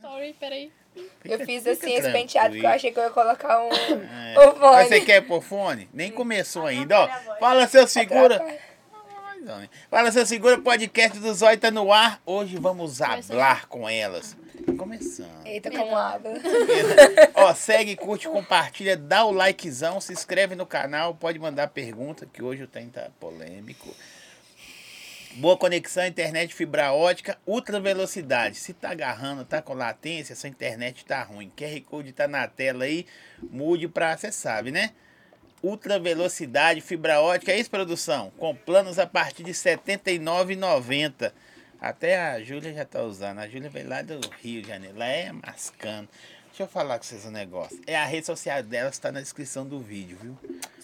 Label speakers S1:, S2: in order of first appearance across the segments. S1: Sorry, peraí.
S2: Eu
S3: Fica-
S2: fiz
S3: fica
S2: assim esse
S3: tranquilo.
S2: penteado porque eu achei que eu ia colocar um,
S3: É.
S2: um fone. Tá
S3: Mas Você quer pôr fone? Nem começou ainda, ó.
S1: Atrapalha é a voz.
S3: Fala seu segura. Fala seu segura, podcast do Zóio tá no ar. Hoje vamos
S1: Começando.
S3: hablar com elas. Começando.
S2: Eita, como um água.
S3: Ó, segue, curte, compartilha, dá o likezão, se inscreve no canal, pode mandar pergunta, que hoje o tem tá polêmico. Boa conexão, internet fibra ótica, ultra velocidade. Se tá agarrando, tá com latência, sua internet tá ruim. QR Code tá na tela aí, mude pra, você sabe, né? Ultra velocidade, fibra ótica, é isso, produção? Com planos a partir de R$ 79,90. Até a Júlia já tá usando. A Júlia veio lá do Rio de Janeiro. Lá é mascando. Deixa eu falar com vocês um negócio. É a rede social dela, está na descrição do vídeo, viu?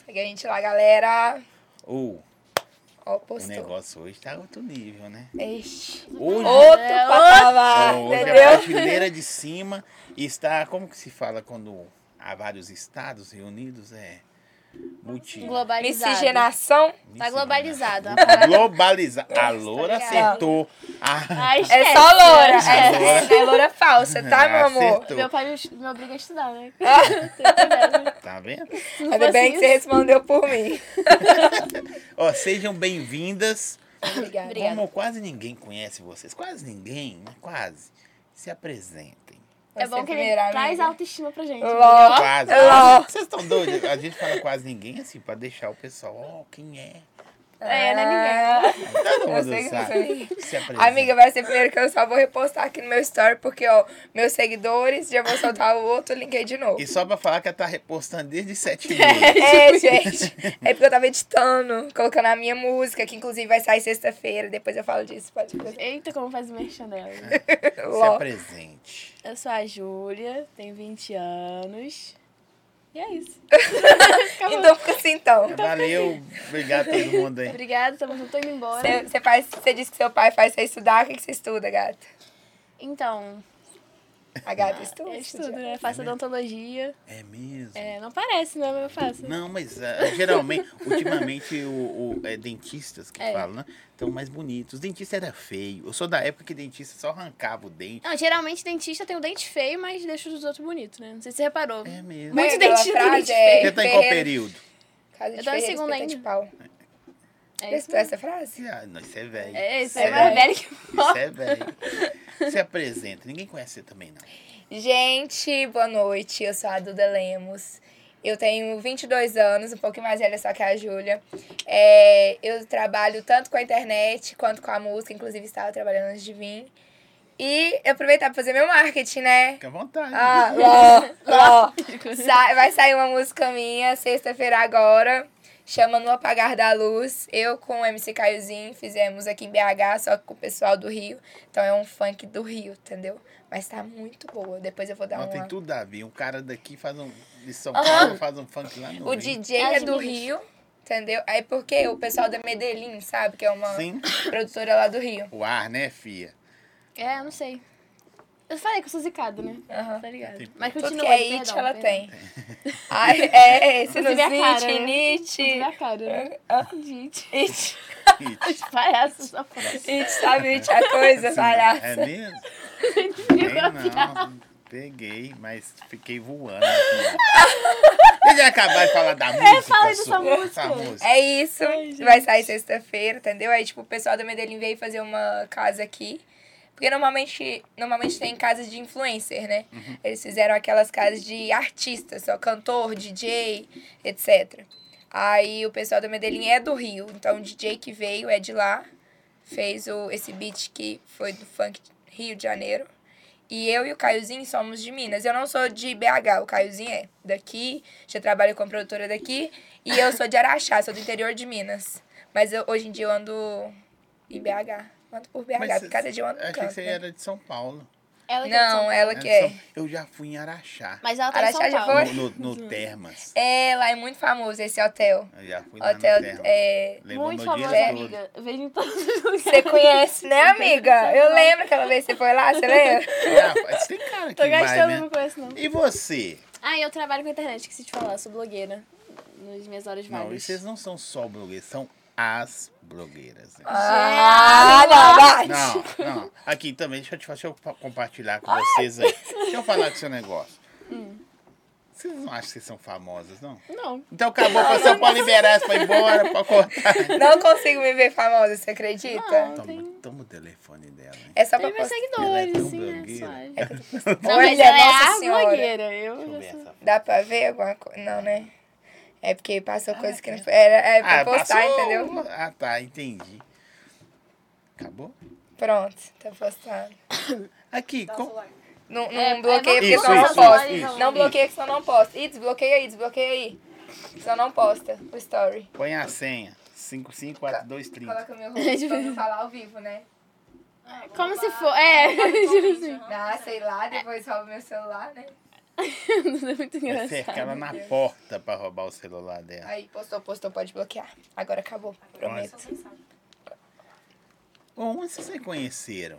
S2: Segue a gente lá, galera.
S3: Ou
S2: Ó,
S3: o
S2: postou.
S3: negócio hoje tá outro nível, né?
S2: Ixi.
S3: Hoje,
S2: Outro
S1: É,
S2: patamar,
S3: hoje a
S2: entendeu?
S3: prateleira de cima está, como que se fala quando há vários estados reunidos? É multi. né?
S1: Globalizado.
S2: Miscigenação
S1: Tá globalizado.
S3: Globalizado. A Loura
S1: Tá ligado.
S3: acertou. Ah, A...
S1: Ai,
S2: é
S1: esquece.
S2: só loura.
S3: Loura.
S2: É, é loura falsa, tá, meu amor?
S3: Acertou.
S1: Meu pai me- me obriga a estudar, né?
S3: Tá vendo?
S2: Ah. Ainda bem que você respondeu por mim.
S3: Ó, sejam bem-vindas.
S2: Obrigada.
S1: Obrigada.
S3: Como quase ninguém conhece vocês, quase ninguém, né? quase, se apresentem.
S1: É
S2: Você
S1: bom que ele
S2: primeiro, amiga.
S1: traz autoestima pra gente.
S2: Ló.
S3: Quase.
S2: Ló.
S3: Vocês estão doidos? A gente fala quase ninguém assim, pra deixar o pessoal, ó, quem é?
S1: É, não
S2: Ah,
S1: é ninguém.
S3: Todo
S2: Eu
S3: mundo
S2: sei que
S3: sabe. Se apresenta.
S2: Ah. Amiga, vai ser primeiro que eu só vou repostar aqui no meu story, porque, ó, meus seguidores, já vou soltar o outro, linkei de novo.
S3: E só pra falar que ela tá repostando desde 7 mil.
S2: É,
S1: tipo
S2: gente. É porque eu tava editando, colocando a minha música, que inclusive vai sair sexta-feira. Depois eu falo disso, pode fazer.
S1: né? Eita, como faz o merchan dela.
S3: Se apresente.
S1: Eu sou a Júlia, tenho 20 anos. E é isso. Acabou.
S2: Então fica assim, então.
S3: Valeu, obrigado a todo mundo aí.
S1: Obrigada, tamo junto, tô indo embora.
S2: Você você faz, você diz que seu pai faz você estudar, o que que você estuda, gata?
S1: Então,
S2: A gata estuda.
S1: eu estudo,
S2: estuda.
S1: né? Faço odontologia.
S3: É mesmo.
S1: É, não parece, né? Mas eu faço.
S3: Não, mas ah, geralmente, ultimamente, o, o- é dentistas que
S1: É.
S3: falam, né? Estão mais bonitos. Dentista era feio. Eu sou da época que dentista só arrancava o dente.
S1: Não, geralmente dentista tem o dente feio, mas deixa os outros bonitos, né? Não sei se você reparou.
S3: É mesmo.
S1: Muito
S2: Aquela
S1: dentista,
S2: frase
S1: dente
S2: é,
S3: Você tá em qual
S2: Ferreira-
S3: período?
S2: Casa de
S1: Eu tô no
S2: Ferreira,
S1: segundo
S2: espeta de
S1: ainda.
S2: pau.
S1: É isso.
S2: Prestou essa frase?
S3: Ah, não, isso é velho.
S1: É isso,
S3: Isso
S1: é mais
S3: velho.
S1: velho que
S3: Isso é velho. Se apresenta. Ninguém conhece você também, não.
S2: Gente, boa noite. Eu sou a Duda Lemos. Eu tenho 22 anos, um pouquinho mais velha só que a Júlia. É, eu trabalho tanto com a internet quanto com a música, inclusive estava trabalhando antes de vir. E eu aproveitar para fazer meu marketing, né?
S3: Fica à vontade.
S2: Ah, ló, ló.
S1: eu.
S2: Sa- vai sair uma música minha sexta-feira agora, chama No Apagar da Luz. Eu com o MC Caiozinho fizemos aqui em BH, só que com o pessoal do Rio. Então é um funk do Rio, entendeu? Mas tá muito boa. Depois eu vou dar
S3: Não, tem
S2: uma.
S3: tudo a ver. Um cara daqui faz um. De São
S2: Aham.
S3: Paulo faz um funk lá no.
S2: O
S3: Rio.
S2: DJ
S1: As
S2: é do
S1: meninas.
S2: Rio, entendeu? Aí porque o pessoal da Medellín, sabe? Que é uma
S3: Sim.
S2: produtora lá do Rio.
S3: O ar, né, Fia?
S1: É, eu não sei. Eu falei que eu sou zicada, né?
S2: Aham.
S1: Tá ligado?
S3: Tem-
S1: Mas
S2: Tudo
S1: continua.
S2: que é
S1: perdão,
S2: it, ela
S1: perdão.
S2: tem. Ai, é,
S1: Inclusive a cara, né?
S2: sinusite,
S1: Inclusive
S2: nite.
S1: a cara, né? Gente,
S2: It,
S3: It.
S1: os palhaços é só falam.
S2: it, sabe? It, a coisa,
S3: Assim,
S2: palhaço. é
S3: É mesmo?
S1: Entendeu?
S3: Tem né? não. Peguei, mas fiquei voando. Aqui. Deixa eu acabar de falar da música.
S1: fala dessa
S3: sua.
S1: música.
S3: Essa música.
S2: É isso.
S1: Ai, gente.
S2: Vai sair sexta-feira, entendeu? Aí, tipo, o pessoal da Medellín veio fazer uma casa aqui. Porque normalmente, normalmente tem casas de influencer, né? Eles fizeram aquelas casas de artistas, só cantor, DJ, etc. Aí o pessoal da Medellín é do Rio, então o DJ que veio é de lá, fez o, esse beat que foi do funk Rio de Janeiro. E eu e o Caiozinho somos de Minas. Eu não sou de BH, o Caiozinho é daqui, já trabalho com produtora daqui. E eu sou de Araxá, sou do interior de Minas. Mas eu- hoje em dia eu ando em BH. Ando por BH,
S3: Mas
S2: porque cada dia eu ando no
S3: Achei que
S2: canto.
S3: você
S2: né?
S3: era de São Paulo.
S1: Ela que é de São
S2: Não,
S1: Paulo.
S2: ela
S3: Era de
S2: que é.
S3: São- Eu já fui em Araxá.
S1: Mas ela tá em
S2: Araxá
S1: São
S2: já
S1: Paulo.
S2: foi?
S3: No, no, no Termas.
S2: É, lá é muito famoso esse hotel.
S3: Eu já fui lá no
S2: Hotel
S3: Termas.
S2: é.
S3: Levou
S1: Muito
S3: meu dinheiro
S1: famosa,
S3: todo.
S1: amiga. Eu Vejo em todos os lugares.
S2: Você conhece, né,
S1: é
S2: amiga? Eu lembro aquela vez que você foi lá, você lembra?
S3: Ah, mas tem cara
S1: Tô
S3: que vai,
S1: gastando,
S3: né?
S1: não conheço, não.
S3: E você?
S1: Ah, eu trabalho com a internet, que se te falar, sou blogueira. Nas minhas horas
S3: Não, e
S1: vagas.
S3: vocês não são só blogueiros, são as blogueiras. né?
S2: Ah, não, bate.
S3: Não, não. Aqui também, deixa eu, te, fa- deixa eu fa- compartilhar com vocês aí. Deixa eu falar do seu negócio.
S1: Hum.
S3: Vocês não acham que vocês são famosas, não?
S1: Não.
S3: Então acabou pra São Paulo liberar, você foi embora, pra cortar.
S2: Não consigo me ver famosa, você acredita?
S1: Não.
S3: Toma, toma o telefone dela, hein?
S2: É só pra
S1: Tem meus
S2: postar.
S1: seguidores,
S3: Ela é tão
S1: assim, né?
S3: blogueira.
S1: suave.
S2: Olha,
S1: Não, mas ela é
S2: Nossa
S1: a
S2: Senhora.
S1: blogueira. Eu
S3: Deixa eu ver
S1: já sou-
S3: essa
S2: Dá pra ver alguma coisa? Não, né? É porque passou
S1: Ah,
S2: coisa
S1: tá.
S2: que não foi. Era, é pra postar,
S3: Ah, passou.
S2: entendeu?
S3: Ah, tá, entendi. Acabou?
S2: Pronto, tá postado.
S3: Aqui, com...
S2: Não, não
S1: É, é,
S2: bloqueia porque
S3: isso,
S2: senão não
S3: isso,
S2: posta.
S3: isso, isso.
S2: Não bloqueia porque senão não posta. Ih, desbloqueia aí, desbloqueia aí. Senão não posta o story.
S3: põe a senha. 554230.
S2: Coloca meu rosto pra não falar ao vivo, né?
S1: Como se for. É, tipo assim.
S2: Ah, sei lá, depois rouba meu celular, né?
S1: Não é muito
S3: Cerca
S1: engraçado.
S3: ela na porta pra roubar o celular dela.
S2: Aí, postou, postou, pode bloquear. Agora acabou, prometo.
S3: Bom, onde vocês se conheceram?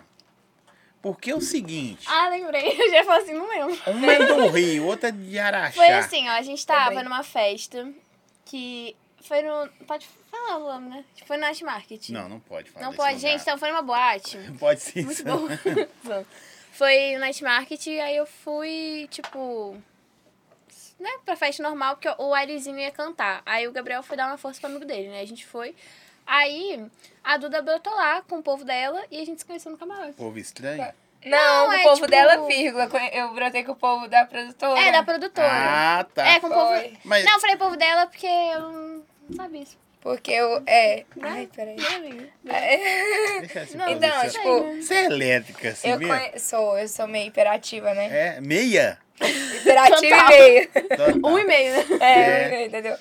S3: Porque é o seguinte,
S1: Ah, lembrei. Eu já falei assim, não lembro.
S3: uma é do Rio, outra é de Araxá.
S1: assim. Foi assim, ó, a gente tava
S2: Lembrei.
S1: numa festa que foi no. Pode falar o nome, né? Foi no Night Market.
S3: Não, não pode falar
S1: Não
S3: desse
S1: pode,
S3: lugar.
S1: gente, então foi numa boate.
S3: Não pode ser
S1: Muito
S3: isso.
S1: bom. Vamos. foi no Night Market, aí eu fui, tipo. Né, pra festa normal, porque o Arizinho ia cantar. Aí o Gabriel foi dar uma força pro amigo dele, né? A gente foi. Aí a Duda brotou lá com o povo dela e a gente se conheceu no camarote.
S3: Povo estranho?
S2: Não,
S1: Não,
S2: o
S1: é
S2: povo
S1: tipo-
S2: dela, vírgula. Eu brotei com o povo da produtora.
S1: É, da produtora.
S3: Ah, tá.
S1: é, com o povo.
S2: Foi.
S3: Mas-
S1: Não, eu falei povo dela porque eu não sabia isso.
S2: Porque eu. É.
S1: Né?
S2: Ai, peraí. É,
S1: Meu amigo.
S3: Deixa esse
S1: Não,
S3: povo
S2: Então,
S3: estranho.
S2: tipo,
S3: Você é elétrica, assim
S2: eu
S3: mesmo?
S2: conhe- sou, eu sou meio hiperativa, né?
S3: É, meia?
S2: Hiperativa e
S1: Total.
S2: meio.
S3: Então tá.
S1: Um e meio, né?
S2: É, entendeu?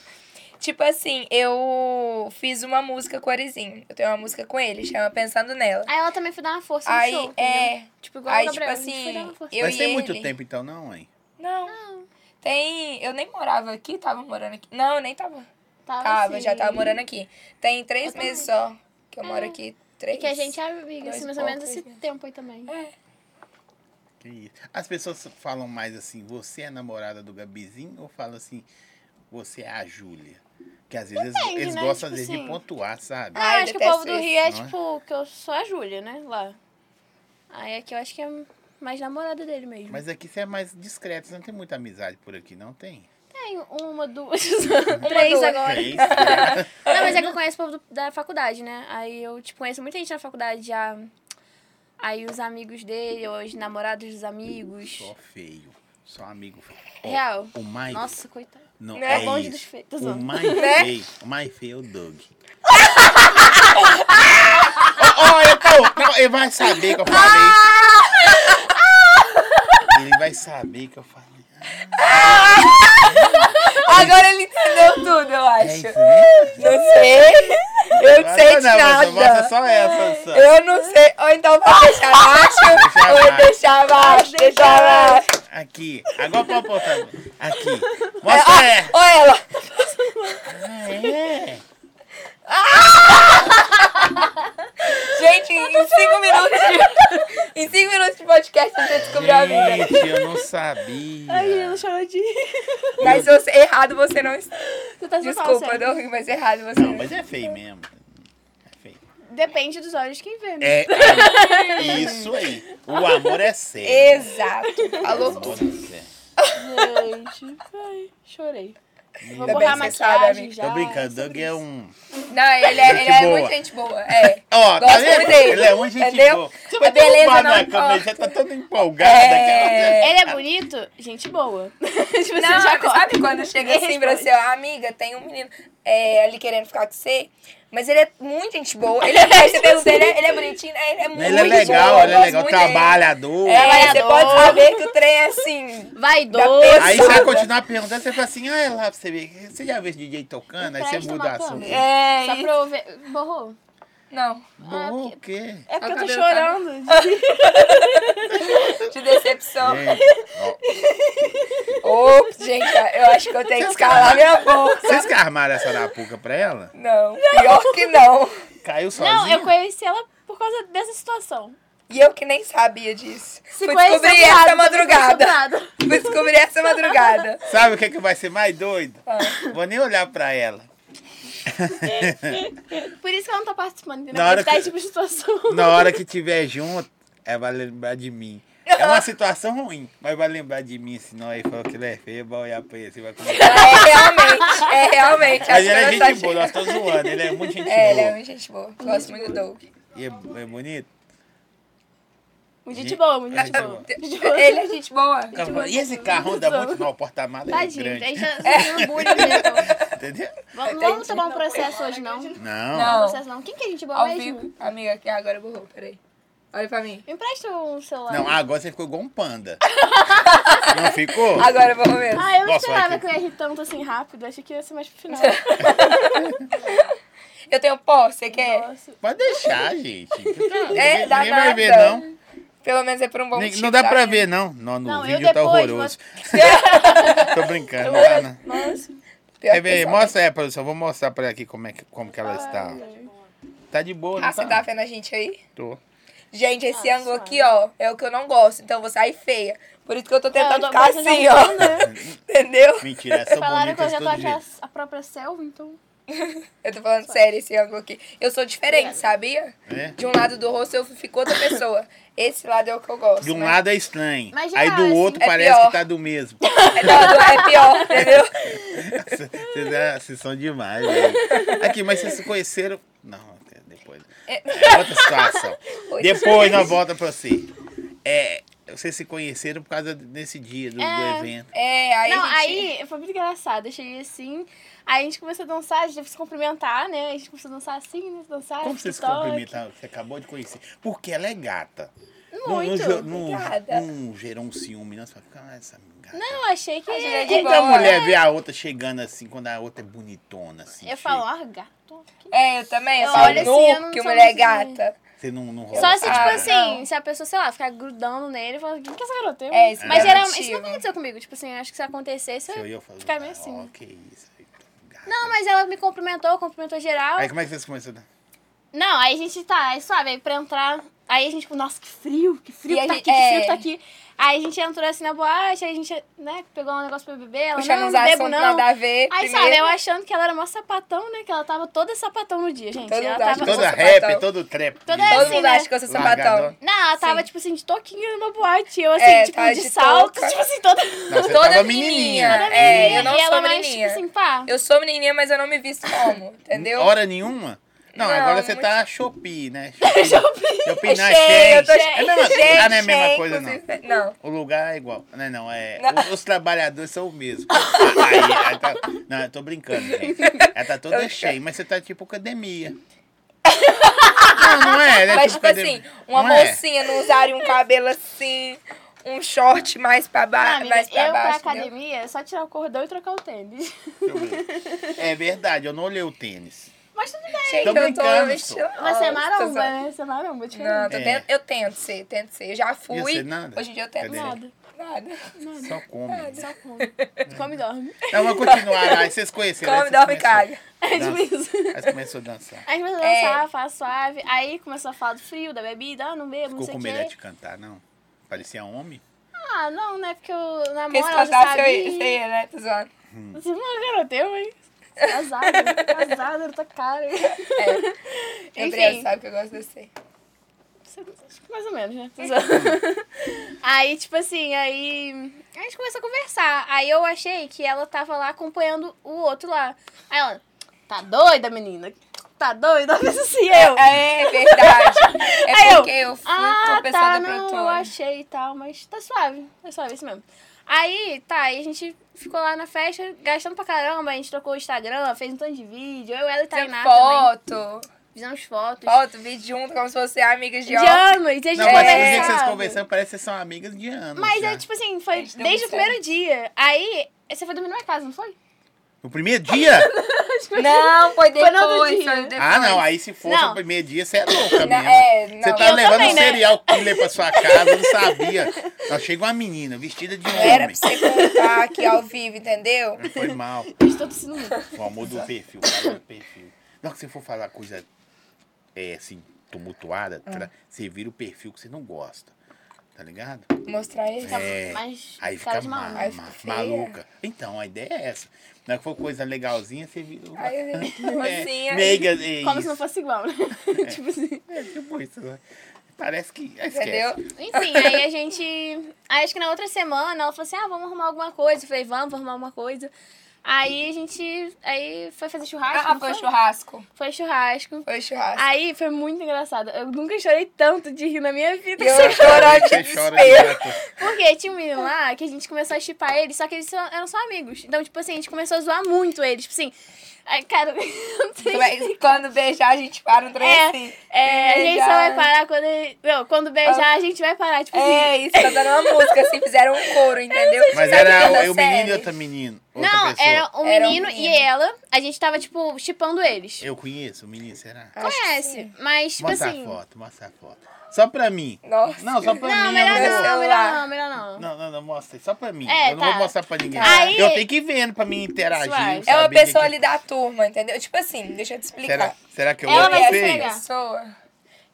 S2: Tipo assim, eu fiz uma música com o Arizinho. Eu tenho uma música com ele, chama Pensando Nela.
S1: Aí ela também foi dar uma força
S2: Aí,
S1: no show.
S2: é.
S1: entendeu? Tipo, igual
S2: Aí,
S1: o Gabriel.
S2: tipo
S1: a gente foi dar uma força.
S2: assim, eu
S3: Mas
S2: e
S3: tem muito
S2: ele.
S3: tempo então, não, hein?
S2: Não,
S1: Não,
S2: tem. Eu nem morava aqui, tava morando aqui. Não, nem tava.
S1: tava,
S2: Tava,
S1: assim,
S2: já tava morando aqui. Tem três
S1: também.
S2: meses só que eu moro
S1: É.
S2: aqui.
S1: E
S2: Três.
S1: que a gente é amiga,
S2: Dois
S1: assim, mais ou menos
S2: poucos,
S1: esse
S2: né?
S1: tempo aí também.
S2: É.
S3: Que isso. As pessoas falam mais assim, você é namorada do Gabizinho ou falam assim, você é a Júlia? Que às vezes eles-
S1: Depende,
S3: eles
S1: né?
S3: gostam
S1: Tipo
S3: às vezes,
S1: assim.
S3: de pontuar, sabe?
S1: Ah,
S2: Ai,
S1: eu acho que o povo
S2: detesto
S1: do Rio
S2: isso.
S1: é
S3: Não é?
S1: tipo que eu sou a Júlia, né? Lá. Aí aqui eu acho que é mais namorada dele mesmo.
S3: Mas aqui você é mais discreto, você não tem muita amizade por aqui, não tem?
S1: Tem uma, duas, três
S2: duas.
S1: agora.
S3: É isso, né?
S1: Não, mas é que eu conheço o povo do- da faculdade, né? Aí eu, tipo, conheço muita gente na faculdade já. Aí os amigos dele, ou os namorados dos amigos.
S3: Só feio. Só amigo feio. Ó,
S1: Real.
S3: O mais.
S1: Nossa, coitado.
S3: não,
S2: né?
S3: é
S1: Longe dos
S3: isso.
S1: feios. Tô
S3: o
S1: zoando.
S3: mais
S2: Né?
S3: feio. O mais feio é o Doug. Olha, pô, não, ele vai saber que eu falei isso. Ele vai saber que eu falei.
S2: Agora ele entendeu tudo, eu
S3: É
S2: acho.
S3: isso mesmo?
S2: Não sei. Eu não sei de
S3: Você mostra
S2: nada.
S3: só essa, só.
S2: Eu não sei. Ou então vai deixar baixo,
S3: Deixa
S2: ou
S3: abaixo.
S2: deixar baixo, deixar baixo.
S3: Aqui. Agora pode botar. Aqui.
S2: É,
S3: Mostra essa.
S2: Ou ela.
S3: Ah, é.
S2: Gente, em cinco minutos de... Em cinco minutos de podcast você descobriu a vida.
S3: Gente, eu não sabia.
S1: Ai, eu chorou de.
S2: Mas você- errado você não está.
S1: Tu tá
S2: Desculpa,
S1: sério.
S2: não, mas errado você
S3: Não,
S2: não
S3: mas é feio mesmo. É feio.
S1: Depende dos olhos quem vê, né?
S3: É, é isso aí. O amor é sério.
S2: Exato. Falou tudo. É.
S1: Gente, ai, chorei. Vou
S2: Ainda
S1: borrar a
S2: é bem que você sabe,
S1: maquiagem
S2: amiga.
S1: já.
S3: Tô brincando, Doug é um.
S2: Não, ele é,
S3: Gente
S2: ele é
S3: boa.
S2: muito gente boa. É.
S3: Ó, tá
S2: Gosto
S3: vendo?
S2: muito dele.
S3: Ele é um gente
S2: Entendeu?
S3: boa. Você
S2: A
S3: vai
S2: beleza
S3: derrubar
S2: não
S3: na câmera,
S2: importa.
S3: já tá toda empolgada.
S2: É.
S1: Ele é bonito, gente boa. tipo,
S2: Não,
S1: você já corta.
S2: sabe quando chega assim pra
S1: Responde.
S2: você, amiga, tem um menino é, ali querendo ficar com você, mas ele é muito gente boa. Ele é, aí você pergunta, ele é, ele é bonitinho, é, ele é muito
S3: Aquela... Ele é legal,
S2: boa,
S3: ele é legal,
S2: trabalho.
S3: trabalhador.
S2: É, mas você
S1: Trabalhador.
S2: pode saber que o trem é assim.
S1: Vaidoso.
S2: Da
S3: Aí você vai
S2: Exato.
S3: continuar perguntando, você fala assim, ah, é lá pra você ver. Você já vê esse DJ tocando, aí você
S1: Empresta
S3: muda
S1: uma
S3: o assunto.
S1: câmera.
S2: É.
S1: Só pra eu ver. Borrou.
S2: Não.
S3: Bom, o quê?
S1: É porque eu tô
S2: cabelo tá
S1: chorando.
S2: De decepção.
S3: Gente, É, ó,
S2: Ô, gente, eu acho que eu tenho que escalar minha boca.
S3: Vocês que armaram essa arapuca pra ela?
S2: Não, pior que não.
S3: Caiu sozinha?
S1: Não, eu conheci ela por causa dessa situação.
S2: E eu que nem sabia disso.
S1: Se
S2: Fui
S1: conheceu
S2: descobrir
S1: errado,
S2: essa
S1: se conheceu
S2: madrugada.
S1: errado.
S2: Fui descobrir essa madrugada.
S3: Sabe o que, é que vai ser mais doido?
S2: Ah.
S3: Vou nem olhar pra ela.
S1: Por isso que ela não tá participando, entendeu?
S3: Na hora
S1: Pra evitar
S3: que-
S1: esse tipo de situação.
S3: Na hora que tiver junto, ela vai lembrar de mim. É uma situação ruim, mas vai lembrar de mim, senão aí falou que ele é feio, vai olhar pra ele, você vai comer.
S2: É realmente, é realmente. Acho
S3: Mas ele
S2: que
S3: é
S2: ela
S3: gente
S2: tá-
S3: boa, nós estamos zoando, ele é muito gente
S2: É, ele é
S3: boa.
S2: muito gente boa. Gosto muito do Doug.
S3: E é, é bonito. É
S1: Muito de boa, muito de
S3: Gente
S1: boa.
S3: boa.
S1: Gente boa.
S2: Ele é gente boa.
S3: Ela fala, E esse carro anda muito mal, o porta-mala é
S1: Tadinho, a
S3: grande.
S1: gente tá sentindo bullying mesmo.
S3: Entendeu?
S2: É,
S1: Vamos, vamos tomar um processo hoje, não? Não.
S3: Não.
S2: Não.
S1: processo, não. Quem que a gente boa
S2: Ao
S1: mesmo?
S2: vivo. Amiga, que agora borrou, peraí. Olha pra mim.
S1: Me empresta um celular.
S2: ah,
S3: Não, agora você ficou igual um panda. Não ficou?
S2: Agora borrou mesmo.
S1: Ah, eu não
S3: Nossa,
S1: esperava
S3: vai
S1: que
S3: que-
S1: eu ia rir tanto assim rápido. Achei que ia ser mais pro final.
S2: Eu tenho pó, você quer?
S1: Nossa.
S3: Pode deixar, gente.
S2: É,
S3: Ninguém,
S2: dá
S3: ninguém vai
S2: nada.
S3: ver, não.
S2: Pelo menos é por um bom
S3: Nem-
S2: motivo.
S3: não dá
S2: tá?
S3: pra ver, não. Não, no
S1: Não, eu
S3: vídeo tá
S1: depois,
S3: horroroso. Tô brincando, não dá, não.
S1: Nossa.
S2: Tá Pior
S3: Quer ver?
S2: que
S3: Mostra aí, produção. Vou mostrar pra ela aqui como, é que, como que ela está.
S1: é Ai,
S3: Tá de boa,
S2: Ah,
S3: não
S2: você
S3: tá?
S2: tá vendo a gente aí?
S3: Tô.
S2: Gente, esse
S1: Ah,
S2: ângulo
S1: suave.
S2: aqui, ó, é o que eu não gosto. Então eu vou sair feia. Por isso que É, eu tô tentando
S1: eu tô
S2: ficar
S1: pensando
S2: assim,
S1: em
S2: ó.
S1: algum, né?
S2: Entendeu?
S3: Mentira, é só
S1: Falaram que
S3: bonita
S1: eu
S3: de
S1: já tô
S3: todo
S1: achando
S3: jeito.
S1: a- a própria selva, então.
S2: Eu tô falando sério esse ângulo aqui. Eu sou diferente, sabia?
S3: É.
S2: De um lado do rosto eu fico outra pessoa. Esse lado é o que eu gosto.
S3: De um
S2: né?
S3: lado é estranho.
S1: Mas
S3: aí
S1: já,
S3: do
S1: assim,
S3: outro
S2: é
S3: parece
S2: pior.
S3: que tá do mesmo.
S2: É, não, não, é pior, entendeu?
S3: Vocês, é- vocês são demais, velho. Aqui, mas vocês se conheceram. Não, até depois.
S2: É.
S3: É outra situação.
S2: Oi.
S3: Depois nós volta pra você. É, vocês se conheceram por causa desse dia do, do
S1: É.
S3: evento.
S2: É, aí.
S1: não,
S2: a gente-
S1: aí foi muito engraçado. Eu cheguei assim, aí a gente começou a dançar, a gente teve que se cumprimentar, né? A gente começou a dançar assim, né? Dançar,
S3: Como vocês se
S1: TikTok.
S3: cumprimentaram? Você acabou de conhecer. Porque ela é gata.
S1: Muito,
S3: não, não,
S2: obrigada.
S3: não, não gerou um ciúme, não. Você fala, "Ah, essa gata.
S1: Não, achei que.
S2: A gente é de
S1: é-
S3: Quando a
S2: boa.
S3: mulher vê a outra chegando assim, quando a outra é bonitona, assim.
S1: Eu
S3: chega,
S1: falo, ah, gato.
S2: É, eu também. Eu,
S1: Eu
S2: falo
S1: olho assim,
S2: nu,
S1: eu não
S2: que
S1: sou
S2: mulher é
S1: muito assim.
S2: gata.
S3: Você não, não rola.
S1: Só se,
S3: essa
S1: tipo
S2: Ah,
S1: assim,
S2: não. se
S1: se a pessoa, sei lá, ficar grudando nele, falando, quem que essa garota
S2: É, isso
S1: Mas
S2: é
S1: geralmente, isso
S2: relativo.
S1: não aconteceu comigo. Tipo assim, eu acho que se acontecesse,
S3: Se eu
S1: eu...
S3: ia, eu falo,
S1: Ficar meio
S3: "Ah,
S1: assim,
S3: ó,
S1: né?"
S3: que isso. aí, gata.
S1: Não, mas ela me cumprimentou, cumprimentou geral.
S3: Aí como é que vocês começaram?
S1: Não, aí a gente tá, aí suave, aí pra entrar. Aí a gente, tipo, nossa, que frio, que frio
S2: E
S1: que tá
S2: aí,
S1: aqui, que frio
S2: é.
S1: que tá aqui. Aí a gente entrou assim na boate, aí a gente, né, pegou um negócio pra beber, ela
S2: Puxando
S1: não,
S2: uns
S1: não bebo
S2: assuntos
S1: não.
S2: nada a ver.
S1: Aí,
S2: primeiro.
S1: sabe, eu achando que ela era mó sapatão, né, que ela tava toda sapatão no dia, gente.
S2: Todo
S1: ela
S2: mundo acha
S1: tava...
S2: que eu sou
S3: Toda rap,
S2: sapatão.
S3: todo trap.
S1: Toda
S3: de-
S2: Todo
S1: assim,
S2: mundo
S1: né?
S2: acha que eu sou sapatão.
S3: Largadão.
S1: Não, ela tava,
S2: Sim.
S1: tipo assim, de toquinha na boate, eu assim,
S2: É,
S1: tipo,
S2: tava
S1: de,
S2: de
S1: salto,
S2: touca.
S1: tipo assim, toda...
S3: Não, você
S2: Toda
S3: tava
S2: menininha.
S3: menininha.
S2: É, eu não
S1: e ela
S2: sou
S1: mais, tipo
S2: menininha.
S1: assim, pá.
S2: Eu sou menininha, mas eu não me visto como, entendeu?
S3: Hora nenhuma? Não,
S2: Não,
S3: agora você
S2: muito-
S3: tá Shopee, né? Shopee. Shopee na
S2: cheia, eu tô
S3: Shein.
S2: cheia.
S3: É a mesma coisa. Ah, não é a mesma
S2: cheia,
S3: coisa, não.
S2: inclusive. Não.
S3: O lugar é igual. Não, é não, é.
S2: Não.
S3: Os, os trabalhadores são o mesmo. Aí, aí tá- não, eu tô brincando, gente. Ela tá
S2: Tô
S3: toda
S2: brincando.
S3: cheia, mas você tá tipo academia. Não, não é, né?
S2: Mas, tipo assim, uma
S3: não é.
S2: mocinha não usaria um cabelo assim, um short mais pra, ba
S1: Ah, amiga,
S2: mais pra
S1: eu pra
S2: baixo. entendeu?
S1: academia, é só tirar o cordão e trocar o tênis.
S3: Deixa eu ver. É verdade, eu não olhei o tênis.
S1: Mas tudo bem.
S2: Gente,
S3: Tô
S2: eu tô
S3: brincando,
S2: estilosa.
S1: Você é maromba,
S2: tô zoando.
S1: né? Você é maromba, diferente.
S2: Não, eu tô
S3: É.
S2: tentando- eu tento ser, tento ser. Eu já fui.
S3: Ia ser nada?
S2: Hoje em dia eu tento.
S3: Cadê?
S2: Nada.
S1: Nada.
S2: Nada.
S3: Só come.
S1: Só come. Come e dorme.
S3: Não, mas continuar lá. Aí vocês conheceram.
S2: Come,
S3: aí
S2: dorme,
S3: vocês começaram
S2: caga.
S3: a
S1: É tipo
S3: dançar.
S1: isso.
S3: Aí você começou a dançar.
S1: Aí começou a
S2: É.
S1: dançar, faz suave. Aí começou a falar do frio, da bebida. Ah, não bebo,
S3: Ficou com
S1: não
S3: medo né? Tipo,
S1: sei o
S3: de
S1: quê.
S3: cantar, não? Parecia homem?
S1: Ah, não, né? Porque eu namoro,
S2: Porque se
S1: ela já
S2: cantasse, eu
S1: sabia.
S2: ia, você ia, né? Tô zoando.
S1: Você não garota, eu, hein? Casada, né? casada, eu tô cara.
S2: Gabriel sabe que eu gosto de você.
S1: Acho que mais ou menos, né? aí, tipo assim, aí a gente começou a conversar. Aí eu achei que ela tava lá acompanhando o outro lá. Aí ela, tá doida, menina? Tá doida? Ela fez assim, eu.
S2: É verdade.
S1: Aí
S2: É
S1: eu,
S2: porque eu fui com
S1: Ah,
S2: a pessoa
S1: tá,
S2: da
S1: não, eu
S2: produtora.
S1: achei e tal, mas tá suave, tá suave, isso mesmo. Aí, tá, aí a gente ficou lá na festa, gastando pra caramba, a gente trocou o Instagram, fez um tanto de vídeo, eu, ela e
S2: Tem
S1: Tainá também,
S2: foto,
S1: fizemos fotos.
S2: foto, vídeo junto, como se fossem amigas de
S1: De
S2: óculos.
S1: anos, e a gente
S3: Não, mas o
S2: é.
S3: dia que vocês
S1: conversava.
S3: conversando parece que vocês são amigas de anos.
S1: Mas
S3: já.
S1: é tipo assim, foi
S2: Eles dão
S1: desde o
S2: certo.
S1: primeiro dia. Aí, você foi dormir na minha casa, não foi?
S3: O primeiro dia?
S2: Não,
S1: Foi
S2: foi depois.
S1: no outro dia.
S2: foi depois.
S3: Ah, não. Aí se fosse
S1: Não.
S3: o primeiro dia, você é louca
S2: Não,
S3: mesmo.
S2: é, não.
S3: Você tá
S1: Eu
S3: levando
S1: também,
S3: um
S1: né?
S3: cereal killer pra sua casa, eu não sabia. Não, chega uma menina vestida de
S2: Era
S3: homem.
S2: pra você contar aqui ao vivo, entendeu?
S3: Foi mal.
S1: Estou tá tossindo muito.
S3: O amor do perfil. o amor do perfil. Na hora que você for falar coisa
S1: Hum.
S3: é, assim, tumultuada, tra- você vira o perfil que você não gosta. tá ligado?
S2: Mostrar ele.
S3: É,
S1: Mas
S3: aí
S1: cara
S3: fica
S1: de né?
S3: ma-
S1: maluco.
S2: Aí
S3: ma-
S2: fica feia.
S3: maluca. Então, a ideia é essa. Na hora que for coisa legalzinha, você vira.
S2: Aí eu vi assim,
S3: é,
S2: aí-
S3: meiga, é
S1: Como se
S3: isso.
S1: não fosse igual, né? tipo assim.
S3: É, tipo isso. né? Parece que. Esquece.
S2: Entendeu?
S1: Enfim, aí a gente. Aí acho que na outra semana ela falou assim: ah, vamos arrumar alguma coisa. Eu falei: vamos, vamos arrumar alguma coisa. Aí a gente. Aí foi fazer churrasco.
S2: Ah,
S1: não
S2: foi churrasco.
S1: Foi churrasco.
S2: Foi churrasco.
S1: Aí foi muito engraçado. Eu nunca chorei tanto de rir na minha vida.
S2: E eu chorar de
S3: Você chora
S2: desespero.
S3: direto.
S1: Porque tinha um menino lá que a gente começou a chipar ele, só que eles só- eram só amigos. Então, tipo assim, a gente começou a zoar muito eles. Tipo assim, ai, cara, não sei.
S2: Mas Quando beijar, a gente para um trem
S1: É,
S2: assim.
S1: É, a gente só vai parar quando. ele- Não, quando beijar, a gente vai parar. Tipo assim.
S2: É isso, tá dando uma música assim, fizeram um coro, entendeu?
S3: Mas
S2: Sabe
S3: era
S2: aquela
S3: eu, menino e
S2: série?
S3: outra menino. Outra
S1: Não,
S3: pessoa.
S1: era um
S2: Era um
S1: menino e
S2: menino.
S1: ela. A gente tava, tipo, chipando eles.
S3: Eu conheço o menino, será?
S2: Acho que
S1: Conhece,
S2: sim.
S1: mas, tipo
S3: mostra
S1: assim.
S3: a foto, mostra a foto. Só pra mim.
S2: Nossa.
S3: Não, só pra
S1: Não,
S3: mim. eu
S1: melhor
S2: meu
S1: não, melhor
S3: vou-
S2: celular.
S1: não, melhor não.
S3: Não, não, não, mostra. Só pra mim.
S1: É,
S3: eu não vou
S1: tá.
S3: mostrar pra ninguém.
S1: Aí-
S3: Eu tenho que ir vendo pra mim interagir.
S1: Suave.
S2: É uma
S3: saber o que
S2: pessoa
S3: que-
S2: ali da turma, entendeu? Tipo assim, deixa eu te explicar.
S3: Será, será que eu
S1: Ela
S3: olho
S1: vai
S3: feio?
S1: pegar.
S2: Pessoa.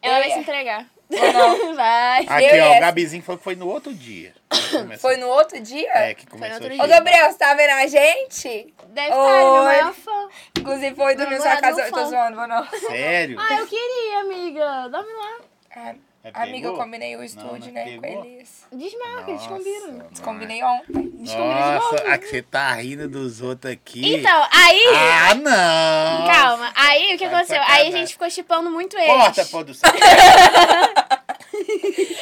S1: Ela
S2: Eu
S1: vai
S2: ia.
S1: se entregar.
S2: Ou não?
S1: Vai.
S3: Aqui,
S2: Eu
S3: ó.
S2: ia.
S3: O Gabizinho foi, foi no outro dia. que começou.
S2: Foi no outro dia?
S3: É, que
S1: no
S3: começou
S1: outro
S3: a
S1: dia.
S2: Ô,
S3: chegar.
S2: Gabriel, você tá vendo a gente?
S1: Deve estar, ele é meu
S2: Oi.
S1: maior fã.
S2: Inclusive, foi dormir na sua
S1: Namorado
S2: casa.
S1: fã.
S2: Tô zoando, vou não.
S3: Sério?
S1: Ah, eu queria, amiga. Dorme lá.
S2: Ah,
S3: É, pegou?
S2: Amiga, eu combinei o estúdio,
S3: não
S2: né, com
S3: pegou?
S2: eles.
S1: Desmarca, descombina.
S3: Nossa,
S2: Combinei ontem.
S1: Descombina de
S3: Nossa,
S1: novo.
S3: a que você tá rindo dos outros aqui.
S1: Então, aí.
S3: Ah, não!
S1: Calma, aí o que
S3: Tá de
S1: aconteceu? Aí a
S3: sacanagem.
S1: gente ficou chipando muito eles.
S3: Corta, produção.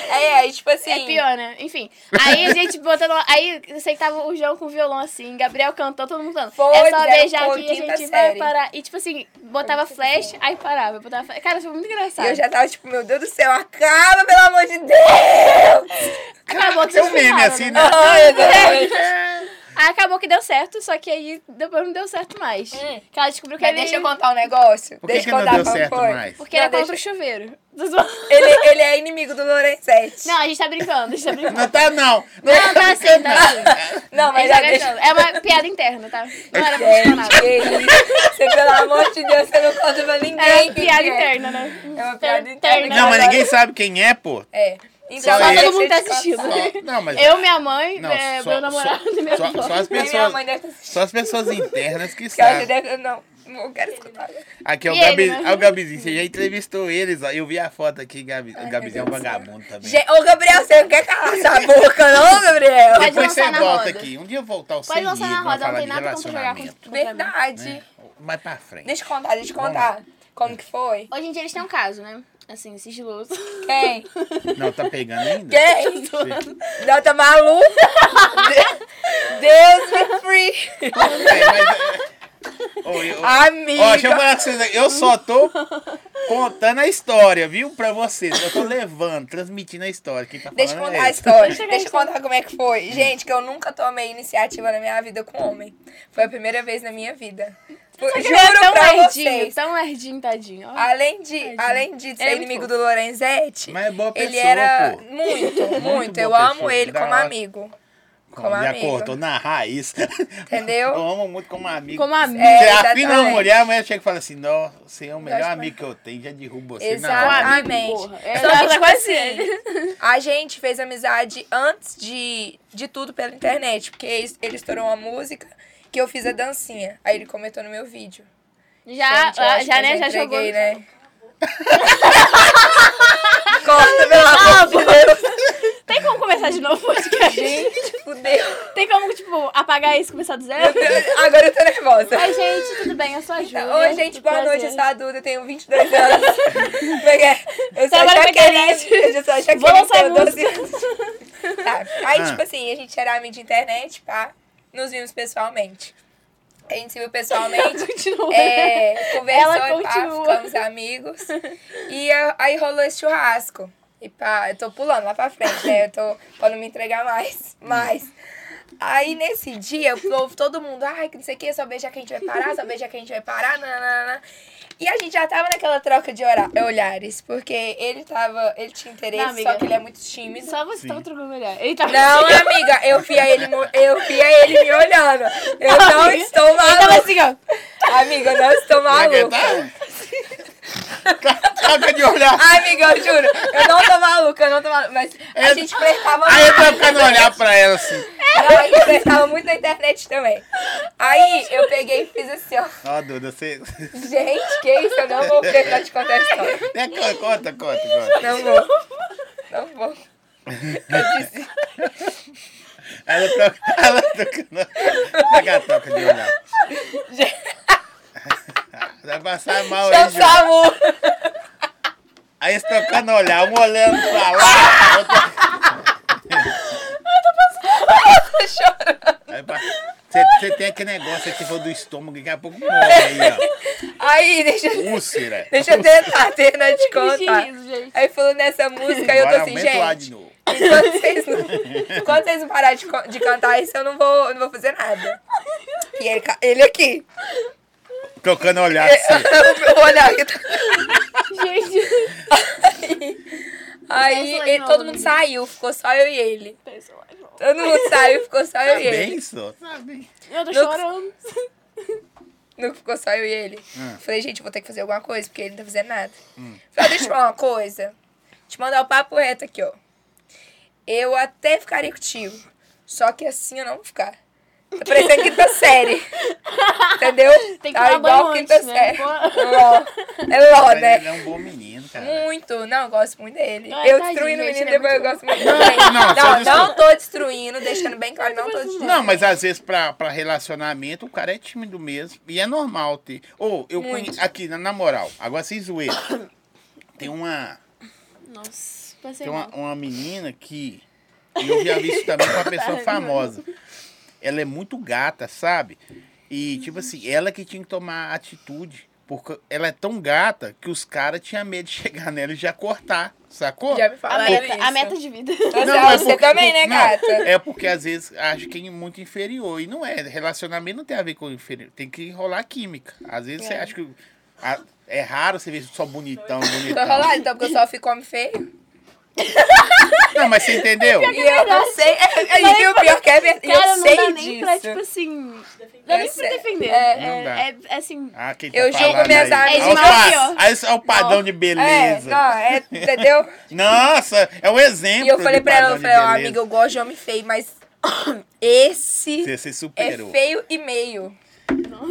S2: É, aí, tipo assim.
S1: É pior, né? Enfim. Aí a gente botando. Aí eu sei que tava o João com o violão assim, Gabriel cantou, todo mundo cantando.
S2: Foi,
S1: é só
S2: fizeram
S1: beijar
S2: coro,
S1: aqui e a
S2: quinta
S1: gente vai
S2: série.
S1: parar. E tipo assim, botava flash, aí parava. Botava flash. Cara, foi muito
S2: E
S1: engraçado.
S2: eu já tava tipo, meu Deus do céu, acaba, pelo amor de Deus!
S1: Acabou que
S3: Tem um
S1: Tá vocês
S3: meme
S1: ficaram,
S3: assim,
S1: né?
S3: né?
S2: Ai, exatamente.
S1: Aí acabou que deu certo, só que aí depois não deu certo mais.
S2: Hum.
S1: Que ela descobriu que
S2: Mas
S1: ele...
S2: deixa eu contar um negócio.
S3: Por que,
S2: deixa
S3: que
S2: eu
S3: não
S2: contar
S3: deu
S2: como
S3: certo
S2: foi.
S3: mais?
S1: Porque ele é
S2: Não,
S1: contra o
S2: deixa-
S1: chuveiro.
S2: Ele, ele é inimigo do Lorenzetti.
S1: Não, a gente tá brincando, a gente tá brincando.
S3: Não tá, não. Não,
S1: Não, tá assim, tá assim.
S2: Não,
S1: Ele
S2: mas
S1: tá
S2: já deixa.
S1: gastando. É uma piada interna, tá? Não era pra falar
S2: Gente,
S1: nada.
S2: que isso? Você, pelo amor de Deus, você não conta pra ninguém.
S1: É
S2: que
S1: uma piada
S2: que é.
S1: interna, né?
S2: É uma piada interna.
S3: Não, mas ninguém sabe quem é, pô.
S2: É.
S3: Só
S1: Só
S3: Aí-
S1: todo mundo tá
S2: deixa eu te
S1: assistindo.
S2: contar.
S3: Só- não, mas.
S1: Eu, minha mãe,
S3: não,
S1: é,
S3: só-
S1: meu namorado
S3: só-
S1: e minha
S3: só-
S1: avó.
S3: só as
S2: Minha minha
S3: pessoas.
S2: mãe deve estar assistindo.
S3: Só as pessoas internas que
S2: que hoje
S3: sabem.
S2: deve... Não, não quero escutar.
S3: Aqui é o,
S1: E ele,
S3: Gabi,
S1: né?
S3: é o Gabizinho. Você já entrevistou eles, ó. Eu vi a foto aqui, Gabi. o Gabizinho é um
S2: meu Deus do céu.
S3: vagabundo também.
S2: Gente, ô, Gabriel, você não quer calar essa boca, não, Gabriel?
S1: Pode
S3: Depois você
S1: lançar na
S3: volta
S1: roda.
S3: aqui. Um dia eu voltar o
S1: Pode
S3: sem
S1: lançar na
S3: ir, vamos
S1: roda, não
S3: falar
S1: tem
S3: de
S1: nada contra jogar com
S3: relacionamento. É,
S1: contra mim.
S2: Verdade.
S3: Mais pra frente.
S2: Deixa eu contar, deixa eu
S3: Vamos
S2: contar. Como que foi?
S1: Hoje em dia eles têm um caso, né? Assim, sigiloso.
S2: Quem?
S3: Não, tá pegando ainda?
S2: Quem? Não, tá maluco? De- Deus me free.
S3: É, mas, é, ô, eu-
S2: Amiga.
S3: Ó, deixa eu falar com vocês aqui. Eu só tô contando a história, viu? Pra vocês. Eu tô levando, transmitindo a história. Quem tá
S2: Deixa eu
S3: falando
S2: contar a
S3: é
S2: história.
S1: Deixa eu
S2: Deixa eu contar como é que foi. Gente, que eu nunca tomei iniciativa na minha vida com homem. Foi a primeira vez na minha vida. Foi-
S1: Ele é
S2: Juro
S1: tão
S2: pra
S1: lerdinho,
S2: vocês. Ah,
S1: tão lerdinho, tadinho. Ó.
S2: Além de,
S1: Tadinho.
S2: além de
S1: Ele
S2: ser
S1: é muito
S2: inimigo
S1: fofo.
S2: do Lorenzetti,
S3: Mas é boa
S2: ele
S3: pessoa,
S2: era
S3: pô.
S2: muito, muito.
S3: Muito
S2: eu
S3: boa
S2: amo
S3: pessoa,
S2: ele
S3: da
S2: como
S3: hora.
S2: amigo.
S3: Com-
S2: como é,
S3: já
S2: amigo.
S3: cortou na raiz.
S2: Entendeu?
S3: Eu amo muito como amigo.
S1: Como amigo.
S2: É,
S3: Você afina uma
S2: exatamente.
S3: mulher, a mulher chega e fala assim: Não, você é o melhor
S2: Gosto
S3: amigo que eu tenho, já derrubo você na hora.
S2: Exatamente.
S1: Porra, é,
S2: Só que,
S1: tá
S2: tipo
S1: quase
S2: assim, a gente fez amizade antes de, de tudo pela internet, porque ele, ele estourou uma música que eu fiz a dancinha. Aí ele comentou no meu vídeo.
S1: Já,
S2: Gente, eu acho que
S1: já,
S2: eu
S1: né? Já jogou.
S2: entreguei, né? Corta, pelo
S1: Ah,
S2: amor de Deus.
S1: Tem como começar de novo o podcast?
S2: Gente, fudeu.
S1: Tem como, tipo, apagar isso e começar do
S2: Meu
S1: zero?
S2: Deus, Agora eu tô nervosa.
S1: Oi, gente, tudo bem? Eu sou a Júlia.
S2: Oi, gente, boa
S1: Prazer.
S2: noite. Eu sou a Duda, eu tenho 22 anos. Como é que é? Eu sou a
S1: Trabalho com
S2: Jaqueline.
S1: internet.
S2: Eu sou a Jaqueline.
S1: Vou lançar
S2: tenho 12
S1: música.
S2: anos. Tá. Aí,
S3: Ah.
S2: tipo assim, a gente era amigo de internet, pá. Nos vimos pessoalmente. A gente se viu pessoalmente.
S1: Continua.
S2: é, conversou,
S1: Ela
S2: e pá,
S1: continua.
S2: ficamos amigos. E eu- aí rolou esse churrasco. E pá, eu tô pulando lá pra frente, né? Eu tô pra não me entregar mais.
S1: Hum.
S2: Mas. Aí nesse dia, o povo, todo mundo, ai, que não sei o que, só beijar que a gente vai parar, só beijar que a gente vai parar, nananana. E a gente já tava naquela troca de hora- olhares, porque ele tava, ele tinha
S1: Não,
S2: interesse,
S1: amiga.
S2: só que ele é muito tímido.
S1: Só você tá tava trocando mulher. Ele tava
S2: Não, amiga, eu via ele, mo- eu via ele me olhando. Eu não,
S1: Amiga,
S2: estou
S1: assim, Ele tá tava
S2: maluca.
S1: assim, ó.
S2: Ah, Amiga, eu não estou
S3: Vai
S2: maluca.
S3: aguentar? tá? Troca de olhar.
S2: Ai, amiga, eu juro. Eu não tô maluca, eu não tô maluca. Mas a
S3: É.
S2: gente flertava
S3: Aí eu
S2: muito.
S3: tava ficando olhar pra ela assim.
S2: Não, a gente flertava muito na internet também. Aí eu peguei e fiz assim, ó.
S3: Ó, Duda, você.
S2: Gente, que isso? Eu não vou precisar te contar a história.
S3: É, co- conta, conta, conta.
S2: Não vou. Não vou. Eu disse.
S3: Ela troca. Ela troca. Pega a troca de olhar. Vai passar mal aí, Ju.
S2: Samu.
S3: Aí eles trocando olhar, um olhando pra lá, outro.
S2: Tô chorando.
S3: Aí pra- Você você tem aquele negócio aqui do estômago, daqui a pouco morre aí, ó. né?
S2: Aí, deixa eu.
S3: Úlcera.
S2: Deixa eu tentar, terminar de
S1: Que
S2: contar.
S1: riso, gente.
S2: Aí falou nessa música, aí eu tô
S3: Agora
S2: assim,
S3: aumenta o ar
S2: gente.
S3: de novo.
S2: Enquanto vocês não, enquanto vocês não pararem de, co- de cantar isso, eu não vou, eu não vou fazer nada. E ele, ca- ele aqui.
S3: Trocando olhar assim.
S2: o meu olhar tá aqui.
S1: Gente, Então,
S2: Aí
S1: Pensa lá de
S2: ele-
S1: novo,
S2: todo mundo
S1: amiga.
S2: saiu, ficou só eu e ele.
S1: pensa lá de novo.
S2: Todo mundo saiu, ficou só eu
S3: Tá
S2: e
S3: bem,
S2: ele.
S3: só. Tá bem.
S1: Eu tô
S2: Não-
S1: chorando.
S2: Não ficou só eu e ele.
S3: Hum.
S2: Falei, gente, eu vou ter que fazer alguma coisa, porque ele não tá fazendo nada. Falei, "Ah, deixa eu falar uma coisa. Te mandar o papo reto aqui, ó. Eu até ficaria contigo. Só que assim eu não vou ficar. Tá parecendo quinta série. Entendeu?
S1: Tem que
S2: tá
S1: tomar
S2: igual
S1: banho
S2: quinta
S1: antes, né?
S2: série.
S1: Pô.
S2: Ló. É ló,
S3: Mas Ele
S2: né?
S3: é um bom menino, cara.
S2: Muito. Não, eu gosto muito dele.
S1: Ah,
S2: eu
S1: tadinho,
S2: destruindo o
S1: gente,
S2: menino,
S1: ele é
S2: depois eu
S1: muito
S2: gosto muito
S3: Não, não,
S2: dele.
S3: só
S2: Não, não
S3: destruindo.
S2: tô destruindo, deixando bem claro, não tô destruindo.
S3: Não, mas às vezes pra, pra relacionamento o cara é tímido mesmo. E é normal ter. Ou, eu
S2: Muito.
S3: conhe- Aqui, na, na moral, agora sem zoeira. Tem uma.
S1: Nossa, pensei
S3: Tem uma,
S1: mal.
S3: uma menina que. e Eu já vi isso também com uma pessoa
S2: Tá,
S3: famosa. Ela é muito gata, sabe? E, tipo assim, ela que tinha que tomar atitude. Porque ela é tão gata que os caras tinham medo de chegar nela e já cortar, sacou?
S2: Já me
S1: A
S2: falaram
S1: meta,
S2: isso.
S1: a meta de vida.
S2: Você,
S3: Não, é
S2: você
S3: porque-
S2: também, né,
S3: não,
S2: gata?
S3: É porque às vezes acha que é muito inferior. E não é. Relacionamento não tem a ver com inferior. Tem que rolar química. Às vezes
S2: É.
S3: você acha que. a- é raro você ver só bonitão,
S2: Tô
S3: bonitão.
S2: rolado, então, porque eu só fico homem feio.
S3: Não, mas você entendeu?
S2: E eu não sei. É, é, e o pior que é verdade.
S1: Cara,
S2: Eu
S1: não
S2: sei
S1: dá nem
S2: disso.
S1: pra, tipo assim. Não dá
S2: Eu
S1: nem pra
S2: sei.
S1: defender.
S2: É.
S3: Não dá.
S1: É, é, é assim.
S3: Ah, quem
S2: Eu julgo
S3: falando
S2: minhas
S3: aí.
S2: amigas.
S3: Olha o
S1: Aqui,
S3: pa-
S1: ó.
S3: Aí é o padrão de
S2: É,
S3: beleza.
S2: não, é, entendeu?
S3: Nossa, é um exemplo.
S2: E eu falei
S3: de
S2: pra ela, eu
S3: padrão de
S2: falei, ó,
S3: beleza.
S2: amiga, eu gosto de homem feio, mas esse
S3: Você se
S2: é
S3: superou.
S2: feio e meio.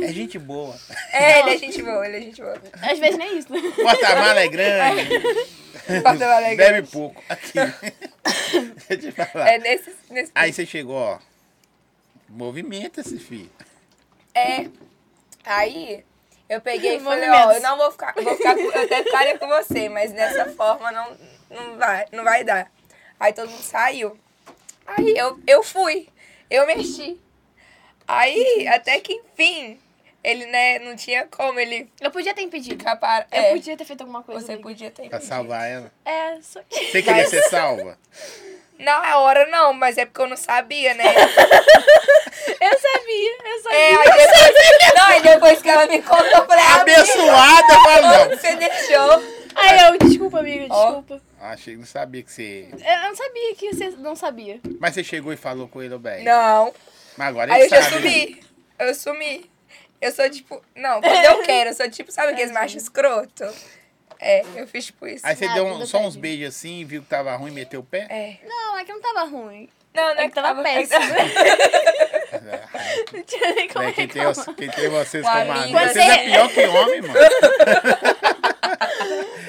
S3: É, gente boa.
S2: É, ele é gente boa, ele é gente boa.
S3: Tá.
S1: Às vezes nem isso. né?
S3: O porta-mala é grande.
S2: Porta Alegre.
S3: Bebe pouco. Aqui. Deixa eu te falar.
S2: É nesse. nesse
S3: Aí você chegou, ó. Movimenta esse filho.
S2: É. Aí eu peguei e falei, ó,
S1: Movimentos.
S2: eu não vou ficar, eu vou ficar com- eu até ficaria com você, mas dessa forma não, não, vai, não vai dar. Aí todo mundo saiu. Aí eu, eu fui, eu mexi. Aí, até que enfim, ele, né, não tinha como ele
S1: Eu podia ter impedido.
S2: ficar parado.
S1: Eu
S2: É,
S1: podia ter feito alguma coisa.
S2: Você
S1: amiga.
S2: podia ter
S3: Pra
S2: impedido.
S3: salvar ela.
S1: É, só que.
S3: Você queria ser salva?
S2: Na hora não, mas é porque eu não sabia, né?
S1: Eu sabia, eu
S2: É,
S1: sabia.
S2: aí depois, não, aí depois que ela me contou, eu falei, "Ah,
S3: Tá Abençoada, fala não.
S2: Você deixou.
S1: Aí eu, desculpa, amiga,
S2: Ó.
S1: desculpa.
S3: Ah, Achei que não sabia que você.
S1: Eu não sabia que você não sabia.
S3: Mas você chegou e falou com ele, ô, bem.
S2: Não.
S3: Mas agora
S2: Aí
S3: ele
S2: eu já
S3: sabe. né?
S2: sumi. Eu sumi. Eu sou tipo. Não, quando eu quero, eu sou tipo, sabe aqueles machos escroto? É, eu fiz tipo isso.
S3: Aí você
S1: Ah,
S3: deu
S1: tudo
S3: um- só
S1: bem.
S3: uns beijos assim, viu que tava ruim, meteu o pé.
S2: É.
S1: Não, é que não tava ruim.
S2: Não, não
S1: É que tava péssimo. Não tinha nem É. como é
S3: Né, quem, tem, os-
S1: reclamar.
S3: quem tem vocês
S2: Uma
S3: como
S2: amiga.
S3: amiga, vocês é
S1: Você-
S3: pior que homem, mano.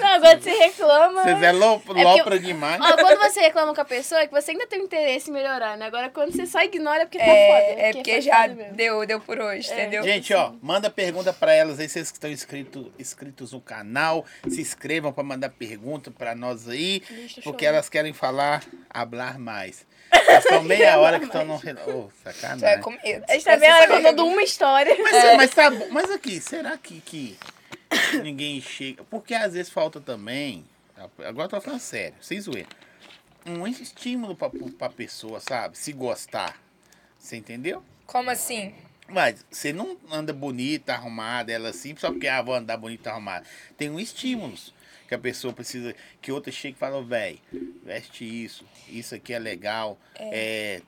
S1: Não, agora você reclama.
S3: Vocês é lo-
S1: porque-
S3: lopra demais.
S1: Ó, quando você reclama com a pessoa, é que você ainda tem um interesse em melhorar, né? Agora, quando você só ignora, é porque tá foda.
S2: É,
S1: foi
S2: é porque
S1: foda
S2: já
S1: mesmo. É.
S2: deu, deu por hoje, entendeu?
S3: Gente, ó, manda pergunta pra elas aí, vocês que estão inscrito, inscritos no canal. Se inscrevam pra mandar pergunta pra nós aí.
S1: Gente, tô
S3: Porque
S1: chorando.
S3: elas querem falar, hablar mais. Elas estão meia hora que estão no. rela- Ô,
S2: Você vai
S3: sacanagem.
S2: é com medo.
S1: A gente tá
S2: Você
S1: vendo ela
S2: sabe-
S1: contando uma história.
S3: Mas, mas tá bom. Mas aqui, será que, que ninguém chega? Porque às vezes falta também. Agora eu tô falando sério, sem zoeira. Um estímulo pra, pra pessoa, sabe? Se gostar. Você entendeu?
S2: Como assim?
S3: Mas você não anda bonita, arrumada, ela assim, só porque ah, vou andar bonita, arrumada. Tem um estímulos que a pessoa precisa, que outra chega e fala, velho, veste isso, isso aqui é legal, é,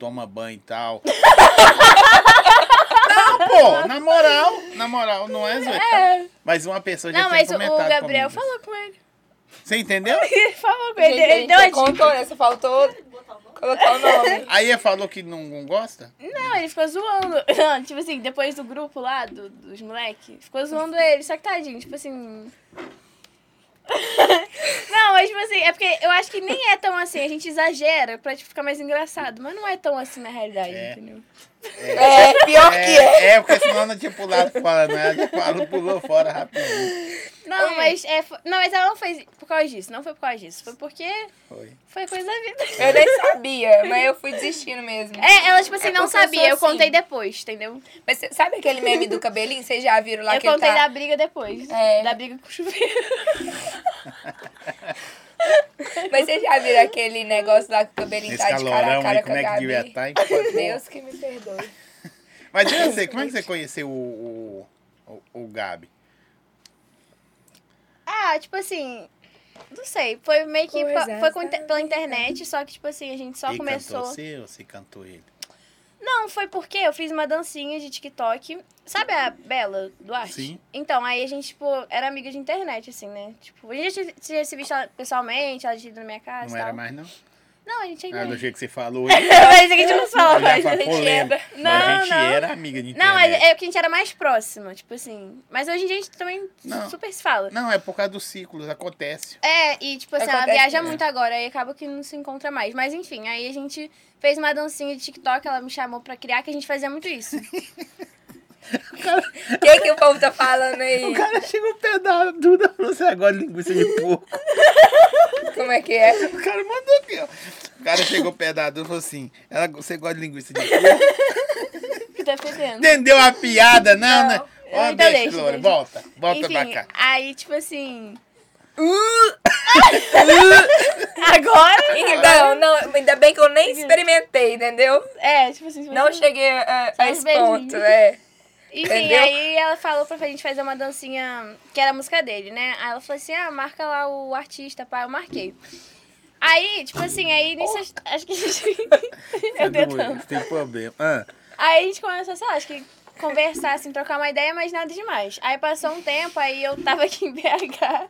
S3: toma banho e tal. não, pô, na moral, na moral, não é zoeira.
S1: É.
S3: Mas uma pessoa já
S1: Não,
S3: tinha
S1: mas o, o
S3: comentado
S1: Gabriel
S3: comigo.
S1: falou com ele.
S3: Você entendeu?
S1: Ele falou com ele. Ele
S2: Gente,
S1: deu
S2: a
S1: a
S2: gente
S1: dica.
S2: contou, né? Só faltou colocar o nome.
S3: Aí ele falou que não, não gosta?
S1: Não, ele ficou zoando. Não, tipo assim, depois do grupo lá, do- dos moleques, ficou zoando ele. Só que tadinho, tipo assim. não, mas tipo assim, é porque eu acho que nem é tão assim. A gente exagera pra tipo, ficar mais engraçado. Mas não é tão assim na realidade,
S3: É.
S1: entendeu?
S2: É, pior que é.
S3: É, é, porque senão não tinha pulado fora, né? Já falou, pulou fora rapidinho.
S1: Não, mas é. fo- Não, mas ela não fez por causa disso. Não foi por causa disso. Foi porque
S3: Foi.
S1: foi coisa da vida.
S2: Eu nem sabia, mas eu fui desistindo mesmo.
S1: É, ela, tipo assim,
S2: É
S1: não
S2: porque eu sou
S1: sabia. Eu,
S2: assim.
S1: contei depois, entendeu?
S2: Mas cê- sabe aquele meme do cabelinho? Vocês já viram lá
S1: eu
S2: que ele
S1: contei
S2: tá...
S1: da briga depois.
S2: É.
S1: Da briga com o chuveiro.
S2: Mas vocês já viram aquele negócio lá que o cabelinho
S3: Nesse
S2: tá de cara a
S3: calorão
S2: cara
S3: aí,
S2: com
S3: como
S2: a
S3: é que
S2: Gabi?
S3: devia estar? hein?
S2: Deus que me perdoe.
S3: Mas eu sei, como é que você conheceu o, o, o, o Gabi?
S1: Ah, tipo assim. Não sei, foi meio que pa-
S2: Coisas
S1: foi com inter-
S2: da
S1: pela internet, só que, tipo assim, a gente só
S3: ele
S1: começou.
S3: cantou você ou você cantou ele?
S1: Não, foi porque eu fiz uma dancinha de TikTok. Sabe a Bela Duarte?
S3: Sim.
S1: Então, aí a gente, tipo, era amiga de internet, assim, né? Tipo, a gente já tinha- tinha se visto pessoalmente, ela tinha ido na minha casa e
S3: não era
S1: tal.
S3: mais, não?
S1: Não, a gente ainda.
S3: Ah, do
S1: Mas
S3: jeito que você falou. Ele,
S1: a gente não fala,
S3: olhar
S1: mas
S3: pra
S1: a gente
S3: polêmica.
S1: era.
S3: Mas a
S1: Não,
S3: gente
S1: não.
S3: era amiga de
S1: Não,
S3: internet.
S1: mas é porque a gente era mais próxima, tipo assim. Mas hoje em dia a gente também
S3: Não.
S1: super se fala.
S3: Não, é por causa dos ciclos, acontece.
S1: É, e tipo assim, ela
S2: Acontece
S1: viaja
S2: mesmo.
S1: muito agora, aí acaba que não se encontra mais. Mas enfim, aí a gente fez uma dancinha de TikTok, ela me chamou pra criar, que a gente fazia muito isso.
S2: O que, que o povo tá falando aí?
S3: cara chegou perto da Duda falou assim, agora linguiça de porco.
S2: Como é que é?
S3: O cara mandou aqui, ó. O cara chegou perto da Duda e falou assim, ela, você gosta de linguiça de porco?
S1: Que tá fedendo.
S3: Entendeu a piada? Não,
S1: Não.
S3: né? Ó,
S1: Então
S3: deixa,
S1: deixa,
S3: Loura,
S1: deixa.
S3: volta. Volta
S1: Enfim,
S3: pra cá.
S1: aí tipo assim. agora?
S2: Então, não, ainda bem que eu nem experimentei, entendeu?
S1: É, tipo assim. tipo
S2: Não
S1: assim.
S2: cheguei a, a
S1: Só
S2: esse
S1: uns beijinhos.
S2: ponto, é.
S3: Tá
S1: Enfim,
S2: Entendeu?
S1: aí ela falou pra gente fazer uma dancinha que era a música dele, né? Aí ela falou assim: ah, marca lá o artista, pá, eu marquei. Aí, tipo assim, aí nisso. Acho que a gente. eu tentando.
S3: é Tem problema. Ah,
S1: Aí a gente começou, sei lá, acho que conversar, assim, trocar uma ideia, mas nada demais. Aí passou um tempo, aí eu tava aqui em BH.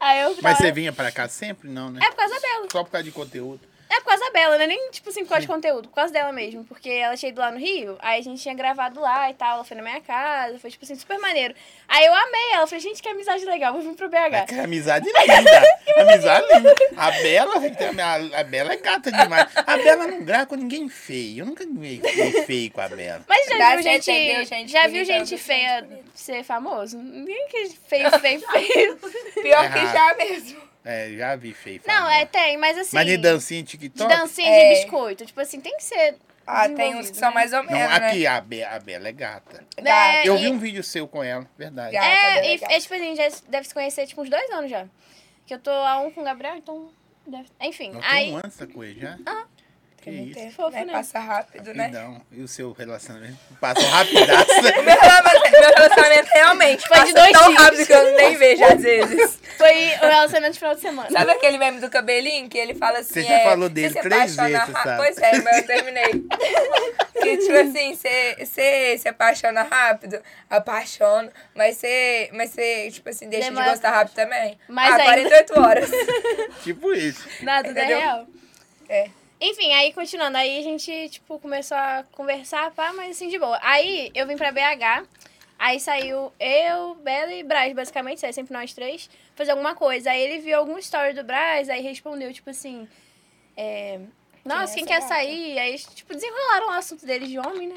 S1: Aí eu
S3: mas
S1: tava...
S3: você vinha pra cá sempre? Não, né?
S1: É por causa da Bela.
S3: Só por causa de conteúdo.
S1: É por causa da Bela, né? Nem, tipo assim, por causa de conteúdo. Por causa dela mesmo. Porque ela tinha ido lá no Rio, aí a gente tinha gravado lá e tal. Ela foi na minha casa, foi, tipo assim, super maneiro. Aí eu amei ela. Falei, gente, que amizade legal, vou vir pro
S3: É
S1: BH.
S3: que amizade linda. amizade linda. A Bela, tem que ter- a, a Bela é gata demais. A Bela não grava com ninguém feio. Eu nunca vi ninguém feio com a Bela.
S1: Mas já
S2: Dá
S1: viu
S2: certo,
S1: gente,
S2: entendeu? Gente é
S1: já viu
S2: bonita,
S1: gente
S2: gente
S1: feia ser famoso? Ninguém que é feio, feio, feio.
S2: Pior que
S3: Errado.
S2: já mesmo.
S3: É, já vi feio.
S1: Não,
S3: famoso.
S1: é, tem, mas assim...
S3: Mas de dancinha em
S1: De
S3: TikTok?
S1: dancinha
S2: É.
S1: de biscoito. Tipo assim, tem que ser.
S2: Ah, tem uns que são mais ou
S3: Não,
S2: menos,
S3: aqui
S2: né?
S3: a, Be a Bela é gata.
S2: Gata.
S1: É,
S3: Eu
S1: e-
S3: vi um vídeo seu com ela, verdade.
S2: Gata. Ah, tá
S1: É,
S2: bem
S1: e
S2: legal.
S1: é, tipo assim, já deve se conhecer tipo uns dois anos já. Que eu tô a um com o Gabriel, então. Deve... Enfim,
S3: Não tem
S1: aí.
S3: um ano essa coisa já? Que
S2: Tem muito
S3: isso?
S2: tempo,
S1: Fofo,
S2: né?
S1: né?
S2: Passa rápido, né?
S3: Não, e o seu relacionamento? Passou rapidaço.
S2: Meu relacionamento, meu relacionamento realmente
S1: Foi
S2: foi
S1: de dois
S2: tão
S1: dias.
S2: rápido que eu nem vejo às vezes.
S1: Foi o relacionamento de final de semana.
S2: Sabe aquele meme do cabelinho que ele fala assim...
S3: Você já
S2: é,
S3: falou
S2: se
S3: dele
S2: você
S3: três
S2: apaixonar
S3: vezes,
S2: ra-
S3: sabe?
S2: Pois é, mas eu terminei. que tipo assim, você- você se apaixona rápido, apaixona, mas você, mas você tipo assim, deixa
S1: Demora.
S2: de gostar rápido também.
S1: Mais
S2: ah,
S1: ainda.
S2: 48 horas.
S3: tipo isso.
S1: Nada, da
S2: Entendeu?
S1: real.
S2: É.
S1: Enfim, aí continuando, aí a gente, tipo, começou a conversar, pá, mas assim, de boa. Aí eu vim pra BH, aí saiu eu, Bela e Braz, basicamente, sai sempre nós três, fazer alguma coisa. Aí ele viu algum story do Braz, aí respondeu, tipo assim, é, nossa,
S2: Quem
S1: quem,
S2: é
S1: quer
S2: essa gata?
S1: sair? Aí, tipo, desenrolaram o assunto deles de homem, né?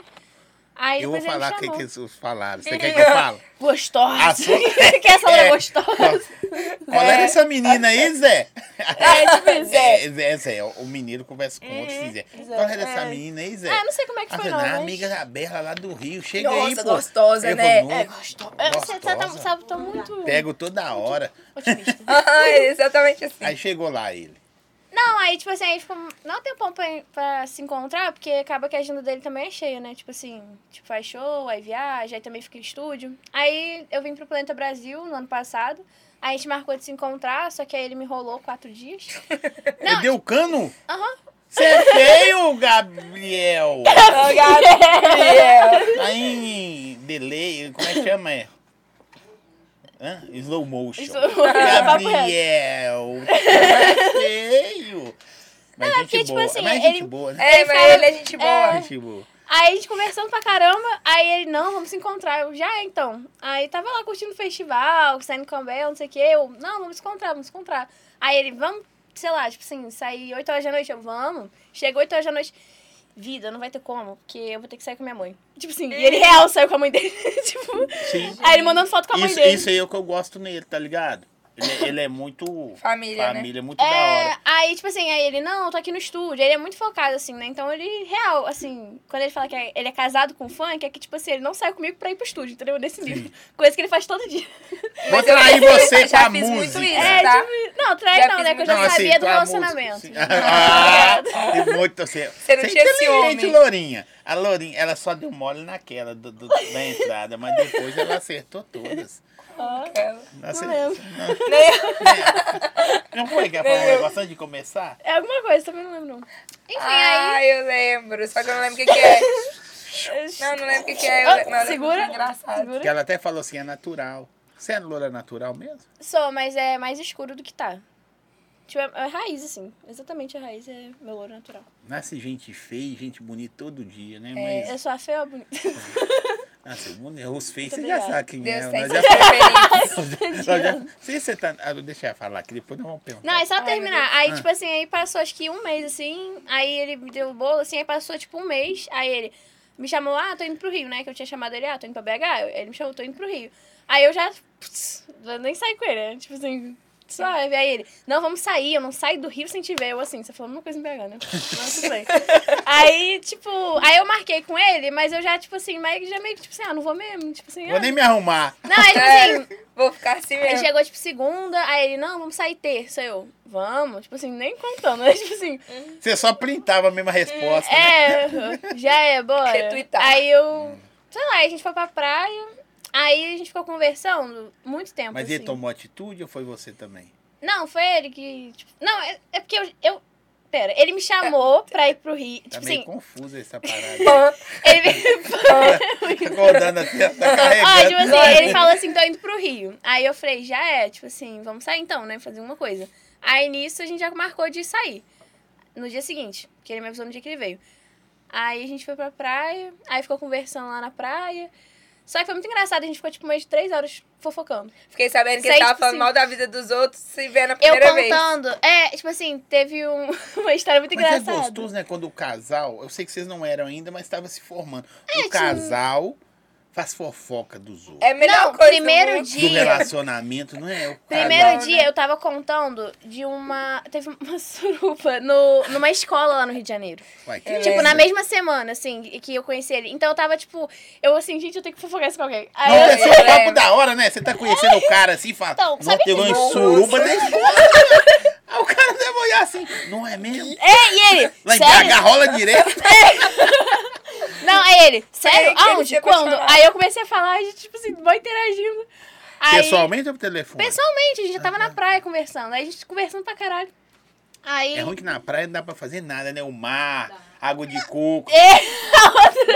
S1: Aí
S3: eu vou
S1: depois
S3: falar o
S1: ele
S3: que,
S1: me
S3: que
S1: chamou. é.
S3: eles falaram. Você quer que eu fale?
S1: Gostosa.
S3: A sua-
S1: que essa loura
S3: É.
S1: gostosa.
S3: Qual
S1: É.
S3: era essa menina aí, Zé?
S2: É, tipo, Zé.
S3: É, Zé, Zé, o menino conversa com outro sim, Zé. Qual era essa menina aí, Zé?
S1: Uhum. Ah, não sei como é que
S3: Ah,
S1: foi,
S3: Zé,
S1: não,
S3: não,
S1: mas...
S3: amiga da Berla lá do Rio. Chega aí,
S2: Nossa,
S3: pô.
S2: gostosa,
S3: Eu
S2: né?
S3: vou
S1: É
S3: nu-
S1: gostosa. É, Você tá, tá,
S3: gostosa.
S1: tá, tá muito
S3: Pego toda hora.
S1: otimista.
S2: Aham, é exatamente assim.
S3: Aí chegou lá ele.
S1: Não, aí, tipo assim, aí ficou. Não tem pão pra, pra se encontrar, porque acaba que a agenda dele também é cheia, né? Tipo assim, tipo, faz show, aí viaja, aí também fica em estúdio. Aí eu vim pro Planeta Brasil no ano passado. Aí a gente marcou de se encontrar, só que aí ele me rolou quatro dias.
S3: Ele deu o cano?
S1: Aham.
S3: Você é feio, Gabriel!
S2: Gabriel.
S3: Aí, delay, como é que chama? É? Hã? Slow motion.
S1: Slow motion, É, papo
S3: Gabriel, tá feio. Mas
S1: é
S3: gente
S1: porque, tipo
S3: boa.
S1: assim,
S3: mas gente
S1: ele-
S3: boa, né?
S2: É,
S1: Ele
S2: mas
S1: fala-
S2: ele é gente boa.
S3: Gente boa.
S1: Aí a gente conversando pra caramba, aí ele, não, vamos se encontrar. Eu, já, é, então. Aí tava lá curtindo o festival, saindo com a Bel, não sei o quê. Eu, não, vamos se encontrar, vamos se encontrar. Aí ele, vamos, sei lá, tipo assim, sair 8 horas da noite. Eu, vamos. Chega 8 horas da noite. Vida, não vai ter como, porque eu vou ter que sair com a minha mãe. Tipo assim, e ele real saiu com a mãe dele. tipo,
S3: Sim.
S1: aí ele mandando foto com a mãe
S3: Isso,
S1: dele.
S3: isso aí é o que eu gosto nele, tá ligado? Ele, ele é muito.
S2: Família, né?
S3: família, muito da
S1: É,
S3: hora.
S1: aí, tipo assim, aí ele, não, eu tô aqui no estúdio. Ele é muito focado, assim, né? Então ele, real, assim, quando ele fala que ele é casado com funk, é que, tipo assim, ele não sai comigo pra ir pro estúdio, entendeu? Nesse nível. Coisa que ele faz todo dia.
S3: Vou trair você com
S2: já
S3: a
S2: fiz muito
S3: música. assim,
S2: isso, tá?
S1: Não, traz
S2: Já
S1: não, né?
S2: fiz
S1: Que É, eu
S2: muito-
S1: já
S2: Não,
S1: sabia do
S3: com a música,
S1: relacionamento. Tá
S3: sim. Ah, tem muito assim. Você
S2: não tinha esse
S3: inteligente,
S2: homem.
S3: Lourinha. A Lourinha, ela só deu mole naquela do- do- da entrada, mas depois ela acertou todas.
S1: Ó,
S3: Nossa,
S1: Não lembro.
S3: Não,
S2: Nem eu.
S3: não foi que ela falou um
S2: Nem eu.
S3: negócio antes de começar?
S1: É alguma coisa, também não lembro. não. Enfim, aí.
S2: Ah, eu lembro. Só que eu não lembro o que, que é. Não, não lembro o que, que é. eu
S1: Ah,
S2: lembro- mas eu lembro que é
S1: segura.
S2: engraçado.
S1: Segura.
S3: Que ela até falou assim, é natural. Você é loura natural mesmo?
S1: Sou, mas é mais escuro do que tá. Tipo, é, é raiz, assim. Exatamente a raiz é meu louro natural.
S3: Nasce gente feia, e gente bonita todo dia, né?
S1: Eu
S3: Mas
S1: sou a feia ou a bonita?
S3: nasce o mundo, os feios,
S1: Muito
S3: você já
S1: obrigada.
S3: sabe quem
S2: Deus
S3: é.
S2: tem
S3: Nós
S2: que
S3: já,
S2: ser
S3: nós já, se você tá... Ah, deixa eu falar aqui, depois nós vamos perguntar.
S1: Não, é só
S2: Ai, meu
S1: terminar. Aí, tipo assim, aí passou acho que um mês, assim. Aí ele me deu o bolo, assim, aí passou tipo um mês. Aí ele me chamou, ah, tô indo pro Rio, né? Que eu tinha chamado ele, ah, tô indo pra BH. Eu- Ele me chamou, tô indo pro Rio. Aí eu já, putz, eu nem saí com ele, né? Tipo assim, suave. Aí ele, não, vamos sair, eu não saio do Rio sem te ver. Eu assim, você falou a mesma coisa em BH, né? Não, tudo bem. aí, tipo, aí eu marquei com ele, mas eu já, tipo assim, mas já meio que, tipo assim, ah, não vou mesmo. Tipo assim,
S3: Vou
S1: ah.
S3: nem me arrumar.
S1: Não, aí, tipo assim,
S2: feliz. É, vou ficar assim
S1: Aí
S2: mesmo.
S1: chegou, tipo, segunda, aí ele, não, vamos sair terça. Eu, vamos, tipo assim, nem contando, né? Tipo assim,
S3: Você só printava a mesma resposta. né?
S1: é, já é, bora.
S2: Retweetar.
S1: Aí eu, sei lá, aí a gente foi pra praia, aí a gente ficou conversando muito tempo,
S3: Mas
S1: assim.
S3: ele tomou atitude ou foi você também?
S1: Não, foi ele que, tipo, não, é, é porque eu, eu, pera, ele me chamou
S2: É.
S1: pra ir pro Rio,
S3: Tá
S1: tipo
S3: meio
S1: assim,
S3: confusa essa parada.
S2: Pã,
S1: ele me...
S3: tá rodando assim, tá
S1: Ó,
S3: carregando.
S1: tipo assim, ele falou assim, tô indo pro Rio. Aí eu falei, já é, tipo assim, vamos sair então, né? Fazer alguma coisa. Aí nisso a gente já marcou de sair. No dia seguinte, porque ele me avisou no dia que ele veio. Aí a gente foi pra praia, aí ficou conversando lá na praia. Só que foi muito engraçado, a gente ficou tipo mais de três horas fofocando.
S2: Fiquei sabendo que
S1: Sei,
S2: ele tava
S1: tipo
S2: falando
S1: assim,
S2: mal da vida dos outros se vendo a
S1: Eu
S2: primeira vez.
S1: contando, é, tipo assim, teve um- uma história muito
S3: Mas é
S1: engraçada.
S3: gostoso, né? Quando o casal. Eu sei que vocês não eram ainda, mas estava se formando. o
S1: É, tinha- um
S3: casal faz fofoca dos outros.
S2: É a melhor
S1: Não,
S2: coisa.
S1: primeiro
S2: do mundo.
S1: dia.
S3: Do relacionamento, não é? O
S1: Primeiro
S3: casal.
S2: né?
S1: dia eu tava contando de uma. Teve uma surupa no, numa escola lá no Rio de Janeiro.
S3: Uai, que
S1: Tipo,
S3: isso?
S1: na mesma semana, assim, que eu conheci ele. Então eu tava, tipo, eu assim, gente, eu tenho que fofocar isso com alguém. Aí
S3: Não,
S1: eu,
S3: esse é um papo
S2: lembro.
S3: da hora, né? Você tá conhecendo o cara assim e fala.
S1: Então,
S3: não,
S1: sabe
S3: teve
S1: que-
S3: uma suruba na escola. Aí o cara deve olhar assim. Não é mesmo?
S1: É, e ele,
S3: Lá em
S1: sério?
S3: BH rola direto.
S1: Não, aí ele, sério?
S2: Peraí, que ele
S1: Aonde?
S2: chegou
S1: Quando?
S2: a chorar.
S1: Aí eu comecei a falar, a gente, tipo assim, vai interagindo. Aí,
S3: Pessoalmente ou por telefone?
S1: Pessoalmente, a gente já tava na praia conversando. Aí a gente conversando pra caralho. Aí.
S3: É ruim que na praia não dá pra fazer nada, né? O mar, água de coco.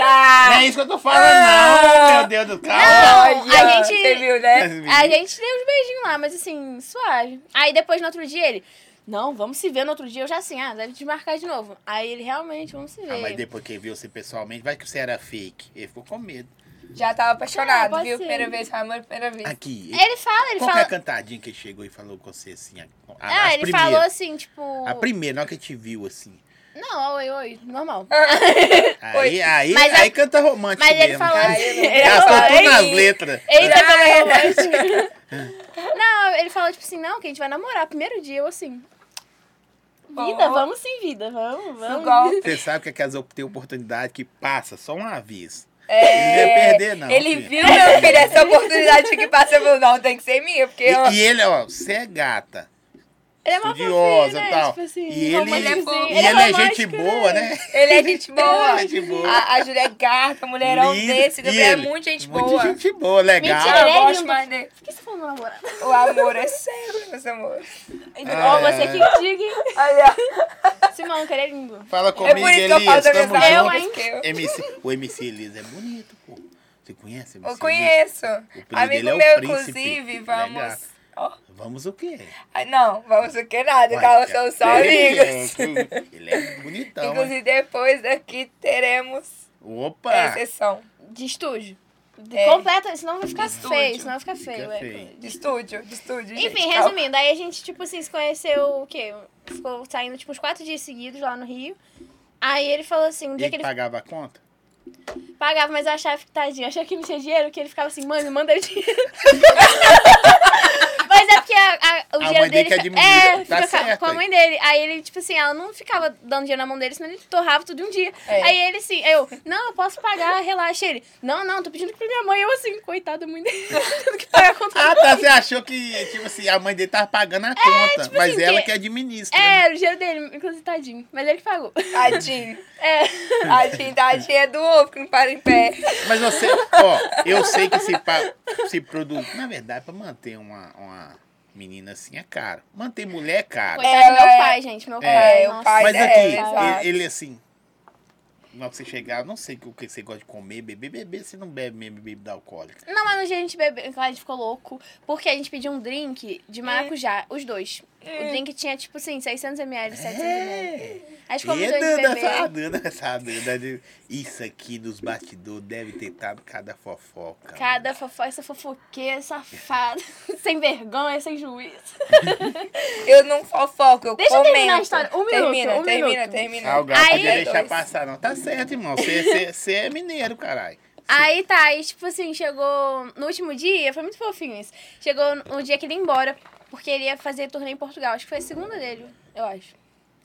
S2: Ah,
S3: Não é isso que eu tô falando,
S1: Ah.
S3: não, meu Deus do
S1: é
S3: céu.
S2: olha,
S1: a gente-
S2: Você viu, né?
S1: A gente deu uns beijinhos lá, mas assim, suave. Aí depois no outro dia ele. Não, vamos se ver no outro dia. Eu já assim, ah, deve desmarcar de novo. Aí ele realmente, vamos se ver.
S3: Ah, mas depois que viu você pessoalmente, vai que você era fake. Ele ficou com medo.
S2: Já tava apaixonado,
S1: Ah, pode
S2: viu?
S1: ser.
S2: Primeira vez, foi amor, primeira vez.
S3: Aqui.
S1: Ele fala, ele
S3: qual que é
S1: fala.
S3: a cantadinha que ele chegou e falou com você assim? A, a,
S1: Ah,
S3: as
S1: ele
S3: primeiras?
S1: falou assim, tipo.
S2: Hum.
S3: A primeira, na hora que ele te viu assim.
S1: Não, oi, oi, normal.
S3: Aí, aí,
S1: Mas
S3: aí
S1: a-
S3: canta romântico
S1: Mas ele
S3: mesmo.
S1: falou
S2: cara.
S1: assim.
S2: Ele
S1: ele
S3: Gastou
S1: falou-
S2: falou,
S3: tudo nas
S2: "Ei".
S3: letras.
S1: Ele tá
S2: Já era.
S1: falando Não, ele falou, tipo assim, não, que a gente vai namorar primeiro dia, eu assim. Vida,
S2: Ó.
S1: vamos sim, vida, vamos,
S2: No
S1: vamos.
S2: golpe.
S3: Você sabe que aquelas op- tem oportunidade que passa só uma vez.
S2: É,
S3: Ele não ia perder, não,
S2: Ele
S3: filho.
S2: viu, meu filho, essa oportunidade que passa, eu falei, não, tem que ser minha, porque eu...
S3: E, e ele, ó, você é gata.
S1: Ele é uma
S3: Estudiosa
S1: fofinha,
S3: e
S1: né?
S3: tal.
S1: Tipo assim,
S3: e ele,
S2: ele é
S1: românticozinho.
S2: fofo.
S3: e
S1: Ele é
S3: ele é
S1: romântico,
S3: gente boa, né?
S2: ele é gente boa.
S3: Gente boa.
S2: A, a Júlia é garta, mulherão
S3: Lindo.
S2: desse,
S3: E
S2: Gabriel é
S3: ele?
S2: muito gente
S3: Muito
S2: boa.
S3: gente boa, legal.
S1: Mentira,
S2: Eu
S1: Ele é
S2: gosto
S1: lindo.
S2: mais dele.
S1: Por que você falou namorado?
S2: O amor é sério, meus amores.
S1: Ó,
S3: é.
S1: você que diga, hein?
S2: Olha,
S1: Simão, que ele é lindo.
S3: Fala
S2: é
S3: comigo,
S2: por isso que eu
S3: Elias.
S2: falo da
S3: Tamo
S2: mesma
S1: Eu,
S3: junto.
S1: hein?
S2: que eu.
S3: MC, o MC Elias é bonito, pô. Você conhece?
S2: Eu
S3: Você
S2: conheço.
S3: apelido dele
S2: Amigo
S3: é o
S2: meu,
S3: Príncipe. é
S2: inclusive,
S3: Legal.
S2: vamos. Ó,
S3: diz? Vamos o quê?
S2: ah, não, vamos o que nada,
S3: Uai,
S2: calma,
S3: cara,
S2: são só
S3: ele é-
S2: amigos.
S3: Ele é bonitão, hein?
S2: Inclusive, depois daqui teremos
S3: Opa!
S2: exceção
S1: De estúdio. De
S2: É.
S1: Completa, senão vai ficar
S2: Estúdio.
S1: feio, senão vai ficar feio. é.
S3: feio.
S2: de estúdio, de estúdio.
S1: Enfim,
S2: gente, calma.
S1: resumindo, aí a gente, tipo assim, se conheceu o quê? Ficou saindo, tipo, uns quatro dias seguidos lá no Rio. Aí ele falou assim, um dia
S3: Ele
S1: que ele
S3: pagava a conta?
S1: pagava, mas eu achava que tadinho, eu achava que ele não tinha dinheiro, que ele ficava assim, mãe, me manda o dinheiro. mas é porque a- a- o
S3: A
S1: dinheiro
S3: mãe dele
S1: dele.
S3: que
S1: fica-
S3: administra.
S1: É,
S3: Tá
S1: fica com a-
S3: certo
S1: com a
S3: aí.
S1: mãe dele. Aí ele, tipo assim, ela não ficava dando dinheiro na mão dele, senão ele torrava tudo de um dia.
S2: É.
S1: Aí ele assim, eu, não, eu posso pagar, relaxa ele. Não, não, tô pedindo pra minha mãe. Eu assim, coitado, mãe dele, tendo que pagar a conta
S3: Ah, tá. Você achou que, tipo assim, a mãe dele tava pagando a conta.
S1: tipo
S3: mas
S1: assim,
S3: ela
S1: que-
S3: que administra. né?
S1: É, era o dinheiro dele, inclusive, tadinho. Mas ele que pagou.
S2: Tadinho.
S1: É.
S2: Tadinho, tadinho é do ovo que não para em pé.
S3: Mas você, ó, eu sei que se, pa- se produz. Na verdade, pra manter uma, uma menina assim é caro. Manter mulher é caro.
S1: Coitado do
S2: Ela
S1: meu
S2: é-
S1: pai, gente. Meu pai.
S2: É, o
S1: nossa.
S2: pai
S3: Mas
S2: né?
S3: aqui,
S2: É,
S1: exato.
S3: ele, ele, assim. Na hora que você chegar, eu não sei o que você gosta de comer, beber, beber, você não bebe mesmo bebida alcoólica.
S1: Não, mas no dia a gente bebeu, claro, a gente ficou louco, porque a gente pediu um drink de maracujá, os dois. O drink tinha, tipo assim, 600ml,
S3: É.
S1: 700ml. A gente ficou
S3: E
S1: muito
S3: a
S1: doido de
S3: Danda, essa
S1: beber.
S3: Danda, essa Danda. de- Isso aqui dos bastidores deve ter dado cada fofoca.
S1: Cada fofo, essa fofoqueira, safada, sem vergonha, sem juízo.
S2: Eu não fofoco, eu
S1: Deixa eu
S2: comento.
S1: terminar a história. Um minuto,
S2: termina,
S1: um
S2: termina,
S1: minuto.
S2: termina.
S3: Ah, o Gal podia
S1: Aí-
S3: deixar passar, não. Tá certo, irmão. Você- Você você é mineiro, caralho.
S1: Aí tá, aí tipo assim, chegou no último dia, foi muito fofinho isso. Chegou o dia que ele ia embora, porque ele ia fazer turnê em Portugal. Acho que foi a segunda dele, eu acho.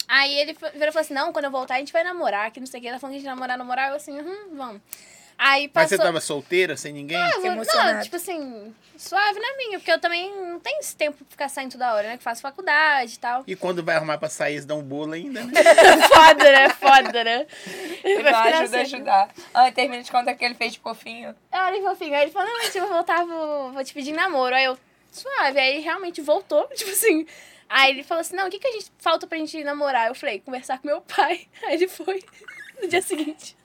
S1: Aí ele fo- virou e falou assim: não, quando eu voltar a gente vai namorar, que não sei o que. Ela falou que a gente ia namorar, namorar. Eu assim, hum, vamos. Aí
S3: Mas você
S1: passou.
S3: tava solteira, sem ninguém?
S1: Ah, vou-
S2: emocionada.
S1: não, tipo assim, suave na minha, porque eu também não tenho esse tempo pra ficar saindo toda hora, né? Que faço faculdade e tal.
S3: E quando vai arrumar pra sair, eles dão um bolo ainda, né?
S1: foda, né? Foda, né?
S2: Não ajuda a ajudar. Ah, termina de contar que ele fez de fofinho.
S1: Eu olhei fofinho. assim. Aí ele falou, não, mas se eu voltar, vou, vou te pedir em namoro. Aí eu, suave. Aí ele realmente voltou, tipo assim. Aí ele falou assim, não, o que, que a gente falta pra gente namorar? Eu falei, conversar com meu pai. Aí ele foi no dia seguinte.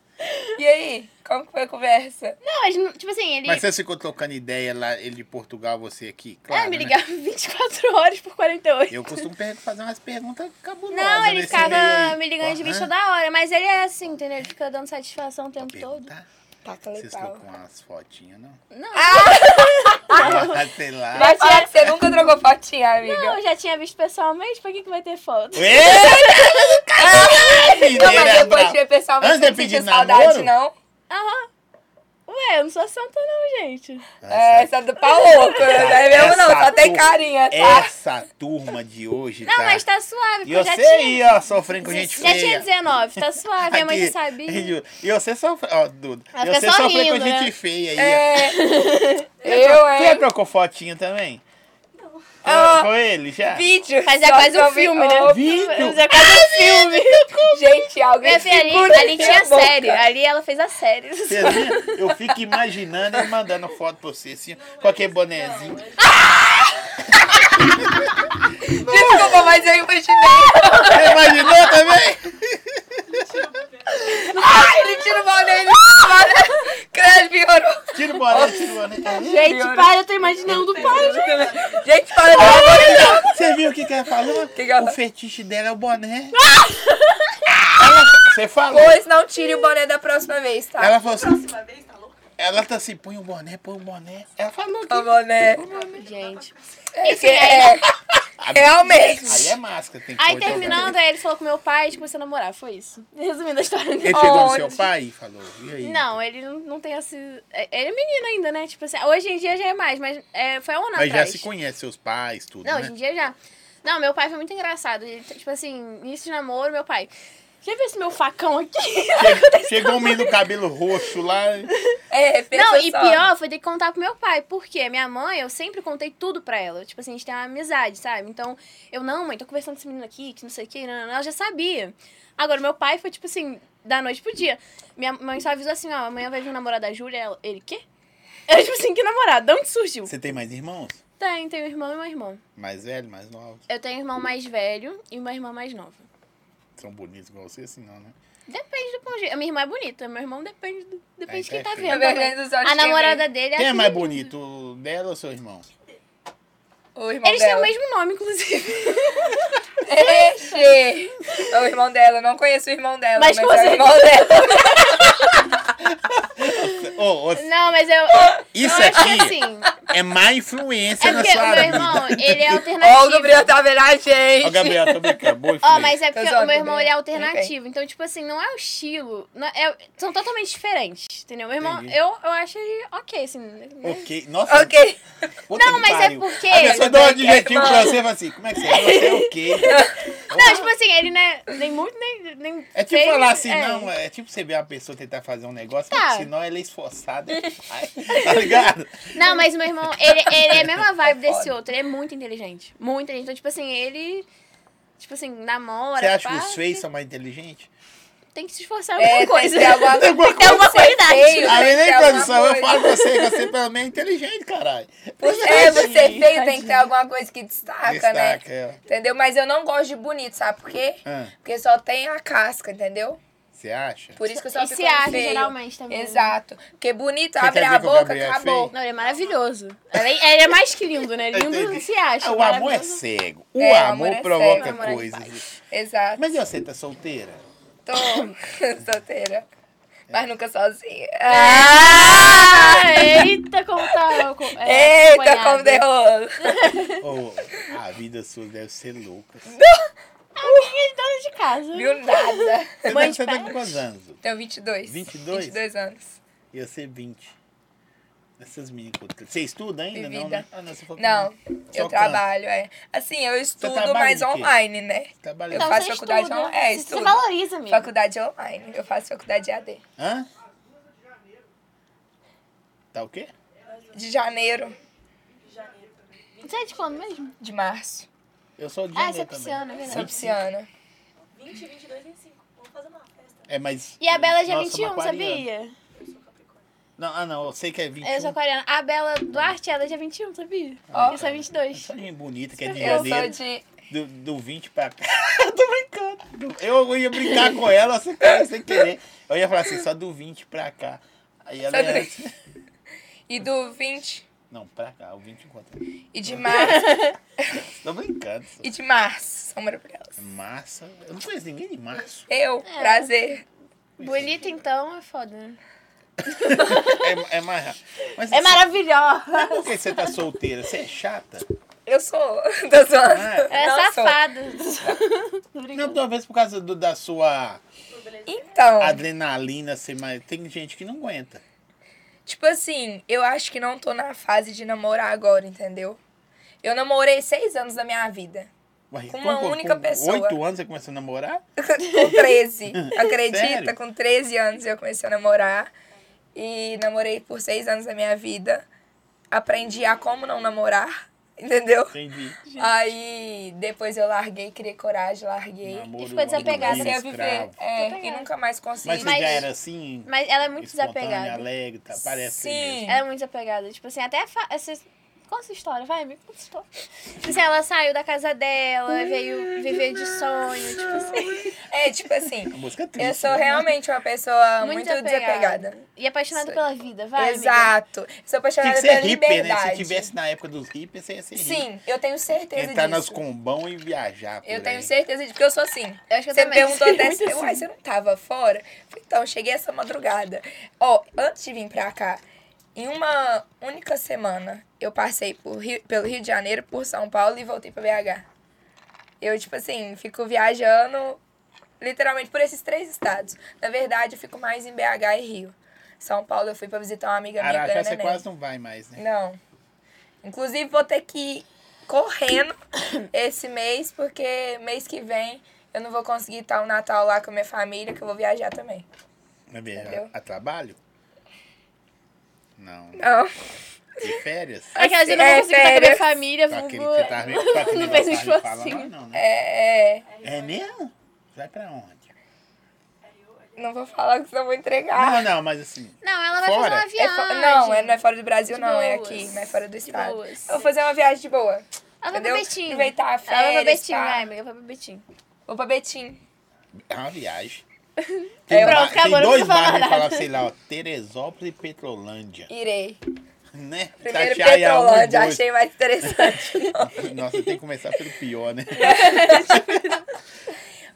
S2: E aí, como que foi a conversa?
S1: Não, mas, não- tipo assim, ele...
S3: Mas você ficou trocando ideia lá, ele de Portugal, você aqui? Claro,
S1: é, me
S3: né?
S1: ligava 24 horas por 48.
S3: Eu costumo per- fazer umas perguntas cabulosas.
S1: Não, ele
S3: nesse
S1: ficava
S3: meio aí.
S1: me ligando de
S3: Ó,
S1: bicho
S3: hã?
S1: da hora. Mas ele é assim, entendeu? Ele fica dando satisfação o tempo todo.
S3: Perguntar?
S2: Taca
S3: Vocês
S2: legal.
S3: trocam umas fotinhas, não?
S1: Não,
S3: Ah, sei lá.
S2: Vai falar que você nunca trocou fotinha, amiga.
S1: não, eu já tinha visto pessoalmente. Pra que, que vai ter foto?
S3: Eita,
S2: Não, mas
S3: É? mineira
S2: depois de
S3: brava.
S2: ver pessoalmente,
S3: Antes de
S2: você não
S3: pedir
S2: sentiu
S3: namoro?
S2: saudade, não?
S1: Ué, eu não sou santa não, gente.
S3: Tá
S2: É, essa do pau louco, né? não é mesmo não, só
S3: Essa
S2: tem
S3: tu-
S2: carinha, tá?
S3: Essa turma de hoje
S1: Não,
S3: tá...
S1: mas tá suave.
S3: E
S1: porque eu já
S3: você
S1: tinha...
S3: aí, ó, sofrendo com gente
S1: Já
S3: feia.
S1: tinha 19, tá suave, minha mãe já
S3: Aqui.
S1: sabia.
S3: E você sofre... Ó, Duda.
S1: Ela
S3: E
S1: fica
S3: você
S1: só
S3: sofre com
S1: rindo,
S3: gente
S1: né?
S3: feia aí. ó.
S2: É, eu,
S3: Você já
S2: é,
S3: trocou fotinho também?
S2: Ah.
S3: Com ele, já?
S2: vídeo.
S1: Fazia
S2: só
S1: quase um
S2: somente-
S1: filme, né?
S2: Oh,
S3: Vídeo?
S1: Fazia quase um filme.
S2: Gente, alguém
S1: Minha filha, ali,
S2: segura
S1: ali
S2: minha
S1: tinha
S2: boca.
S1: série, ali ela fez a série.
S3: Vocês viram? Eu fico imaginando ele mandando foto pra você, assim, com aquele bonezinho.
S2: Desculpa, mas eu imaginei.
S3: Você imaginou também?
S2: Ai, ele tira o mal dele. Credo, piorou.
S3: Tira o boné, tira o boné.
S1: Gente, para, eu tô imaginando o pai. gente.
S2: Gente, fala do amor.
S3: Você viu o que, que ela falou?
S2: que ela tá-
S3: O
S2: falou?
S3: fetiche dela é o boné.
S2: Ah!
S3: Ela- você falou.
S2: Pois não tire o boné da próxima vez, tá?
S3: Ela falou assim. Ela tá assim, põe o boné, põe o boné. Ela falou que.
S2: O boné.
S1: Gente.
S2: Enfim, né? é. Realmente.
S3: Aí é máscara, tem que
S1: Aí
S3: pôr o
S1: terminando, aí ele falou com meu pai e a gente começou a namorar, foi isso. Resumindo a história.
S3: boné. Ele chegou no seu
S2: Onde?
S3: pai e falou. E aí?
S1: Não, ele não, não tem esse... é- Ele é menino ainda, né? Tipo assim, hoje em dia já é mais, mas é, foi há um ano
S3: Mas já
S1: atrás.
S3: se conhece, seus pais, tudo.
S1: Não,
S3: né?
S1: hoje em dia já. Não, meu pai foi muito engraçado. Ele, tipo assim, início de namoro, meu pai. Já viu esse meu facão aqui?
S3: Chega- Chegou um menino com cabelo roxo lá.
S2: É, pensa
S1: Não, e
S2: só.
S1: pior foi ter que contar pro meu pai. porque Minha mãe, eu sempre contei tudo pra ela. Tipo assim, a gente tem uma amizade, sabe? Então, eu, não, mãe, tô conversando com esse menino aqui, que não sei o que, ela já sabia. Agora, meu pai foi, tipo assim, da noite pro dia. Minha mãe só avisou assim, ó, amanhã vai vir o namorado da Júlia. Ela, Ele, quê? Eu, tipo assim, que namorado? De onde surgiu?
S3: Você tem mais irmãos?
S1: Tem, tem um irmão e uma irmã.
S3: Mais velho, mais novo.
S1: Eu tenho um irmão mais velho e uma irmã mais nova.
S3: são bonitos igual você, assim não, né?
S1: Depende do ponto de... Minha irmã é bonita, meu irmão depende, do- depende de
S3: então
S1: quem
S3: é
S1: tá
S3: feio.
S1: vendo.
S2: Na verdade,
S1: também.
S2: os olhos
S1: a
S2: de quem
S1: namorada dele é
S3: Quem é
S1: assim.
S3: mais bonito, o dela ou seu irmão?
S2: O irmão
S1: Eles têm o
S2: dela.
S1: mesmo nome, inclusive.
S2: Eixe! É o irmão dela, eu não conheço o irmão dela,
S1: Mas
S2: mas,
S1: com
S2: é o irmão dela.
S3: Ô, ô,
S1: Não, mas eu, eu
S3: isso
S1: acho que
S3: aqui
S1: assim.
S3: é má influência
S1: É
S3: na
S1: porque
S3: sua
S1: o meu
S3: vida.
S1: irmão, ele é alternativo.
S2: Ó, o Gabriel tá vendo a
S3: Ó,
S2: gente.
S3: Gabriel, tô brincando. Boa
S1: Ó,
S3: influência.
S1: mas é porque
S2: Mas, ó,
S1: o meu irmão ele é
S2: Gabriel,
S1: alternativo. Então, tipo assim, não é o estilo. não- é- são totalmente diferentes, entendeu? Meu irmão,
S3: Entendi.
S1: eu, eu acho ele ok, assim. né?
S3: Ok, nossa.
S2: ok. É,
S3: puta
S1: Não,
S3: que
S1: mas é
S3: pariu.
S1: porque-
S3: A pessoa dá um
S2: Não,
S3: adjetivo
S2: não.
S3: pra você e fala assim: como é que você é? Você é o quê?
S1: Não, tipo assim, ele não é nem muito, nem. nem
S3: É tipo
S1: feio,
S3: falar assim,
S1: é.
S3: não, é tipo você ver uma pessoa tentar fazer um negócio,
S1: Tá.
S3: senão ela é esforçada. demais, tá ligado?
S1: Não, mas meu irmão, ele, ele é a mesma vibe
S2: É foda.
S1: desse outro. Ele é muito inteligente. Muito inteligente. Então, tipo assim, ele. Tipo assim, namora.
S3: Você acha que
S1: pá,
S3: os feios são mais inteligentes?
S1: Tem que se esforçar em
S2: É,
S1: alguma
S2: tem
S1: coisa.
S2: que ter alguma-
S1: Tem que ter alguma
S2: Tem que ser
S1: qualidade.
S2: feio.
S3: Aí Ah, nem
S1: é
S2: Tem
S3: produção, eu
S2: alguma
S3: falo pra você que você pelo menos é inteligente, caralho.
S2: É, você é feio, tem que ter
S1: Tadinho.
S2: alguma coisa que destaca, né?
S3: Destaca, é.
S2: Entendeu? Mas eu não gosto de bonito, sabe por quê?
S3: Ah,
S2: Porque só tem a casca, entendeu?
S3: Você acha?
S2: Por isso que eu só
S1: E se
S2: fico
S1: acha
S2: feio.
S1: geralmente também. né?
S2: Exato. Porque bonito,
S3: Você
S2: abre
S3: quer
S2: a
S3: dizer que o
S2: boca,
S3: Gabriel é
S2: acabou.
S1: Não, ele é maravilhoso. Ele é, ele é mais que lindo, né? Lindo
S3: Entendi.
S1: não se acha.
S3: Ah, o amor é
S1: maravilhoso.
S3: cego. O
S2: É, o amor
S3: amor
S2: é cego,
S3: provoca
S2: o amor é
S3: coisas.
S2: Exato.
S3: Mas e você tá solteira?
S2: Tô solteira. Mas nunca sozinha.
S1: É, Ah, eita, como tá. co- é,
S2: Eita, como deu rolo.
S3: Ou a vida sua deve ser louca.
S1: Amiga de dona de casa.
S2: Viu nada.
S3: Você,
S1: Mãe
S3: tá,
S1: de
S3: você tá
S1: pet.
S3: com quantos anos?
S2: Tenho 22.
S3: 22?
S2: 22 anos.
S3: Eu sei 20. Essas meninas. Você estuda ainda? Não,
S2: Vida.
S3: né? Ah, não, você falou que
S2: Não,
S3: Só
S2: eu
S3: canta.
S2: trabalho, é. Assim, eu estudo,
S3: trabalha
S2: mas
S3: de quê?
S2: online, né?
S3: Trabalha.
S2: Eu
S1: Então
S2: faço
S1: você
S2: faculdade
S1: estuda.
S2: on- é,
S1: Você-
S2: estudo.
S1: Você valoriza, amigo.
S2: Faculdade online. Eu faço faculdade AD.
S3: Hã? Tá o quê?
S2: De janeiro,
S1: Você é de quando mesmo?
S2: de março.
S3: Eu sou de
S1: Ah,
S3: janeiro
S1: você é
S3: também.
S1: pisciana, é
S2: Sou
S1: verdade.
S2: pisciana.
S4: 20, 22, 25. Vamos fazer uma festa.
S3: É, mas...
S1: E a Bela é dia
S3: Nossa,
S1: 21,
S3: uma aquariana.
S1: sabia?
S3: Não, ah, não, eu sei que é 21.
S1: Eu sou aquariana. A Bela Duarte, ela é dia 21, sabia?
S2: Ó.
S1: Eu sou 22.
S3: Só gente bonita que é de
S2: Eu sou
S3: janeiro.
S2: de.
S3: Do, do 20 pra cá. eu tô brincando. Eu ia brincar com ela sem, querer, sem querer. Eu ia falar assim, só do 20 pra cá. Aí ela
S2: Só do
S3: ia...
S2: E do 20.
S3: Não, pra cá, o 20 enquanto.
S2: E de março.
S3: Tô brincando. só.
S2: e de março. São maravilhosas.
S3: Massa. Eu não conheço ninguém de março.
S2: Eu,
S1: É.
S2: prazer.
S1: Bonita, então, é foda, né?
S3: É, é mais rápido. Mas
S1: É
S3: assim,
S1: maravilhosa.
S3: por que você tá solteira? Você é chata?
S2: Eu sou. Tô zoando.
S3: Ah,
S1: É
S2: Não sou.
S1: safada.
S3: Não, talvez por causa do- da sua
S2: Então,
S3: adrenalina ser mais. Tem gente que não aguenta.
S2: tipo assim, eu acho que não tô na fase de namorar agora, entendeu? Eu namorei seis anos da minha vida.
S3: Ué,
S2: Com uma única pessoa.
S3: Oito anos você começou a namorar?
S2: Com 13. Acredita?
S3: Sério?
S2: Com 13 anos eu comecei a namorar. E namorei por seis anos da minha vida. Aprendi a como não namorar, entendeu?
S3: Entendi.
S2: Aí depois eu larguei, criei coragem, larguei.
S3: Namoro,
S1: ficou desapegada.
S3: orgulho,
S2: Comecei a viver.
S3: escravo.
S2: É,
S1: Tô
S2: e
S1: pegada.
S2: nunca mais consegui.
S3: Mas você
S1: Mas-
S3: já era assim?
S1: Mas ela é muito
S3: espontânea,
S1: desapegada.
S3: alegre, tá? Parece
S2: Sim.
S3: mesmo.
S1: Ela é muito desapegada. Tipo assim, até a fa... essa... Conta essa história, vai, amigo, conta essa história. Tipo assim, ela saiu da casa dela, veio viver de sonho, tipo assim.
S2: É, tipo assim,
S3: A música é triste.
S2: eu sou
S3: né?
S2: realmente uma pessoa muito, desapegada.
S1: E é apaixonada
S2: Isso aí.
S1: pela vida, vai, amiga.
S2: Exato. Sou
S3: Tinha
S2: apaixonada
S3: que ser
S2: pela
S3: hippie, né?
S2: liberdade.
S3: Se tivesse na época dos hippies, você ia ser hippie.
S2: Sim, eu tenho certeza
S3: Entrar nas né?
S2: disso.
S3: combão e viajar. por
S2: Eu tenho
S3: aí.
S2: certeza disso, porque eu sou assim.
S1: Eu acho que eu
S2: Você me
S1: também.
S2: perguntou até se
S1: Muito assim.
S2: uai, você não tava fora? Falei, Então, cheguei essa madrugada. Ó, antes de vir pra cá, em uma única semana, eu passei por Rio- pelo Rio de Janeiro, por São Paulo e voltei pra BH. Eu, tipo assim, fico viajando literalmente por esses três estados. Na verdade, eu fico mais em BH e Rio. São Paulo eu fui pra visitar uma amiga minha. que é
S3: Araxá, você
S2: neném.
S3: quase não vai mais, né?
S2: Não. Inclusive, vou ter que ir correndo esse mês, porque mês que vem eu não vou conseguir estar o Natal lá com a minha família, que eu vou viajar também.
S3: Não é mesmo?
S2: Entendeu?
S3: A, a trabalho? Não.
S2: Não.
S3: De férias?
S1: É que às vezes eu não
S2: É,
S1: consigo estar com a minha
S2: férias.
S1: família,
S3: Com
S1: vulgo.
S3: aquele que você tá meio com aquele
S1: Não fez um
S3: negócio lá, não fala
S1: esforcinho.
S3: mais não, né?
S2: É, é.
S3: É mesmo? Vai pra onde?
S2: Não vou falar que senão eu vou
S3: Não,
S2: entregar.
S3: não, mas assim.
S1: Não, ela vai
S3: Fora.
S1: fazer uma
S2: É fo-
S1: viagem.
S2: não, é, não é fora do Brasil,
S1: De
S2: não. É
S1: boas.
S2: aqui, não é fora do
S1: De
S2: estado.
S1: boas.
S2: Eu vou fazer uma viagem de boa.
S1: Ela vai pra
S2: entendeu?
S1: Betim.
S2: Aproveitar a
S1: Ela vai pra
S2: férias,
S1: Betim,
S2: pá.
S1: vai, amiga, vai pra Betim.
S2: Vou pra Betim.
S3: É uma viagem.
S1: É,
S3: Tem, ba-
S1: pronto, acabou,
S3: tem
S1: não
S3: dois
S1: precisa falar
S3: bairros que
S1: nada.
S3: falam, sei lá, ó, Teresópolis e Petrolândia.
S2: Irei.
S3: Né?
S2: Primeiro
S3: Tatiaia, um e
S2: Petrolândia,
S3: dois.
S2: achei mais interessante.
S3: Nossa, tem que começar pelo pior, né?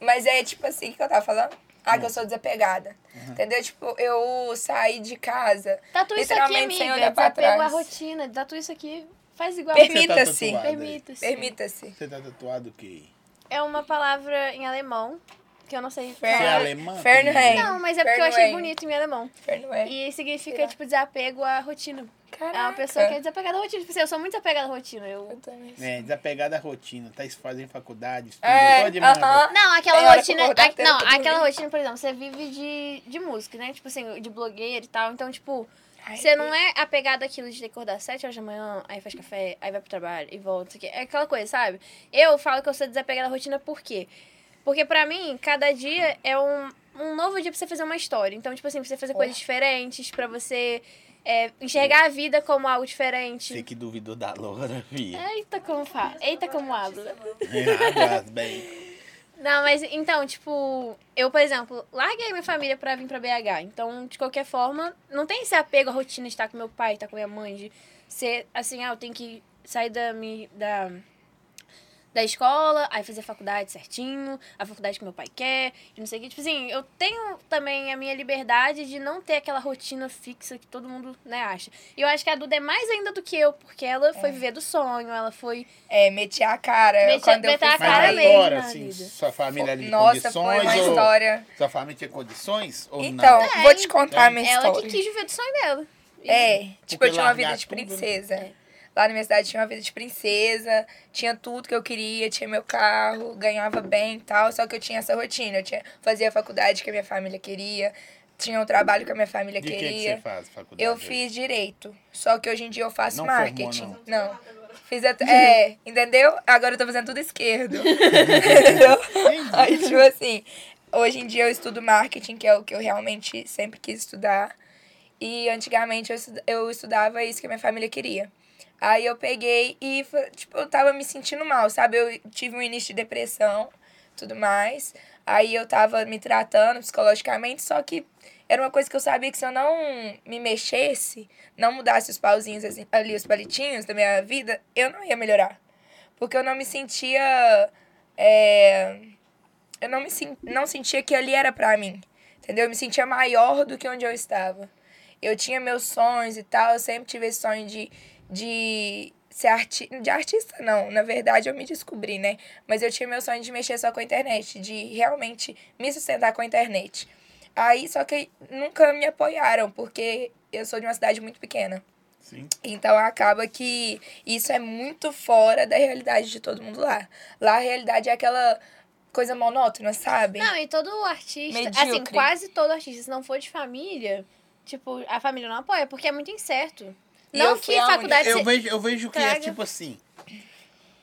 S2: Mas é tipo assim o que eu tava falando. Ah,
S3: Hum.
S2: que eu sou desapegada.
S3: Uhum.
S2: Entendeu? Tipo, eu saí de casa.
S1: Tatu isso aqui,
S2: Literalmente, sem
S1: amiga.
S2: olhar pra
S1: Desapego à
S2: trás.
S1: rotina. Tatu isso aqui. Faz igual.
S2: Permita-
S3: Você tá
S2: Permita-se.
S3: tatuado aí?
S1: Permita-se.
S2: Permita-se.
S3: Você tá tatuado o quê?
S1: É uma palavra em alemão, que eu não sei
S2: Fer-
S3: Você é
S1: falar.
S3: alemã?
S2: Fernheim.
S1: Não, mas é porque eu achei
S2: Fernheim.
S1: bonito em alemão.
S2: Fernando.
S1: E significa,
S2: Será?
S1: tipo, desapego à rotina. É uma
S2: Caraca.
S1: pessoa que é desapegada à rotina. Tipo assim, eu sou muito desapegada à rotina. Eu...
S2: Eu também sou.
S3: É, desapegar da rotina. Tá fazendo faculdade, estudo,
S2: É,
S3: pode mandar.
S2: aham.
S1: Não, aquela
S2: É hora pra
S1: rotina.
S2: acordar
S1: a-
S2: cedo
S1: não,
S2: pra dormir.
S1: aquela rotina, por exemplo, você vive de, de música, né? Tipo assim, de blogueira e tal. Então, tipo, você não é apegado àquilo de ter que acordar às 7 horas da manhã, aí faz café, aí vai pro trabalho e volta. não sei o quê. É aquela coisa, sabe? Eu falo que eu sou desapegada à rotina por quê? Porque pra mim, cada dia é um, um novo dia pra você fazer uma história. Então, tipo assim, pra você fazer coisas diferentes, pra você é, enxergar a vida como algo diferente.
S3: Você que duvidou da loura, filha.
S1: Eita como fala. Eita como habla.
S3: É. Abraço, bem.
S1: Não, mas então, tipo, eu, por exemplo, larguei minha família pra vir pra BH. Então, de qualquer forma, não tem esse apego à rotina de estar com meu pai, estar com minha mãe, de ser assim, ah, eu tenho que sair da mi- da, da escola, aí fazer a faculdade certinho, a faculdade que meu pai quer, e não sei o que. Tipo assim, eu tenho também a minha liberdade de não ter aquela rotina fixa que todo mundo, né, acha. E eu acho que a Duda é mais ainda do que eu, porque ela foi viver do sonho, ela foi.
S2: É, meti a cara.
S1: Meti-
S2: quando eu
S1: meter
S2: fui
S1: a
S3: Mas
S1: cara
S2: sair.
S3: vai
S1: mesmo,
S3: embora,
S1: né,
S3: assim,
S1: vida?
S3: sua família era de
S2: Nossa, foi
S3: condições?
S2: uma
S3: ou-
S2: história.
S3: Sua família tinha condições? Ou
S2: Então,
S3: não?
S2: vou te contar a minha
S1: É, Ela que
S2: história.
S1: quis viver do sonho dela. E-
S2: É, tipo,
S3: Porque
S2: eu tinha uma vida
S3: largar
S2: de
S3: tudo, né?
S2: princesa.
S1: É.
S2: Lá na minha cidade tinha uma vida de princesa, tinha tudo que eu queria, tinha meu carro, ganhava bem e tal. Só que eu tinha essa rotina, eu tinha, fazia a faculdade que a minha família queria, tinha um trabalho que a minha família
S3: De que, que
S2: queria.
S3: você faz faculdade?
S2: eu fiz direito, só que hoje em dia eu faço
S3: Não formou,
S2: marketing.
S3: não.
S2: não. Fiz até. É, entendeu? Agora eu tô fazendo tudo esquerdo. entendeu? Aí, tipo assim, hoje em dia eu estudo marketing, que é o que eu realmente sempre quis estudar. E antigamente eu, estu- eu estudava isso que a minha família queria. Aí eu peguei e, fa- tipo, eu tava me sentindo mal, sabe? Eu tive um início de depressão, tudo mais. Aí eu tava me tratando psicologicamente, só que era uma coisa que eu sabia que se eu não me mexesse, não mudasse os pauzinhos assim, ali, os palitinhos da minha vida, eu não ia melhorar. Porque eu não me sentia. é, eu não me sen- não sentia que ali era pra mim. Entendeu? Eu me sentia maior do que onde eu estava. Eu tinha meus sonhos e tal, eu sempre tive esse sonho de, de ser arti de artista, não. Na verdade, eu me descobri, né? Mas eu tinha meu sonho de mexer só com a internet, de realmente me sustentar com a internet. Aí, só que nunca me apoiaram, porque eu sou de uma cidade muito pequena.
S3: Sim.
S2: Então acaba que isso é muito fora da realidade de todo mundo lá. Lá a realidade é aquela coisa monótona, sabe?
S1: Não, e todo artista, assim,
S2: Medíocre.
S1: quase todo artista, se não for de família, tipo, a família não apoia, porque é muito incerto.
S2: E
S1: não
S2: eu fui
S1: que
S2: a única.
S1: faculdade
S3: Eu
S1: se-
S3: vejo, eu vejo que é
S1: Traga.
S3: tipo assim.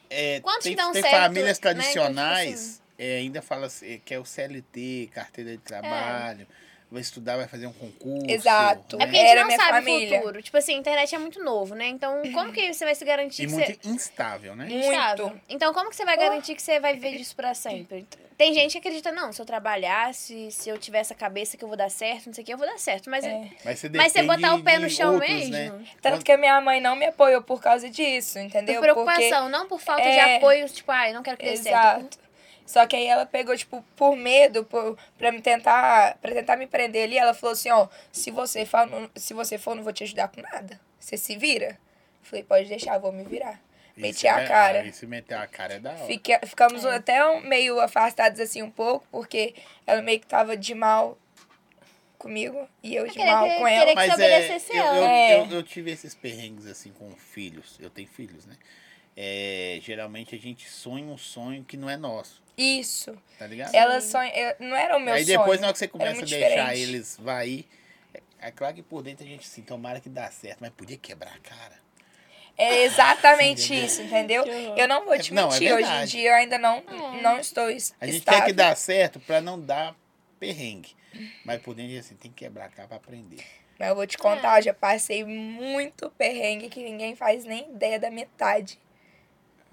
S3: É,
S1: Quantos
S3: tem
S1: que dão
S3: tem
S1: certo,
S3: famílias
S2: é
S1: né? Então, tipo
S3: tradicionais, é, ainda fala assim, que é o CLT, carteira de
S2: É.
S3: trabalho, vai estudar, vai fazer um concurso.
S2: Exato.
S1: É
S3: né?
S1: porque a gente
S2: Era
S1: não
S2: minha
S1: sabe
S2: família.
S1: o futuro. Tipo assim, a internet é muito novo, né? Então, como que você vai se garantir
S3: E
S1: que É.
S3: muito
S1: você...
S3: instável, né?
S2: Muito.
S1: Sabe? Então, como que você vai garantir que você vai viver disso pra sempre? Tem gente que acredita, não, se eu trabalhar, se, se eu tiver essa cabeça que eu vou dar certo, não sei o que, eu vou dar certo. Mas,
S2: É.
S3: Mas você,
S1: mas você
S3: depende
S1: botar o pé
S3: de
S1: no chão
S3: outros,
S1: mesmo...
S3: Né?
S2: Tanto que a minha mãe não me apoiou por causa disso, entendeu?
S1: Por preocupação, não por falta de
S2: é.
S1: apoio, tipo, ai, não quero que
S2: Porque...
S1: dê certo. né?
S2: Exato. Só que aí ela pegou, tipo, por medo, por, pra me tentar, pra tentar me prender ali, ela falou assim, ó, se você for, não, se você for, não vou te ajudar com nada. Você se vira? Falei, pode deixar, vou me virar.
S3: Isso
S2: Meti a
S3: é-
S2: cara.
S3: ah, Isso meter a cara é da hora.
S2: Fica- ficamos até um- meio afastados assim um pouco, porque ela meio que tava de mal comigo e eu de
S1: queria
S2: mal
S1: que-
S2: com ela.
S1: queria que- você obedecesse
S3: eu,
S1: ela.
S3: eu,
S2: É.
S3: eu- eu tive esses perrengues assim com filhos. Eu tenho filhos, né? É, geralmente a gente sonha um sonho que não é nosso,
S2: Isso.
S3: tá
S1: É
S3: ligado?
S2: Ela sonha. eu- Não era o meu
S3: aí
S2: sonho.
S3: depois, na hora que você
S2: Era
S3: começa a
S2: muito
S3: deixar
S2: diferente.
S3: eles vai é- é claro que por dentro a gente assim, tomara que dá certo, mas podia quebrar a cara.
S2: É exatamente isso, entendeu?
S1: Que horror.
S2: Eu não vou
S3: É-
S2: te
S3: não, é
S2: mentir. Hoje em
S3: verdade.
S2: dia eu ainda não, não estou es-
S3: A gente
S2: estável.
S3: quer que dá certo pra não dar perrengue. Mas por dentro a gente, assim, tem que quebrar a cara pra aprender.
S2: Mas eu vou te contar, eu já passei muito perrengue que ninguém faz nem ideia da metade.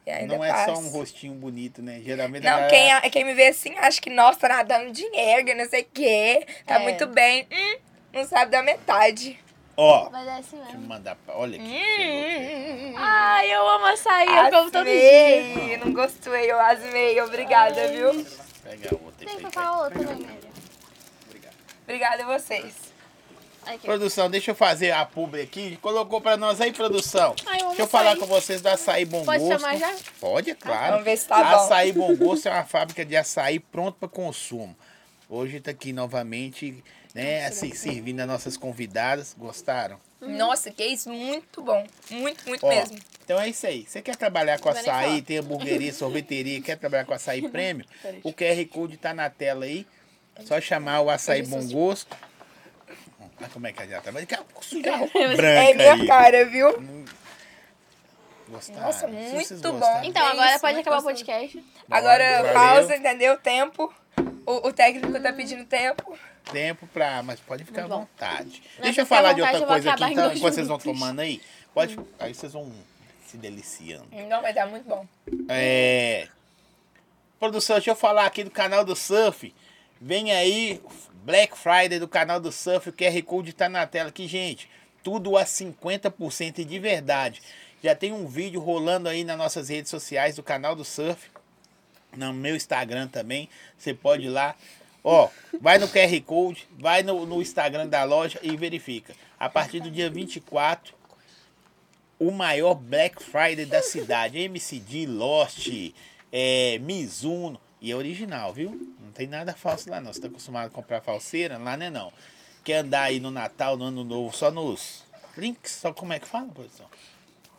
S2: E ainda
S3: Não é
S2: passa.
S3: só um rostinho bonito, né? Geralmente a
S2: Não,
S3: galera-
S2: quem, a- quem me vê assim acha que, nossa, tá nadando dinheiro, que não sei o quê. Tá
S1: É.
S2: muito bem. Hum, não sabe da metade.
S3: Ó,
S1: Mas é assim
S3: deixa eu
S1: mesmo.
S3: mandar pra... Olha aqui. chegou aqui.
S2: Hum,
S1: Ai, eu amo açaí, eu como todo dia.
S2: asmei. Não gostei, eu asmei. Obrigada, viu?
S3: Pega a outra.
S1: Tem
S3: aí,
S1: que
S3: pega.
S1: falar outra, né, Miriam?
S2: Obrigada a vocês.
S1: Aqui.
S3: Produção, deixa eu fazer a publi aqui. Colocou pra nós aí, produção.
S1: Ai, eu amo
S3: deixa eu falar
S1: açaí.
S3: com vocês do Açaí Bom
S1: Ah, Pode
S3: Gosto.
S1: chamar já? Ah,
S3: Pode, é claro.
S2: Vamos ver se tá bom.
S3: Açaí Bom Gosto é uma fábrica de açaí pronto para consumo. Hoje tá aqui novamente, né, assim, servindo as nossas convidadas. Gostaram?
S2: Nossa, que isso, muito bom. Muito, muito
S3: Ó,
S2: mesmo.
S3: Então é isso aí. Você quer trabalhar com
S1: Não vou nem
S3: açaí,
S1: falar.
S3: tem hamburgueria, sorveteria, quer trabalhar com açaí prêmio?
S1: Peraí.
S3: O QR Code tá na tela aí. Só chamar o açaí bom gosto. Ah, como é que a gente trabalha? Daqui a pouco suja a roupa
S2: É
S3: branca
S2: minha
S3: aí.
S2: cara, viu?
S3: Gostaram?
S2: Nossa,
S3: Se vocês
S2: muito bom.
S3: gostaram, Então,
S1: Então,
S2: É
S1: agora
S2: isso,
S1: pode
S2: muito
S1: acabar o
S2: gostoso.
S1: podcast.
S2: Agora
S3: Valeu.
S2: pausa, entendeu? Tempo. O, o técnico tá pedindo tempo.
S3: tempo pra. Mas pode ficar à
S1: Muito bom.
S3: vontade.
S1: Mas
S3: Deixa eu
S1: fica à
S3: falar
S1: vontade,
S3: de outra
S1: eu vou
S3: coisa aqui,
S1: acabar em
S3: então,
S1: dois
S3: que vocês vão
S1: minutos. Hum.
S3: tomando aí. Pode, Aí vocês vão se deliciando.
S2: Não, vai dar muito bom.
S3: É. Produção, deixa eu falar aqui do canal do Surf. Vem aí, Black Friday do canal do Surf. O QR Code tá na tela aqui, gente. Tudo a 50% e de verdade. Já tem um vídeo rolando aí nas nossas redes sociais do canal do Surf. No meu Instagram também. Você pode ir lá. Ó, vai no QR Code, vai no, no Instagram da loja e verifica. A partir do dia 24, o maior Black Friday da cidade. MCD, Lost, é, Mizuno. E é original, viu? Não tem nada falso lá não. Você tá acostumado a comprar falseira? Lá não é não. Quer andar aí no Natal, no Ano Novo, só nos links? Só como é que fala, produção?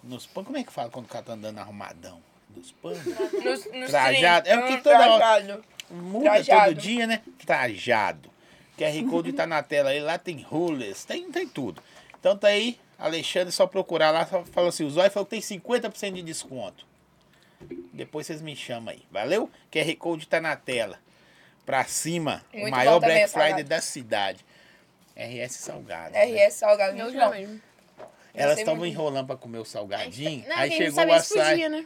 S3: Nos pães? Como é que fala quando o cara tá andando arrumadão? Nos pães?
S2: Nos, nos
S3: Trajado.
S2: trinta,
S3: É o que
S2: um
S3: toda hora-
S2: trajado.
S3: Muda
S2: Trajado.
S3: todo dia, né? Trajado. QR Code tá na tela aí, lá tem rulers, tem, tem tudo. Então tá aí, Alexandre, só procurar lá, só fala assim, o Zóio falou que tem 50% de desconto. Depois vocês me chamam aí, valeu? QR Code tá na tela. Pra cima,
S2: Muito
S3: o
S2: bom
S3: maior
S2: também,
S3: Black Friday
S2: salgado.
S3: da cidade. RS Salgado. né?
S2: RS Salgado,
S1: Eu
S2: muito bom.
S1: mesmo.
S3: Elas
S2: Gostei
S3: estavam
S2: muito.
S3: enrolando pra comer o salgadinho,
S1: Não,
S3: aí
S1: quem não
S3: chegou o
S1: sabia se
S3: açaí.
S1: podia, né?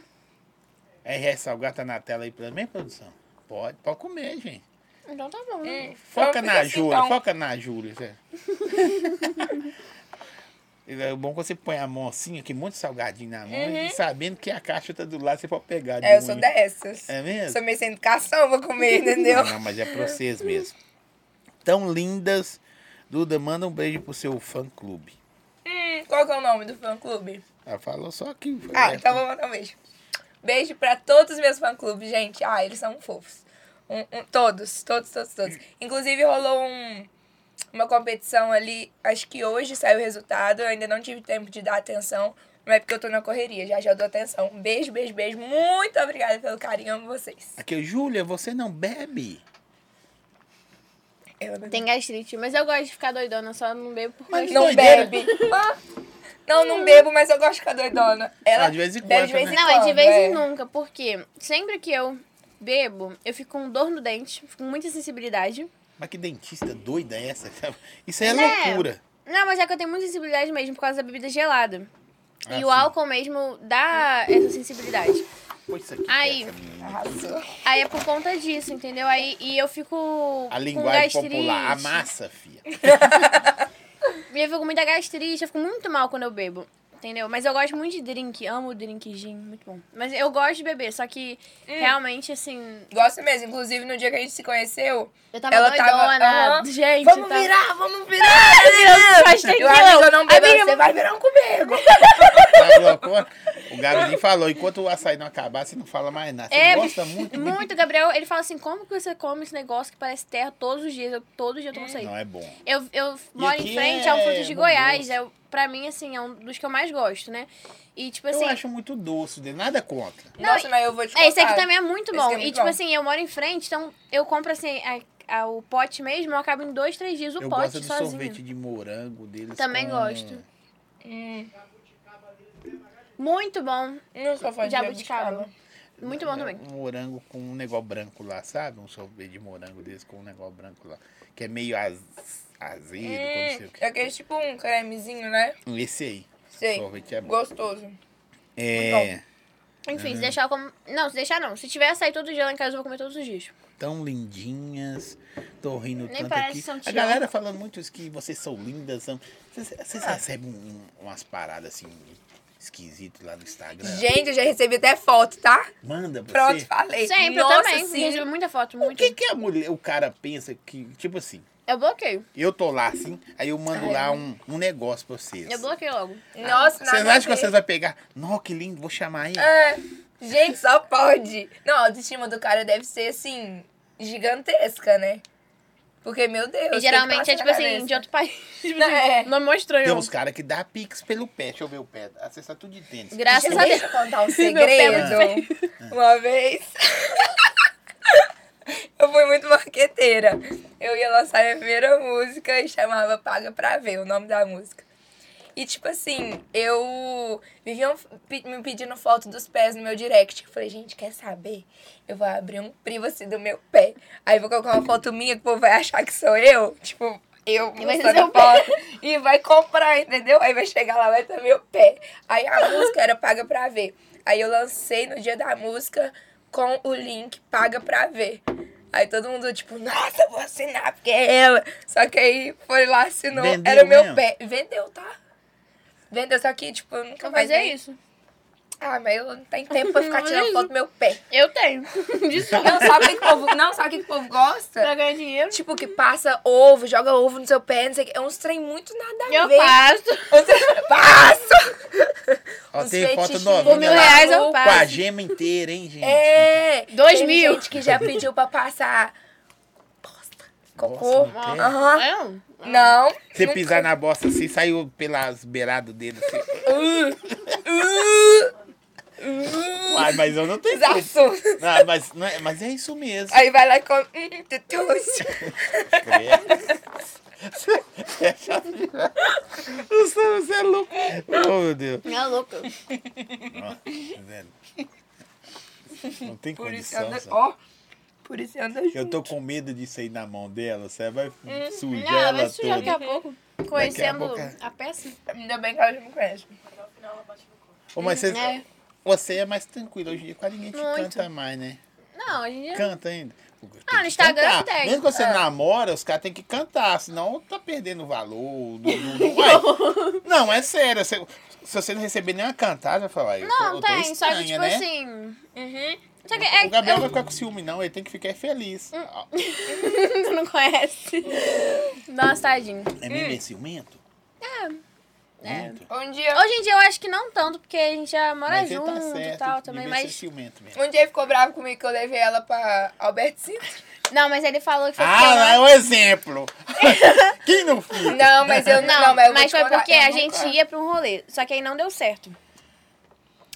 S3: RS Salgado tá na tela aí pra mim, produção? Pode, pode comer, gente.
S1: Então tá bom, né?
S2: Hum,
S3: Foca
S2: vamos
S3: na
S2: assim,
S3: Júlia,
S2: então.
S3: foca na Júlia. Zé. É bom que você põe a mão assim, aqui, um monte de salgadinho na mão, e sabendo que a caixa tá do lado, você pode pegar. de
S2: Uhum. É, eu sou
S3: unha.
S2: dessas.
S3: É mesmo?
S2: Sou meio sem educação, vou comer, entendeu?
S3: Ah, não, mas é pra vocês mesmo. Tão lindas. Duda, manda um beijo pro seu fã-clube.
S2: Hum, qual que é o nome do fã-clube?
S3: Ela falou só que...
S2: Ah, então vou mandar um beijo. Beijo pra todos os meus fã-clubes, gente. Ah, eles são fofos. Um, um- todos, todos, todos, todos. Inclusive, rolou um, uma competição ali, acho que hoje saiu o resultado. Eu ainda não tive tempo de dar atenção, mas é porque eu tô na correria, já já eu dou atenção. Um Beijo, beijo, beijo. Muito obrigada pelo carinho, amo vocês.
S3: Aqui, Júlia, você não bebe?
S2: Ela não
S1: Tem gastrite, mas eu gosto de ficar doidona, só não bebo por
S3: Mas
S1: gastrite.
S3: é
S2: Não
S3: doideira.
S2: bebe. Ah, não, não bebo, mas eu gosto de ficar doidona. Ela
S3: Ah, de vez em
S2: bebe
S3: quando
S2: de vez em
S3: também.
S1: Não, é de
S2: quando,
S1: vez
S2: é.
S1: em nunca, porque sempre que eu bebo, eu fico com dor no dente, fico com muita sensibilidade.
S3: Mas que dentista doida é essa? Isso aí é
S1: Né?
S3: loucura.
S1: Não, mas é que eu tenho muita sensibilidade mesmo por causa da bebida gelada.
S3: Ah,
S1: e
S3: sim.
S1: o álcool mesmo dá essa sensibilidade.
S3: Põe isso aqui,
S1: Aí.
S3: essa menina.
S2: Arrasou.
S1: Aí é por conta disso, entendeu? Aí e eu fico
S3: A
S1: com
S3: linguagem
S1: gastrite.
S3: popular, a massa, fia.
S1: E eu fico com muita gastrite, eu fico muito mal quando eu bebo. Entendeu? Mas eu gosto muito de drink, amo drink gin, muito bom. Mas eu gosto de beber, só que
S2: É.
S1: realmente, assim,
S2: Gosto mesmo. Inclusive, no dia que a gente se conheceu,
S1: eu tava
S2: Ela tava,
S1: doidona,
S2: aham.
S1: gente.
S2: vamos tá-
S1: tava-
S2: virar, vamos virar!
S1: Deus, faz
S2: Eu
S1: tempo.
S2: acho Ah, que eu não bebo,
S1: A minha-
S2: você vai virar um comigo.
S3: Sabe uma coisa? O Gabriel falou, enquanto o açaí não acabar, você não fala mais nada. Você
S1: É,
S3: gosta muito, muito.
S1: Muito, Gabriel, ele fala assim, como que você come esse negócio que parece terra todos os dias? Eu, todo dia eu tomo isso aí. Tipo
S3: Não, é bom.
S1: Eu, eu moro
S3: aqui
S1: em frente
S3: é
S1: ao Frutos de
S3: bom
S1: Goiás,
S3: gosto.
S1: é, o- pra mim, assim, é um dos que eu mais gosto, né? E, tipo assim...
S3: eu acho muito doce, né? nada contra.
S2: Nossa, mas eu vou te contar.
S1: É, esse aqui também é muito
S2: Tipo,
S1: bom.
S2: Esse aqui é muito
S1: e, tipo
S2: bom.
S1: assim, eu moro em frente, então eu compro, assim, a- a- o pote mesmo, eu acabo em dois, três dias o
S3: eu
S1: pote
S3: gosto do
S1: sozinho.
S3: sorvete de morango deles.
S1: Também
S3: com-
S1: gosto.
S2: Hum,
S1: Muito bom.
S2: não sou fã de
S1: Jabuticaba.
S2: jabuticaba.
S1: Muito bom também.
S3: Um morango com um negócio branco lá, sabe? Um sorvete de morango deles com um negócio branco lá. Que é meio az... azedo, como não sei o
S2: Hum,
S3: quê.
S2: é aquele tipo um cremezinho, né?
S3: Esse aí.
S2: Sei.
S3: Sorvete é bom.
S2: Gostoso.
S3: É.
S1: Enfim, se deixar como. Não, se deixar não. Se tiver açaí todo dia lá em casa, eu vou comer todos os dias.
S3: Tão lindinhas. Tô rindo
S1: Nem
S3: tanto
S1: parece
S3: aqui.
S1: São
S3: A
S1: Tião.
S3: galera falando muito isso que vocês são lindas. São... Vocês, vocês
S2: Ah.
S3: recebem um- umas paradas assim esquisitas lá no Instagram?
S2: Gente, eu já recebi até foto, tá?
S3: Manda pra
S2: Pronto,
S3: você.
S2: falei.
S1: Sempre, eu
S2: Nossa, assim,
S1: também.
S2: sim.
S1: Recebo muita foto,
S3: O
S1: muito.
S3: que, que a mulher, o cara pensa que, tipo assim,
S1: Eu bloqueio.
S3: eu tô lá assim, aí eu
S2: Ah,
S3: mando
S2: é.
S3: lá um, um negócio pra vocês.
S1: Eu bloqueio logo.
S2: Nossa,
S3: Vocês
S2: nada a
S3: acham que
S2: ver.
S3: vocês vão pegar? Não, que lindo, vou chamar ele.
S2: É. Gente, só pode. Não, a autoestima do cara deve ser, assim, gigantesca, né? Porque, meu Deus. o que
S1: E
S2: que
S1: geralmente
S2: passa
S1: é
S2: na
S1: tipo assim,
S2: cabeça?
S1: de outro país. Tipo
S2: Não,
S1: assim,
S2: é.
S1: Não mostrou
S3: Tem
S1: eu.
S3: uns caras que dá pix pelo pé. Deixa eu ver o pé. Acessar tudo de tênis.
S1: Graças
S2: Gente,
S1: a Deus.
S2: Deixa eu contar um
S1: Meu pé é muito
S2: segredo. Uma vez. eu fui muito marqueteira. Eu ia lançar minha primeira música e chamava Paga Pra Ver, o nome da música. E, tipo assim, eu. Viviam pe- me pedindo foto dos pés no meu direct. Eu falei, gente, quer saber? Eu vou abrir um privacy do meu pé. Aí vou colocar uma foto minha que o povo vai achar que sou eu. Tipo, eu
S1: E vai ser seu
S2: mostrando a foto. E vai comprar, entendeu? Aí vai chegar lá, vai ter meu pé. Aí a música era Paga Pra Ver. Aí eu lancei no dia da música com o link Paga Pra Ver. Aí todo mundo, tipo, nossa, vou assinar, porque é ela. Só que aí foi lá, assinou.
S3: Vendeu
S2: era o meu
S3: mesmo?
S2: pé. Vendeu, tá? Vendeu, só que, tipo, eu nunca
S1: Então,
S2: mais.
S1: Mas é
S2: nem-
S1: isso.
S2: Ah, mas eu não tenho tempo pra ficar
S1: Mas é
S2: tirando
S1: isso.
S2: foto do meu pé.
S1: Eu tenho. Disso.
S2: Não, sabe o que, que o povo. Não, sabe o que, que o povo gosta?
S1: Pra ganhar dinheiro.
S2: Tipo, que passa ovo, joga ovo no seu pé, não sei o que. É uns trem muito nada a
S1: Eu
S2: ver.
S1: faço.
S2: Uns- Passo!
S3: Ó,
S2: Uns
S3: tem foto
S2: fetichinhos
S3: novinha
S1: Por mil
S3: lá.
S1: reais eu
S2: maluco.
S3: Com a
S1: faço.
S3: gema inteira, hein, gente?
S2: É!
S1: Dois
S2: tem
S1: mil.
S2: gente que já pediu pra passar.
S3: Nossa,
S2: Cocô.
S3: no pé.
S2: Aham.
S1: Não.
S2: Não.
S3: Você pisar na bosta assim, saiu pelas beiradas dele assim. Uai, mas eu não tenho culpa.
S2: Desassos.
S3: Não, mas, não é, mas é isso mesmo.
S2: Aí vai lá e come. Hum, tutuço.
S3: Você, você é louco. Oh, meu Deus.
S1: Minha louca.
S3: Ó, tá vendo? Não tem
S2: Por isso
S3: condição.
S2: anda.
S3: sabe?
S2: Ó. Por isso anda
S3: Eu
S2: junto.
S3: tô com medo disso aí na mão dela. Você vai Hum, sujar
S1: Não, vai
S3: ela
S1: sujar daqui
S3: toda.
S1: a pouco. Conhecendo
S3: pouco. é.
S1: a peça.
S2: Ainda bem que ela já me conhece.
S4: No final ela bate no corpo.
S3: Ô, mas você,
S1: É.
S3: você é mais tranquilo. Hoje em dia quase ninguém te
S1: Muito.
S3: canta mais, né?
S1: Não, a gente.
S3: Canta ainda. Tem
S1: Ah, no
S3: que
S1: Instagram É.
S3: cantar.
S1: tem.
S3: Mesmo quando você namora, os caras têm que cantar, senão tá perdendo o valor. Do, do- do- Ué, não, é sério. você- se você não receber nenhuma cantada, vai falar. eu tô-
S1: Não,
S3: eu tô
S1: tem. só que,
S3: estranha,
S1: tipo
S3: né?
S1: assim.
S2: Uhum.
S1: Só que é.
S3: O Gabriel
S1: eu- Hum,
S3: vai ficar com ciúme, não. Ele tem que ficar feliz. Ah,
S1: Tu não conhece. Nossa, tadinho.
S3: É mesmo é ciumento? É. Muito.
S2: Um dia.
S1: Hoje em dia eu acho que não tanto, porque a gente já mora
S3: Mas ele
S1: junto
S3: tá
S1: e
S3: certo.
S1: tal também,
S3: devia ser
S1: mas...
S3: ciumento mesmo.
S2: Um dia ele ficou bravo comigo que eu levei ela pra Albert Sintra.
S1: Não, mas ele falou que foi porque eu
S3: Ah,
S1: não-
S3: lá é o exemplo. Quem não fica?
S2: Não, mas eu não.
S1: Não,
S2: mas eu vou
S1: mas
S2: te
S1: foi
S2: contar,
S1: porque
S2: eu
S1: a
S2: nunca-
S1: gente ia pra um rolê, só que aí não deu certo.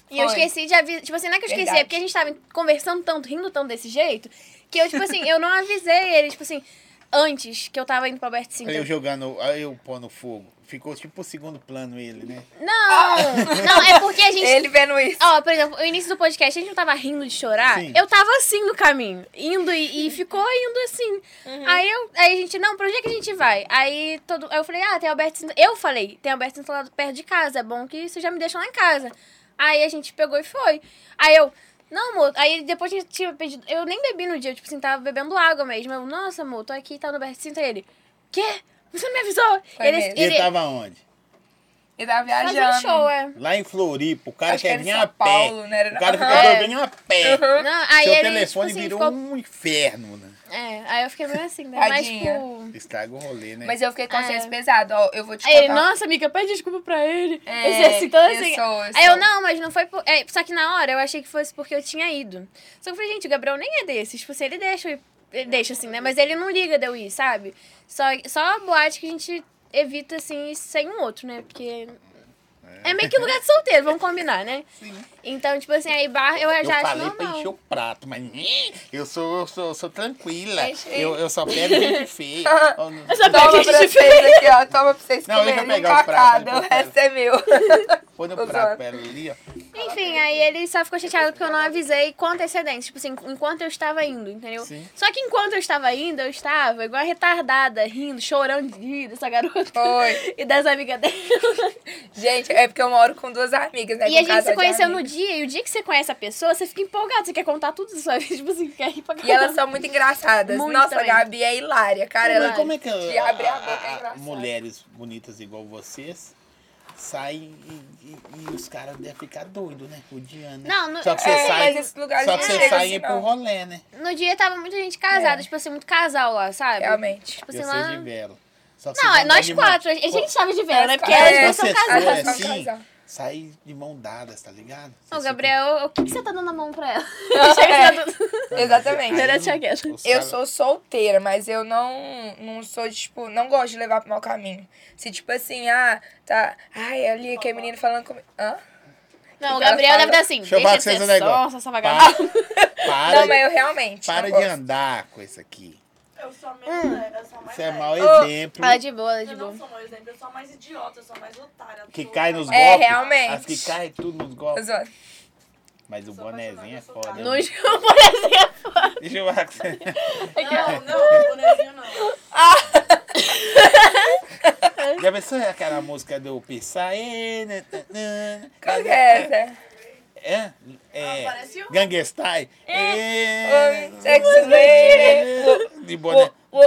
S1: E eu
S2: Foi.
S1: esqueci de avisar. Tipo assim, não é que eu esqueci,
S2: Verdade.
S1: é porque a gente tava conversando tanto, rindo tanto desse jeito, que eu, tipo assim, eu não avisei ele, tipo assim, antes que eu tava indo pro Alberto Sintra.
S3: Aí eu jogando, aí eu pôr no fogo. Ficou tipo o segundo plano ele, né?
S1: Não! Não, é porque a gente.
S2: Ele vendo isso.
S1: Ó, por exemplo, o início do podcast, a gente não tava rindo de chorar.
S3: Sim.
S1: Eu tava assim no caminho, indo e, e ficou indo assim.
S2: Uhum.
S1: Aí, eu, aí a gente, não, pra onde é que a gente vai? Aí, todo, aí eu falei, ah, tem Alberto Sintra. Eu falei, tem Alberto Sintra lá perto de casa, é bom que você já me deixa lá em casa. Aí a gente pegou e foi. Aí eu, não, amor, aí depois a gente tinha pedido, eu nem bebi no dia, eu, tipo assim, tava bebendo água mesmo. Eu, nossa, amor, tô aqui, tá no Alberto Sintra. Ele, quê? Você não me avisou?
S2: Foi
S1: ele,
S2: mesmo.
S3: Ele, tava onde?
S2: Ele tava viajando.
S1: fazendo show, é.
S3: Lá em Floripa, o cara
S2: Acho que
S3: quer
S2: era em
S3: vir
S2: São
S3: a pé.
S2: Paulo, né? Uhum. Era-
S3: O cara
S2: Aham.
S3: fica dormindo a pé.
S1: Não, aí
S3: Seu
S1: ele,
S3: telefone
S1: tipo assim,
S3: virou
S1: ficou
S3: um inferno, né?
S1: É, aí eu fiquei meio assim, né? Mas,
S2: Tadinha.
S1: tipo.
S3: Estraga o rolê, né?
S2: Mas eu fiquei com consciência
S1: É.
S2: pesada. Ó, eu vou te
S1: Aí ele,
S2: contar.
S1: nossa, amiga, pede desculpa pra ele.
S2: É,
S1: eu sei assim, toda
S2: eu
S1: assim.
S2: sou, eu
S1: aí
S2: sou.
S1: eu, não, mas não foi por. é, só que na hora eu achei que fosse porque eu tinha ido. Só que eu falei, gente, o Gabriel nem é desses. Tipo, se ele deixa, eu ir- ele deixa assim, né? Mas ele não liga de eu ir, sabe? Só, só a boate que a gente evita, assim, sem um outro, né? Porque. É meio que lugar de solteiro, vamos combinar, né? Sim. Então, tipo assim, aí bar eu já
S3: Eu
S1: acho
S3: falei pra
S1: normal.
S3: encher o prato, mas ih, eu sou, eu sou, eu sou tranquila.
S2: Enchei.
S3: Eu, eu só pego gente feia. né? Eu não-
S1: só pego
S2: Toma
S1: gente
S2: pra vocês aqui, ó. Toma pra vocês
S3: Não, deixa eu
S2: comerem um
S3: pegar o prato, depois
S2: cocada. O
S3: eu pego.
S2: resto é meu.
S3: Põe no
S2: Tô
S3: prato
S2: zoando.
S3: pra ela ali, ó.
S2: falar
S1: Enfim,
S2: pra
S1: aí ele só ficou chateado porque eu não avisei com antecedência. Tipo assim, enquanto eu estava indo, entendeu?
S3: Sim.
S1: Só que enquanto eu estava indo, eu estava igual a retardada, rindo, chorando de rir dessa garota.
S2: Foi.
S1: E das amigas dela.
S2: Gente, é porque eu moro com duas amigas,
S3: Tá
S2: né?
S1: e
S2: com
S1: a gente
S2: casal
S1: se
S2: de
S1: conheceu no
S2: amigas.
S1: dia, e o dia que você conhece a pessoa, você fica empolgado, você quer contar tudo da sua vida. Tipo assim, quer rir pra
S2: E elas
S1: caramba.
S2: são muito engraçadas.
S1: Muito
S2: Nossa, a
S1: também.
S2: Gabi é hilária, cara.
S3: Mas
S2: Ela
S3: como é que
S2: te abre a boca,
S3: a-
S2: é engraçado.
S3: mulheres bonitas igual vocês saem e, e- e os caras devem ficar doidos, né? Odiando. né?
S1: Não, não-
S3: só que você
S2: É,
S3: sai,
S2: mas esses lugares
S3: só que
S2: não
S3: você
S2: chega
S3: sai
S2: assim,
S3: e ir
S2: não.
S3: pro rolê, né?
S1: No dia tava muita gente casada,
S2: É.
S1: tipo assim, muito casal lá, sabe?
S2: Realmente.
S1: Tipo assim,
S3: Eu
S1: lá.
S3: sei de vela. Só que
S1: Não,
S3: vocês
S1: é nós
S3: de mão-
S1: quatro. A gente tava de vela, né? Porque
S2: É,
S1: elas
S3: Quando
S1: duas
S3: vocês
S1: são
S3: for
S1: casadas.
S2: são
S3: assim,
S2: casadas.
S3: sai de mão dadas, tá ligado?
S1: Ô,
S3: Vocês
S1: Gabriel, o que, que você tá dando a mão pra ela? tá
S3: ficam-
S2: É, Exatamente.
S3: Aí,
S1: Era chagueta.
S3: os
S2: Eu
S3: caras-
S2: sou solteira, mas eu não, não sou, tipo, não gosto de levar pro mau caminho. Se, tipo assim, ah, tá. Ai, ali, aquele menino falando comigo. Hã?
S1: Não, o
S2: Que ela
S1: Gabriel
S2: fala-
S1: deve dar assim.
S3: Deixa eu
S1: deixa de
S3: falar com vocês
S1: ser
S3: um negócio.
S1: sonsa, essa vagabunda.
S3: Para,
S2: não,
S3: de-
S2: mas eu realmente.
S3: para
S2: não
S3: de
S2: gosto.
S3: andar com isso aqui.
S4: Eu sou a menos, velha, eu sou a mais
S3: Isso é
S4: velha.
S3: mau
S2: Ô,
S3: exemplo.
S1: Ela é de boa, ela é de
S4: Eu não
S1: boa.
S4: sou mau exemplo, eu sou a mais idiota, eu sou a mais otária. eu
S3: Que
S4: sou
S3: cai
S4: a
S3: nos
S4: mais-
S3: golpes.
S2: É, realmente.
S3: As que caem tudo nos
S2: Tô
S3: golpes.
S2: zoando.
S3: Mas o
S4: sou
S3: bonezinho é
S4: apaixonada,
S3: foda.
S4: sou
S3: né?
S1: Nojo, por exemplo.
S3: Deixa eu falar com você.
S4: Não, não, bonezinho não.
S3: Já pensou aquela música do Pissar? É, né, tá, né?
S2: Qual que é essa?
S3: É? É.
S4: Ah, parece um-
S3: Gangestai? É.
S2: Oi, sexy lady.
S3: De boné.
S2: Ô, ô,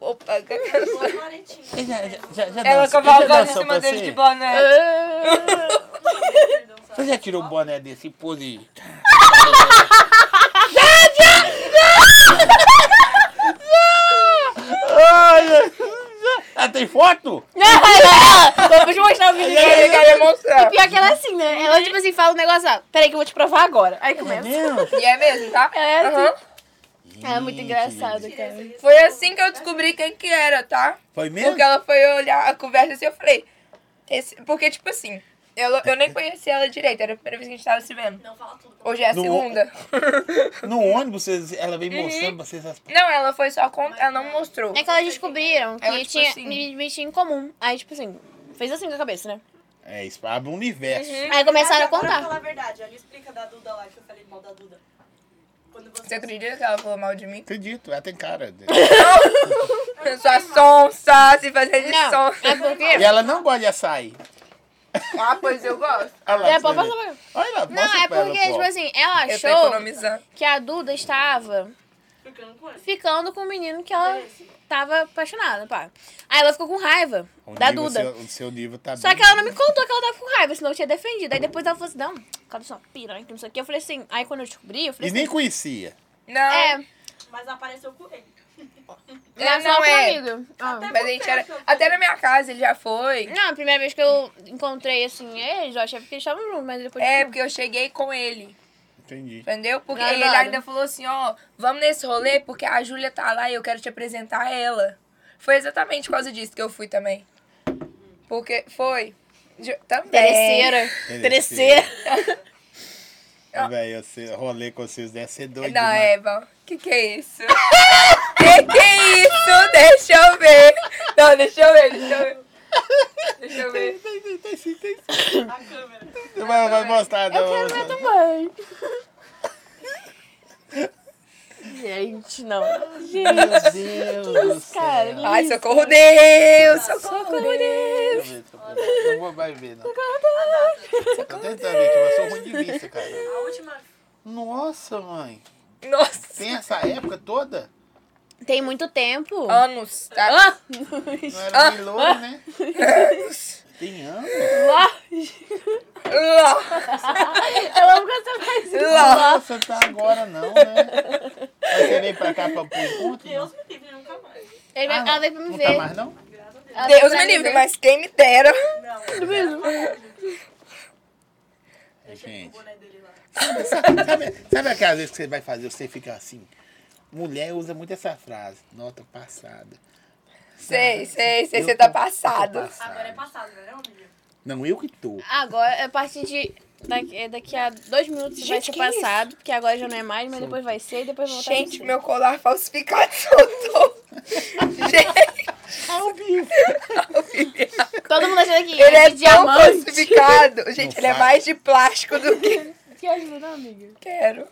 S2: ô, Opa,
S4: Sou assim, maretinha.
S3: Ele Já, já, já, já dançou-
S2: ela
S3: ele já
S2: cavalgando em
S3: dançou
S2: cima
S3: pra
S2: dele
S3: você?
S2: de boné.
S1: Ah,
S3: Você já tirou o boné desse e pôs e... Ai, ai, Ah, tem foto?
S1: não, Vou te mostrar o vídeo dela.
S2: Ele quer me mostrar.
S1: Pior que ela é assim, né?
S2: Uhum.
S1: Ela, tipo assim, fala um negócio, ó. Peraí que eu vou te provar agora. Aí
S3: É
S1: começa.
S3: mesmo?
S2: E é mesmo, tá?
S1: Ela é assim.
S2: Aham.
S1: É muito
S3: Gente,
S1: engraçado,
S4: Tirei
S1: cara.
S4: esse-
S2: Foi assim que eu descobri quem que era, tá?
S3: Foi mesmo?
S2: Porque ela foi olhar a conversa assim, eu falei. esse- Porque, tipo assim, eu, eu nem conhecia ela direito, era a primeira vez que a gente tava se vendo.
S4: Não fala tudo.
S2: Hoje é a
S3: No-
S2: segunda.
S3: No ônibus, vocês- ela
S2: Uhum.
S3: veio mostrando pra vocês as...
S2: Não, ela foi só com. Ela não mostrou.
S1: É que elas descobriram que
S2: Ela, tipo
S1: tinha,
S2: assim.
S1: me, me tinha em comum. Aí, tipo assim, fez assim com a cabeça, né?
S3: É, isso abre um universo.
S2: Uhum.
S1: Aí começaram a
S4: Mas agora,
S1: contar.
S4: Fala a verdade, ela explica da Duda lá que eu falei mal da Duda. Quando você.
S2: Você acredita que ela falou mal de mim?
S3: Acredito, ela tem cara. de-
S2: Eu sou a sonsa, se fazer de
S1: Não,
S2: sonsa.
S1: é
S3: E
S1: porque...
S3: ela não gosta de açaí.
S2: Ah, pois eu gosto.
S3: Olha lá,
S1: É,
S3: pra
S1: pode
S3: você
S1: passar
S3: ver.
S1: pra cá.
S3: Olha
S1: Não,
S3: lá, assim, mostra
S1: é
S3: pra ela,
S1: porque, tipo
S3: pô.
S1: assim, ela
S2: Eu tô
S1: achou
S2: economizando.
S1: que a Duda estava
S4: Ficando com ele.
S1: ficando com o menino que ela tava apaixonada, pá. Aí ela ficou com raiva
S3: O
S1: da
S3: nível,
S1: Duda.
S3: seu- O seu nível tá
S1: Só
S3: bem-
S1: que ela não me contou que ela tava com raiva, senão eu tinha defendido. Aí depois ela falou assim, não, cara, só piranha, que não sei o que. Eu falei assim, aí quando eu descobri, eu falei
S3: E
S1: assim...
S3: nem conhecia.
S2: Não,
S1: É,
S4: Mas apareceu com ele.
S1: ela
S2: não
S1: falou
S2: é.
S1: comigo. Ah.
S2: mas a gente era. Até na minha casa ele já foi.
S1: Não, a primeira vez que eu encontrei, assim, eles, eu achei que eles estavam juntos, mas depois...
S2: É,
S1: não.
S2: porque eu cheguei com ele.
S3: Entendi.
S2: Entendeu? Porque
S1: Nada.
S2: ele ainda falou assim, ó, vamos nesse rolê porque a Júlia tá lá e eu quero te apresentar a ela. Foi exatamente por causa disso que eu fui também. Porque foi. Ju- Também.
S1: é. Terceira.
S3: Terceira.
S1: Terceira.
S3: Ah, velho, você- rolê com vocês deve ser doido.
S2: É, Não,
S3: demais.
S2: Eva, que que é isso? que que é isso? Deixa eu ver. Não, deixa eu ver, deixa eu ver. Deixa eu ver.
S3: Tem, tem, tem sim, tem sim.
S4: A câmera.
S3: Não vai, vai mostrar, não.
S1: Eu quero ver também. Gente, não. Gente,
S3: Meu Deus do céu.
S1: cara, que-
S2: Ai, socorro Deus, socorro Deus.
S3: Deixa eu ver, deixa eu ver. Não vou mais ver, não. Tô tentando ver aqui, mas sou ruim de vista, cara.
S4: A última.
S3: Nossa, mãe.
S2: Nossa,
S3: Tem essa época toda?
S1: tem muito tempo.
S2: anos, tá?
S1: Ah,
S3: Não era bem louro, né? Tem anos?
S2: Lá,
S1: eu amo quando você faz isso.
S2: lá.
S3: Nossa, tá agora não, né? Mas Você veio pra cá pra pro encontro?
S4: Deus me livre, nunca mais.
S1: Ele-
S3: Ah, não.
S1: ela veio pra me
S3: Não
S1: ver.
S3: tá mais, não?
S4: Graças a Deus.
S1: Ela veio
S2: Deus
S1: pra
S2: me livre,
S1: ver.
S2: mas quem me dera.
S4: Não. é
S1: mesmo?
S4: Deixa ele com o
S3: Gente.
S4: boné dele lá.
S3: Sabe, sabe aquelas vezes que você vai fazer, você fica assim? Mulher usa muito essa frase, nota passada.
S2: Sei, sei, sei,
S3: Eu
S2: você tá
S3: tô- eu
S2: passado.
S3: tô passado.
S4: Agora é passado, né, não, menino?
S3: Não, eu que tô.
S1: Agora, a partir de. Daqui, é, daqui a dois minutos vai
S2: Gente,
S1: ser
S2: que isso?
S1: passado, porque agora já não é mais, mas depois vai ser e depois vai voltar. a
S2: Gente,
S1: ser.
S2: meu colar falsificado soltou. Gente,
S3: Ao vivo.
S1: Todo mundo achando aqui.
S2: Ele
S1: de
S2: é tão
S1: diamante.
S2: falsificado. Gente, ele é
S3: fala.
S2: mais de plástico do que
S1: Que ajuda, amiga.
S2: quero.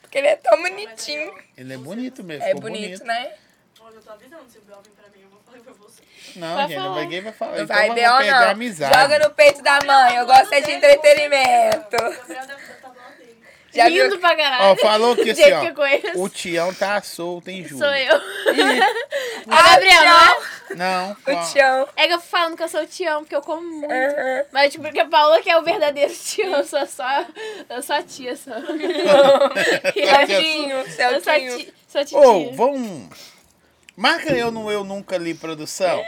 S2: Porque ele é tão bonitinho.
S3: Ele é bonito mesmo.
S2: É
S3: ficou
S2: bonito, né?
S4: Olha, eu tô avisando, se o Bel vir pra mim, eu vou falar pra você.
S3: Não,
S1: Vai
S3: gente,
S1: falar.
S3: ninguém vai falar.
S2: Não
S3: então
S2: vai,
S3: vamos
S2: Bel,
S3: perder
S2: não.
S3: a amizade.
S2: Joga no peito da mãe. Eu gosto é de entretenimento.
S4: Ah, O Gabriel deve estar do lado dele.
S2: Já viu?
S1: Lindo pra caralho.
S3: Ó, falou que assim,
S1: Gente que
S3: ó.
S1: eu conheço.
S3: o Tião tá solto em julho.
S1: Sou eu.
S2: Ah,
S1: é Gabriel, não é?
S3: Não. ó,
S2: O Tião.
S1: É que eu falo falando que eu sou o Tião, porque eu como muito.
S2: Aham.
S1: Mas, tipo, porque a Paola que é o verdadeiro Tião, eu sou só, eu sou a tia, só.
S2: É
S1: Tadinho.
S2: Tadinho, seu
S1: Eu sou a
S2: Tinho.
S1: ti- sou a
S2: é
S1: titia.
S3: Ô, vamos. Marca eu no Eu Nunca Li Produção.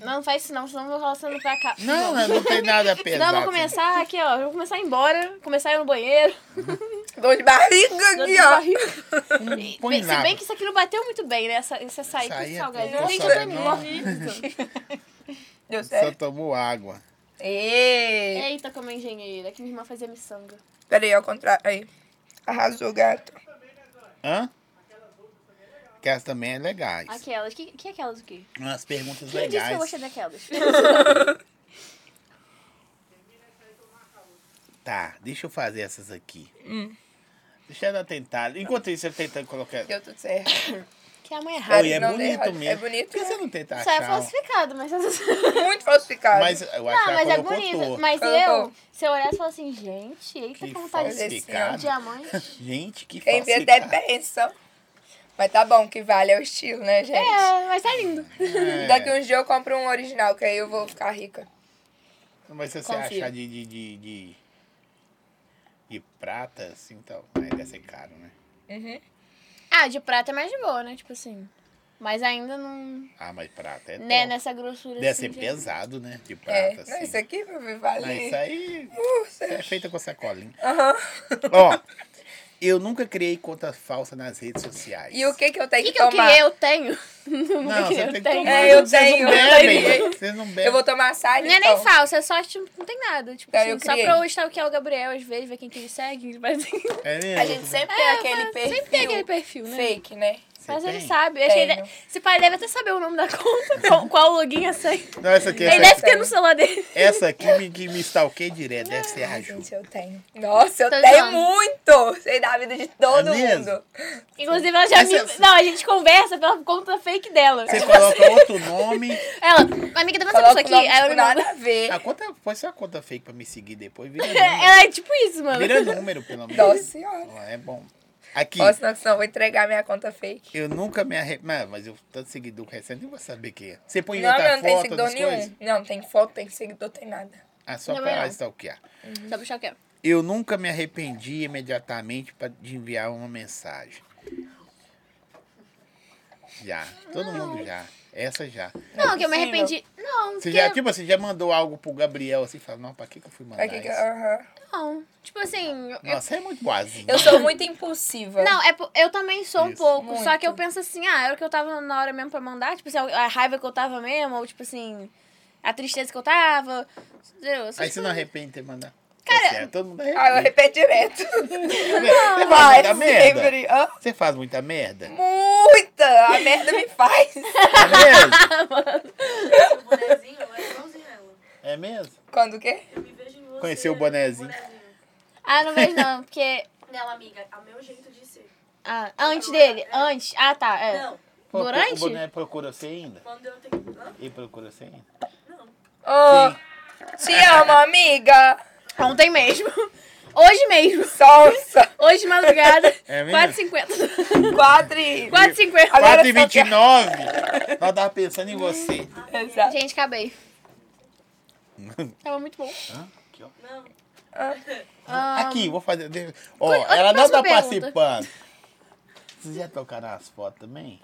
S1: Não faz isso não, senão eu vou rolando pra cá.
S3: Não, né, não, não tem nada
S1: Senão
S3: pesado.
S1: eu vou começar aqui, ó. Eu vou começar a ir embora, começar a ir no banheiro.
S2: Dor de barriga
S1: dor
S2: aqui,
S1: de
S2: ó.
S1: barriga.
S3: Não põe
S1: Bem, se
S3: nada.
S1: bem que isso aqui não bateu muito bem, né? Essa, esse açaí com
S3: Açaí é
S1: salgadinho.
S3: bom,
S1: Não tem
S3: açaí é
S1: tanto
S3: bom.
S1: amigo.
S2: Deu
S3: Só
S2: certo.
S3: tomou água.
S2: Ei.
S1: Eita, como é engenheira. Que minha irmã fazia miçanga.
S2: Peraí, ao contrário. Aí. Arrasou, gato.
S3: Hã? Que elas também é legais.
S1: Aquelas. Que, que é aquelas o quê?
S3: Umas perguntas
S1: Quem disse que eu
S3: legais.
S1: gostei daquelas?
S3: Tá, deixa eu fazer essas aqui.
S1: Hum.
S3: Deixa ela tentar. Enquanto isso, você tentando colocar.
S2: Deu tudo certo.
S1: que a mãe é
S3: Oi,
S1: rara.
S3: é
S2: não deu
S3: bonito
S2: errado.
S3: mesmo.
S2: É bonito,
S3: Por que
S2: né?
S3: você não tenta
S1: Isso aí é
S3: achar? um-
S1: falsificado, mas...
S2: Muito falsificado.
S3: Mas eu acho
S1: Ah,
S3: que
S1: mas
S3: ela
S1: é
S3: colocou
S1: bonito.
S3: torto.
S1: Mas
S2: Colocou.
S1: eu, se eu olhar e falar assim, gente, eita,
S3: Que
S1: como tá de
S3: falsificado.
S1: diamante.
S3: Gente, que
S2: Quem vê até
S3: falsificado.
S2: pensa. Mas tá bom, que vale é o estilo, né, gente?
S1: É, mas tá lindo.
S3: É.
S2: Daqui uns dias eu compro um original, que aí eu vou ficar rica.
S3: Mas se você
S2: Confio.
S3: achar de, de, de, de, de prata, assim, então, aí deve ser caro, né?
S1: Ah, de prata é mais de boa, né? Tipo assim. Mas ainda não...
S3: Ah, mas prata é
S1: Né,
S3: top.
S1: nessa grossura
S3: Deve
S1: assim.
S3: ser
S1: de-
S3: pesado, né? De
S2: É.
S3: prata,
S2: Não,
S3: assim.
S2: isso aqui, meu
S3: Mas
S2: filho, vale.
S3: isso aí é feita com sacolinha.
S2: Aham.
S3: Ó, eu nunca criei conta falsa nas redes sociais.
S2: E o que que eu tenho
S1: O que,
S2: que,
S1: que eu
S2: tomar?
S1: criei? Eu tenho.
S3: Não, você tem que tomar.
S2: É, eu
S3: vocês
S2: tenho.
S3: Não bebem. Vocês não bebem.
S2: Eu vou tomar sal,
S1: Não é nem
S2: então.
S1: falso, é só, tipo, não tem nada. Tipo,
S2: Tá,
S1: assim,
S2: eu
S1: só
S2: criei.
S1: pra eu stalkear o Gabriel, às vezes, ver quem que ele segue. Mas... Sempre
S3: É mesmo?
S2: A gente sempre tem aquele perfil.
S1: tem aquele perfil, né?
S2: Fake, né?
S3: Você
S1: Mas ele
S3: tem?
S1: sabe. Acho que ele
S2: Tenho.
S1: deve- esse pai deve até saber o nome da conta, qual, qual login é essa aí.
S3: Não, essa aqui,
S1: Ele
S3: essa,
S1: deve ter no celular dele.
S3: essa aqui me, que me stalkei direto. Deve ser a Ju.
S2: Gente, eu tenho. Nossa, eu
S1: Tô
S2: tenho
S1: zoando.
S2: muito! Sei da vida de todo
S3: É mesmo?
S2: mundo.
S1: Inclusive, ela já
S3: Mas
S1: me.
S3: você-
S1: Não, a gente conversa pela conta fake dela.
S3: é Você coloca outro nome.
S1: Ela, amiga, dá essa
S2: Coloca
S1: pessoa
S2: o
S1: aqui.
S2: nome,
S1: Aí
S2: tipo,
S1: ela me manda.
S2: nada a ver.
S3: A conta, põe só a conta fake pra me seguir depois. Vira número.
S1: Ela é tipo isso, mano.
S3: Vira número, pelo menos.
S2: Nossa senhora.
S3: Ó, É bom. Aqui,
S2: Nossa, não, senão eu vou entregar minha conta fake.
S3: eu nunca me arrependo. Mas eu tanto seguidor recente, nem vou saber quem é. Você põe
S2: Não,
S3: outra
S2: eu não tenho
S3: foto,
S2: seguidor
S3: das
S2: nenhum.
S3: coisas?
S2: Não, tem foto, tem seguidor, tem nada.
S3: Ah, só
S1: Não,
S3: pra
S1: não.
S3: stalkear.
S1: Só puxar o que? é.
S3: Eu nunca me arrependi imediatamente pra- de enviar uma mensagem. Já. Todo mundo já. Essa já.
S1: Não, que eu me
S2: possível.
S1: arrependi. Não,
S3: Você
S1: porque.
S3: já, tipo assim, já mandou algo pro Gabriel assim, fala, não, pra que, que eu fui mandar
S2: Aqui que-
S3: isso?
S2: aham.
S1: Não. Tipo assim, eu-
S3: Nossa, você é muito boazinha.
S2: Eu sou muito impulsiva.
S1: Não, é, po- eu também sou um
S3: Isso.
S1: pouco. Só
S2: Muito.
S1: que eu penso assim, ah, era o que eu tava na hora mesmo pra mandar. Tipo assim, a raiva que eu tava mesmo, ou tipo assim, a tristeza que eu tava. entendeu? Essas
S3: Aí você não
S1: coisas.
S3: arrepende de ter mandado. Cara, todo mundo
S2: Ah, eu
S3: arrepende.
S2: repito direto.
S3: Você faz
S2: Vai,
S3: muita é merda.
S2: sempre. Hã?
S3: Você faz muita merda.
S2: Muita! A merda me faz.
S3: É mesmo?
S4: O bonezinho, eu era igualzinho a ela.
S3: É mesmo?
S2: Quando o quê?
S4: Eu me vejo em você.
S3: Conheceu o bonezinho.
S4: bonezinho.
S1: Ah, não vejo não, porque.
S4: Nela, amiga, a meu jeito de ser.
S1: Ah, antes dele? Antes? Ah, tá. É.
S4: Não,
S3: Procu-
S1: Durante?
S3: O boné procura você ainda?
S4: quando eu tenho. Hã?
S3: Ele procura você ainda?
S4: Não.
S2: Oh, te amo, amiga!
S1: Ontem mesmo. Hoje mesmo.
S2: Salsa!
S1: Hoje de madrugada.
S3: É mesmo?
S1: 4h50.
S2: Quatro e...
S1: 4h50.
S2: Agora-
S3: 4 e
S2: só que-
S3: 29 Nós tava pensando em você.
S2: Uhum. Exato.
S1: Gente, acabei. Tava muito bom.
S3: Hã? Aqui, ó.
S4: Não.
S1: Ah,
S3: Aqui, vou fazer. deixa- Ó,
S1: Olha, olha
S3: ela
S1: a
S3: não tá
S1: próxima pergunta.
S3: participando. Vocês já tocaram as fotos também?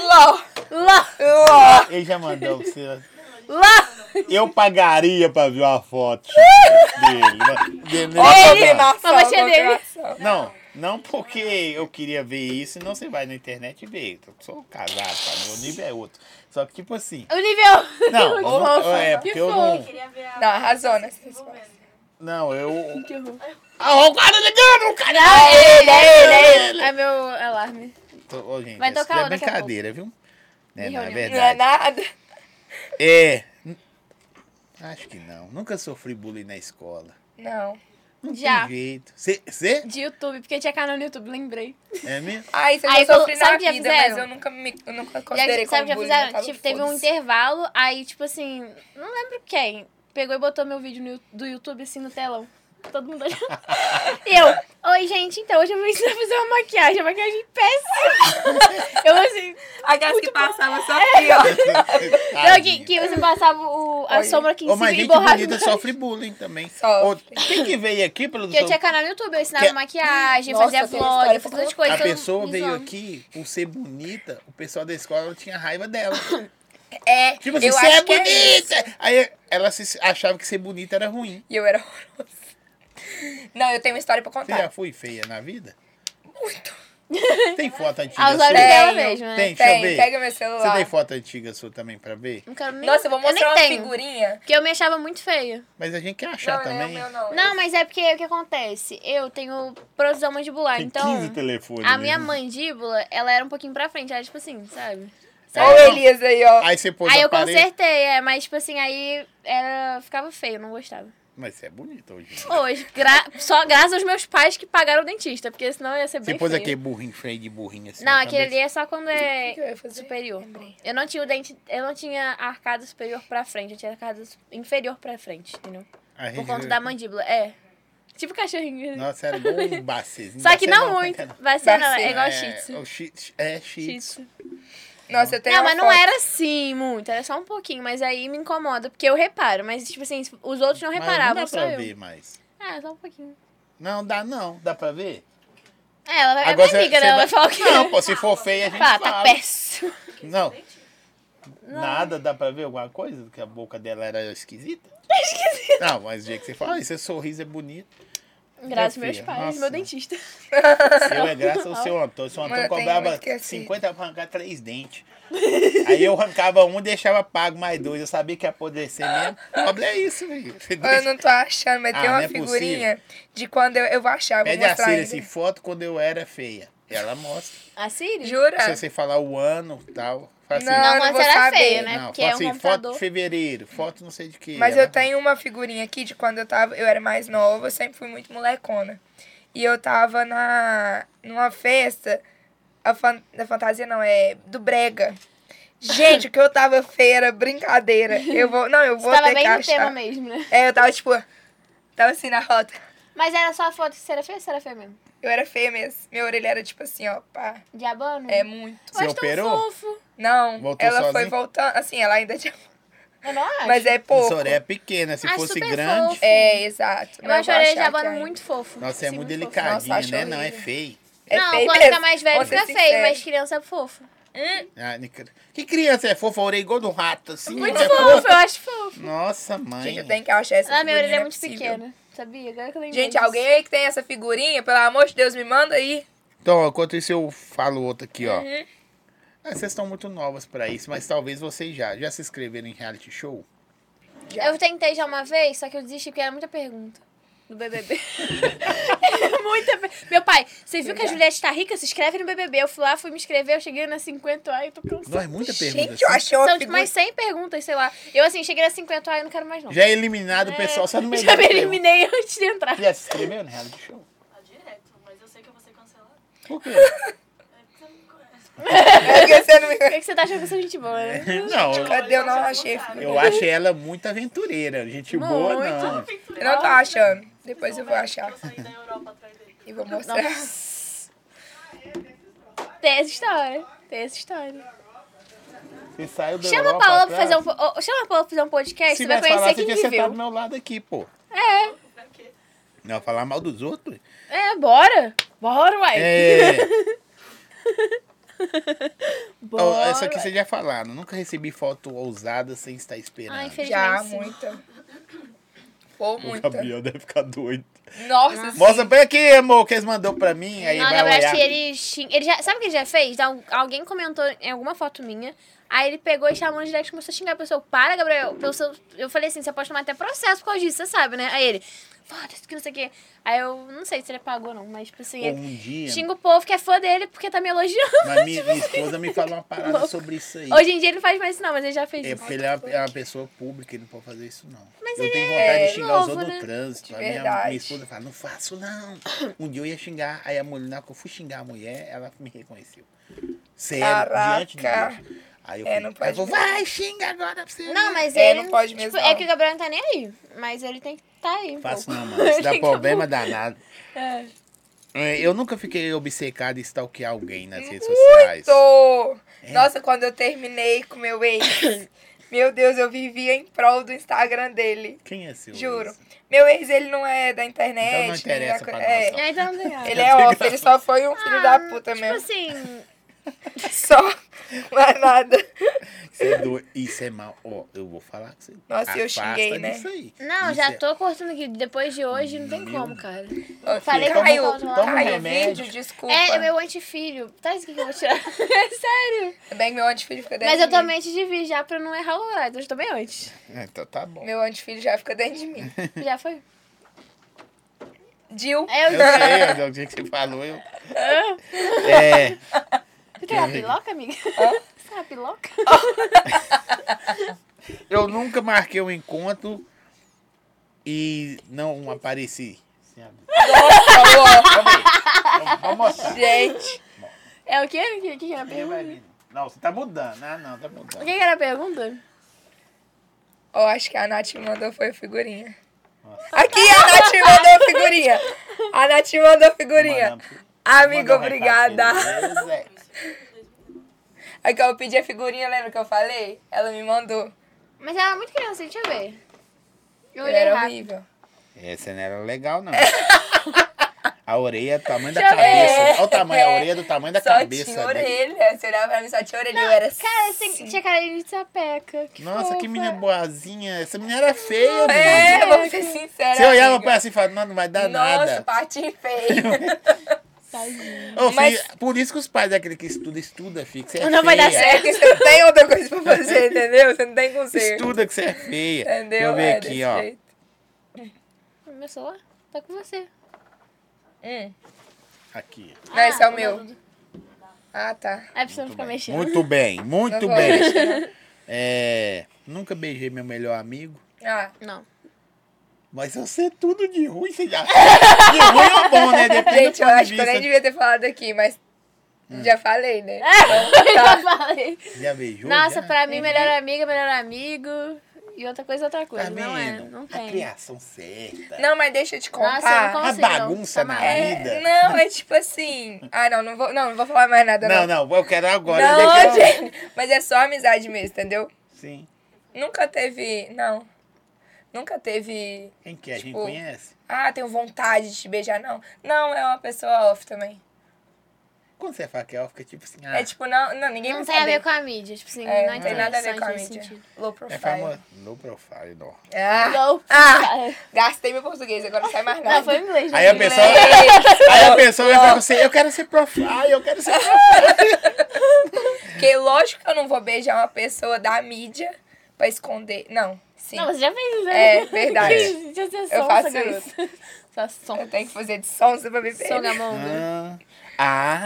S2: Ló!
S1: Lá!
S2: Ló!
S3: Ele já mandou pra você.
S1: Lá!
S3: Eu pagaria pra ver uma foto dele. né? Dele, né?
S2: Confirmação,
S1: Vamos bater nele.
S2: confirmação.
S3: Não, não porque eu queria ver isso, senão você vai na internet e vê. Eu sou casado, tá? meu nível é outro. Só que, tipo assim.
S1: O nível.
S3: Não,
S1: Que
S3: eu não-
S1: fofa.
S3: é,
S1: Que
S3: porque eu
S1: fofa.
S4: Eu
S3: não.
S4: queria ver a.
S2: Não, arrasou nessa
S4: se envolvendo.
S3: Não, eu.
S1: Que horror.
S3: Ah, ó, o cara ligando, o cara.
S1: Ah, é ele, é ele, é ele. É meu alarme.
S3: Tô- Ô, gente,
S1: Vai
S3: isso
S1: tocar
S3: é
S1: lá daqui a
S3: brincadeira, viu? Não é,
S1: Em
S3: não, é
S1: reunião.
S2: Não é
S3: verdade.
S2: nada.
S3: É. Acho que não. Nunca sofri bullying na escola.
S2: Não.
S3: Não
S1: Já.
S3: tem jeito. Você?
S1: De YouTube, porque tinha canal no YouTube, lembrei.
S3: É mesmo?
S2: Ai, você
S1: Aí,
S2: já sofri
S1: sabe
S2: na
S1: o que já
S2: vida,
S1: fizeram?
S2: mas eu nunca me eu nunca
S1: Já,
S2: considerei
S1: sabe o
S2: como
S1: que já
S2: bullying. eu
S1: fizeram?
S2: tava,
S1: Tipo, teve um
S2: foda-se.
S1: intervalo, aí, tipo assim, não lembro quem. Pegou e botou meu vídeo no Yu- do YouTube, assim, no telão. Todo mundo olhando. e eu, oi, gente, então, hoje eu vou ensinar a fazer uma maquiagem. A maquiagem péssima. eu, assim,
S4: Aquelas que passavam só aqui, ó.
S1: não, que, que você passava o, a
S2: Olha.
S1: sombra aqui em
S3: Ô,
S1: cima
S3: mas
S1: e
S3: gente
S1: borrava.
S3: bonita sofre bullying também.
S2: Sofre.
S3: Ô, quem que veio aqui,
S1: Porque eu
S3: produção?
S1: tinha canal no YouTube, eu ensinava
S3: Que-
S1: maquiagem,
S2: é- Nossa,
S1: fazia
S2: tá tem uma história
S1: vlog,
S2: pra
S1: fazia um monte de
S2: contar.
S1: coisa.
S3: A
S1: então,
S3: pessoa
S1: me
S3: veio
S1: zoando.
S3: aqui, por ser bonita, o pessoal da escola tinha raiva dela.
S2: É,
S3: Tipo assim,
S2: eu
S3: você
S2: acho
S3: é
S2: que é isso.
S3: bonita! Aí ela se- achava que ser bonita era ruim.
S2: E eu era horrorosa. Não, eu tenho uma história pra
S3: Você
S1: Tá.
S2: contar.
S3: já foi feia na vida? Muito. Tem foto antiga
S1: Aos olhos
S3: sua?
S1: dela
S2: Tenho,
S1: mesmo, né?
S3: Tem, deixa eu
S2: Tem,
S3: ver.
S2: pega meu
S3: Você
S2: celular.
S3: tem foto antiga sua também pra ver?
S1: Não quero nem.
S2: Nossa, eu vou mostrar
S1: eu
S2: uma
S1: nem tenho,
S2: figurinha.
S1: Porque eu me achava muito feia.
S3: Mas a gente quer achar
S2: não,
S3: também.
S2: não é o meu, não.
S1: Não, mas é porque o que acontece? Eu tenho produção mandibular,
S3: Tem
S1: então.
S3: 15 telefones.
S1: A minha
S3: né?
S1: mandíbula, ela era um pouquinho pra frente, era tipo assim, sabe?
S2: Olha o
S1: Sabe?
S2: Elias aí,
S1: Ah,
S2: ó.
S3: Aí você pôs
S1: Aí
S3: a
S1: eu
S3: parede.
S1: consertei, é, mas tipo assim, aí era... ficava feio, eu não gostava.
S3: Mas você é bonita hoje.
S1: Hoje, gra... só graças aos meus pais que pagaram o dentista, porque senão eu ia ser
S3: Você
S1: bem
S3: pôs
S1: feio.
S3: aquele burrinho freio de burrinho assim.
S1: Não,
S3: na
S1: aquele ali
S3: cabeça?
S1: é só quando
S2: O que eu
S1: é
S2: ia fazer?
S1: superior.
S2: Lembrei.
S1: Eu não tinha o dente, eu não tinha a arcada superior pra frente, eu tinha a arcada su- inferior pra frente, entendeu?
S3: A
S1: Por
S3: gente-
S1: conta da mandíbula, é. Tipo cachorrinho.
S3: Nossa, era igual um bacezinho.
S1: Só que
S3: Bacê
S1: não
S3: como é
S1: muito.
S3: que era?
S1: Vai ser, não, é
S2: Bacê,
S1: igual
S3: É,
S1: shih tzu.
S3: o shih tzu- É, shih
S1: Shih
S3: tzu.
S1: tzu.
S2: Nossa, eu tenho
S1: Não,
S2: uma
S1: mas não
S2: foto.
S1: era assim muito, era só um pouquinho, mas aí me incomoda, porque eu reparo, mas tipo assim, os outros não
S3: Mas
S1: reparavam,
S3: Não dá
S1: só
S3: pra
S1: eu.
S3: ver mais.
S1: Ah, só um pouquinho.
S3: Não, dá não. Dá pra ver?
S1: É, ela vai
S3: Agora
S1: é minha amiga, né?
S3: cê- cê
S1: Ela vai falar o quê?
S3: Não, pô, se for feia, a gente
S1: Fala, tá
S3: fala.
S1: péssimo.
S3: Não. Nada, dá pra ver alguma coisa? Que a boca dela era esquisita?
S1: É
S3: Esquisita. Não, mas o dia que você fala, "Ah, esse sorriso é bonito.
S1: Graças
S3: Minha
S1: aos meus
S3: filha,
S1: pais,
S3: nossa.
S1: meu dentista.
S3: Eu é graças ao seu Antônio. Seu Antônio
S2: eu tenho
S3: cobrava
S2: muito que é assim.
S3: 50 pra arrancar três dentes. Aí eu arrancava um e deixava pago mais dois. Eu sabia que ia apodrecer mesmo. O problema é isso, velho. Você
S2: Eu
S3: deixa-
S2: não tô achando, mas
S3: Ah,
S2: tem
S3: não
S2: uma
S3: é possível.
S2: figurinha de quando eu, eu vou achar, eu vou
S3: Pede a
S2: mostrar
S3: Cília
S2: ainda.
S3: assim, foto quando eu era feia. Ela mostra.
S1: A Siri?
S2: Jura?
S3: Se você falar o ano e tal, fala assim,
S2: Não,
S1: Não,
S2: eu
S1: mas
S2: vou
S1: era
S2: saber.
S1: feia, né?
S3: Não,
S1: porque
S3: fala
S1: é um
S3: assim, foto
S1: computador.
S3: de fevereiro, foto não sei de né? que.
S2: Mas
S3: Ela-
S2: eu tenho uma figurinha aqui de quando eu tava, eu era mais nova, eu sempre fui muito molecona. E eu tava na numa festa, a fan- da fantasia não é do brega. Gente, o que eu tava feia, era brincadeira. Eu vou, não, eu vou
S1: Tava
S2: ter
S1: bem
S2: que
S1: no
S2: achar.
S1: tema mesmo, né?
S2: É, eu tava tipo, tava assim na rota.
S1: Mas era só a foto que você era feia ou você era feia mesmo?
S2: Eu era feia mesmo. Minha orelha era tipo assim, ó, pá.
S1: Diabano?
S2: É muito.
S1: Mas
S3: Você
S1: tão
S3: operou?
S1: fofo.
S2: Não,
S3: Voltou
S2: ela
S3: sozinha?
S2: foi voltando, assim, ela ainda tinha,
S1: Eu não acho.
S2: mas é
S3: A
S2: pouco.
S3: orelha é pequena, se
S1: Ah,
S3: fosse
S1: super
S3: grande.
S1: fofo.
S2: É, exato.
S1: Eu
S2: Não
S1: acho a
S2: vou
S1: orelha de
S2: achar aqui
S1: Jabano
S2: ainda.
S1: muito fofo.
S3: Nossa, é
S1: Sim,
S3: muito
S1: fofo.
S3: delicadinha,
S2: Nossa,
S3: né?
S2: acho
S3: Não, é
S2: horrível.
S3: feio.
S2: É
S1: não,
S2: feio
S1: quando fica
S2: mesmo.
S1: mais velho
S2: Vou ser
S1: fica feio,
S2: sincero.
S1: mas criança é fofo.
S3: Ah, nica- Que criança é fofa, a orelha igual do rato, assim.
S1: Muito
S3: né?
S1: fofo, eu acho fofo.
S3: Nossa, mãe.
S2: Gente, eu tenho que achar essa
S1: Ah, minha
S2: figurinha,
S1: orelha
S2: não
S1: é muito
S2: possível.
S1: pequena, sabia? Agora que eu lembrei.
S2: Gente,
S1: disso.
S2: alguém aí que tem essa figurinha, pelo amor de Deus, me manda aí.
S3: Então, enquanto isso, eu falo outro aqui, ó.
S1: Uhum.
S3: Ah, vocês estão muito novas pra isso, mas talvez vocês já. Já se inscreveram em reality show?
S2: é Já.
S1: Eu tentei já uma vez, só que eu desisti porque era muita pergunta. Do BBB. Era muita per- Meu pai, você viu que a Juliette tá rica? Se inscreve no BBB. Eu fui lá, fui me inscrever, eu cheguei na 50, ai, tô
S3: Não é
S1: cansada.
S3: muita pergunta.
S2: Gente, eu
S3: assim.
S2: achei uma
S1: São tipo
S2: figurinha.
S1: mais 100 perguntas, sei lá. Eu assim, cheguei na 50, ai, eu não quero mais não. É.
S3: Já é eliminado o pessoal, só no meio
S1: Já
S3: da
S1: me
S3: pergunta.
S1: eliminei antes de entrar.
S3: Já se inscreveu no reality show?
S4: Tá direto, mas eu sei que eu vou ser cancelada.
S3: Por quê?
S4: É porque você não me conhece.
S2: É porque você não me-
S1: É que você tá achando que eu sou gente boa, né?
S3: não, eu-
S2: Cadê? Eu não
S4: Você
S2: achei a
S4: sabe.
S3: eu acho ela muito aventureira. Gente boa,
S1: Muito.
S3: não.
S2: Eu não tô achando. Depois eu vou achar.
S4: Eu saí da Europa atrás dele.
S2: E vou mostrar. É.
S1: Tem essa história. Tem essa história.
S3: Você saiu da
S1: Chama a
S3: Europa
S1: Paola pra
S3: atrás.
S1: fazer um, po- oh, chama a Paola pra fazer um podcast,
S3: Se
S1: você vai
S3: tivesse
S1: conhecer
S3: falado,
S1: quem
S3: você tinha
S1: que
S3: sentado do
S1: viu.
S3: meu lado aqui, pô.
S1: É,
S4: Pra quê?
S3: Não, falar mal dos outros.
S1: é, bora. Bora, uai.
S3: É.
S1: Bora.
S3: Ó, essa aqui vocês já falaram. Nunca recebi foto ousada sem estar esperando.
S1: Ai, infelizmente.
S2: Já,
S1: sim.
S2: muita. Pô,
S3: o
S2: muita.
S3: Gabriel deve ficar doido.
S2: Nossa, sim.
S3: Mostra pra aqui, amor, que eles mandou pra mim. Aí
S1: Não, é assim,
S3: vai
S1: na verdade,
S3: olhar.
S1: um, ele, xing- ele já. Sabe o que ele já fez? Al- Alguém comentou em alguma foto minha. Aí ele pegou e chamou no direct e começou a xingar a pessoa. Para, Gabriel. pelo seu- Eu falei assim, você pode tomar até processo por causa disso, você sabe, né? Aí ele, foda-se que não sei o quê. Aí eu não sei se ele pagou ou não, mas tipo assim,
S3: Ou
S1: ele
S3: um dia.
S1: xinga o povo que é fã dele porque tá me elogiando.
S3: Mas minha, minha esposa me falou uma parada
S1: Louco.
S3: sobre isso aí.
S1: Hoje em dia ele não faz mais isso não, mas ele já fez
S3: É
S1: isso.
S3: porque ele é uma, é uma pessoa pública, ele não pode fazer isso, não.
S1: Mas
S3: eu
S1: ele
S3: tenho
S1: é
S3: vontade de xingar os
S1: novo,
S3: outros
S1: né?
S3: no trânsito.
S2: De
S3: A minha,
S2: verdade.
S3: minha esposa fala, não faço, não. Um dia eu ia xingar, aí a mulher, na hora que eu fui xingar a mulher, ela me reconheceu. Sério, diante de
S2: Caraca.
S3: Deus. Aí eu
S2: É,
S3: falei,
S2: não
S3: ela
S2: pode
S3: falou,
S2: mesmo.
S3: vai, xinga agora pra você.
S1: Não, mas
S2: É,
S1: ele...
S2: não pode
S1: tipo,
S2: mesmo,
S1: É
S2: não.
S1: que o Gabriel não tá nem aí, mas ele tem que tá aí. um
S3: Faço
S1: pouco.
S3: não, mano. Isso
S1: Ele
S3: dá
S1: tem que-
S3: problema danado.
S1: É.
S3: É, Eu nunca fiquei obcecado em stalkear alguém nas redes sociais.
S2: Tô.
S3: É.
S2: Nossa, quando eu terminei com meu ex, meu Deus, eu vivia em prol do Instagram dele.
S3: Quem é seu?
S2: Juro.
S3: ex?
S2: Meu ex, ele não é da internet.
S3: Então não interessa
S2: nem da...
S3: pra
S2: co- é,
S3: nós,
S1: É, então não tem nada.
S2: Ele é off, ele só foi um filho da puta
S1: Tipo
S2: mesmo.
S1: assim,
S2: Só, mais nada.
S3: Isso é doido. Isso é mal. Ó, eu vou falar com você.
S2: Nossa, eu
S3: Afasta
S2: xinguei, né?
S3: disso aí.
S1: Não,
S3: Isso
S1: já
S3: é-
S1: tô cortando aqui. Depois de hoje, não tem
S3: Meu
S1: como, cara.
S2: Ó,
S1: Falei
S3: que eu
S2: caiu,
S1: vou tomar
S2: um- caiu o
S3: um remédio.
S2: vídeo, desculpa.
S1: É, é meu antifilho. Tá isso aqui que eu vou tirar. É Sério.
S2: É bem que meu antifilho fica dentro
S1: Mas eu
S2: de mim.
S1: tomei antes de vir já pra não errar o horário. então Eu já tomei antes.
S3: É, Então tá bom.
S2: Meu antifilho já fica dentro de mim.
S1: Já foi?
S2: Dil,
S1: É, eu
S3: Eu sei, Adão, o dia que você falou, eu. É.
S1: Você tem a piloca, amiga? Você tem a piloca?
S3: Eu nunca marquei um encontro e não apareci.
S2: falou,
S3: Vamos vamos mostrar.
S2: gente.
S1: É o quê? O que, o que que era a
S3: Ninguém
S1: pergunta?
S3: vai vir, não. Não, você tá mudando. Ah, não, tá
S1: O
S3: mudando.
S1: que que era a pergunta?
S2: Ó, acho que a Nath me mandou foi figurinha.
S3: Nossa.
S2: Aqui, a Nath me mandou figurinha. A Nath me mandou figurinha. Amigo,
S3: Manda um recado
S2: obrigada.
S3: pra ele. Pois é.
S2: Aí que eu pedi a figurinha, lembra que eu falei? Ela me mandou.
S1: Mas ela era muito criança, deixa eu ver. Eu
S2: Eu
S1: olhei
S2: era
S1: rápido.
S2: horrível.
S3: é, Essa não era legal, não. A orelha é o tamanho da
S1: Deixa eu ver.
S3: cabeça. Olha o tamanho, a orelha é do tamanho da
S2: só
S3: cabeça.
S2: tinha
S3: né?
S2: orelha. Você olhava pra mim, só tinha orelha. eu era
S1: Cara, assim, você tem- tinha cara de sapeca. Que
S3: Nossa,
S1: fofa.
S3: que menina boazinha. Essa menina era feia, mano.
S2: É, vou ser sincera.
S3: Você olhava
S2: amiga.
S3: pra ela assim e falava, não, não vai dar
S2: Nossa,
S3: nada.
S2: patinho feio.
S1: Tadinha.
S3: Ô, filho,
S2: Mas-
S3: por isso que os pais daquele que estuda, estuda, filho, que você é
S1: Não vai dar
S3: feia.
S2: é que você não tem outra coisa pra fazer, entendeu? Você não tem conselho.
S3: Estuda que você é feia.
S2: Entendeu?
S3: Deixa eu ver
S2: É
S3: aqui,
S2: desse
S3: ó.
S2: jeito.
S1: Meu celular tá com você.
S2: Hum.
S3: Aqui.
S2: Não, esse é o
S1: tá
S2: meu.
S1: tudo.
S2: Ah, tá.
S1: Aí precisa
S3: Muito
S1: ficar
S3: bem.
S1: mexendo.
S3: Muito bem, muito
S2: Não vou
S3: bem.
S2: mexer.
S3: É, nunca beijei meu melhor amigo.
S2: Ah,
S1: Não.
S3: Mas eu sei tudo de ruim, você já. De ruim ou bom, né? Depende
S2: gente,
S3: do
S2: eu
S3: ponto de
S2: acho que eu nem
S3: vista.
S2: devia ter falado aqui, mas
S3: Hum.
S2: já falei, né?
S1: Eu já falei.
S3: Já beijou?
S1: Nossa,
S3: já?
S1: pra mim, melhor amiga, melhor amigo. E outra coisa, outra coisa.
S3: Tá
S1: não é,
S3: vendo?
S1: não
S3: A
S1: tem.
S3: criação certa.
S2: Não, mas deixa eu te
S1: Nossa, eu não
S2: contar.
S1: consigo.
S3: a
S1: sei,
S3: bagunça
S1: não.
S3: na
S1: Tá
S2: É,
S3: vida.
S2: não, é tipo assim. Ah, não, não vou, não, não vou falar mais nada.
S3: Não,
S2: Não,
S3: não, eu quero agora.
S2: Não,
S3: eu já quero-
S2: gente. Mas é só amizade mesmo, entendeu?
S3: Sim.
S2: Nunca teve. Não. Nunca teve.
S3: Quem que é? A gente
S2: Tipo,
S3: conhece?
S2: Ah, tenho vontade de te beijar, não. Não, é uma pessoa off também.
S3: Quando você fala que é ela fica tipo assim, ah,
S2: É tipo, não, não ninguém
S1: Não
S2: vai
S1: tem a
S2: saber.
S1: ver com a mídia. Tipo assim,
S2: É,
S1: não é
S2: não tem nada a ver
S1: interessante
S2: com a
S1: nesse
S2: mídia.
S1: sentido.
S2: Low
S3: é
S2: profile.
S3: famoso. No profile, não.
S2: Ah,
S1: Não,
S2: Ah! gastei meu português, agora não sai mais nada.
S1: é.
S2: É,
S1: não foi em inglês.
S3: Aí a
S1: né?
S3: pessoa, aí a pessoa vai falar com você, eu quero ser profile, eu quero ser profile.
S2: Porque lógico que eu não vou beijar uma pessoa da mídia pra esconder. Não, sim.
S1: Não, você já fez isso, né?
S2: É, verdade.
S3: É.
S1: Já você é
S2: Eu
S1: sonsa,
S2: faço
S1: garota. Você é
S2: Eu
S1: sonsa.
S2: tenho que fazer de sonsa pra beber.
S1: Sou gamonga.
S3: Ah,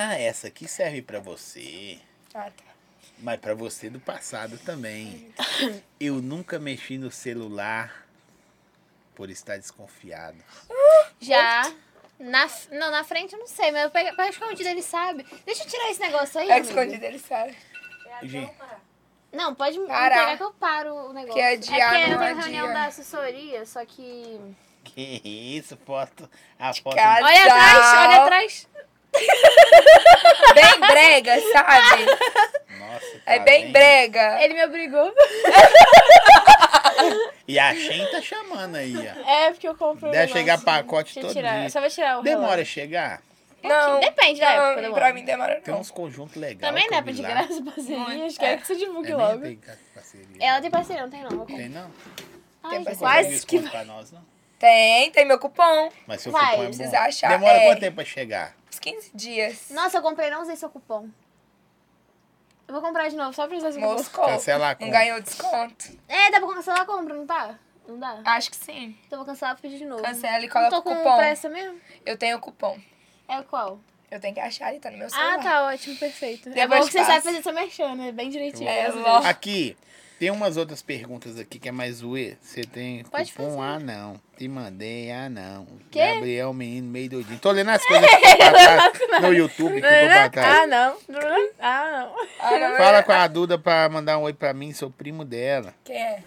S3: ah, essa aqui serve pra você.
S2: Ah, tá.
S3: Mas pra você do passado também. Eu nunca mexi no celular por estar desconfiado.
S1: Já. Na, f- não, na frente eu não sei, mas eu pego, pego escondido, ele sabe. Deixa eu tirar esse negócio aí.
S2: É
S1: amigo.
S2: escondido, ele sabe.
S4: É
S1: Tá
S4: até
S3: Gente.
S4: eu parar.
S1: Não, pode me
S2: Parar.
S1: pegar que eu paro o negócio.
S2: Que adiar,
S1: é que eu
S2: não
S1: tenho reunião
S2: adia.
S1: da assessoria, só que.
S3: Que isso, foto. A foto.
S2: casa.
S1: Olha
S2: Tchau.
S1: atrás, olha atrás.
S2: Bem brega, sabe?
S3: Nossa, tá
S2: É bem brega.
S1: Ele me obrigou.
S3: E a Shen tá chamando aí, ó.
S1: É, porque eu compro.
S3: Deve
S1: o
S3: chegar
S1: negócio.
S3: pacote
S1: Deixa eu
S3: todo
S1: tirar.
S3: dia.
S1: Só vai tirar o
S3: Demora
S1: relógio.
S3: a chegar?
S2: Não.
S1: Depende da época, né,
S2: Não,
S1: demora.
S2: pra mim demora
S3: Tem
S2: não.
S3: uns conjuntos legais.
S1: Também
S3: que
S1: não é
S3: eu
S1: pra
S3: vi
S1: de
S3: lá.
S1: graça parcerias.
S2: Muito.
S1: Quero que você divulgue
S3: É, nem
S1: logo.
S3: tem ca- parceria.
S1: Ela tem parceria, não tem não. É, eu compro.
S3: Tem não?
S1: Ai,
S2: parceria.
S1: quase
S3: Não
S1: que.
S3: tem desconto pra nós, não?
S2: Tem, tem meu cupom.
S3: Mas seu
S1: Vai,
S3: cupom é bom.
S2: precisa achar,
S3: Demora
S2: é.
S3: quanto tempo pra chegar?
S2: Uns 15 dias.
S1: Nossa, eu comprei e não usei seu cupom. Eu vou comprar de novo, só pra usar esse bobo.
S2: Moscou.
S3: Cancelar a conta.
S2: não ganhou desconto.
S1: É, dá pra cancelar a compra, não tá? Não dá?
S2: Acho que sim.
S1: Então eu vou cancelar e pedir de novo.
S2: Cancela e
S1: Não
S2: coloca
S1: tô
S2: o
S1: com
S2: cupom.
S1: pressa mesmo?
S2: Eu tenho o cupom.
S1: É qual?
S2: Eu tenho que achar, ele tá no meu celular.
S1: Ah, tá ótimo, perfeito. É
S2: Depois
S1: bom
S2: eu
S1: que
S2: te
S1: você sabe
S2: passo.
S1: fazer seu merchan, né? Bem direitinho.
S2: É,
S1: graças a
S2: lógico.
S3: Aqui, tem umas outras perguntas aqui que é mais zoe. Você tem
S1: Pode
S3: cupom?
S1: fazer.
S3: Ah, não. Te mandei, ah, não.
S1: Quê?
S3: Gabriel, menino, meio doidinho. Tô lendo as coisas que ficou pra trás, no YouTube que ficou pra
S1: Deus. é Ah,
S3: trás.
S1: não. Ah, não. é.
S2: Ah, não,
S3: Fala
S2: eu-
S3: com a Duda pra mandar um oi pra mim, sou primo dela,
S2: Quem é?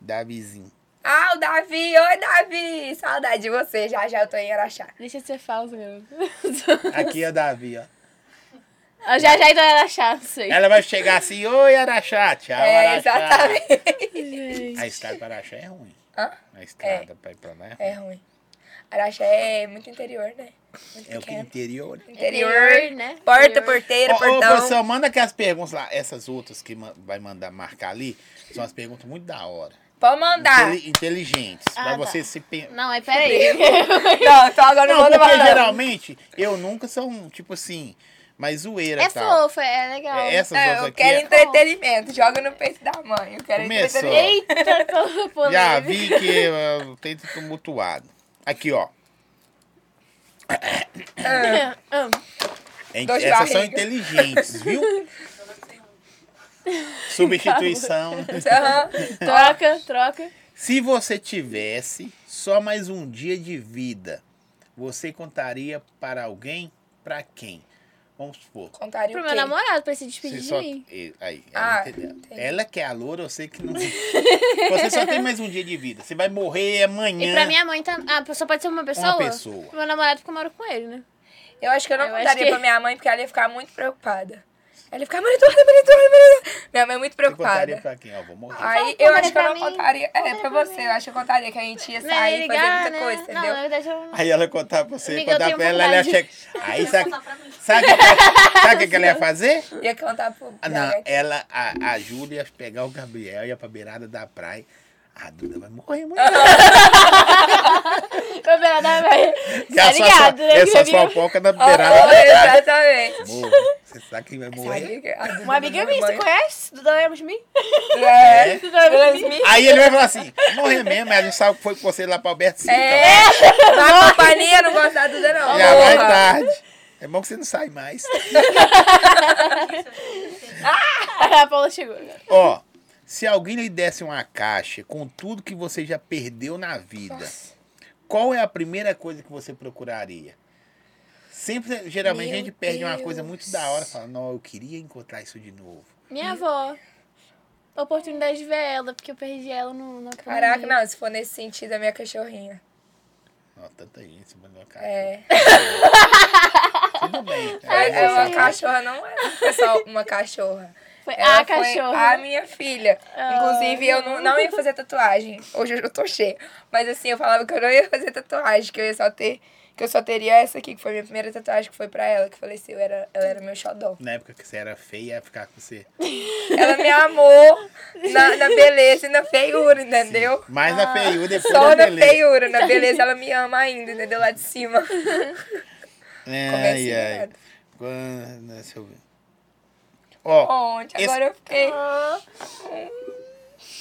S3: Davizinho.
S2: Ah, o Davi! Oi, Davi! Saudade de você. Já, já eu tô em Araxá.
S1: Deixa de ser falso, garoto.
S3: Aqui é o Davi, ó.
S1: Ah, já já então era achar, não sei.
S3: Ela vai chegar assim, oi, Araxá, tchau,
S2: é,
S3: Ah, Araxá.
S2: exatamente.
S1: Gente.
S3: A estrada para Araxá é ruim.
S2: Hã?
S3: A estrada pra ir pra lá é ruim.
S2: É ruim. Araxá é muito interior, né? Muito
S3: É o que é
S2: pequeno.
S3: interior. né?
S2: Interior,
S1: Interior, né?
S2: Porta,
S1: Interior.
S2: porteira,
S3: Ô, ô,
S2: portão.
S3: produção, manda aquelas perguntas lá. Essas outras que ma- vai mandar marcar ali, são as perguntas muito da hora.
S2: Pode mandar.
S3: Inteli- inteligentes.
S1: Ah,
S3: pra
S1: tá.
S3: você se pensar.
S1: Não, mas peraí.
S2: Não, então agora não
S3: Não,
S2: manda
S3: porque
S2: mais. não.
S3: geralmente eu nunca sou um, tipo assim, mas zoeira
S1: É
S3: e tal.
S1: fofa, é legal.
S3: É, Essas
S2: É,
S3: outras
S2: eu
S3: aqui.
S2: quero
S3: é-
S2: entretenimento. Joga no peito da mãe. Eu quero
S3: Começou.
S2: entretenimento.
S1: Eita, tô polêmica.
S3: Já vi que eu tenho tumultuado. Aqui, ó.
S1: Ah,
S3: É in-
S2: Dois
S3: Essas são
S2: barriga.
S3: inteligentes, viu? Substituição.
S2: Aham.
S1: troca, troca.
S3: Se você tivesse só mais um dia de vida, você contaria para alguém? Para quem? Vamos supor.
S2: Contaria
S1: Pro
S2: o
S1: meu
S2: quê?
S1: namorado, pra se
S3: Você
S1: despedir de
S3: só...
S1: mim.
S3: e- Aí, ela,
S2: Ah,
S3: entendeu.
S2: entendi.
S3: ela que é a loura, eu sei que não. Você só tem mais um dia de vida. Você vai morrer amanhã.
S1: E pra minha mãe também. Ah, só pode ser uma pessoa?
S3: Uma pessoa.
S1: Pro meu namorado, porque eu moro com ele, né?
S2: Eu acho que eu não
S1: Eu acho
S2: contaria
S1: que-
S2: pra minha mãe, porque ela ia ficar muito preocupada. Ela ia ficar, monitora, monitora, monitora. Minha mãe é muito
S3: Você contaria
S2: preocupada.
S3: para quem? Ó, vou morrer.
S1: Fala,
S2: Aí eu
S1: conta
S2: acho que eu
S1: pra
S2: não
S1: mim.
S2: contaria. É,
S1: Conta
S2: pra
S1: pra
S2: você,
S1: mim.
S2: eu acho que eu contaria que a gente ia
S1: Não, ia
S2: sair e fazer
S1: ligar,
S2: muita
S1: né?
S2: coisa, entendeu?
S1: Não, na verdade eu não.
S3: Aí ela contar pra você,
S1: Amiga, eu
S3: contar
S1: tenho
S3: pra ela, ela
S1: vontade.
S3: chega. Aí sabe
S4: Contar pra mim.
S3: sabe o que- sabe o que, que ela ia fazer?
S2: Ia cantar pro
S3: Ah, não,
S2: Braga.
S3: ela, a, a Júlia ia pegar o Gabriel, ia pra beirada da praia. A Duda vai morrer, mulher.
S1: Meu namorado vai.
S3: E a
S1: Tá
S3: sua-
S1: ligado, né? Que
S3: Essas
S1: você viu?
S3: fofocas na
S2: Oh,
S3: beirada da
S2: exatamente.
S3: Amor, Você sabe quem vai morrer?
S1: Uma amiga minha, você conhece? Duda lembra de mim?
S2: É.
S1: Duda lembra de mim?
S3: Aí ele vai falar assim, morrer mesmo, mas não sabe que foi com você lá pra Alberto
S1: Então.
S3: Silva.
S2: É. Na companhia não gosta da Duda, não.
S3: então." Já vai
S2: Porra.
S3: tarde. É bom que você não sai mais.
S1: A Paula chegou agora.
S3: Ó, se alguém lhe desse uma caixa com tudo que você já perdeu na vida, qual é a primeira coisa que você procuraria? Sempre, geralmente,
S2: Meu
S3: a gente perde uma coisa
S2: Deus.
S3: muito da hora. Fala, não, eu queria encontrar isso de novo.
S1: Minha avó. Oportunidade de ver ela, porque eu perdi ela no, na
S2: Caraca,
S1: pandemia.
S2: não, se for nesse sentido, a minha cachorrinha.
S3: Ó, tanta gente se mandou uma caixa.
S2: É.
S3: Tudo bem.
S2: É,
S3: É,
S2: uma
S1: sim.
S2: cachorra, não é só uma cachorra.
S1: Foi
S2: Ela
S1: É a
S2: foi
S1: cachorra.
S2: A minha filha. Inclusive, eu não, não ia fazer tatuagem. Hoje eu já tô cheia. Mas assim, eu falava que eu não ia fazer tatuagem, que eu ia só ter. Que eu só teria essa aqui, que foi minha primeira tatuagem, que foi pra ela, que faleceu. Era, ela era meu xodó.
S3: Na época que você era feia, ia ficar com você.
S2: Ela me amou na, na beleza e na feiura, entendeu?
S3: Mas na feiura, depois
S2: Ah, Só
S3: da
S2: na
S3: beleza.
S2: feiura, na beleza ela me ama ainda, entendeu? Lá de cima. né?
S3: Ai,
S2: Comecei
S3: É, ai.
S2: errado.
S3: Quando- né, Deixa eu ver. Ó,
S2: Onde?
S3: Esse-
S2: Agora eu fiquei.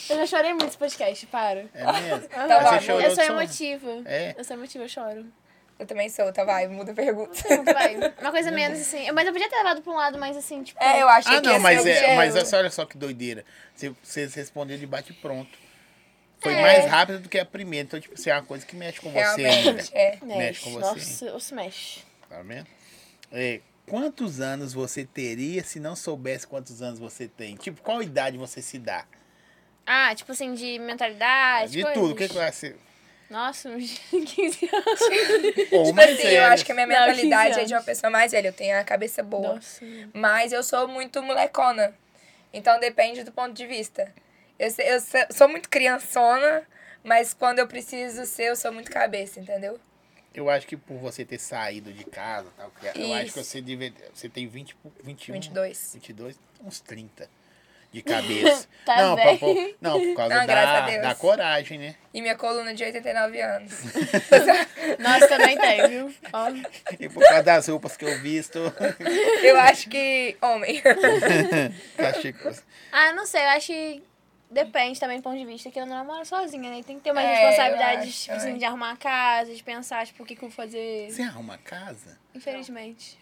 S1: Eu já chorei muito nesse podcast, para.
S3: é mesmo?
S2: Tá
S3: Mas
S2: bom,
S3: você chorou
S1: eu sou
S3: só-
S1: emotiva.
S3: É?
S1: Eu sou emotiva, eu choro.
S2: Eu também sou, tá? Vai, muda a pergunta.
S1: Vai. Uma coisa menos assim. Eu- Mas eu podia ter levado pra um lado mais assim, tipo.
S2: É, eu achei
S3: Ah,
S2: que ia
S3: não, mas,
S2: ser
S3: é,
S2: objeto.
S3: mas essa, olha só que doideira. Você- Vocês responderam de bate e pronto. Foi
S1: É.
S3: mais rápido do que a primeira. Então, tipo, assim, é uma coisa que mexe com você ainda.
S2: Realmente, é.
S3: Mexe com você.
S1: Nossa, ou se mexe.
S3: Tá vendo? É, quantos anos você teria se não soubesse quantos anos você tem? Tipo, qual idade você se dá?
S1: Ah, tipo assim, de
S2: Ah,
S1: mentalidade.
S3: de
S2: tipo
S1: coisas.
S3: tudo. O que, é? que vai ser?
S1: Nossa, uns 15 anos.
S3: Ou
S2: Tipo
S3: mais
S2: assim, eu
S3: velhos.
S2: acho que a minha
S1: Não, 15
S2: mentalidade é
S1: anos.
S2: de uma pessoa mais velha. Eu tenho a cabeça boa.
S1: Nossa.
S2: Mas eu sou muito molecona. Então depende do ponto de vista. Eu, se- eu se- sou muito criançona, mas quando eu preciso ser, eu sou muito cabeça, entendeu?
S3: Eu acho que por você ter saído de casa, tal, que é, eu acho que
S2: Isso.
S3: você, deve, você tem 20, um, e pou- 21,
S2: 22.
S3: 22, uns 30. de cabeça.
S1: Tá
S3: não,
S1: bem.
S3: pra- por- não, por causa
S2: Não, graças a
S3: da,
S2: Deus.
S3: da coragem, né?
S2: E minha coluna é de 89 anos.
S1: Nós também tem, viu? Ó,
S3: E por causa das roupas que eu visto.
S2: Eu acho que. Homem.
S3: tá chico.
S1: Ah, não sei, eu acho que depende também do ponto de vista que eu não namoro sozinha, né? Tem que ter uma
S2: É, eu
S1: responsabilidade
S2: acho
S1: tipo, assim,
S2: também.
S1: de arrumar a casa, de pensar, tipo, o que, que eu vou fazer.
S3: Você arruma casa?
S1: Infelizmente.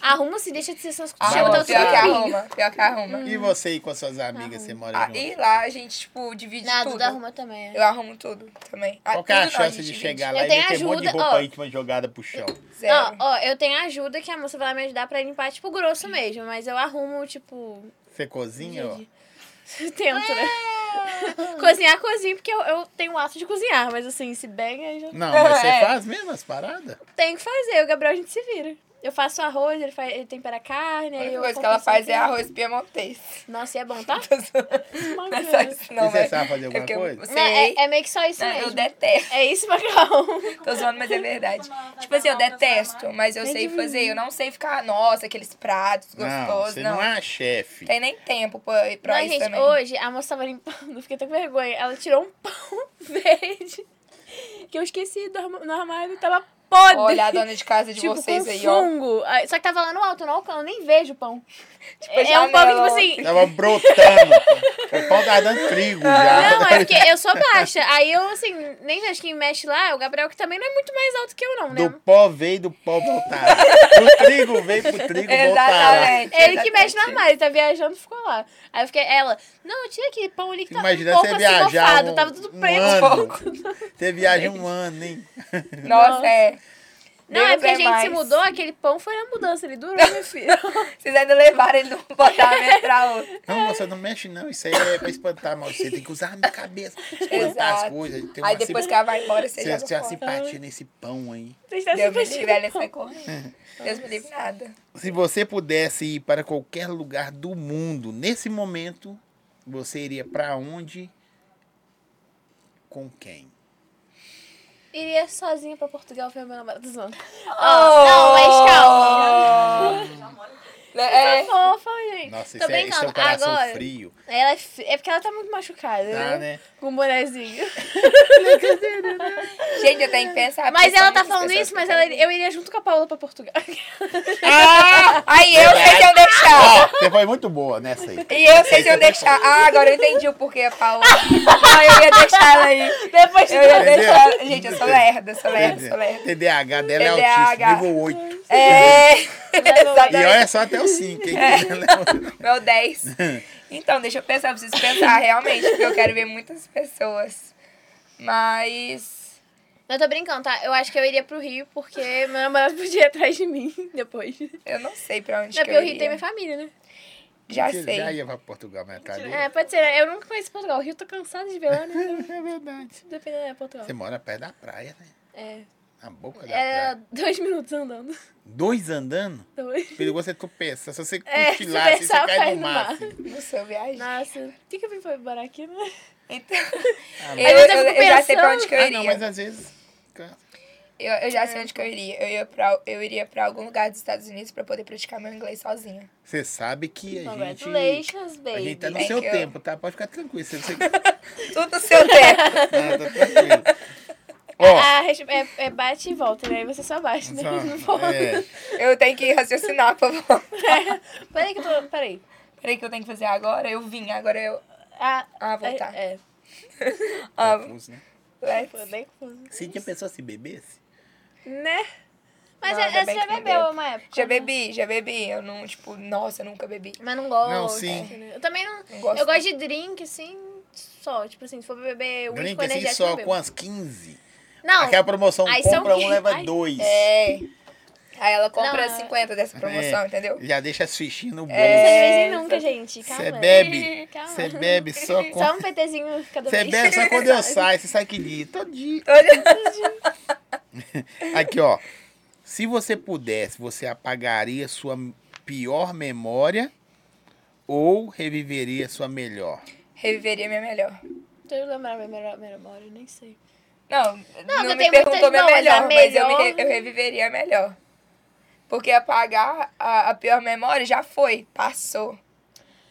S1: Arruma-se, deixa de ser seus
S3: Ah,
S1: chega da
S3: não,
S2: Arruma,
S1: outro
S2: pior que
S1: caminho.
S2: arruma. Pior que arruma.
S3: E você aí com as suas amigas, você mora
S2: Hum. Ah,
S3: junto?
S2: e lá a gente, tipo, divide
S1: Nada,
S2: tudo.
S1: Duda arruma também. é.
S2: Eu arrumo tudo também. Ah,
S3: Qual que é a
S2: tudo não,
S3: chance
S2: gente,
S3: de
S2: gente,
S3: chegar
S1: Eu
S3: lá e
S1: tenho
S3: ter um monte de
S1: ajuda,
S3: roupa
S1: ó.
S3: íntima jogada pro chão?
S1: Ó,
S2: Zero.
S1: ó, eu tenho ajuda que a moça vai lá me ajudar pra limpar, tipo, grosso mesmo, mas eu arrumo, tipo,
S3: Você cozinha? ó?
S1: tento, né?
S2: Ah!
S1: Cozinhar, cozinho, porque eu, eu tenho o ato de cozinhar, mas assim, se bem, aí já
S3: Não, mas você
S2: É.
S3: faz mesmo as paradas?
S1: tem que fazer. O Gabriel a gente se vira. Eu faço arroz, ele, faz, ele tempera a carne.
S2: a
S1: aí
S2: única
S1: eu
S2: coisa que
S1: compro assim, né?
S2: ela
S1: isso
S2: faz
S1: aqui.
S2: é arroz piemontês.
S1: Nossa, e é bom, tá?
S2: Não é só isso, não,
S3: e você
S2: velho.
S3: sabe fazer
S2: É
S3: alguma
S2: que eu-
S3: coisa?
S2: você-
S1: Não, é, é meio que só isso
S2: Não,
S1: mesmo.
S2: eu detesto.
S1: É isso, Magrão.
S2: Tô zoando, mas é verdade. Tipo assim, eu detesto, mas eu
S1: Nem
S2: sei
S1: de
S2: fazer. Eu não sei ficar, nossa, aqueles pratos
S3: Não,
S2: gostosos.
S3: você
S2: Não,
S3: não é a chefe.
S2: Tem nem tempo pra, pra
S1: Não,
S2: isso
S1: gente,
S2: também.
S1: hoje a moça tava limpando, fiquei até com vergonha. Ela tirou um pão verde que eu esqueci do arma- no armário e tava podre.
S2: Olha a dona de casa de
S1: tipo,
S2: vocês
S1: com
S2: aí, ó.
S1: fungo. Aí, Só que tava lá no alto, no alcance, eu nem vejo o pão.
S2: Tipo,
S1: é um pão que, tipo
S2: janela,
S1: assim,
S3: Tava brotando. o pau tava dando trigo
S2: Ah,
S3: já.
S1: Não, é porque eu sou baixa. Aí eu, assim, nem vejo quem mexe lá, o Gabriel, que também não é muito mais alto que eu, não, né?
S3: Do pó veio, do pó voltar. Do trigo veio pro trigo voltar.
S2: Exatamente.
S1: Ele que mexe no
S2: exatamente.
S1: armário, ele tá viajando ficou lá. Aí eu fiquei, ela, não, eu tinha aquele pão ali que tá
S3: Imagina
S1: um pouco
S3: você
S1: assim,
S3: viajar
S1: mofado,
S3: um-
S1: tava tudo
S3: um
S1: preto. É.
S3: ano. Você viaja um ano, hein?
S2: Nossa, é.
S1: Não, é
S2: Deus
S1: porque a gente se
S2: mais.
S1: mudou, aquele pão foi na mudança, ele durou, meu filho.
S2: Vocês ainda levaram ele de um apartamento pra outro.
S3: Não,
S1: É.
S3: moça, não mexe não. Isso aí é pra espantar mal. Você tem que usar a minha cabeça. Espantar as
S2: Exato.
S3: coisas. Tem
S2: Aí
S3: uma
S2: depois
S3: simp-
S2: que ela vai embora, você
S3: Você
S2: joga
S3: tem uma
S2: fora.
S3: simpatia nesse pão aí.
S1: Vocês tá
S2: Deus me
S1: sentindo-
S2: livre, ela sai correndo.
S1: É.
S2: Deus me livre nada.
S3: Se você pudesse ir para qualquer lugar do mundo nesse momento, você iria para onde? Com quem?
S1: Iria sozinha pra Portugal ver meu namorado dos anos.
S2: não,
S1: mas calma.
S3: Ah.
S2: É,
S1: Fofa, gente.
S3: Nossa,
S1: Tô
S3: isso é, isso é
S1: brincando.
S3: um coração
S1: Agora,
S3: frio.
S1: ela é, fi- é porque ela tá muito machucada,
S3: Tá,
S1: né?
S3: né?
S1: Com o bonezinho.
S2: gente, eu tenho que pensar.
S1: Mas
S2: porque são
S1: ela tá
S2: muitas
S1: falando
S2: pessoas
S1: isso, mas
S2: que
S1: ela,
S2: querem.
S1: eu iria junto com a Paula pra Portugal.
S2: Ah, aí eu sei se eu deixar.
S3: Ó, você foi muito boa nessa aí.
S2: E eu sei se eu deixar. Ah, agora eu entendi o porquê, Paula. Não, eu ia deixar ela aí.
S1: Depois de
S2: Eu ia
S3: Entendeu?
S2: deixar. Gente, eu sou lerda, sou lerda, sou lerda.
S3: TDAH dela é
S2: TDAH.
S3: autista, nível 8.
S2: É,
S3: E
S2: exatamente.
S3: olha só até o 5, hein?
S1: É,
S2: Meu 10. Então, deixa eu pensar, eu preciso pensar realmente, porque eu quero ver muitas pessoas. Mas.
S1: Eu tô brincando, tá? Eu acho que eu iria pro Rio, porque meu namorado podia ir atrás de mim depois. É
S2: Eu não sei pra onde que
S1: porque
S2: eu
S1: o Rio
S2: iria.
S1: tem minha família, né?
S2: Já
S3: Você Já
S2: sei.
S3: ia pra Portugal, mas tá ali.
S1: É, pode ser. né? Eu nunca conheci Portugal. O Rio tô cansada de ver lá, né?
S3: É verdade.
S1: Dependendo, é Portugal.
S3: Você mora perto da praia, né?
S1: É.
S3: Na boca da
S1: Era
S3: praia.
S1: É dois minutos andando.
S3: Dois andando?
S1: Dois.
S3: Perigoso você tropeça. Se você
S1: É, se
S3: cochilar, assim,
S1: pensar,
S3: você cai
S1: cai
S3: no
S1: no
S3: mar.
S1: mar.
S3: assim.
S2: Nossa, eu viajei.
S1: Nossa, o que, que eu vim pra morar aqui, né?
S2: Então,
S3: Ah,
S2: eu,
S1: Às vezes eu
S2: eu-
S1: fico
S2: eu já sei pra onde que eu
S3: Ah,
S2: iria.
S3: não, mas às vezes.
S2: eu, eu já sei onde que eu iria. Eu, ia pra, eu iria pra algum lugar dos Estados Unidos pra poder praticar meu inglês sozinha.
S3: Você sabe que a gente.
S1: Congratulations,
S3: A gente
S1: baby.
S3: tá no
S2: É
S3: seu
S2: que eu-
S3: tempo, tá? Pode ficar tranquilo. Você, você...
S2: Tudo no seu tempo.
S3: Ah, tá tranquilo. Ó,
S1: Ah, é, é bate e volta, né? Aí você só bate, né? Não
S3: só,
S1: volta.
S3: é,
S2: Eu tenho que raciocinar, por favor.
S1: Peraí que eu tô... Peraí.
S2: Peraí, que eu tenho que fazer agora? Eu vim, agora eu.
S1: Ah,
S2: Ah, voltar.
S1: É, é.
S2: Ah,
S3: confuso, né?
S1: Foi
S2: let's-
S1: bem confuso.
S3: Se a pessoa se bebesse.
S1: Né? Mas
S2: Não,
S1: é-
S2: ainda
S1: é, você
S2: bem
S1: já
S2: que não
S1: bebeu
S2: deu.
S1: uma época?
S2: Já
S1: né?
S2: bebi, já bebi. Eu não, tipo, nossa, eu nunca bebi.
S1: Mas não gosto.
S3: Não, sim.
S1: né? Eu também não.
S2: Não gosto.
S1: Eu gosto de drink, assim, só. Tipo assim, se for beber um drink
S3: Drink
S1: com
S3: assim
S1: energético.
S3: só
S1: eu bebo.
S3: com as 15.
S1: Não.
S3: Aquela promoção
S1: Aí são
S3: compra um,
S1: 15.
S3: leva
S1: Ai,
S3: dois.
S2: É. Aí ela compra
S1: Não,
S2: 50 dessa promoção,
S3: É,
S2: entendeu?
S3: Já deixa as fichinhas no bolso.
S1: Você
S2: É,
S1: é, nunca,
S2: só-
S1: gente. Calma.
S3: Você bebe.
S1: Calma.
S3: Você bebe só com.
S1: Só um PTzinho cada
S3: Você
S1: vez.
S3: bebe só quando eu saio. Você sai que dia? Todo dia. Aqui, ó. Se você pudesse, você apagaria sua pior memória ou reviveria sua melhor?
S2: Reviveria minha melhor.
S1: Deixa eu lembrar minha melhor minha memória, eu nem sei.
S2: Não,
S1: eu
S2: não, me
S1: tenho muitas
S2: perguntou minha
S1: boas, a
S2: melhor, mas eu, me re-
S1: melhor-
S2: eu reviveria a melhor. Porque apagar a, a pior memória já foi, passou.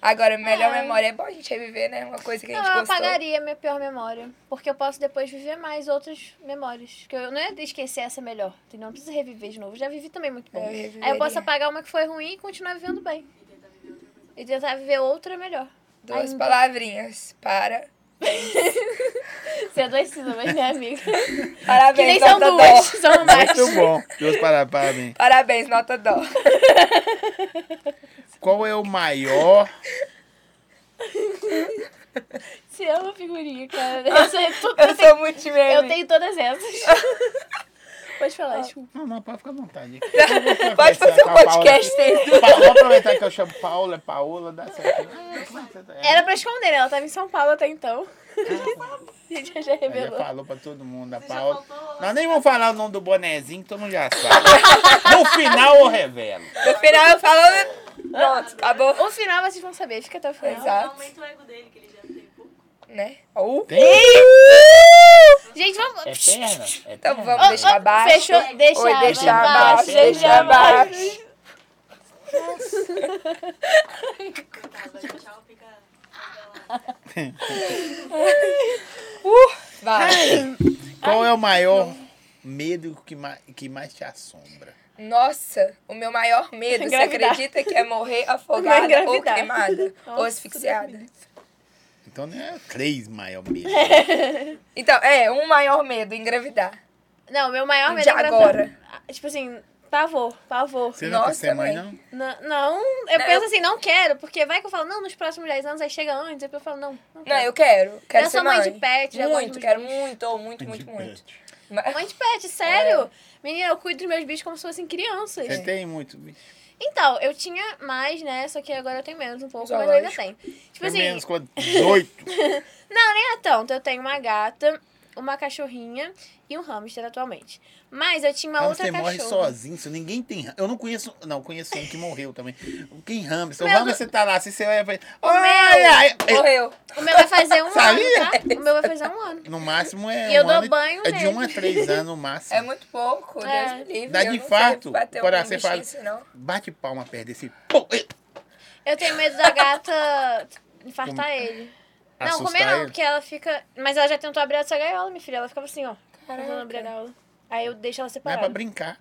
S2: Agora, melhor
S1: É.
S2: memória é bom a gente reviver, né? Uma coisa que a
S1: Não,
S2: gente
S1: eu
S2: gostou.
S1: apagaria minha pior memória. Porque eu posso depois viver mais outras memórias. Que eu não ia esquecer essa melhor. Entendeu? Não precisa reviver de novo. Já vivi também muito
S3: É,
S1: bom.
S2: Eu
S1: Aí eu posso
S2: reviveria.
S1: apagar uma que foi ruim e continuar vivendo bem. E tentar viver outra melhor.
S2: Duas
S1: Ainda.
S2: palavrinhas. Para.
S1: Você é dois sílabas, né, amiga? que nem
S2: Parabéns,
S3: Tá
S1: são
S2: nota
S1: duas,
S2: dó.
S1: são mais.
S3: Muito bom. Deus para, parabéns.
S2: Parabéns, nota dó.
S3: Qual é o maior.
S1: Você ama figurinha, cara. Eu, sei tudo-
S2: Eu sou muito de meme.
S1: eu tenho todas essas. Pode falar, desculpa.
S3: Não, não, pode ficar à vontade.
S2: Pode fazer um
S3: Com é a Paula
S2: podcast
S3: aqui.
S2: sem
S3: Pa- Vou aproveitar que eu chamo Paula, é Paola, dá certo. Ah, como é que você tá?
S1: Era pra esconder, né? ela tava em São Paulo até então.
S2: É.
S1: A gente já
S3: Ela já
S1: revelou.
S3: falou pra todo mundo, a
S4: Você já
S3: Paola.
S4: faltou-
S3: Nós nem vamos falar o nome do bonezinho, todo mundo já sabe. No final eu revelo.
S2: No final eu falo. Pronto, acabou.
S1: O final vocês vão saber, fica até o final.
S2: Exato.
S4: Aumenta o ego dele, que ele já tem pouco.
S2: Né? Ou.
S3: Tem?
S1: Gente, vamos.
S3: É perna? É
S2: Então
S3: perna?
S2: vamos deixar
S1: Ô, ô,
S2: abaixo.
S1: Fechou. Deixa
S2: Ou deixa
S1: abaixo,
S2: abaixo, deixa abaixo.
S4: Tá, vai tchau, fica.
S2: Uh, vai.
S3: Qual é o maior medo que mais, que mais te assombra?
S2: Nossa, o meu maior medo, você
S1: Engravidar.
S2: acredita que é morrer afogada ou
S1: engravidar.
S2: queimada? ou
S1: Nossa,
S2: asfixiada?
S3: Então não é três maior medo.
S2: Então, é, um maior medo, engravidar.
S1: Não, meu maior medo
S2: De
S1: é engravidar.
S2: agora.
S1: Ah, Tipo assim, pavor, pavor.
S3: Você não quer
S2: Nossa,
S3: ser mãe,
S2: mãe.
S3: não?
S1: Não, não, eu
S2: Não,
S1: penso
S2: eu-
S1: assim, não quero, porque vai que eu falo, não, nos próximos 10 anos, aí chega antes, depois eu falo, não, não
S2: Não,
S1: quero.
S2: eu quero. Quero
S1: Eu
S2: ser
S1: sou mãe de pet, já gosto
S2: Muito,
S1: dos
S2: quero
S1: bichos.
S2: muito, ou muito, muito, muito. Mas-
S1: Mãe de pet, sério?
S2: É.
S1: Menina, eu cuido dos meus bichos como se fossem crianças.
S3: Você tem muito. bicho.
S1: Então, eu tinha mais, né? Só que agora eu tenho menos um pouco, mas eu ainda
S2: Zoológico.
S1: tenho. Tipo
S3: Pelo
S1: assim,
S3: menos quando 18.
S1: Não, nem é tanto. Eu tenho uma gata, uma cachorrinha e um hamster atualmente. Mas eu tinha uma outra
S3: Hamster morre
S1: cachorra.
S3: sozinho, se ninguém tem. ra- Eu não conheço. Não, conheço um que morreu também. Quem hamster? O
S1: Meu
S3: hamster você tá lá, se você olha pra ele.
S1: meu
S3: Olha! é- é-
S2: Morreu.
S1: O meu vai fazer um
S3: Sabia?
S1: ano, tá? O meu vai fazer um ano.
S3: No máximo é.
S1: E eu
S3: um
S1: dou
S3: ano-
S1: banho
S3: É de
S1: nele.
S3: 1 a 3 anos no máximo.
S2: É muito pouco,
S1: É.
S2: Deus me livre.
S3: Dá
S2: eu
S3: de
S2: não sei
S3: fato,
S2: bater
S3: agora
S2: um
S3: você
S2: bichinho
S3: fala-
S2: assim, não.
S3: Bate palma perto desse. Pô, e-
S1: Eu tenho medo da gata infartar ele. Não,
S3: Assustar
S1: comer não,
S3: ele.
S1: porque ela fica. Mas ela já tentou abrir essa gaiola, minha filha. Ela ficava assim, ó. Tentando
S2: Caraca.
S1: abrir a gaiola. Aí eu deixo ela
S3: Não é pra
S1: separada.
S3: brincar.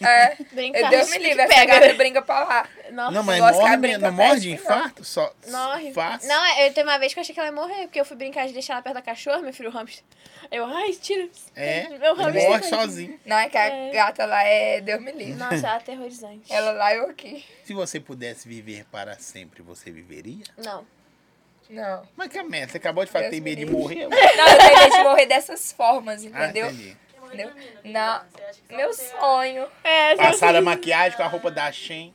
S2: É.
S1: Brincar.
S2: Deus me livre, essa
S1: Então, Pega.
S2: gata brinca pra lá.
S1: Nossa.
S3: é não, mas
S2: gosto que
S3: morre,
S2: abre
S3: mesmo, não
S2: pra
S3: morre
S2: trás,
S3: de
S2: não.
S3: infarto? Só.
S1: Morre.
S3: Fácil.
S1: Não, é, eu teve uma vez que eu achei que ela ia morrer, porque eu fui brincar de deixar ela perto da cachorra, meu filho, o hamster. Eu, ai, tira.
S3: É.
S1: Meu hamster.
S3: Morre
S1: tá-
S3: sozinho.
S2: Não, é que a
S1: É.
S2: gata lá é Deus me livre.
S1: Nossa, é aterrorizante.
S2: Ela lá é e eu aqui.
S3: Se você pudesse viver para sempre, você viveria?
S1: Não.
S2: Não.
S3: Mas que merda, você acabou de falar que tem
S2: Deus me
S3: medo de
S2: livre.
S3: morrer.
S2: Não, eu tenho medo de morrer dessas formas,
S3: Ah,
S2: entendeu?
S3: entendi.
S4: Quem morreu
S2: Entendeu?
S4: dormindo, né?
S2: Não.
S4: Você acha que só
S2: Meu
S4: você é-
S2: sonho.
S1: É,
S3: Passar a maquiagem com a roupa da Shen.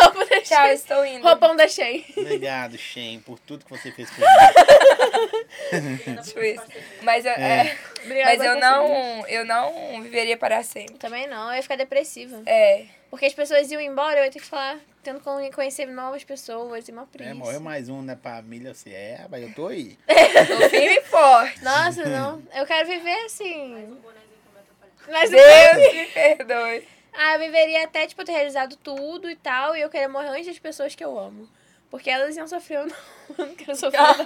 S1: roupa da
S2: Tchau,
S1: Shein.
S2: estou indo.
S1: Roupão da Shein.
S3: Obrigado, Shen, por tudo que você fez por mim.
S2: Tipo isso. Mas eu,
S3: É.
S2: é,
S1: Obrigada
S2: mas eu
S1: por
S2: não, eu não viveria para sempre.
S1: Eu Também não, eu ia ficar depressiva.
S2: É,
S1: Porque as pessoas iam embora, eu ia ter que falar, tendo que conhecer novas pessoas e uma
S3: É,
S1: preguiça.
S3: morreu mais um na família, você é, mas eu tô aí.
S2: tô firme e forte.
S1: Nossa, não. Eu quero viver assim.
S4: O bonezinho que eu me
S1: Mas
S4: atrapalhei.
S2: Deus me perdoe.
S1: Ah, eu viveria até, tipo, ter realizado tudo e tal, e eu queria morrer antes das pessoas que eu amo. Porque elas iam sofrer, eu não, eu não quero sofrer, não.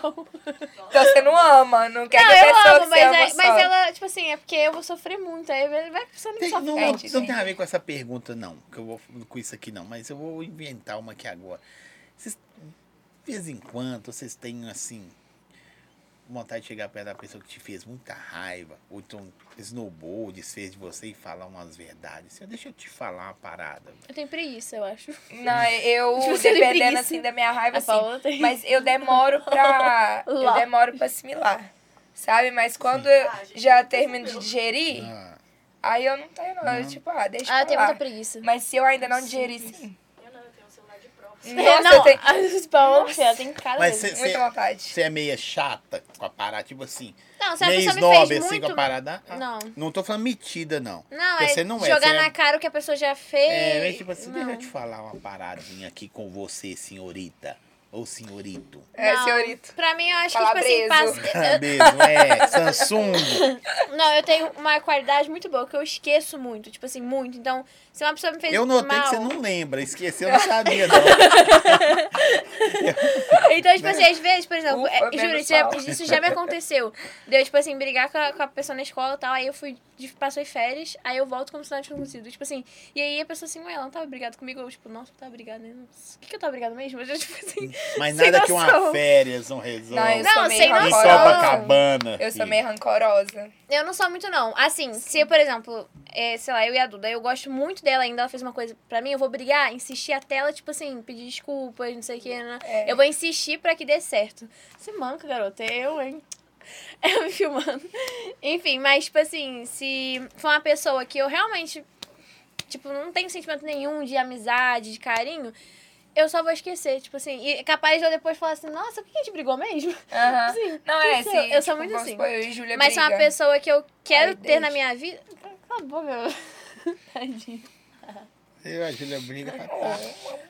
S2: Então você não ama, não quer
S1: Não,
S2: Ah, é que a pessoa
S1: eu amo,
S2: que
S1: mas,
S2: você ama
S1: é- mas
S2: sofra.
S1: ela, tipo assim, é porque eu vou sofrer muito, aí vai vai precisando
S3: Tem-
S1: me
S3: Não,
S1: sofrer.
S3: não,
S2: frente,
S3: não tem
S1: né?
S2: sim.
S3: a ver com essa pergunta, não, que eu vou com isso aqui, não, mas eu vou inventar uma aqui agora. Vocês, de vez em quando, vocês têm, assim, vontade de chegar perto da pessoa que te fez muita raiva, ou então esnobou, desfez de você e falar umas verdades. Assim, deixa eu te falar uma parada.
S1: Eu tenho preguiça, eu acho.
S2: Não, eu,
S1: Tipo, você tem
S2: dependendo
S1: preguiça.
S2: assim da minha raiva,
S1: A
S2: assim,
S1: Paola tem.
S2: mas eu demoro pra, eu
S1: Lá.
S2: demoro pra assimilar, sabe? Mas quando eu
S4: Ah, gente,
S2: já
S4: você
S2: termino de
S4: percebeu.
S2: digerir,
S3: Ah,
S2: aí eu não tenho não, eu,
S3: Não.
S2: tipo, ah, deixa
S1: Ah, eu
S2: pra
S1: tenho
S2: lá.
S1: muita preguiça.
S2: Mas se eu ainda não digerir, sim.
S4: Eu não, eu tenho um celular de prova.
S1: É,
S2: Nossa,
S1: não,
S2: eu tenho
S1: as Paolas, ela tem cara
S3: Mas
S1: mesmo.
S3: cê-
S2: muita vontade.
S3: você é meia chata com a parada, tipo assim,
S1: Não, se a
S3: meio
S1: pessoa me
S3: snob,
S1: fez
S3: assim, com a
S1: muito...
S3: parada. Ah,
S1: Não.
S3: Não tô falando metida, não.
S1: Não,
S3: Porque
S1: é
S3: você não é,
S1: jogar
S3: você é-
S1: na cara o que a pessoa já fez.
S3: É, mas tipo assim,
S1: não.
S3: deixa eu te falar uma paradinha aqui com você, senhorita. ou senhorito?
S2: É,
S1: Não,
S2: senhorito.
S1: Pra mim, eu acho que, tipo
S2: Calabreso.
S1: assim, passa...
S3: Mesmo, é. Samsung.
S1: Não, eu tenho uma qualidade muito boa, que eu esqueço muito, tipo assim, muito. Então, se uma pessoa me fez
S3: Eu notei
S1: mal...
S3: que você não lembra. Esqueceu, não sabia, não.
S1: Então, tipo assim, às vezes, por exemplo,
S2: Né? Ufa,
S1: é,
S2: menos
S1: juro, isso já,
S2: mal.
S1: isso já me aconteceu. Deu, tipo assim, brigar com a, com a pessoa na escola e tal, aí eu fui, de- passei férias, aí eu volto como se nada tivesse acontecido. Tipo assim, e aí a pessoa assim, ué, ela não tava brigada comigo. Eu, tipo, nossa, eu tava brigada, né? Nossa, O que que eu tava brigada mesmo? Eu, tipo assim,
S3: Mas
S1: Sem
S3: nada que uma
S1: noção.
S3: férias não resolve.
S2: Não, eu
S1: Não,
S2: sou meio
S1: sem
S3: em
S1: noção.
S2: rancorosa.
S3: Copacabana.
S2: Eu sou
S3: filho.
S2: meio rancorosa.
S1: eu não sou muito, não. Assim, se, por exemplo, é, sei lá, eu e a Duda, eu gosto muito dela ainda, ela fez uma coisa pra mim, eu vou brigar, insistir até ela, tipo assim, pedir desculpas, não sei o que, né?
S2: É.
S1: Eu vou insistir pra que dê certo. Você manca, garota. é Eu, hein? Eu me filmando. Enfim, mas, tipo assim, se for uma pessoa que eu realmente, tipo, não tenho sentimento nenhum de amizade, de carinho, eu só vou esquecer, tipo assim. E é capaz de eu depois falar assim, nossa, por que a gente brigou mesmo?
S2: Aham.
S1: Sim,
S2: Não, é
S1: isso,
S2: assim.
S1: eu sou muito
S2: vamos
S1: assim.
S2: supor, Eu e Júlia
S1: mas se é uma
S2: briga.
S1: pessoa que eu quero
S2: Ai,
S1: ter na
S2: deixa.
S1: minha vida. Cala a boca, meu. Tadinho.
S3: Eu, a Júlia briga
S2: É.
S3: pra cá.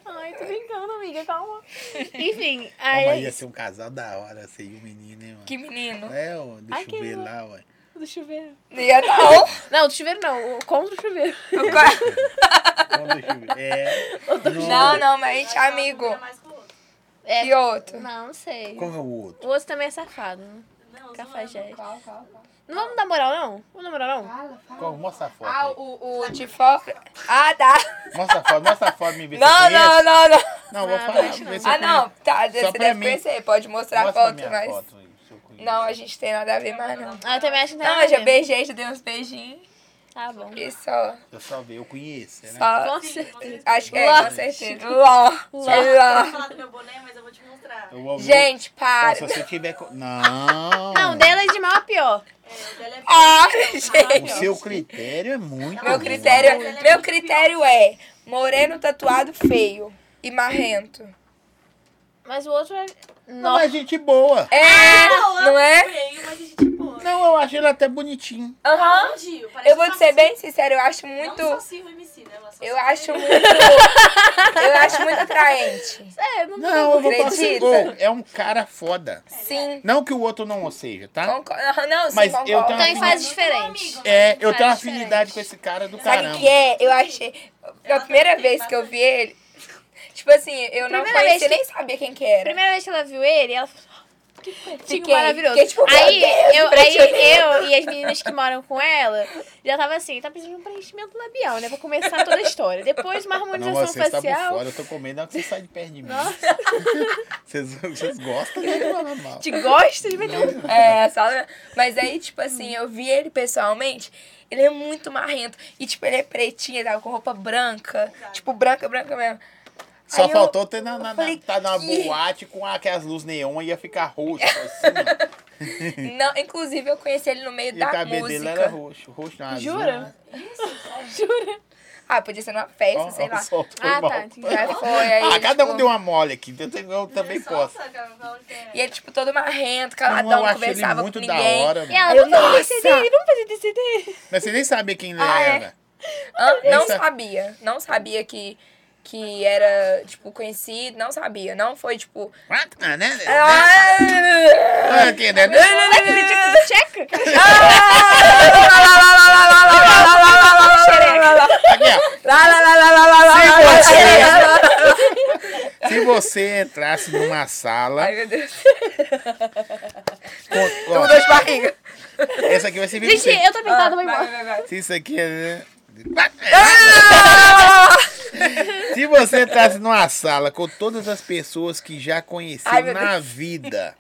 S1: Ai, tô brincando, amiga, calma. Enfim,
S3: Como
S1: aí.
S3: ia ser um casal da hora, você e o menino, hein, mano?
S2: Que menino.
S3: É, ó, do
S1: Ai, que
S3: chuveiro
S1: bom.
S3: lá, ué.
S1: Do chuveiro.
S2: Ia um? não.
S1: Não, do chuveiro não, o- contra o chuveiro.
S3: Quando o chuveiro- É.
S2: Não, não, mas a gente é
S4: Acho que
S2: amigo.
S4: uma briga mais com o outro.
S1: É.
S2: E outro?
S1: Não, não sei.
S3: Qual é o outro?
S1: O outro também é safado. né?
S4: Não,
S1: Cafajeste.
S4: zoando.
S2: Qual, qual, qual?
S1: Não vamos dar moral, não? Vamos dar moral, não?
S2: Fala, fala.
S3: Qual? Mostra a foto.
S2: Ah,
S3: aí.
S2: o, o de fora. Ah, tá.
S3: Mostra a foto, mostra a foto, me vê se
S2: Não,
S3: eu
S2: não,
S3: conheço.
S2: não, não.
S3: Não, vou
S1: Não,
S3: falar.
S1: deixa
S3: vou ver
S1: não.
S3: se eu
S2: Ah, não.
S3: conheço.
S2: Tá,
S3: Só
S2: você
S3: pra
S2: deve
S3: mim.
S2: conhecer. Pode mostrar
S3: Mostra
S2: a foto,
S3: minha
S2: mas.
S3: foto aí, se eu conheço.
S2: Não, a gente tem nada a ver mais, não.
S1: Ah, eu também acho que
S2: Não,
S1: mas
S2: eu já beijei, já dei uns beijinhos.
S1: Tá bom.
S2: E só.
S3: Eu só vi, eu conheço, né?
S2: Só.
S1: Com certeza.
S2: Acho que é,
S1: Lá.
S2: com certeza. Ló.
S4: Eu vou
S2: Ló.
S4: falar do meu boné, mas eu vou te mostrar. É,
S3: Eu vou ver.
S2: Gente,
S3: Ó,
S2: para.
S3: se você tiver... co- Não.
S1: Não, o dela é de mal a pior.
S4: É, o dela é
S2: Ah,
S3: O
S2: gente.
S3: seu critério é muito
S4: Não,
S2: Meu
S3: ruim.
S2: critério,
S4: Ela é
S2: meu
S4: muito
S2: critério é moreno, tatuado, feio e marrento.
S1: Mas o outro é.
S3: Não,
S1: Nossa.
S3: é gente boa.
S2: É,
S4: Não,
S2: não é?
S4: Feio, mas a gente boa.
S3: Não, eu acho ele até bonitinho.
S2: Aham.
S4: Elogio, parece
S2: Eu vou te ser
S4: salsicha.
S2: bem sincero, eu acho muito.
S4: Não só o MC, né? Ela só
S2: Eu
S4: sabe-
S2: acho muito. Eu acho muito atraente.
S1: É, não,
S3: Não, eu vou passar
S2: Acredita?
S3: gol. É um cara foda.
S2: Sim.
S3: Não que o outro não seja, tá?
S2: Concordo. Aham, Não, sim,
S3: Mas eu
S2: concordo.
S3: tenho-
S1: Então em fases
S4: Não
S1: diferentes.
S4: sou um amigo, né?
S3: É,
S4: mas
S3: eu
S1: Cara,
S3: tenho uma
S1: diferente.
S3: afinidade com esse cara do
S2: Sabe o
S3: caramba.
S2: que é? Eu achei. A primeira vez que eu vi ele. Tipo assim, eu não
S1: Primeira
S2: conhecia,
S1: vez que-
S2: nem sabia quem que era.
S1: Primeira vez que ela viu ele, ela falou. "Oh, Que
S2: Fiquei-
S1: maravilhoso.
S2: fiquei tipo, meu
S1: aí,
S2: Deus,
S1: eu, aí
S2: preenchimento.
S1: eu e as meninas que moram com ela já tava assim, tá precisando de um preenchimento labial, né? Pra começar toda a história. Depois uma
S3: Não,
S1: harmonização
S3: vocês estavam
S1: facial.
S3: fora, eu tô comendo, não que vocês saem de perto de mim.
S1: Nossa,
S3: Vocês, vocês gostam né? de falar mal.
S1: te gosta de meter um
S2: É, só... Mas aí, tipo assim, eu vi ele pessoalmente, ele é muito marrento. E, tipo, ele é pretinho, ele tava com roupa branca. Tipo, branca, branca mesmo.
S3: Só
S2: Aí eu-
S3: faltou ter na, na,
S2: eu
S3: na,
S2: falei,
S3: tá na
S2: "Que?"
S3: boate com aquelas luzes neon ia ficar roxo assim. ó.
S2: Não, inclusive, eu conheci ele no meio
S3: E o
S2: da
S3: cabelo dele era roxo.
S2: música.
S3: Roxo não, azul.
S1: Jura?
S3: né?
S1: Jura?
S2: Ah, podia ser numa festa,
S3: Ó,
S2: sei
S3: ó,
S2: lá.
S3: soltou
S1: Ah,
S3: o mal.
S1: tá, entendi.
S2: Já foi, aí
S3: Ah,
S2: ele,
S3: cada um
S2: tipo-
S3: deu uma mole aqui. Eu, tenho- eu também posso.
S4: Nossa, cara, fala que é.
S2: E ele, tipo, todo marrento,
S3: Não,
S2: caladão,
S3: eu
S2: não
S3: achei ele
S2: conversava
S3: muito
S2: com
S3: da
S2: ninguém.
S3: hora,
S1: E
S3: mano.
S1: ela,
S2: Eu,
S1: vamos fazer
S2: nossa!
S1: DCD, vamos fazer DCD.
S3: Mas você nem sabia quem ele
S2: Ah, é.
S3: era.
S2: Hã? Não
S3: Essa-
S2: sabia. Não sabia que, que era, tipo, conhecido. Não sabia. Não foi, tipo...
S3: Ah, né?
S2: Ah,
S3: Ah, quem, né?
S1: Não acredito, tu checa?
S3: Aqui, ó. Se você entrasse numa sala.
S2: Ai, meu Deus.
S3: com- ó,
S2: Mudou de barriga.
S3: essa aqui vai servir pra
S1: Gente,
S3: você.
S1: eu tô
S2: Ah,
S1: pintada, vou embora.
S3: Se isso aqui é. né?
S1: Ah!
S3: Se você entrasse numa sala com todas as pessoas que já conheceu
S2: Ai, meu
S3: na vida,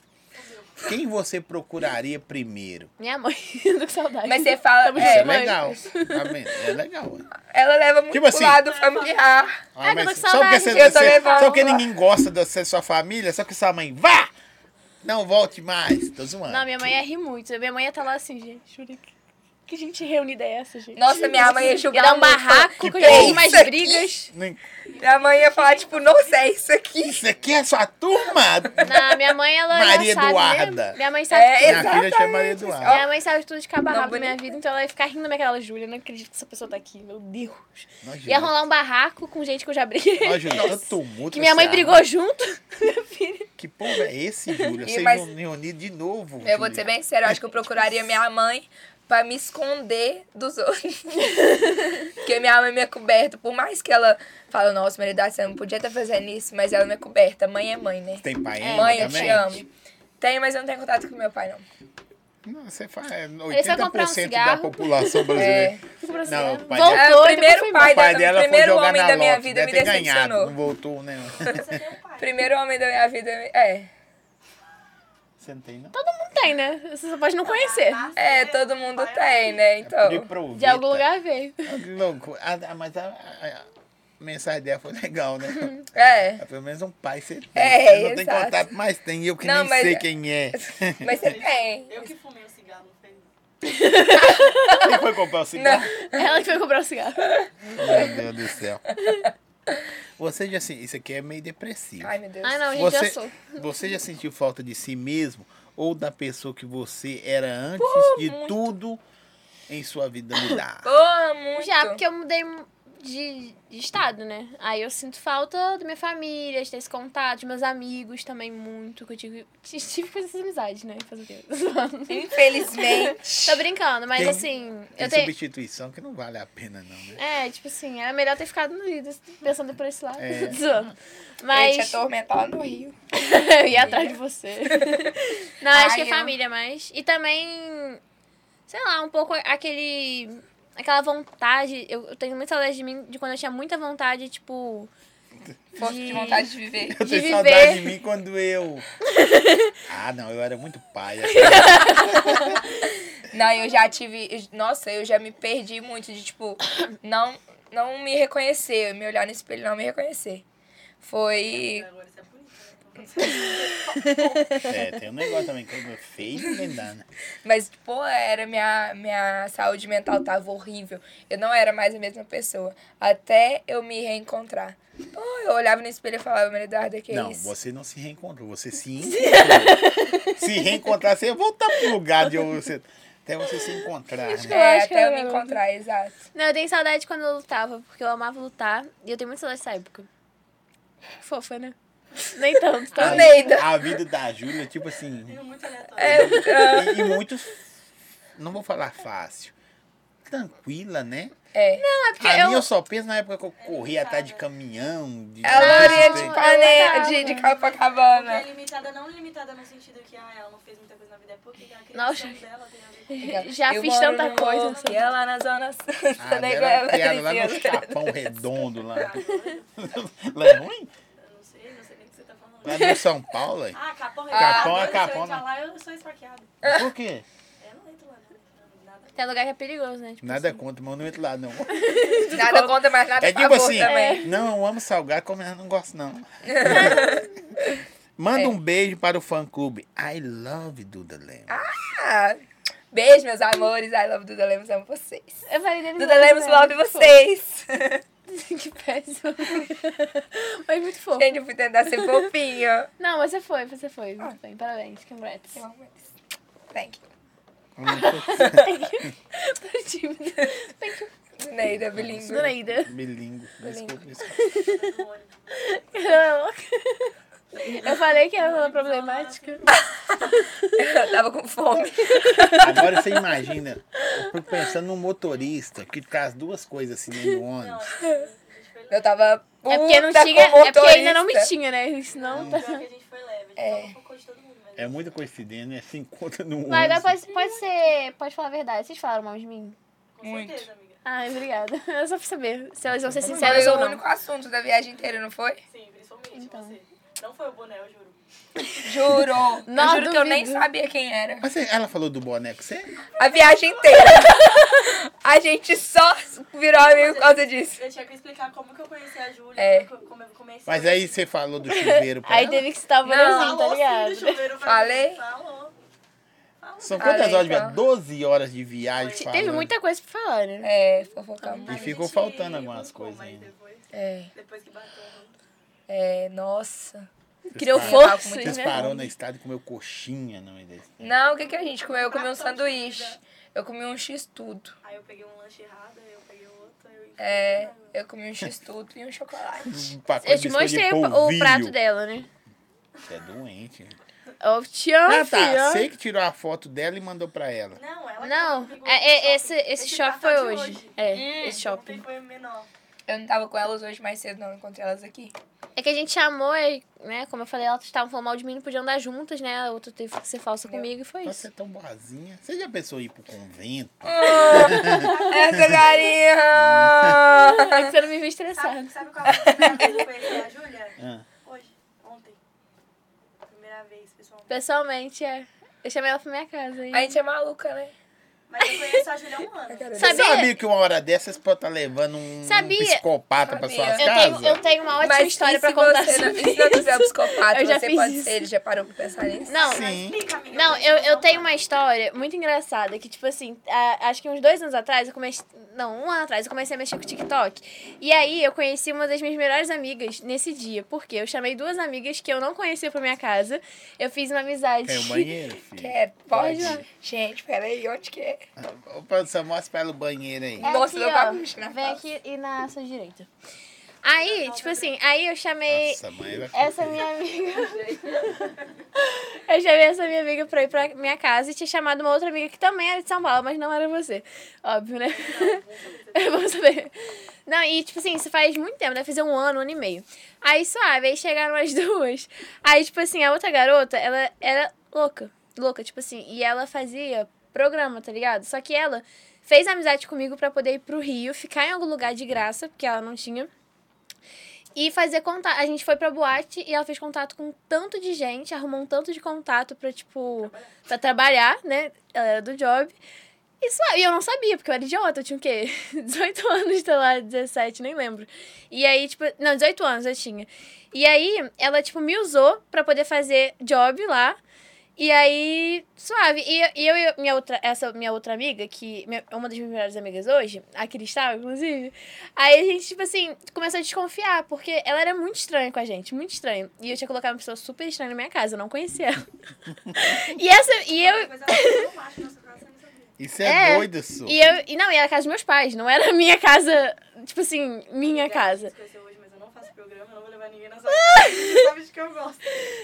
S3: quem você procuraria primeiro?
S1: Minha mãe, tô com saudade.
S2: Mas você fala...
S3: Isso é,
S2: É,
S1: mãe.
S3: legal. Tá vendo? É legal. ó.
S2: ela leva muito
S3: Tipo assim.
S2: pro lado familiar.
S3: Ah,
S1: eu tô com
S3: só porque,
S1: saudade.
S3: você,
S2: Eu
S3: você-
S2: também falo.
S3: só porque ninguém gosta de você e sua família, só que sua mãe, vá! Não volte mais. Tô zoando.
S1: é Não, minha mãe ia rir muito. Minha mãe ia estar lá assim, tá gente, juro que. Que gente reunida é essa, gente?
S2: Nossa, minha mãe ia
S1: Ia
S2: julgar
S1: dar um
S2: muito.
S1: barraco,
S2: Que
S1: que eu mais
S2: isso aqui?
S1: brigas.
S3: Nem-
S2: Minha mãe ia falar, tipo, nossa, é isso aqui.
S3: Isso aqui é sua turma?
S1: Não, minha mãe, ela
S3: Maria
S1: já sabe,
S3: Eduarda.
S1: Né? Minha mãe sabe
S2: É,
S1: tudo.
S3: Minha filha chama Maria
S2: Ó.
S3: Eduarda.
S1: Minha mãe sabe tudo de cabo a
S2: Não,
S1: rabo da minha
S2: bonito.
S1: vida, então ela ia ficar rindo daquela Júlia. Eu não acredito que essa pessoa tá aqui, meu Deus.
S3: Nojento.
S1: Ia rolar um barraco com gente que eu já briguei.
S3: Ó, Júlia, tanto tumulto
S1: Que minha
S3: essa
S1: mãe
S3: arma.
S1: brigou junto. Minha filha.
S3: Que povo é esse, Júlia?
S2: E,
S3: Vocês
S2: mas-
S3: não reuniram de novo.
S2: Eu vou
S3: Júlia.
S2: ser bem sério, eu acho que eu procuraria minha mãe pra me esconder dos outros. Porque minha mãe me é coberta. Por mais que ela fala, nossa, Maridade, você não podia estar fazendo isso, mas ela me é coberta. Mãe é mãe, né?
S3: Tem pai, hein?
S2: mãe, eu
S3: também?
S2: te amo. Tenho, mas eu não tenho contato com meu pai, não.
S3: Não, você faz. é,
S1: vai comprar um
S3: 80% da
S1: cigarro.
S3: população
S2: É.
S3: brasileira.
S1: Fico pra você.
S3: Não, o pai
S1: Voltou,
S3: dela-
S2: É, o
S1: depois
S2: primeiro
S1: foi
S2: pai
S1: embora.
S2: dela,
S3: pai dela
S2: o
S3: foi
S2: primeiro
S3: jogar
S2: homem
S3: na
S2: da minha
S3: loto,
S2: vida
S3: deve
S2: me
S3: ter ganhado,
S2: decepcionou.
S3: Não voltou, né?
S4: Você tem um pai.
S2: Primeiro homem da minha vida. É.
S3: Você não tem, não?
S1: Todo mundo tem, né? Você só pode não conhecer.
S4: Nasce,
S2: É,
S4: né?
S2: todo mundo
S4: Pai,
S2: tem,
S3: Podia
S2: né? Então.
S3: aproveitar.
S1: De algum lugar veio.
S3: Louco. Ah, ah, mas a, a- a mensagem dela foi legal, né?
S2: É.
S3: Pelo menos um pai você tem.
S2: É,
S3: você não tem
S2: exato.
S3: contato, mas tem. Eu que
S2: Não,
S3: nem
S2: mas-
S3: sei quem é.
S2: Mas você tem.
S4: né? Eu que fumei o cigarro, não foi não.
S3: Quem foi comprar o cigarro?
S1: Ela que foi comprar o cigarro.
S3: Meu Deus do céu. Você já assim, isso aqui é meio depressivo.
S2: Ai, meu Deus.
S1: Ah, não, gente, já
S3: você,
S1: sou.
S3: você já sentiu falta de si mesmo ou da pessoa que você era antes de tudo em sua vida mudar?
S2: Porra, muito.
S1: Já, porque eu mudei de, de estado, né? Aí eu sinto falta da minha família, de ter esse contato, de meus amigos também muito, que eu tive, tive que fazer essas amizades, né? Fazer o quê?
S2: Infelizmente.
S1: Tô brincando, mas
S3: Tem-
S1: assim,
S3: Tem
S1: eu tenho...
S3: substituição que não vale a pena, não, né?
S1: É, tipo assim, era melhor ter ficado no Rio, pensando por esse lado.
S3: É.
S1: Zoando.
S2: Mas...
S1: Mas
S2: Ele te atormentar no Rio.
S1: eu ia atrás de você. Não, acho que é
S2: Ai, eu-
S1: família, mas... E também, sei lá, um pouco aquele... Aquela vontade... Eu, eu tenho muita saudade de mim, de quando eu tinha muita vontade, tipo...
S2: Força de vontade de viver.
S3: Eu
S1: É, De
S3: tenho saudade de
S1: viver.
S3: mim quando eu. Ah, não, eu era muito pai. assim,
S2: Não, eu já tive. Nossa, eu já me perdi muito de, tipo, não, não me reconhecer. Me olhar no espelho e não me reconhecer. Foi.
S4: Agora isso é bonito, né?
S3: É, tem um negócio também que eu feio nem dá, né?
S2: Mas, pô, era minha, minha saúde mental tava horrível. Eu não era mais a mesma pessoa. Até eu me reencontrar. Pô, eu olhava no espelho e falava, Maria Eduarda, que
S3: não,
S2: isso?
S3: você não se reencontrou, você se encontrou. se reencontrar, você ia voltar pro lugar de onde você. Até você se encontrar. Né?
S1: Eu
S2: É,
S1: acho que
S2: até eu
S1: era
S2: me
S1: garota.
S2: encontrar, exato.
S1: Não, eu tenho saudade de quando eu lutava, porque eu amava lutar. E eu tenho muita saudade dessa época. Fofa, né? Nem tanto,
S2: Do
S1: tá?
S2: Neida.
S3: A vida da Júlia, tipo assim.
S4: Tenho muito aleatório.
S1: É,
S2: É,
S3: E, e muito. Não vou falar fácil. Tranquila, né?
S2: É.
S1: Não, é porque
S3: A
S1: eu...
S3: minha eu só penso na época que eu corria atrás de caminhão. De... assim.
S2: A Loria é de
S1: eu
S3: é
S2: Cane...
S1: gostava.
S2: de, de
S4: Porque é
S2: Copacabana.
S4: limitada, não limitada no sentido que ah, ela não fez muita coisa na vida, é porque a criação
S1: Nossa.
S4: dela tem a ver com
S1: Já
S2: Eu
S1: fiz
S2: moro
S1: tanta
S2: no
S1: coisa,
S2: morro, E ela na zona sul.
S3: Ah, ela
S2: né, igual
S3: era
S2: ela
S3: criada lá no
S2: dizia.
S3: Capão Redondo, lá. Lá é ruim?
S4: Eu não sei, não sei nem o que você tá falando.
S3: Lá no São Paulo. aí.
S4: Ah, capão,
S3: É. Capão é
S4: eu
S3: capão, né?
S4: Lá eu sou esfaqueada.
S3: Por quê?
S4: Eu não entro lá, né? não. Nada.
S1: Tem lugar que é perigoso, né? Tipo,
S3: Nada contra, mas eu não entro lá, não.
S2: Nada conta, mas nada
S3: É
S2: a
S3: tipo
S2: favor
S3: assim,
S2: também.
S3: não, eu amo salgado, como eu não gosto, não. Manda
S1: É.
S3: um beijo para o fã-clube. I love Duda Lemos.
S2: Ah, beijo, meus amores. I love Duda Lemos, amo vocês.
S1: Eu falei dele. né?
S2: Duda Lemos, love vocês.
S1: Que péssimo. Mas muito fofo.
S2: Gente, eu fui tentar ser fofinha.
S1: Não, mas você foi, você foi. Muito bem, parabéns. Congrats.
S2: Eu amo eles. Thank you.
S1: Tô tímida. Thank you.
S2: Neida, bilingue.
S1: Do Neida.
S3: Bilingo. Desculpa, desculpa.
S1: Eu falei que era uma problemática. É
S2: Eu tava com fome.
S3: Agora você imagina, eu fico pensando num motorista que traz duas coisas assim dentro do ônibus.
S2: Eu tava puta
S1: É porque não
S2: com
S1: tinha. É porque ainda não me
S2: motorista.
S1: tinha, né? Senão tá.
S4: Pior que a gente foi leve, a gente tava com de todo mundo. Mas
S3: Hum. É muita coincidência, né? Se encontra num
S1: Mas agora pode,
S3: ônibus.
S1: pode ser. Pode falar a verdade. Vocês falaram mal de mim?
S4: com
S2: Muito.
S4: certeza, amiga.
S1: Ai, obrigada. É só pra saber se elas vão ser
S2: Foi
S1: sinceras ou
S2: o
S1: não.
S2: único assunto da viagem inteira, não foi?
S4: Sim, principalmente você. Não foi o boné, eu juro.
S2: Juro. eu
S1: Não
S2: juro que eu nem
S1: duvido.
S2: sabia quem era.
S3: Mas você- ela falou do boné com você?
S2: A viagem inteira. A gente só virou amigo por causa disso.
S4: Eu tinha que explicar como que eu conheci a Júlia,
S2: É.
S4: como, que eu- como eu comecei.
S3: Mas aí você falou do chuveiro pra
S1: Aí
S3: ela?
S1: teve que citar o
S2: Não,
S1: bonezinho,
S4: falou
S1: tá
S4: sim do
S1: ligado?
S4: chuveiro. pra
S2: Falei?
S4: mim, Falou. não.
S3: São
S2: Olha
S3: quantas
S2: aí,
S3: horas de
S2: então.
S3: viagem? 12 horas de viagem
S1: Te- Teve
S3: falando.
S1: muita coisa pra falar, né?
S2: É, fofocar
S3: E
S2: muito.
S4: A
S3: ficou
S4: gente
S3: faltando algumas
S4: roncou,
S3: coisas
S4: mas
S3: ainda.
S4: Depois,
S2: É,
S4: depois que bateu né? a ronca.
S2: é, nossa.
S1: Criou
S3: param-
S2: papo
S1: força,
S2: muito
S3: Vocês
S1: né?
S3: pararam na estrada e comeu coxinha, não é? desse?
S2: Não, o que, que a gente comeu? Eu comi um sanduíche. Eu comi um x-tudo.
S4: Aí eu peguei um lanche errado, aí eu peguei outro, aí eu enchi
S2: É,
S4: tudo.
S2: eu comi um x-tudo e um chocolate.
S3: Um pacote
S1: Eu
S3: de
S1: te
S3: biscoito de
S1: mostrei o, o
S3: polvilho.
S1: prato dela, né?
S3: Você é doente.
S1: Eu te amo,
S3: Ah, tá.
S1: filho.
S3: Sei que tirou a foto dela e mandou pra ela.
S4: Não, ela que
S1: Não,
S4: pegou
S1: é, é- esse,
S4: shopping.
S1: esse shopping foi
S4: cartão de então
S1: hoje. É, esse
S4: Ontem
S1: shopping.
S4: foi menor.
S2: Eu não tava com elas hoje mais cedo, não. Eu encontrei elas aqui.
S1: É que a gente chamou, e, né? Como eu falei, elas estavam falando mal de mim, não podiam andar juntas, né? A outra teve que ser falsa
S2: Entendeu?
S1: comigo e foi
S3: Nossa, Você é
S1: isso.
S3: tão boazinha. Você já pensou em ir pro convento?
S1: Ah,
S2: Essa carinha!
S1: É que você não me viu
S4: Sabe,
S1: estressada.
S4: sabe qual foi a primeira vez que eu conheci a Júlia?
S3: Ah,
S4: Hoje, ontem. Primeira vez, pessoal.
S1: Pessoalmente, é. Eu chamei ela pra minha casa. E...
S2: A gente é maluca, né?
S4: Mas eu conheço a Júlia há um ano.
S2: Carolina.
S1: Sabe-
S3: Você
S1: Sabia?
S3: sabia que uma hora dessas pode estar levando um, um
S1: Sabia?
S3: psicopata pra
S2: Sabia.
S3: suas
S1: eu, tenho, um
S3: casas?
S1: eu tenho uma ótima
S2: Mas
S1: história
S2: e
S1: pra
S2: se
S1: contar
S2: Você não,
S1: sobre
S2: e se não quiser
S1: isso.
S2: psicopata,
S1: Eu já
S2: você
S1: fiz
S2: pode
S1: isso.
S2: ser. Ele já parou pra pensar nisso?
S1: Não,
S3: Sim.
S4: Explica, amiga.
S1: Não,
S4: deixa
S1: eu,
S4: contar.
S1: eu tenho uma história muito engraçada que, tipo assim, a- acho que uns dois anos atrás, eu comecei. Não, um ano atrás, eu comecei a mexer com o TikTok. E aí eu conheci uma das minhas melhores amigas nesse dia. Porque eu chamei duas amigas que eu não conhecia pra minha casa. Eu fiz uma amizade. É
S3: Tem o um banheiro, filho.
S2: Quer? Pode?
S3: Pode.
S2: Gente, peraí, onde que é?
S3: Ah, Opa, só mostra pra ela o banheiro aí.
S1: É
S2: Nossa, deu
S1: ó.
S2: bagunça na
S1: Vem
S2: calça.
S1: aqui e na sua direita. Aí, tipo assim, aí eu chamei
S3: Nossa, mãe, vai
S1: essa é
S3: ficar-
S1: minha amiga. Eu chamei essa minha amiga pra ir pra minha casa e tinha chamado uma outra amiga que também era de São Paulo, mas não era você. Óbvio, né? Vamos saber. Não, e tipo assim, isso faz muito tempo, deve fazer um ano, um ano e meio. Aí suave, aí chegaram as duas. Aí, tipo assim, a outra garota, ela era louca. Louca, tipo assim, e ela fazia programa, tá ligado? Só que ela fez amizade comigo pra poder ir pro Rio, ficar em algum lugar de graça, porque ela não tinha. E fazer contato. A gente foi pra boate e ela fez contato com um tanto de gente, arrumou um tanto de contato pra, tipo, pra trabalhar, né? Ela era do job. E suave, e eu não sabia, porque eu era idiota, eu tinha o quê? 18 anos, sei lá, 17, nem lembro. E aí, tipo, não, 18 anos eu tinha. E aí, ela, tipo, me usou pra poder fazer job lá. E aí, suave. E, e eu e minha outra, essa minha outra amiga, que minha- é uma das minhas melhores amigas hoje, a Cristal, inclusive, aí a gente, tipo assim, começou a desconfiar, porque ela era muito estranha com a gente, muito estranha. E eu tinha colocado uma pessoa super estranha na minha casa, eu não conhecia ela. e essa, e eu,
S4: Mas ela não acha nossa casa, eu não sabia.
S3: Isso é,
S1: É.
S3: doido, Su.
S1: e eu, e não, e era a casa dos meus pais, não era a minha casa, tipo assim, minha casa.
S4: Você conheceu hoje, mas eu não faço programa, eu não vou levar ninguém na sua casa. Você sabe de que eu gosto.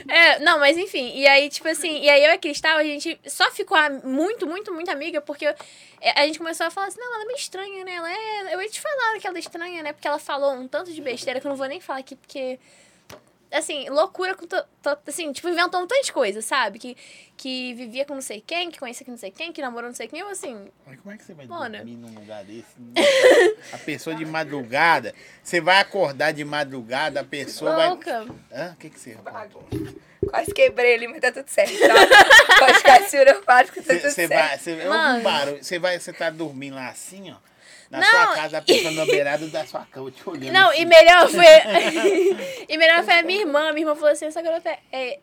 S1: É, não, mas enfim, e aí, tipo assim, e aí eu e a Cristal, a gente só ficou a- muito, muito, muito amiga, porque é, a gente começou a falar assim, não, ela é meio estranha, né? Ela é. Eu ia te falar que ela é estranha, né? Porque ela falou um tanto de besteira que eu não vou nem falar aqui, porque. Assim, loucura com. to- to- assim, tipo, inventou um tanto de coisa, sabe? Que, que vivia com não sei quem, que conhecia com não sei quem, que namorou não sei quem, eu assim.
S3: Mas como é que você vai
S1: Mona.
S3: dormir num lugar desse? A pessoa de madrugada. Você vai acordar de madrugada, a pessoa vai.
S1: Louca.
S3: Hã? O que, que você.
S2: Quase quebrei ali, mas tá tudo certo. Tá? Pode ficar surafado que tá tudo
S3: Você
S2: certo.
S3: vai. Cê, é um
S1: Mano.
S3: barulho. Você vai. Você tá dormindo lá assim, ó. Na
S1: Não,
S3: sua casa, a pessoa na beirada da sua cama te olhando.
S1: Não,
S3: assim.
S1: e melhor foi. e melhor foi a minha irmã. Minha irmã falou assim: essa garota é- é,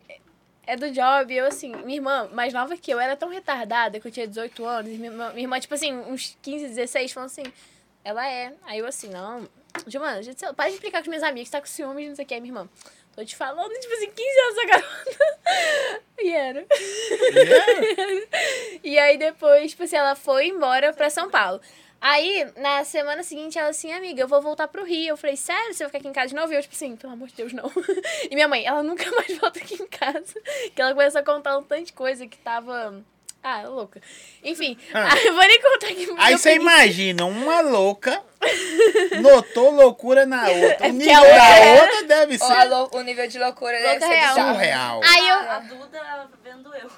S1: é do job. E eu, assim, minha irmã, mais nova que eu, era tão retardada que eu tinha 18 anos. e Minha irmã, minha irmã, tipo assim, uns 15, 16, falando assim: ela é. Aí eu, assim, não. Gilmana, gente, sei lá, para de explicar com meus amigos, tá com ciúmes, não sei o que, é minha irmã. Tô te falando, tipo assim, 15 anos a garota. e era.
S3: Né?
S1: E aí depois, tipo assim, ela foi embora pra São Paulo. Aí, na semana seguinte, ela assim, amiga, eu vou voltar pro Rio. Eu falei, sério, você vai ficar aqui em casa de novo? E eu, tipo assim, pelo amor de Deus, não. E minha mãe, ela nunca mais volta aqui em casa. Que ela começou a contar um tanto de coisa que tava. Ah, louca. Enfim,
S3: Ah.
S1: aí eu vou nem contar aqui. porque
S3: Aí
S1: eu
S3: você
S1: fiquei-
S3: imagina uma louca notou loucura na outra. O
S1: É
S3: nível
S1: a outra
S3: da
S1: é-
S3: outra deve
S2: Ou a
S3: ser
S2: lou- o nível de loucura deve
S1: Louca
S2: ser
S1: real.
S2: bizarro.
S3: surreal.
S1: Aí eu.
S4: A Duda vendo eu.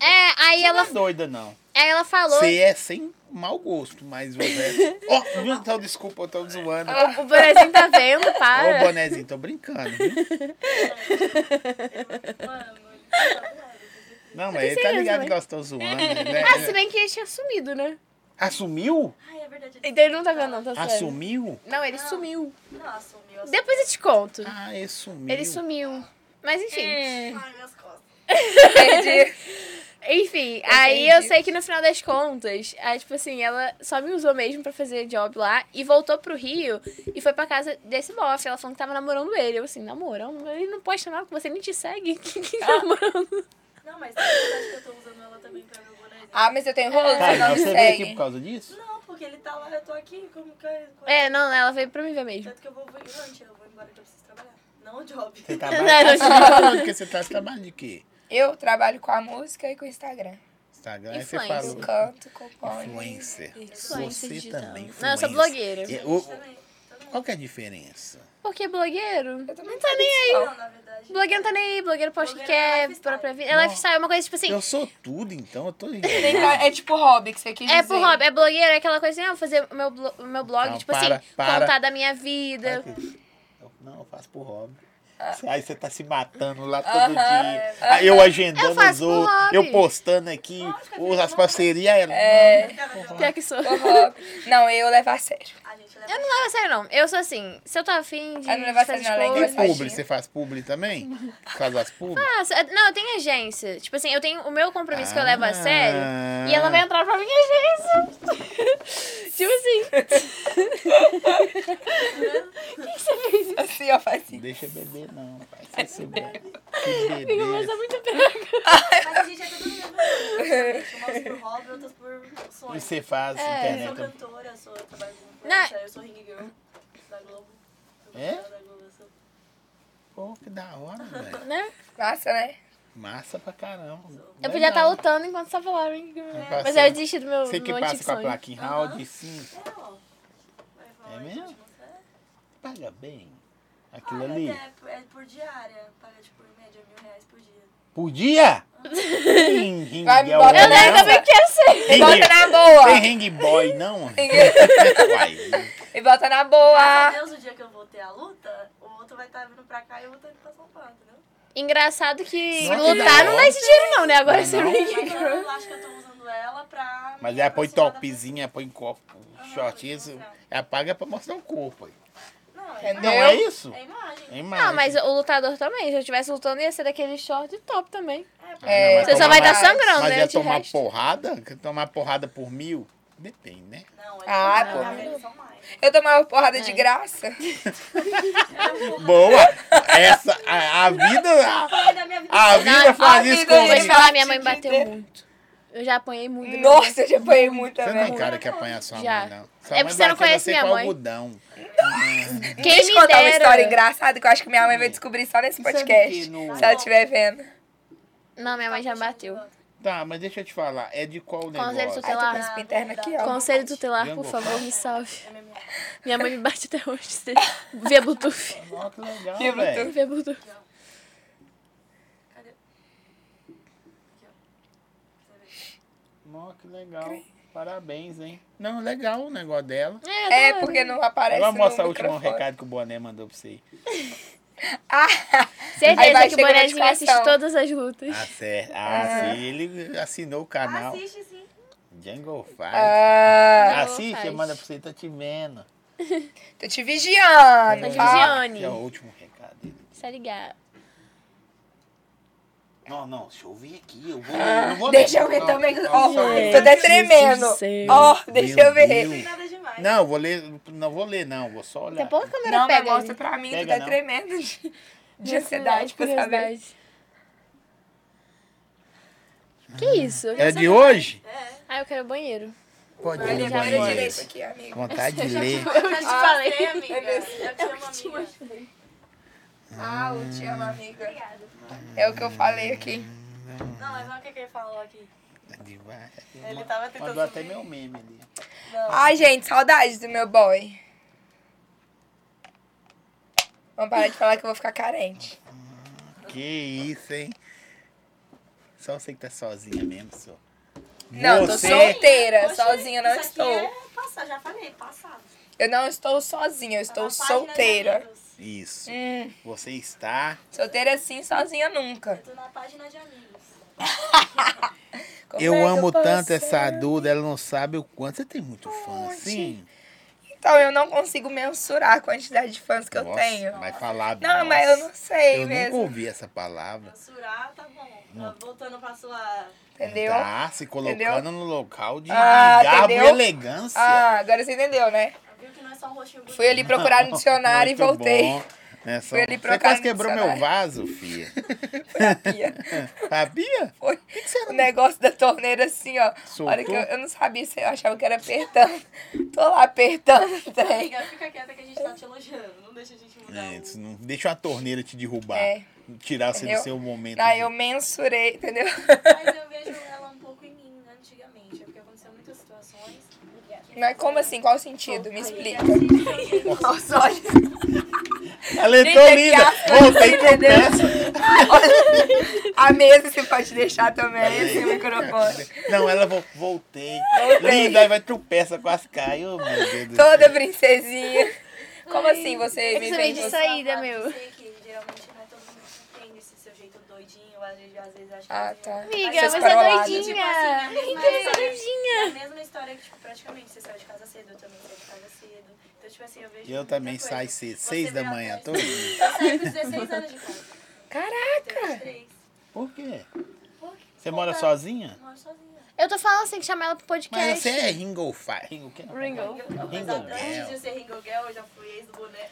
S1: É, aí
S3: Ela
S1: ela,
S3: não é doida, não.
S1: aí ela falou.
S3: Você é sem mau gosto, mas o resto. Ó, viu? então desculpa, eu tô zoando. Ô,
S1: O Brasil tá vendo, para.
S3: bonezinho, tô brincando. viu?
S4: Mano, ele tá zoando.
S3: Não,
S1: Eu
S3: mas ele
S1: sei
S3: tá
S1: mesmo,
S3: ligado
S1: hein?
S3: que nós estamos zoando,
S1: Ah, se
S3: né?
S1: bem que ele tinha sumido, né?
S3: Assumiu?
S4: Ai, é verdade.
S1: Então ele não tá vendo, não,
S3: Ah,
S1: tá certo.
S3: Assumiu?
S1: Não, ele
S4: Não.
S1: sumiu.
S4: Não, assumiu. assumiu.
S1: Depois eu te conto.
S3: Ah, ele sumiu.
S4: É.
S1: Ele sumiu. Mas enfim.
S4: Ai, minhas costas.
S2: Perdi.
S1: Enfim,
S2: Eu
S1: aí
S2: entendi.
S1: eu sei que no final das contas, aí, tipo assim, ela só me usou mesmo pra fazer job lá e voltou pro Rio e foi pra casa desse bofe. Ela falou que tava namorando ele. Eu assim, namorando? Ele não posta nada que você nem te segue. Que, que
S4: Ah.
S1: namorando?
S4: Não, mas na verdade que eu tô usando ela também pra meu boné.
S2: Ah, mas eu tenho
S1: tá
S2: rolo,
S3: Cara,
S2: você não me
S3: você veio aqui
S2: segue.
S3: por causa disso?
S4: Não, porque ele tá lá, eu tô aqui, como que é?
S1: É, não, ela veio pra me ver mesmo.
S4: Tanto que eu vou vir antes, eu vou embora que eu preciso trabalhar. Não o job.
S3: Você tá-
S1: Não,
S3: trabalha.
S1: não,
S3: Você trabalha porque você tá trabalhando de quê?
S2: Eu trabalho com a música e com o Instagram.
S3: Instagram, aí você
S1: Influencer.
S2: Eu
S3: falou.
S2: canto, componho.
S3: Influencer.
S1: Influencer
S3: Você
S1: digital.
S3: também. é
S1: Não, eu sou
S3: influencer.
S1: blogueira.
S3: E o-
S4: Também.
S3: Qual que é a diferença?
S1: Porque blogueiro?
S2: Eu também não tá nem
S4: Não, na verdade.
S1: É. Blogueiro não tá nem aí, blogueiro posta o que
S4: Blogueiro é
S1: quer,
S4: lifestyle.
S1: própria vida. É lifestyle, é uma coisa tipo assim.
S3: Eu sou tudo, então. Eu tô...
S2: É tipo hobby que você quis
S1: É
S2: dizer.
S1: pro hobby, é blogueiro, é aquela coisa assim, ah, vou fazer o meu, blo- o meu blog,
S3: Não,
S1: tipo
S3: para,
S1: assim,
S3: para.
S1: contar da minha vida.
S3: Eu- Não, eu faço por hobby. Aí você tá se matando lá todo dia. Aí eu
S1: Ah. Eu
S3: agendando
S1: faço
S3: os
S1: por
S3: outros,
S1: hobby. É,
S3: eu postando aqui
S4: Lógico,
S3: os-
S4: é
S3: as
S4: bom.
S3: parcerias. é, ela-
S1: Pior que sou.
S2: Pro É um hobby. Não, eu levo a sério.
S4: A gente leva.
S1: Eu não levo a sério, não. Eu sou assim, se eu tô afim de
S2: Ah, não leva a
S1: fazer
S2: sério, não, ela é
S3: E
S1: coisas...
S2: engraçada.
S3: publi, você faz publi também? Por causa das publi?
S1: Ah, se- não, eu tenho agência. Tipo assim, eu tenho o meu compromisso que eu levo a sério.
S3: Ah.
S1: E ela vai entrar pra minha agência. tipo assim.
S2: Assim, ó, faz assim.
S3: Não deixa beber, não, pai. Se você beber, se beber,
S1: Mas é muito pega.
S4: Mas a gente é todo mundo. Umas por hobby, outras por sonho.
S3: E você faz
S1: É,
S4: Eu sou
S3: internet. é
S4: cantora, sou, eu trabalho com
S1: Não.
S4: influencer, eu sou ring girl da Globo. Eu sou
S3: É?
S4: cantora da Globo, eu sou-
S3: Pô, que da hora, velho.
S1: Né?
S2: Massa, né?
S3: Massa pra caramba.
S1: Eu podia estar
S3: Legal.
S1: lutando enquanto você falava. hein?
S3: Passa-
S1: Mas é aí eu desisti do meu,
S3: um Você que
S1: meu
S3: passa
S1: antigo
S3: com a
S1: sonho.
S3: placa em round, sim.
S4: É, ó. Vai falar
S3: É
S4: que eu
S3: mesmo?
S4: te mostrei.
S3: Paga bem aquilo
S4: Ah, mas
S3: ali.
S4: é, é por diária. Paga, tipo, em média, mil reais por dia.
S3: Por dia? Ring, ring,
S2: Vai
S3: é o
S2: embora,
S1: Eu
S2: né?
S1: nem
S3: não.
S1: também quero ser.
S2: E
S3: Ring-
S2: bota na boa.
S3: Tem ring boy, não? Uai,
S2: E bota na
S4: Graças a
S2: boa.
S4: Deus, o dia que eu vou ter a luta, o outro vai estar vindo pra cá e eu vou estar indo pra São Paulo, entendeu?
S1: Engraçado que
S3: Nossa,
S1: lutar não dá esse dinheiro, não, né? Agora
S3: Não,
S1: você
S3: não.
S1: brinca.
S4: Mas eu acho que eu tô usando ela pra.
S3: mas
S4: me
S3: ela põe
S4: aproximar da
S3: topzinha, põe copo,
S4: Aham,
S3: shortinho,
S4: vou te mostrar.
S3: ela paga pra mostrar o corpo. aí.
S4: pessoa. Não, é
S2: Entendeu?
S3: Não é isso?
S4: É imagem.
S3: É imagem.
S1: Não, Ah, mas o lutador também. Se eu estivesse lutando, ia ser daquele short top também.
S4: É, porque
S2: É,
S3: mas
S1: Você só
S3: tomar
S1: vai
S3: uma-
S1: estar sangrando,
S3: Mas
S1: né?
S3: ia
S1: De
S3: tomar
S1: resto.
S3: porrada? Que Tomar porrada por mil? Depende, né?
S4: Não, é
S2: Ah,
S4: que
S2: pô.
S4: na verdade são mais.
S2: Eu tomava porrada
S1: É.
S2: de graça.
S3: Boa! Essa, a, a vida, a,
S4: Foi É da minha vida.
S3: a vida faz
S2: vida
S3: isso
S1: Eu vou te
S2: dele.
S3: comigo.
S1: falar, minha mãe bateu
S2: Batida.
S1: muito. Eu já apanhei muito. da minha mãe.
S2: Nossa, eu já apanhei muito
S3: Você não é
S2: também.
S3: cara que apanha sua
S1: Já.
S3: mãe, não. Sua
S1: É porque
S3: mãe
S1: você não
S3: bateu
S1: conhece
S3: você
S1: minha
S3: com
S1: mãe.
S3: algodão.
S1: Quem
S2: Deixa
S1: me
S2: eu contar
S1: dera...
S2: uma história engraçada que eu acho que minha mãe vai descobrir só nesse
S3: Sabe que
S2: podcast.
S3: no-
S2: Se ela estiver vendo.
S1: Não,
S2: Ah,
S1: minha mãe já bateu.
S3: Tá, mas deixa eu te falar, é de qual
S1: Conselho
S3: negócio?
S1: tutelar.
S2: Ai, tô com essa interna aqui, ó. É,
S1: Conselho tutelar, por
S3: Jungle
S1: favor,
S3: Fight.
S1: me salve.
S4: é
S1: Minha mãe me bate até hoje. se- Via Bluetooth.
S3: Ó, que legal,
S2: Que
S3: velho.
S2: bruto.
S1: Via Bluetooth.
S3: Ó, que legal. Parabéns, hein? Não, legal o negócio dela.
S2: É,
S1: doido.
S2: porque não aparece
S1: um
S3: Agora mostra
S2: no
S3: o último
S2: microfone.
S3: recado que o Boné mandou pra você.
S2: Ah, Aí
S1: Certeza
S2: vai
S1: que o
S2: chegar a
S1: Bonézinho assiste
S2: notificação.
S1: todas as lutas.
S3: Ah, certo. Ah, sim, ele assinou o canal
S4: Assiste sim.
S3: Jungle Fight.
S2: ah,
S3: Assiste,
S1: Faz.
S3: manda pra você, tá te vendo.
S2: tô te vigiando.
S1: Tô te
S2: tá?
S1: vigiando.
S3: Que é o último recado dele.
S1: Tá ligado?
S3: Não, não, deixa eu ver aqui. Eu vou. eu não vou
S2: Ah, Deixa
S3: ler.
S2: eu ver
S3: Não,
S2: também.
S3: não,
S2: Ó,
S3: só
S1: É.
S2: tô
S3: eu.
S2: até tremendo.
S1: Jesus do céu.
S2: Ó, deixa eu
S3: Meu
S2: ver.
S4: Tem nada é demais.
S3: Não, eu vou ler. Não vou ler, não. Vou só
S1: Daqui a
S3: olhar.
S1: pouco a câmera
S2: Não, mas
S1: pega.
S2: mostra
S1: ele.
S2: pra mim, tu
S3: Pega,
S2: tá
S3: não.
S2: tremendo de, de ansiedade pra saber.
S1: curiosidade. Que isso? Eu
S3: É
S1: quero
S3: de hoje?
S4: É.
S1: saber. Ah, eu quero banheiro.
S3: Pode
S2: Olha,
S3: ler,
S1: Já
S2: olha
S1: foi.
S2: direito
S3: banheiro.
S2: aqui, amigo.
S3: Vontade de ler.
S1: Eu te falei.
S4: Ei, amiga.
S2: É mesmo.
S4: Eu te amo, amiga.
S2: Ah, eu te amo, amiga. É o que eu falei aqui.
S4: Não, mas olha o que que ele falou aqui.
S3: Devagar.
S4: Ele tava tentando
S3: Tá Mandou até
S4: subir.
S3: meu meme ali.
S2: Ai, gente, saudades do meu boy. Vamos parar de falar que eu vou ficar carente.
S3: Que isso, hein? Só você que tá sozinha mesmo, só.
S2: Não, tô
S3: você,
S2: solteira,
S4: Oxe,
S2: sozinha não
S4: isso aqui
S2: estou.
S4: É passado, já falei, passado.
S2: Eu não estou sozinha, eu
S4: Tá na
S2: estou
S4: página de
S2: solteira.
S4: amigos.
S3: Isso.
S2: Hum,
S3: Você está.
S2: solteira sim, sozinha nunca.
S4: Eu tô na página de amigos.
S2: Como é
S3: Eu
S2: que
S3: amo
S2: é posso
S3: tanto
S2: ser?
S3: essa Duda, ela não sabe o quanto. Você tem muito fã assim?
S2: Então, eu não consigo mensurar a quantidade de fãs que eu
S3: Nossa,
S2: tenho.
S3: Vai falar
S2: Não, mas eu não sei
S3: Eu nunca
S2: mesmo.
S3: ouvi essa palavra.
S4: Censurar, tá bom. Tá voltando pra sua.
S2: Entendeu?
S3: Tá se colocando
S2: Entendeu?
S3: no local de
S2: Ah,
S3: garbo e
S2: entendeu?
S3: elegância.
S2: Ah, agora você entendeu, né?
S4: Viu que não é só um rostinho bonito.
S2: Fui ali procurar no dicionário e
S3: Muito
S2: voltei.
S3: bom. É, só...
S2: Fui ali
S3: Você
S2: procurar
S3: quase
S2: no
S3: quebrou meu
S2: dicionário.
S3: vaso, filha.
S2: Foi a pia.
S3: Sabia?
S2: Foi o negócio da torneira assim, ó.
S3: Soltou?
S2: Olha que eu, eu não sabia se eu achava que era apertando. Tô lá apertando o trem.
S4: Amiga, fica quieta que a gente tá te elogiando. Não deixa a gente mudar.
S3: É,
S4: o-
S3: isso não- Deixa a torneira te derrubar.
S2: É.
S3: Tirar você do
S2: Entendeu?
S3: seu momento.
S2: Aí
S3: de-
S2: eu mensurei, entendeu?
S4: Mas eu vejo ela um pouco em mim antigamente. É porque aconteceu muitas situações.
S2: Mas como assim? Qual o sentido? Me explica.
S4: assim, então,
S2: Nossa, olha.
S3: Ela é
S2: Gente,
S3: tão
S2: é que
S3: linda.
S2: a-
S3: Voltei que eu
S2: Entendeu?
S3: peço.
S2: olha. A mesa você pode deixar também, esse microfone.
S3: Não, ela vo... voltei. Linda, aí vai tropeça, quase cai. Ô, meu Deus do
S2: Toda
S3: céu.
S2: princesinha. Como assim você
S1: eu
S2: me
S1: precisei
S2: vende
S1: disso
S2: você?
S1: aí. saída, meu.
S4: Eu sei que geralmente não é todo mundo que tem esse seu jeito doidinho. Às vezes, às vezes acho que.
S2: Ah,
S4: eles-
S2: tá.
S1: Amiga,
S2: Essas
S1: você é
S2: paroladas.
S1: doidinha.
S4: Tipo assim, é a mesma
S1: Amiga, você é
S4: história-
S1: doidinha.
S4: É a mesma história que, tipo, praticamente você saiu de casa cedo, eu também saí de casa cedo. Então, tipo assim, eu vejo.
S3: Eu
S4: muita
S3: também
S4: coisa.
S3: saio cedo,
S4: Você
S3: seis da
S4: veio
S3: manhã,
S4: atrás-
S3: todo dia.
S4: Eu saí com 16 anos de casa. Tenho
S2: Caraca!
S4: 23.
S3: Por quê?
S4: Por quê?
S3: Você mora
S4: Voltando.
S3: sozinha?
S4: Eu moro sozinha.
S1: Eu tô falando assim, que chama ela pro podcast.
S3: Mas você é Ringo Fire. Ringo quem?
S1: Ringo.
S4: Mas antes de ser Ringo Girl, eu já fui ex do boné.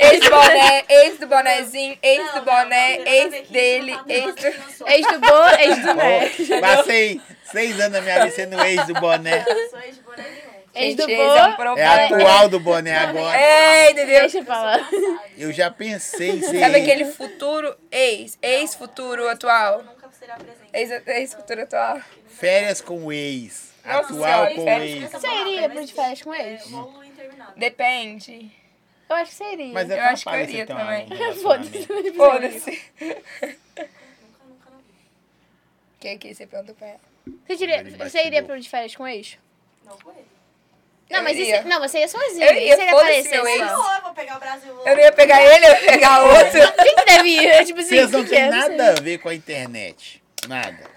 S2: Ex do boné, ex do bonézinho, ex
S4: Não,
S2: do
S4: não,
S2: boné,
S4: não, eu
S2: ex
S4: também
S2: dele,
S4: quis falar
S2: ex
S4: do
S2: do.
S4: negócio que eu sou.
S1: Ex É do Bo, ex do
S2: É,
S1: Né.
S3: Ó, Passei seis anos na minha vida sendo ex do boné.
S4: Eu não sou ex de boné nenhum.
S1: Ex do
S2: Gente, ex é um
S1: Bo.
S3: É
S2: problema.
S3: atual do boné agora.
S2: É, entendeu?
S1: Deixa eu falar.
S3: Eu já pensei em ser
S2: Sabe
S3: ex.
S2: aquele futuro ex? Ex-futuro
S4: Eu
S2: atual?
S4: nunca será presente.
S2: Ex- Ex-futuro atual?
S3: Férias com o ex.
S2: Nossa
S3: Atual
S2: Senhora,
S3: com o
S2: férias
S3: ex.
S4: Essa
S1: Seria
S4: palavra não
S1: pro de
S4: existe.
S1: férias com ex?
S4: É, rolo interminável.
S2: Depende.
S1: Eu acho que seria.
S3: Mas
S2: Eu acho que
S3: atrapalha
S2: eu
S3: você
S2: iria
S3: ter um
S2: também.
S3: relacionamento.
S2: Foda-se.
S4: Nunca, nunca na vida.
S2: O que que você perguntou pra ela?
S1: Você, diria,
S3: Ele
S1: você iria
S3: batidou.
S1: pro de férias com ex?
S4: Não com ele.
S1: Não,
S2: Eu
S1: mas
S2: iria.
S1: isso, não, você ia sozinha.
S2: Eu iria,
S1: você ia
S2: foda-se
S1: aparecer
S2: meu ex.
S1: só.
S4: Não, eu vou pegar o Brasil.
S2: Eu não ia pegar ele, eu ia pegar outro.
S1: Quem que deve ir? Eu, tipo assim,
S3: Vocês não
S1: quem que é?
S3: têm
S1: sei.
S3: nada a ver com a internet. Nada.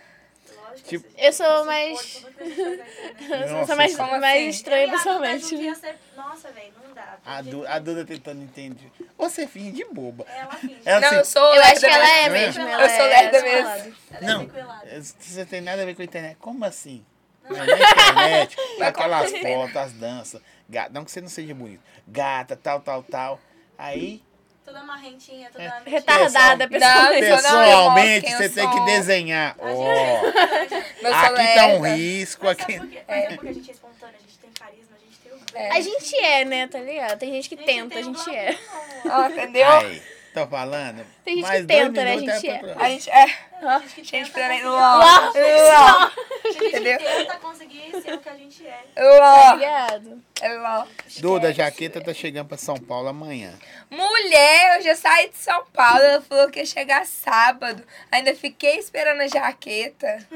S4: Lógico,
S3: Tipo-
S4: esse
S1: Eu sou
S4: suporte,
S1: mais-
S4: tudo que a gente faz na internet.
S1: Eu sou
S3: Nossa,
S1: mais,
S3: isso
S2: é-
S1: mais
S2: Como assim?
S1: estranha
S4: Eu ia vontade um
S1: pessoalmente.
S4: dia ser- Nossa, velho, não dá.
S3: A,
S4: Tem
S3: Du-
S4: gente
S3: a Duda tentando entender. Você finge de boba.
S4: que- Ela finge.
S3: Ela
S2: Não, eu
S3: se-
S2: sou
S1: Eu acho que
S2: lerda
S1: ela é mesmo.
S3: mesmo.
S4: Eu
S1: ela
S2: sou
S1: é
S2: lerda
S1: descolada.
S4: Ela é
S3: Não,
S4: sequelada.
S3: você tem nada a ver com a internet. Como assim? Não é nem internet, é aquelas fotos, as danças. Gata, não que você não seja bonito. Gata, tal, tal, tal. Aí,
S4: Toda marrentinha,
S2: É.
S4: toda...
S1: Tá Retardada,
S2: Não,
S1: pessoalmente.
S2: eu sou- não, eu mostro
S3: pessoalmente,
S2: quem eu
S3: você tem
S2: sou.
S3: que desenhar.
S4: é
S3: Ó,
S2: Eu sou
S3: aqui tá um
S2: lerda.
S3: risco,
S4: Mas sabe
S3: aqui...
S4: por quê? Mas é porque a gente é espontânea, a gente tem carisma, a gente tem o bem.
S1: A gente é, né, tá ligado? Tem gente que tenta,
S4: tem
S1: a
S4: o
S1: gente
S4: glamour,
S1: é.
S4: amor.
S2: Ó, entendeu?
S3: Aí, tô falando.
S1: Tem gente
S3: mais
S1: que
S3: dois
S1: tenta, né,
S3: minutos
S1: gente?
S3: é pra
S1: É.
S3: próxima.
S2: A gente é.
S4: A gente que
S2: Gente,
S4: tenta
S2: peraí.
S4: conseguir-
S2: Ló.
S1: Ló.
S2: Ló.
S4: A gente
S2: Entendeu?
S4: tenta conseguir ser o que a gente é.
S1: Tá
S2: Ló.
S1: ligado?
S2: É Ló.
S3: Duda, a jaqueta tá chegando pra São Paulo amanhã.
S2: Mulher, eu já saí de São Paulo. Ela falou que ia chegar sábado. Ainda fiquei esperando a jaqueta.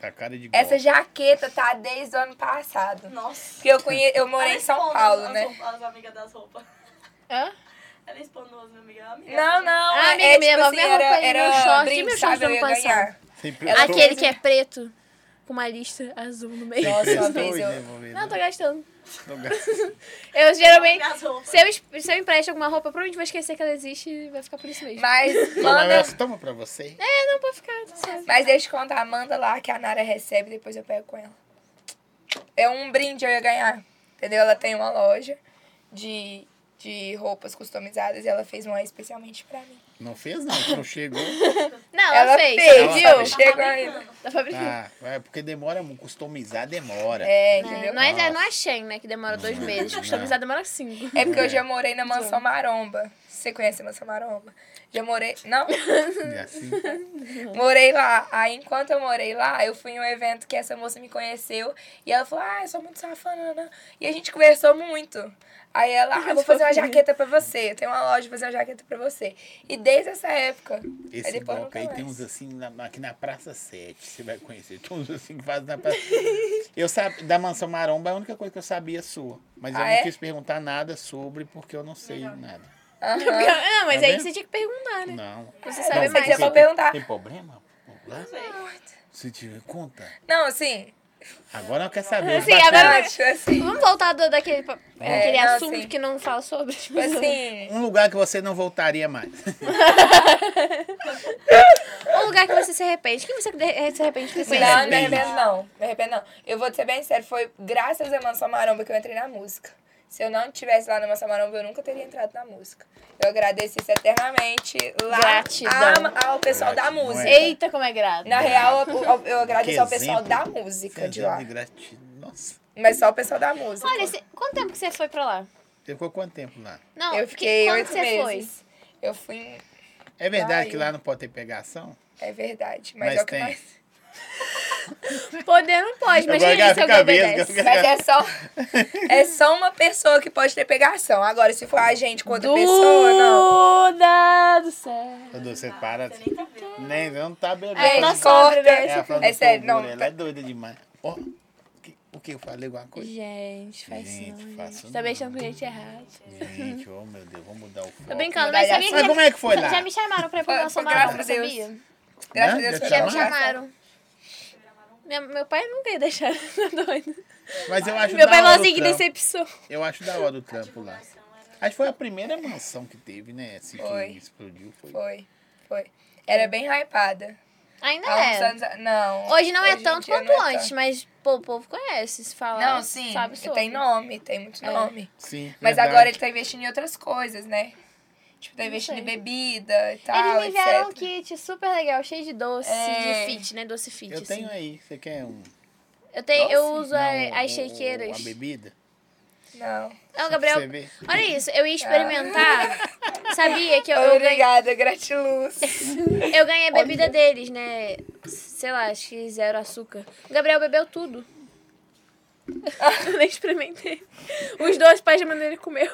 S3: Tá cara de gol.
S2: Essa jaqueta tá desde o ano passado.
S4: Nossa.
S2: Porque eu, conhe... eu morei em São Paulo, né?
S4: As, as amigas das roupas.
S1: Hã?
S4: Ela expondo as minhas amigas. Amiga,
S2: Não, não.
S1: Ah,
S2: é,
S1: amiga
S2: é,
S1: minha,
S2: tipo
S1: mas
S2: assim,
S1: minha
S2: era,
S1: roupa aí,
S2: era
S1: meu short.
S2: brinde,
S1: E meu short
S2: sabe? Eu
S1: do
S2: ia
S1: ano passado?
S2: ganhar.
S3: Sempre
S2: Ela-
S3: tô-
S1: Aquele que é preto, com uma lista azul no meio. Assim.
S2: Nossa, uma
S3: Emprestou
S2: vez
S3: e
S2: eu-
S3: devolveu.
S1: Não, tô gastando.
S3: né, Não gasta.
S1: Eu geralmente.
S4: Minhas roupas.
S1: Se eu, es- se eu empresto alguma roupa, eu provavelmente vou esquecer que ela existe e vai ficar por isso mesmo.
S2: Mas
S3: Dona
S2: manda.
S3: Nelson, toma pra você.
S1: É, não, pode ficar, tu sabe.
S2: Mas deixa eu te contar, manda lá que a Nara recebe, depois eu pego com ela. É um brinde eu ia ganhar. Entendeu? Ela tem uma loja de, de roupas customizadas e ela fez uma especialmente pra mim.
S3: Não fez, não, que não chegou.
S1: Não, ela,
S2: Ela
S1: fez,
S2: fez,
S1: viu?
S2: ela
S4: Tá
S2: Chega
S4: fabricando.
S1: Tá fabricando.
S3: Ah, é porque demora muito. Customizar demora.
S2: É,
S1: É,
S2: entendeu?
S1: não, é,
S3: Nossa.
S1: não é Shein, né? Que demora dois meses. Customizar demora cinco.
S2: Uhum. É porque eu já morei na Mansão Maromba. Você conhece a Mansão Maromba? Já morei. Não?
S3: É assim.
S2: Morei lá. Aí, enquanto eu morei lá, eu fui em um evento que essa moça me conheceu. E ela falou, ah, eu sou muito safana. E a gente conversou muito. Aí ela, ah, eu vou fazer uma jaqueta pra você. Eu tenho uma loja, vou fazer uma jaqueta pra você. E desde essa época... aí
S3: Esse
S2: depois
S3: bloco
S2: nunca
S3: aí
S2: mais.
S3: tem uns assim na- aqui na Praça 7, você vai conhecer. Tem uns assim que fazem na Praça. Eu sabe, da Mansão Maromba, a única coisa que eu sabia é sua. Mas eu
S2: Ah,
S3: não
S2: é?
S3: quis perguntar nada sobre, porque eu não sei nada.
S2: Aham.
S1: Não, mas
S2: É
S3: Tá
S1: aí
S3: vendo?
S1: você tinha que perguntar,
S2: Ah,
S1: né?
S3: Não.
S1: Você
S2: Não,
S1: sabe
S2: mas
S1: mais.
S2: é só
S3: tem-
S2: perguntar.
S3: Tem problema? Lá?
S4: Não sei.
S3: Se tiver conta.
S2: Não, assim...
S3: Agora não quer saber.
S1: Assim,
S3: bacana.
S1: agora-
S2: Não, tipo assim.
S1: Vamos voltar do, daquele pa-
S2: É,
S1: aquele
S2: não,
S1: assunto
S2: assim.
S1: que não fala sobre.
S2: Tipo assim.
S3: Um lugar que você não voltaria mais.
S1: Um lugar que você se arrepende. Quem você de- se arrepende de ter conhecido?
S2: Não, né? não
S3: arrepende.
S2: me arrependo não. Me arrependo não. Eu vou te ser bem sério, foi graças a Mansão Maromba que eu entrei na música. Se eu não tivesse lá na Mansão Maromba, eu nunca teria entrado na música. Eu agradeço isso eternamente lá
S1: Gratidão.
S2: a- ao pessoal da
S3: Gratidão, é.
S2: música.
S1: Eita, como é grato.
S2: Na real, eu, eu- eu agradeço
S3: Que
S2: ao pessoal
S3: exemplo. é
S2: da música de lá.
S3: Exemplo de gratidão. Nossa,
S2: Mas só o pessoal da música.
S1: Olha, cê- quanto tempo que você foi pra lá?
S3: você ficou quanto tempo lá?
S1: Não,
S2: eu
S1: que-
S2: fiquei
S1: quando
S2: oito
S1: você
S2: meses. Eu fui. em-
S3: É verdade
S2: Ai.
S3: que lá não pode ter pegação?
S2: É verdade. Tá Mas,
S3: Mas
S2: é o que
S3: tem.
S2: mais.
S1: foi? Poder não pode,
S3: Eu
S1: mas
S3: vou
S1: imagina se
S3: ficar
S1: alguém
S3: vesga.
S1: obedece.
S2: Mas é só, é só uma pessoa que pode ter pegação. Agora, se for a gente com outra pessoa, não.
S1: Duda do céu.
S3: Quando você para.
S4: Você nem tá vendo.
S3: Nem, não tá bebendo.
S1: É,
S2: Gente,
S1: nossa,
S2: corta.
S1: sobre, né?
S3: É, a Flávia
S2: É sério,
S3: Toguro,
S2: não.
S3: Ela é doida demais. Ó, que- o que eu falei alguma coisa?
S1: Gente, faz
S3: Gente,
S1: isso. não,
S3: faça
S1: gente.
S3: não.
S1: Tá mexendo com gente errada.
S3: Gente, oh meu Deus, vamos mudar o foco.
S1: Tô brincando,
S2: Vai
S1: mas
S2: dar
S1: sabia que
S3: Mas
S1: já,
S3: como é que foi lá?
S1: já me chamaram pra ir pro
S2: Foi-
S1: nosso
S2: foi
S1: maromba,
S2: graças a Deus.
S1: sabia?
S2: Graças
S3: Né?
S2: a Deus,
S3: Já
S2: foi
S3: te
S1: Já me
S3: chamaram?
S1: chamaram. Minha- meu pai nunca ia deixar, tá doido.
S3: Mas eu acho
S1: Meu
S3: da
S1: pai falou
S3: hora
S1: assim,
S3: do
S1: que
S3: trampo.
S1: decepção.
S3: Eu acho da hora do trampo lá.
S4: é
S3: Acho que foi a primeira mansão que teve, né? Assim,
S2: Foi.
S3: que explodiu. Foi.
S2: Foi, foi. Era bem hypada.
S1: Ainda
S2: Há uns
S1: é.
S2: anos a- Não.
S1: Hoje não é
S2: em
S1: tanto
S2: dia
S1: quanto
S2: não é
S1: antes, mas pô, o povo conhece, se
S2: tanto.
S1: fala,
S2: Não, sim.
S1: sabe sobre.
S2: tem nome, tem muito
S1: É.
S2: nome.
S3: Sim.
S2: Mas
S3: verdade.
S2: agora ele tá investindo em outras coisas, né? Tipo, tá
S1: Não
S2: investindo em
S1: sei.
S2: bebida e tal,
S1: Eles me vieram um
S2: etc.
S1: kit super legal, cheio de doce, de
S2: É.
S1: fit, né? Doce fit,
S3: Eu
S1: assim.
S3: tenho aí. Você quer um.
S1: Eu, tenho, eu
S2: Doce?
S1: uso a- as shakeiras.
S3: Uma bebida?
S2: Não.
S1: Não,
S3: Pra
S1: Gabriel,
S3: você ver.
S1: olha isso, eu ia experimentar. Sabia que eu, eu ganhei,
S2: Obrigada, gratiluz.
S1: eu ganhei a bebida deles, né? Sei lá, acho que zero açúcar. O Gabriel bebeu tudo. eu nem experimentei. Os dois pais da mãe dele comeu.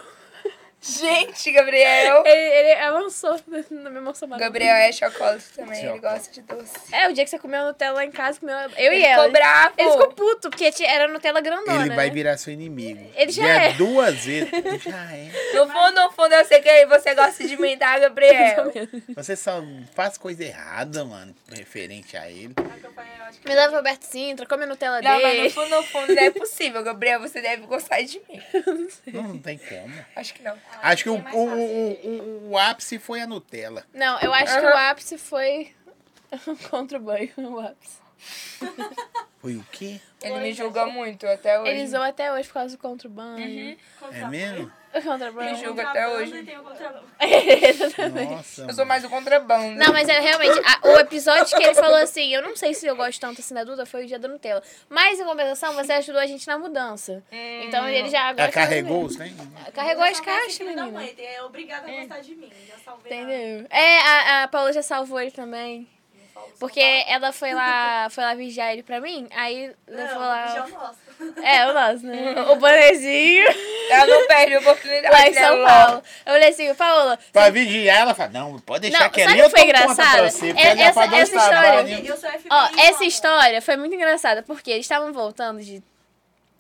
S2: Gente, Gabriel.
S1: Ele, ele avançou na minha mansão
S2: O
S1: maromba.
S2: Gabriel é chocolate também, ele
S3: Chocolate.
S2: gosta de doce.
S1: É, o dia que você comeu Nutella lá em casa, comeu eu e
S2: Ele
S1: ela.
S2: ficou bravo.
S1: Ele ficou puto, porque ti- era Nutella grandona,
S3: Ele vai
S1: né?
S3: virar seu inimigo.
S1: Ele já
S3: Já
S1: é.
S3: duas vezes. Já é.
S2: No fundo, no fundo, eu sei que você gosta de mim, tá, Gabriel?
S3: Você só faz coisa errada, mano, referente a ele.
S4: A campanha, eu acho que
S1: Me leva o Alberto Sintra, come a Nutella
S2: Não, mas
S1: dele.
S2: no fundo, no fundo, não é possível, Gabriel. Você deve gostar de mim.
S3: Não, não tem como.
S2: Acho que não.
S3: Acho que o,
S4: é mais fácil.
S3: o- o- o- o ápice foi a Nutella.
S1: Não, eu acho que o
S2: Aham.
S1: ápice foi contra o banho, o ápice.
S3: Foi o quê?
S2: Ele
S4: Oi,
S2: me
S4: gente.
S2: julga muito até hoje.
S1: é. Eles zoam até hoje por causa do contra o banho.
S3: É mesmo?
S4: Uhum.
S1: O Contra o
S2: Me
S1: banho.
S2: julga até hoje.
S4: tá Tem o contrabando.
S3: Nossa.
S2: Eu sou
S3: mano.
S2: mais o contrabando.
S1: Não, mas é realmente, a- o episódio que ele falou assim, eu não sei se eu gosto tanto assim da Duda, foi o dia da Nutella. Mas, em compensação, você ajudou a gente na mudança.
S4: É.
S1: Então, ele já agora...
S3: Ela carregou os, né?
S1: Carregou as
S4: Salvar esse
S1: caixas,
S4: filho da
S1: menina.
S4: mãe, tem- É obrigada a gostar de mim. Já salvei. a-
S1: Entendeu? É, a, a Paula já salvou ele também. Porque ela foi lá, foi lá vigiar ele pra mim, aí
S4: Não,
S1: levou
S4: já
S1: lá.
S4: posso.
S1: É, o nosso, né? O bonezinho
S2: Ela não perde a oportunidade.
S1: lá em
S2: né,
S1: São
S2: Ló?
S1: Paulo. Eu falei assim, Paola,
S3: Pra vigiar, ela fala, não, pode deixar
S1: Não,
S3: que
S1: sabe
S3: ali
S1: o
S3: eu
S1: que foi
S3: tô conta pra um
S1: engraçado?
S3: você.
S1: É-
S3: porque já
S1: essa-
S3: faz dois
S1: essa história-
S3: trabalhos.
S4: Eu sou FBI.
S1: ó,
S4: mano.
S1: essa história foi muito engraçada, porque eles estavam voltando de.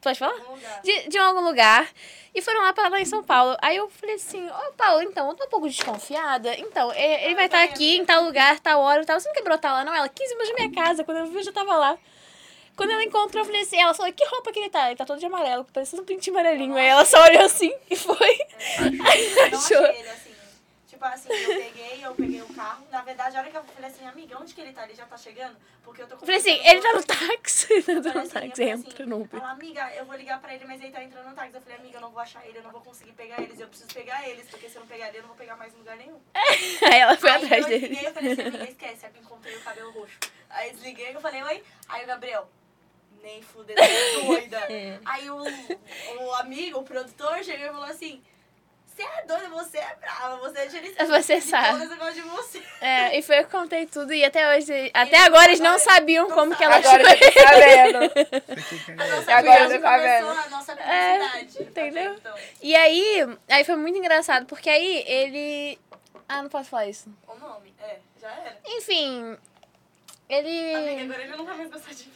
S1: Pode falar?
S4: Vamos lá.
S1: de, de algum lugar e foram lá para lá em São Paulo. Aí eu falei assim, ó, Paulo, então, eu tô um pouco desconfiada. Então, é, ele vai estar aqui em tal lugar, tal hora, tal. Você não quer brotar lá, não? Ela, 15 minutos da minha casa, quando eu vi, eu já tava lá. Quando ela encontrou, eu falei assim, ela falou, que roupa que ele tá? Ele tá todo de amarelo, parecendo um pintinho amarelinho. Aí ela só olhou assim e foi.
S4: Eu não
S1: Achou.
S4: achei ele assim. Tipo assim, eu peguei, eu peguei o carro. Na verdade, a hora que eu falei assim, amiga, onde que ele tá? Ele já tá chegando? Porque eu tô
S1: Eu falei assim, ele tá no táxi, ele tá no
S4: Falei assim, eu
S1: táxi,
S4: falei
S1: entra
S4: assim,
S1: no Uber.
S4: Ela, amiga, eu vou ligar pra ele, mas ele tá entrando no táxi. Eu falei, amiga, eu não vou achar ele, eu não vou conseguir pegar eles. Eu preciso pegar eles, porque se eu não pegar ele, eu não vou pegar mais em lugar nenhum.
S1: Aí ela foi
S4: Aí
S1: atrás
S4: eu
S1: dele.
S4: desliguei, eu falei assim, amiga, esquece, eu encontrei o cabelo roxo. Aí desliguei, eu falei, oi. Aí o Gabriel, nem fudeu, tô doida.
S1: É.
S4: Aí o, o amigo, o produtor, chegou e falou assim, você é doida, você é brava, você é gerenciada.
S1: Você
S4: de
S1: sabe.
S4: todas, eu gosto de você.
S1: É, e foi eu que contei tudo e até hoje, até agora eles não sabiam
S4: não
S1: como que ela
S4: sabem.
S2: Agora
S1: chegou.
S2: eu tô tá sabendo.
S4: A nossa
S2: Agora
S4: amizade
S2: eu tô
S4: começou,
S2: sabendo.
S4: a nossa
S1: tá É,
S4: curiosidade.
S1: entendeu?
S4: Até então.
S1: E aí, aí foi muito engraçado, porque aí ele. Ah, não posso falar isso.
S4: O nome, é, já era.
S1: Enfim, ele.
S4: É. Amiga, agora ele não vai mais gostar de mim.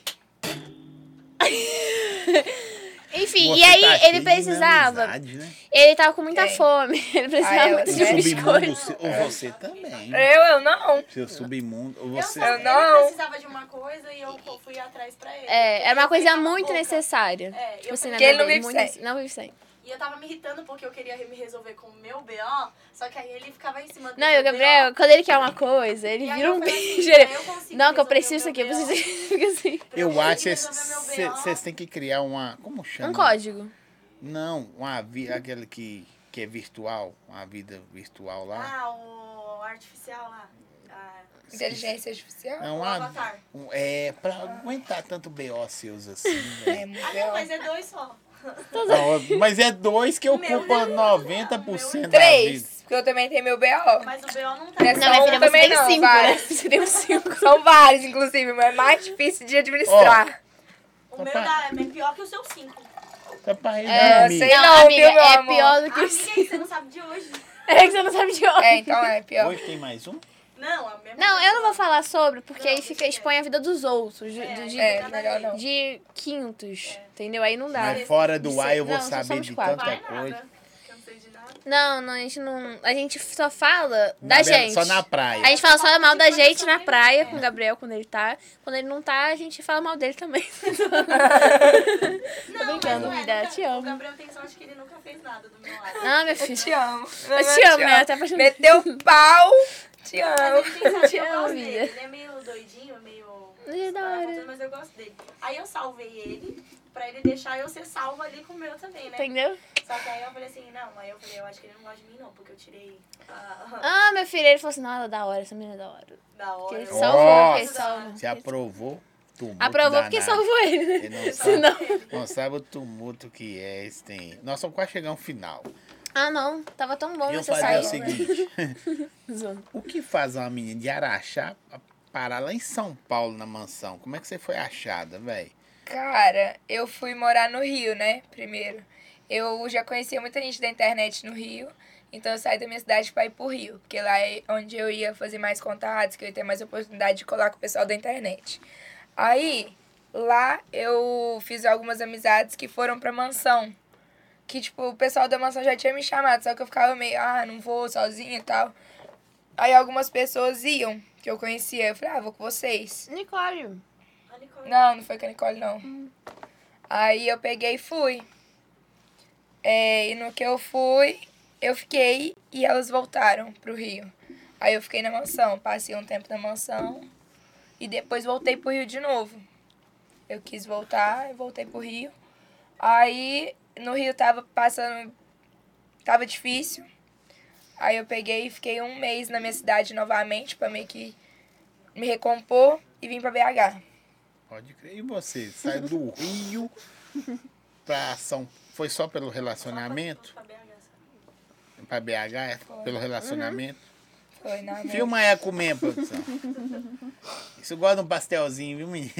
S1: Enfim,
S3: Você
S1: e aí
S3: tá cheio
S1: ele Tipo,
S3: de
S1: precisava.
S3: amizade, né?
S1: Ele tava com muita
S2: Tem.
S1: fome. Ele precisava
S2: Ah, eu-
S1: muito de
S2: né?
S3: O submundo,
S1: biscoito. É.
S3: você, ou você também.
S2: Eu, eu não.
S3: Seu submundo, ou
S4: Eu
S3: você...
S4: só-
S2: Eu
S4: ele
S2: não.
S4: precisava de uma coisa e eu fui atrás pra ele.
S1: É, era uma coisa muito
S4: necessária.
S1: necessária.
S4: É,
S1: tipo
S4: eu
S1: assim, na
S4: falei- Porque
S2: ele não
S1: verdade,
S2: vive
S1: muito-
S2: sem.
S1: Não vive sem.
S4: E eu tava me irritando porque eu queria me resolver com o meu BO, só que aí ele ficava em cima do
S1: Não, e
S4: meu
S1: o Gabriel, quando ele quer uma coisa, ele
S4: E aí
S1: vira
S4: eu
S1: um
S4: falei assim,
S1: bicho.
S4: aí
S1: ele-
S4: eu consigo
S1: Não, que eu
S4: resolver
S1: preciso isso
S4: meu
S1: aqui, eu
S4: BO.
S1: preciso assim. isso aqui.
S3: Eu
S4: Pra
S3: acho é que
S4: resolver é meu BO.
S3: vocês têm que criar uma... Como chama?
S1: Um código.
S3: Não, uma vida, aquele que, que é virtual, uma vida virtual lá.
S4: Ah, o artificial lá. Ah,
S2: Inteligência artificial.
S3: é
S4: o
S3: uma,
S4: Ah, Avatar.
S3: um- é pra aguentar tanto BO seus assim,
S2: É,
S3: velho.
S2: muito
S4: Ah, não,
S2: legal.
S4: mas é dois só.
S3: Não, Mas é dois que ocupa
S4: Deus,
S3: 90% da vida.
S2: Três, porque eu também tenho meu BO.
S4: Mas o BO não tá.
S2: Não é
S1: Não,
S2: só
S1: minha
S2: um
S1: filha, você
S2: também
S1: tem
S2: não,
S1: cinco,
S2: vai.
S1: né? Você tem uns cinco.
S2: São vários, inclusive, mas é mais difícil de administrar.
S4: O meu
S3: Papai.
S4: dá, é bem pior que o seu cinco.
S3: Tá pra ele,
S2: É,
S3: amiga.
S2: sei. não, viu, meu
S1: é
S2: amor?
S1: pior do que
S4: Amiga,
S1: os
S4: aí você não sabe de hoje.
S1: É que você não sabe de onde.
S2: É, então é pior.
S3: Hoje tem mais um?
S4: Não, a mesma
S1: Não,
S4: coisa.
S1: eu não vou falar sobre, porque
S4: Não,
S1: aí
S4: deixa
S1: fica,
S4: quieto.
S1: expõe a vida dos outros, de,
S4: É,
S1: de,
S2: É, melhor não.
S1: de quintos, entendeu? Aí não dá.
S3: Mas fora do
S1: Isso- é-
S3: ar eu vou
S1: não, só
S3: saber
S1: somos
S3: de
S1: quatro.
S3: tanta
S4: Vai
S3: coisa.
S4: nada. Cansei de nada.
S1: Não, não, a gente não. A gente só fala
S3: Na
S1: da
S3: beira-
S1: gente.
S3: Só na praia.
S1: A gente fala só mal da
S4: Depois eu
S1: gente
S4: só
S1: na
S4: me-
S1: praia,
S4: é.
S1: com o Gabriel, quando ele tá. Quando ele não tá, a gente fala mal dele também.
S4: Não, mas
S1: brincando,
S4: não é,
S1: vida,
S4: nunca-
S1: te amo.
S4: O Gabriel tem sorte que ele nunca fez nada do meu lado.
S1: Ah, meu filho.
S2: Te amo.
S1: Eu te amo, né? Eu tô apaixonada.
S2: Meteu o pau, te
S4: Mas
S2: amo.
S4: ele tem sorte,
S1: Te
S4: eu
S1: amo,
S4: gosto dele.
S1: vida.
S4: Ele é meio doidinho, meio.
S1: Ele é da hora.
S4: desesperado, Mas eu gosto dele. Aí eu salvei ele pra ele deixar eu ser salva ali com o meu também, né?
S1: Entendeu?
S4: Só que aí eu falei assim, não, aí eu falei, eu acho que ele não gosta de mim, não, porque eu tirei a-
S1: Ah, meu filho, ele falou assim: não, ela é da hora, essa menina é da hora.
S4: da
S1: Que
S4: hora.
S1: ele
S4: eu-
S1: salvou, que ele
S4: Nossa.
S1: salvou.
S3: Se aprovou, tumulto
S1: Aprovou porque
S3: é danado.
S1: salvou ele, né?
S3: Ele não sabe,
S1: Senão.
S3: não sabe o tumulto que é esse tem. Nós estamos quase chegando ao final.
S1: Ah, não. Tava tão bom
S3: eu
S1: essa
S3: fazer o
S1: saída.
S3: seguinte.
S1: Zoando.
S3: O que faz uma menina de Araxá parar lá em São Paulo, na mansão? Como é que você foi achada, velho?
S2: Cara, eu fui morar no Rio, né? Primeiro. Eu já conhecia muita gente da internet no Rio. Então eu saí da minha cidade pra ir pro Rio. Porque lá é onde eu ia fazer mais contatos, que eu ia ter mais oportunidade de colar com o pessoal da internet. Aí, lá eu fiz algumas amizades que foram pra mansão. Que, tipo, o pessoal da mansão já tinha me chamado, só que eu ficava meio, ah, não vou sozinha e tal. Aí algumas pessoas iam, que eu conhecia. Eu falei, ah, vou com vocês.
S1: Nicole.
S4: Olha como- tá
S2: Não, não foi com a Nicole, não. Aí eu peguei e fui. É, e no que eu fui, eu fiquei e elas voltaram pro Rio. Aí eu fiquei na mansão, passei um tempo na mansão e depois voltei pro Rio de novo. Eu quis voltar e voltei pro Rio. Aí no Rio tava passando. tava difícil. Aí eu peguei e fiquei um mês na minha cidade novamente pra meio que me recompor e vim pra BH.
S3: Pode crer. E você? Sai do Rio pra São Foi só pelo
S4: Só pra-
S3: relacionamento?
S4: pra BH, sabe?
S3: Pra BH? É Pelo relacionamento?
S2: Foi né? na minha-
S3: Filma aí a comer, produção. Isso gosta de um pastelzinho, viu, menino?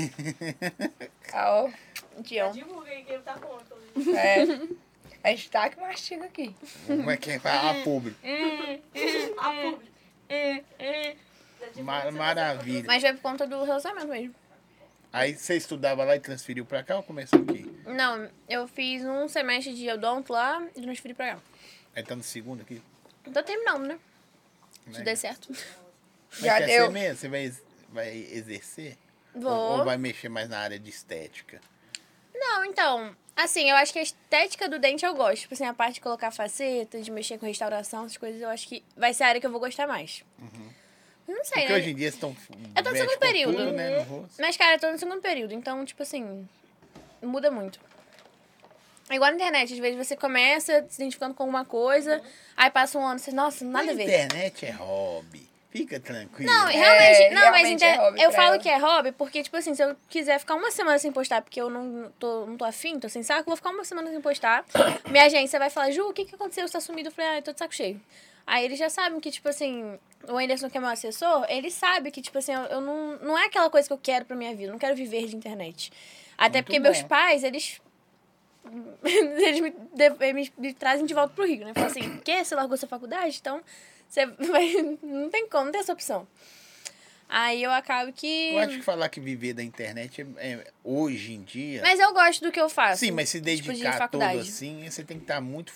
S2: Cal.
S1: Dion.
S4: Divulga aí que ele tá com inclusive.
S2: É. A gente tá que mastiga aqui.
S3: Como é que é? Ah, público.
S4: A Tá
S1: É,
S2: Hum,
S4: público.
S2: hum.
S4: Já divulga,
S3: Mar-
S4: você tá vai
S3: maravilha.
S1: Mas foi por conta do relacionamento mesmo.
S3: Aí você estudava lá e transferiu pra cá ou começou aqui?
S1: Não, eu fiz um semestre de odonto lá e transferi pra cá.
S3: Aí tá no segundo aqui?
S1: Tá terminando, né? Se
S3: Né?
S1: der certo.
S3: Mas
S2: Já
S3: quer
S2: deu.
S3: ser mesmo? Você vai, vai exercer? Ou,
S1: Vou.
S3: ou vai mexer mais na área de estética?
S1: Não, então. Assim, eu acho que a estética do dente eu gosto. Tipo assim, a parte de colocar faceta, de mexer com restauração, essas coisas, eu acho que vai ser a área que eu vou gostar mais. Eu Não sei,
S3: Uhum. Porque
S1: né?
S3: hoje em dia estão.
S1: Eu tô no segundo período.
S3: Tudo, né, no rosto.
S1: Mas, cara, eu tô no segundo período, então, tipo assim, muda muito. É Igual na internet, às vezes você começa se identificando com alguma coisa, aí passa um ano, você, nossa, nada a ver.
S3: internet é hobby. Fica tranquilo. É.
S1: Não, realmente, não, mas
S2: realmente é
S1: inter-
S2: hobby
S1: eu
S2: pra
S1: falo
S2: ela.
S1: que é hobby porque, tipo assim, se eu quiser ficar uma semana sem postar porque eu não tô, não tô afim, tô sem saco, eu vou ficar uma semana sem postar. Minha agência vai falar, Ju, o que que aconteceu? Você tá sumido? Eu falei, ah, eu tô de saco cheio. Aí eles já sabem que, tipo assim, o Anderson, que é meu assessor, ele sabe que, tipo assim, eu, eu não, não é aquela coisa que eu quero pra minha vida, eu não quero viver de internet. Até
S3: Muito
S1: porque
S3: bom.
S1: meus pais, eles. eles me, de- me- me trazem de volta pro Rio, né? Falam assim, quê? Você largou sua faculdade? Então, você vai. Não tem como, não tem essa opção. Aí eu acabo que.
S3: Eu acho que falar que viver da internet é, é- hoje em dia.
S1: Mas eu gosto do que eu faço.
S3: é. sim, mas se
S1: tipo, de
S3: dedicar todo
S1: faculdade.
S3: assim, você tem que estar muito.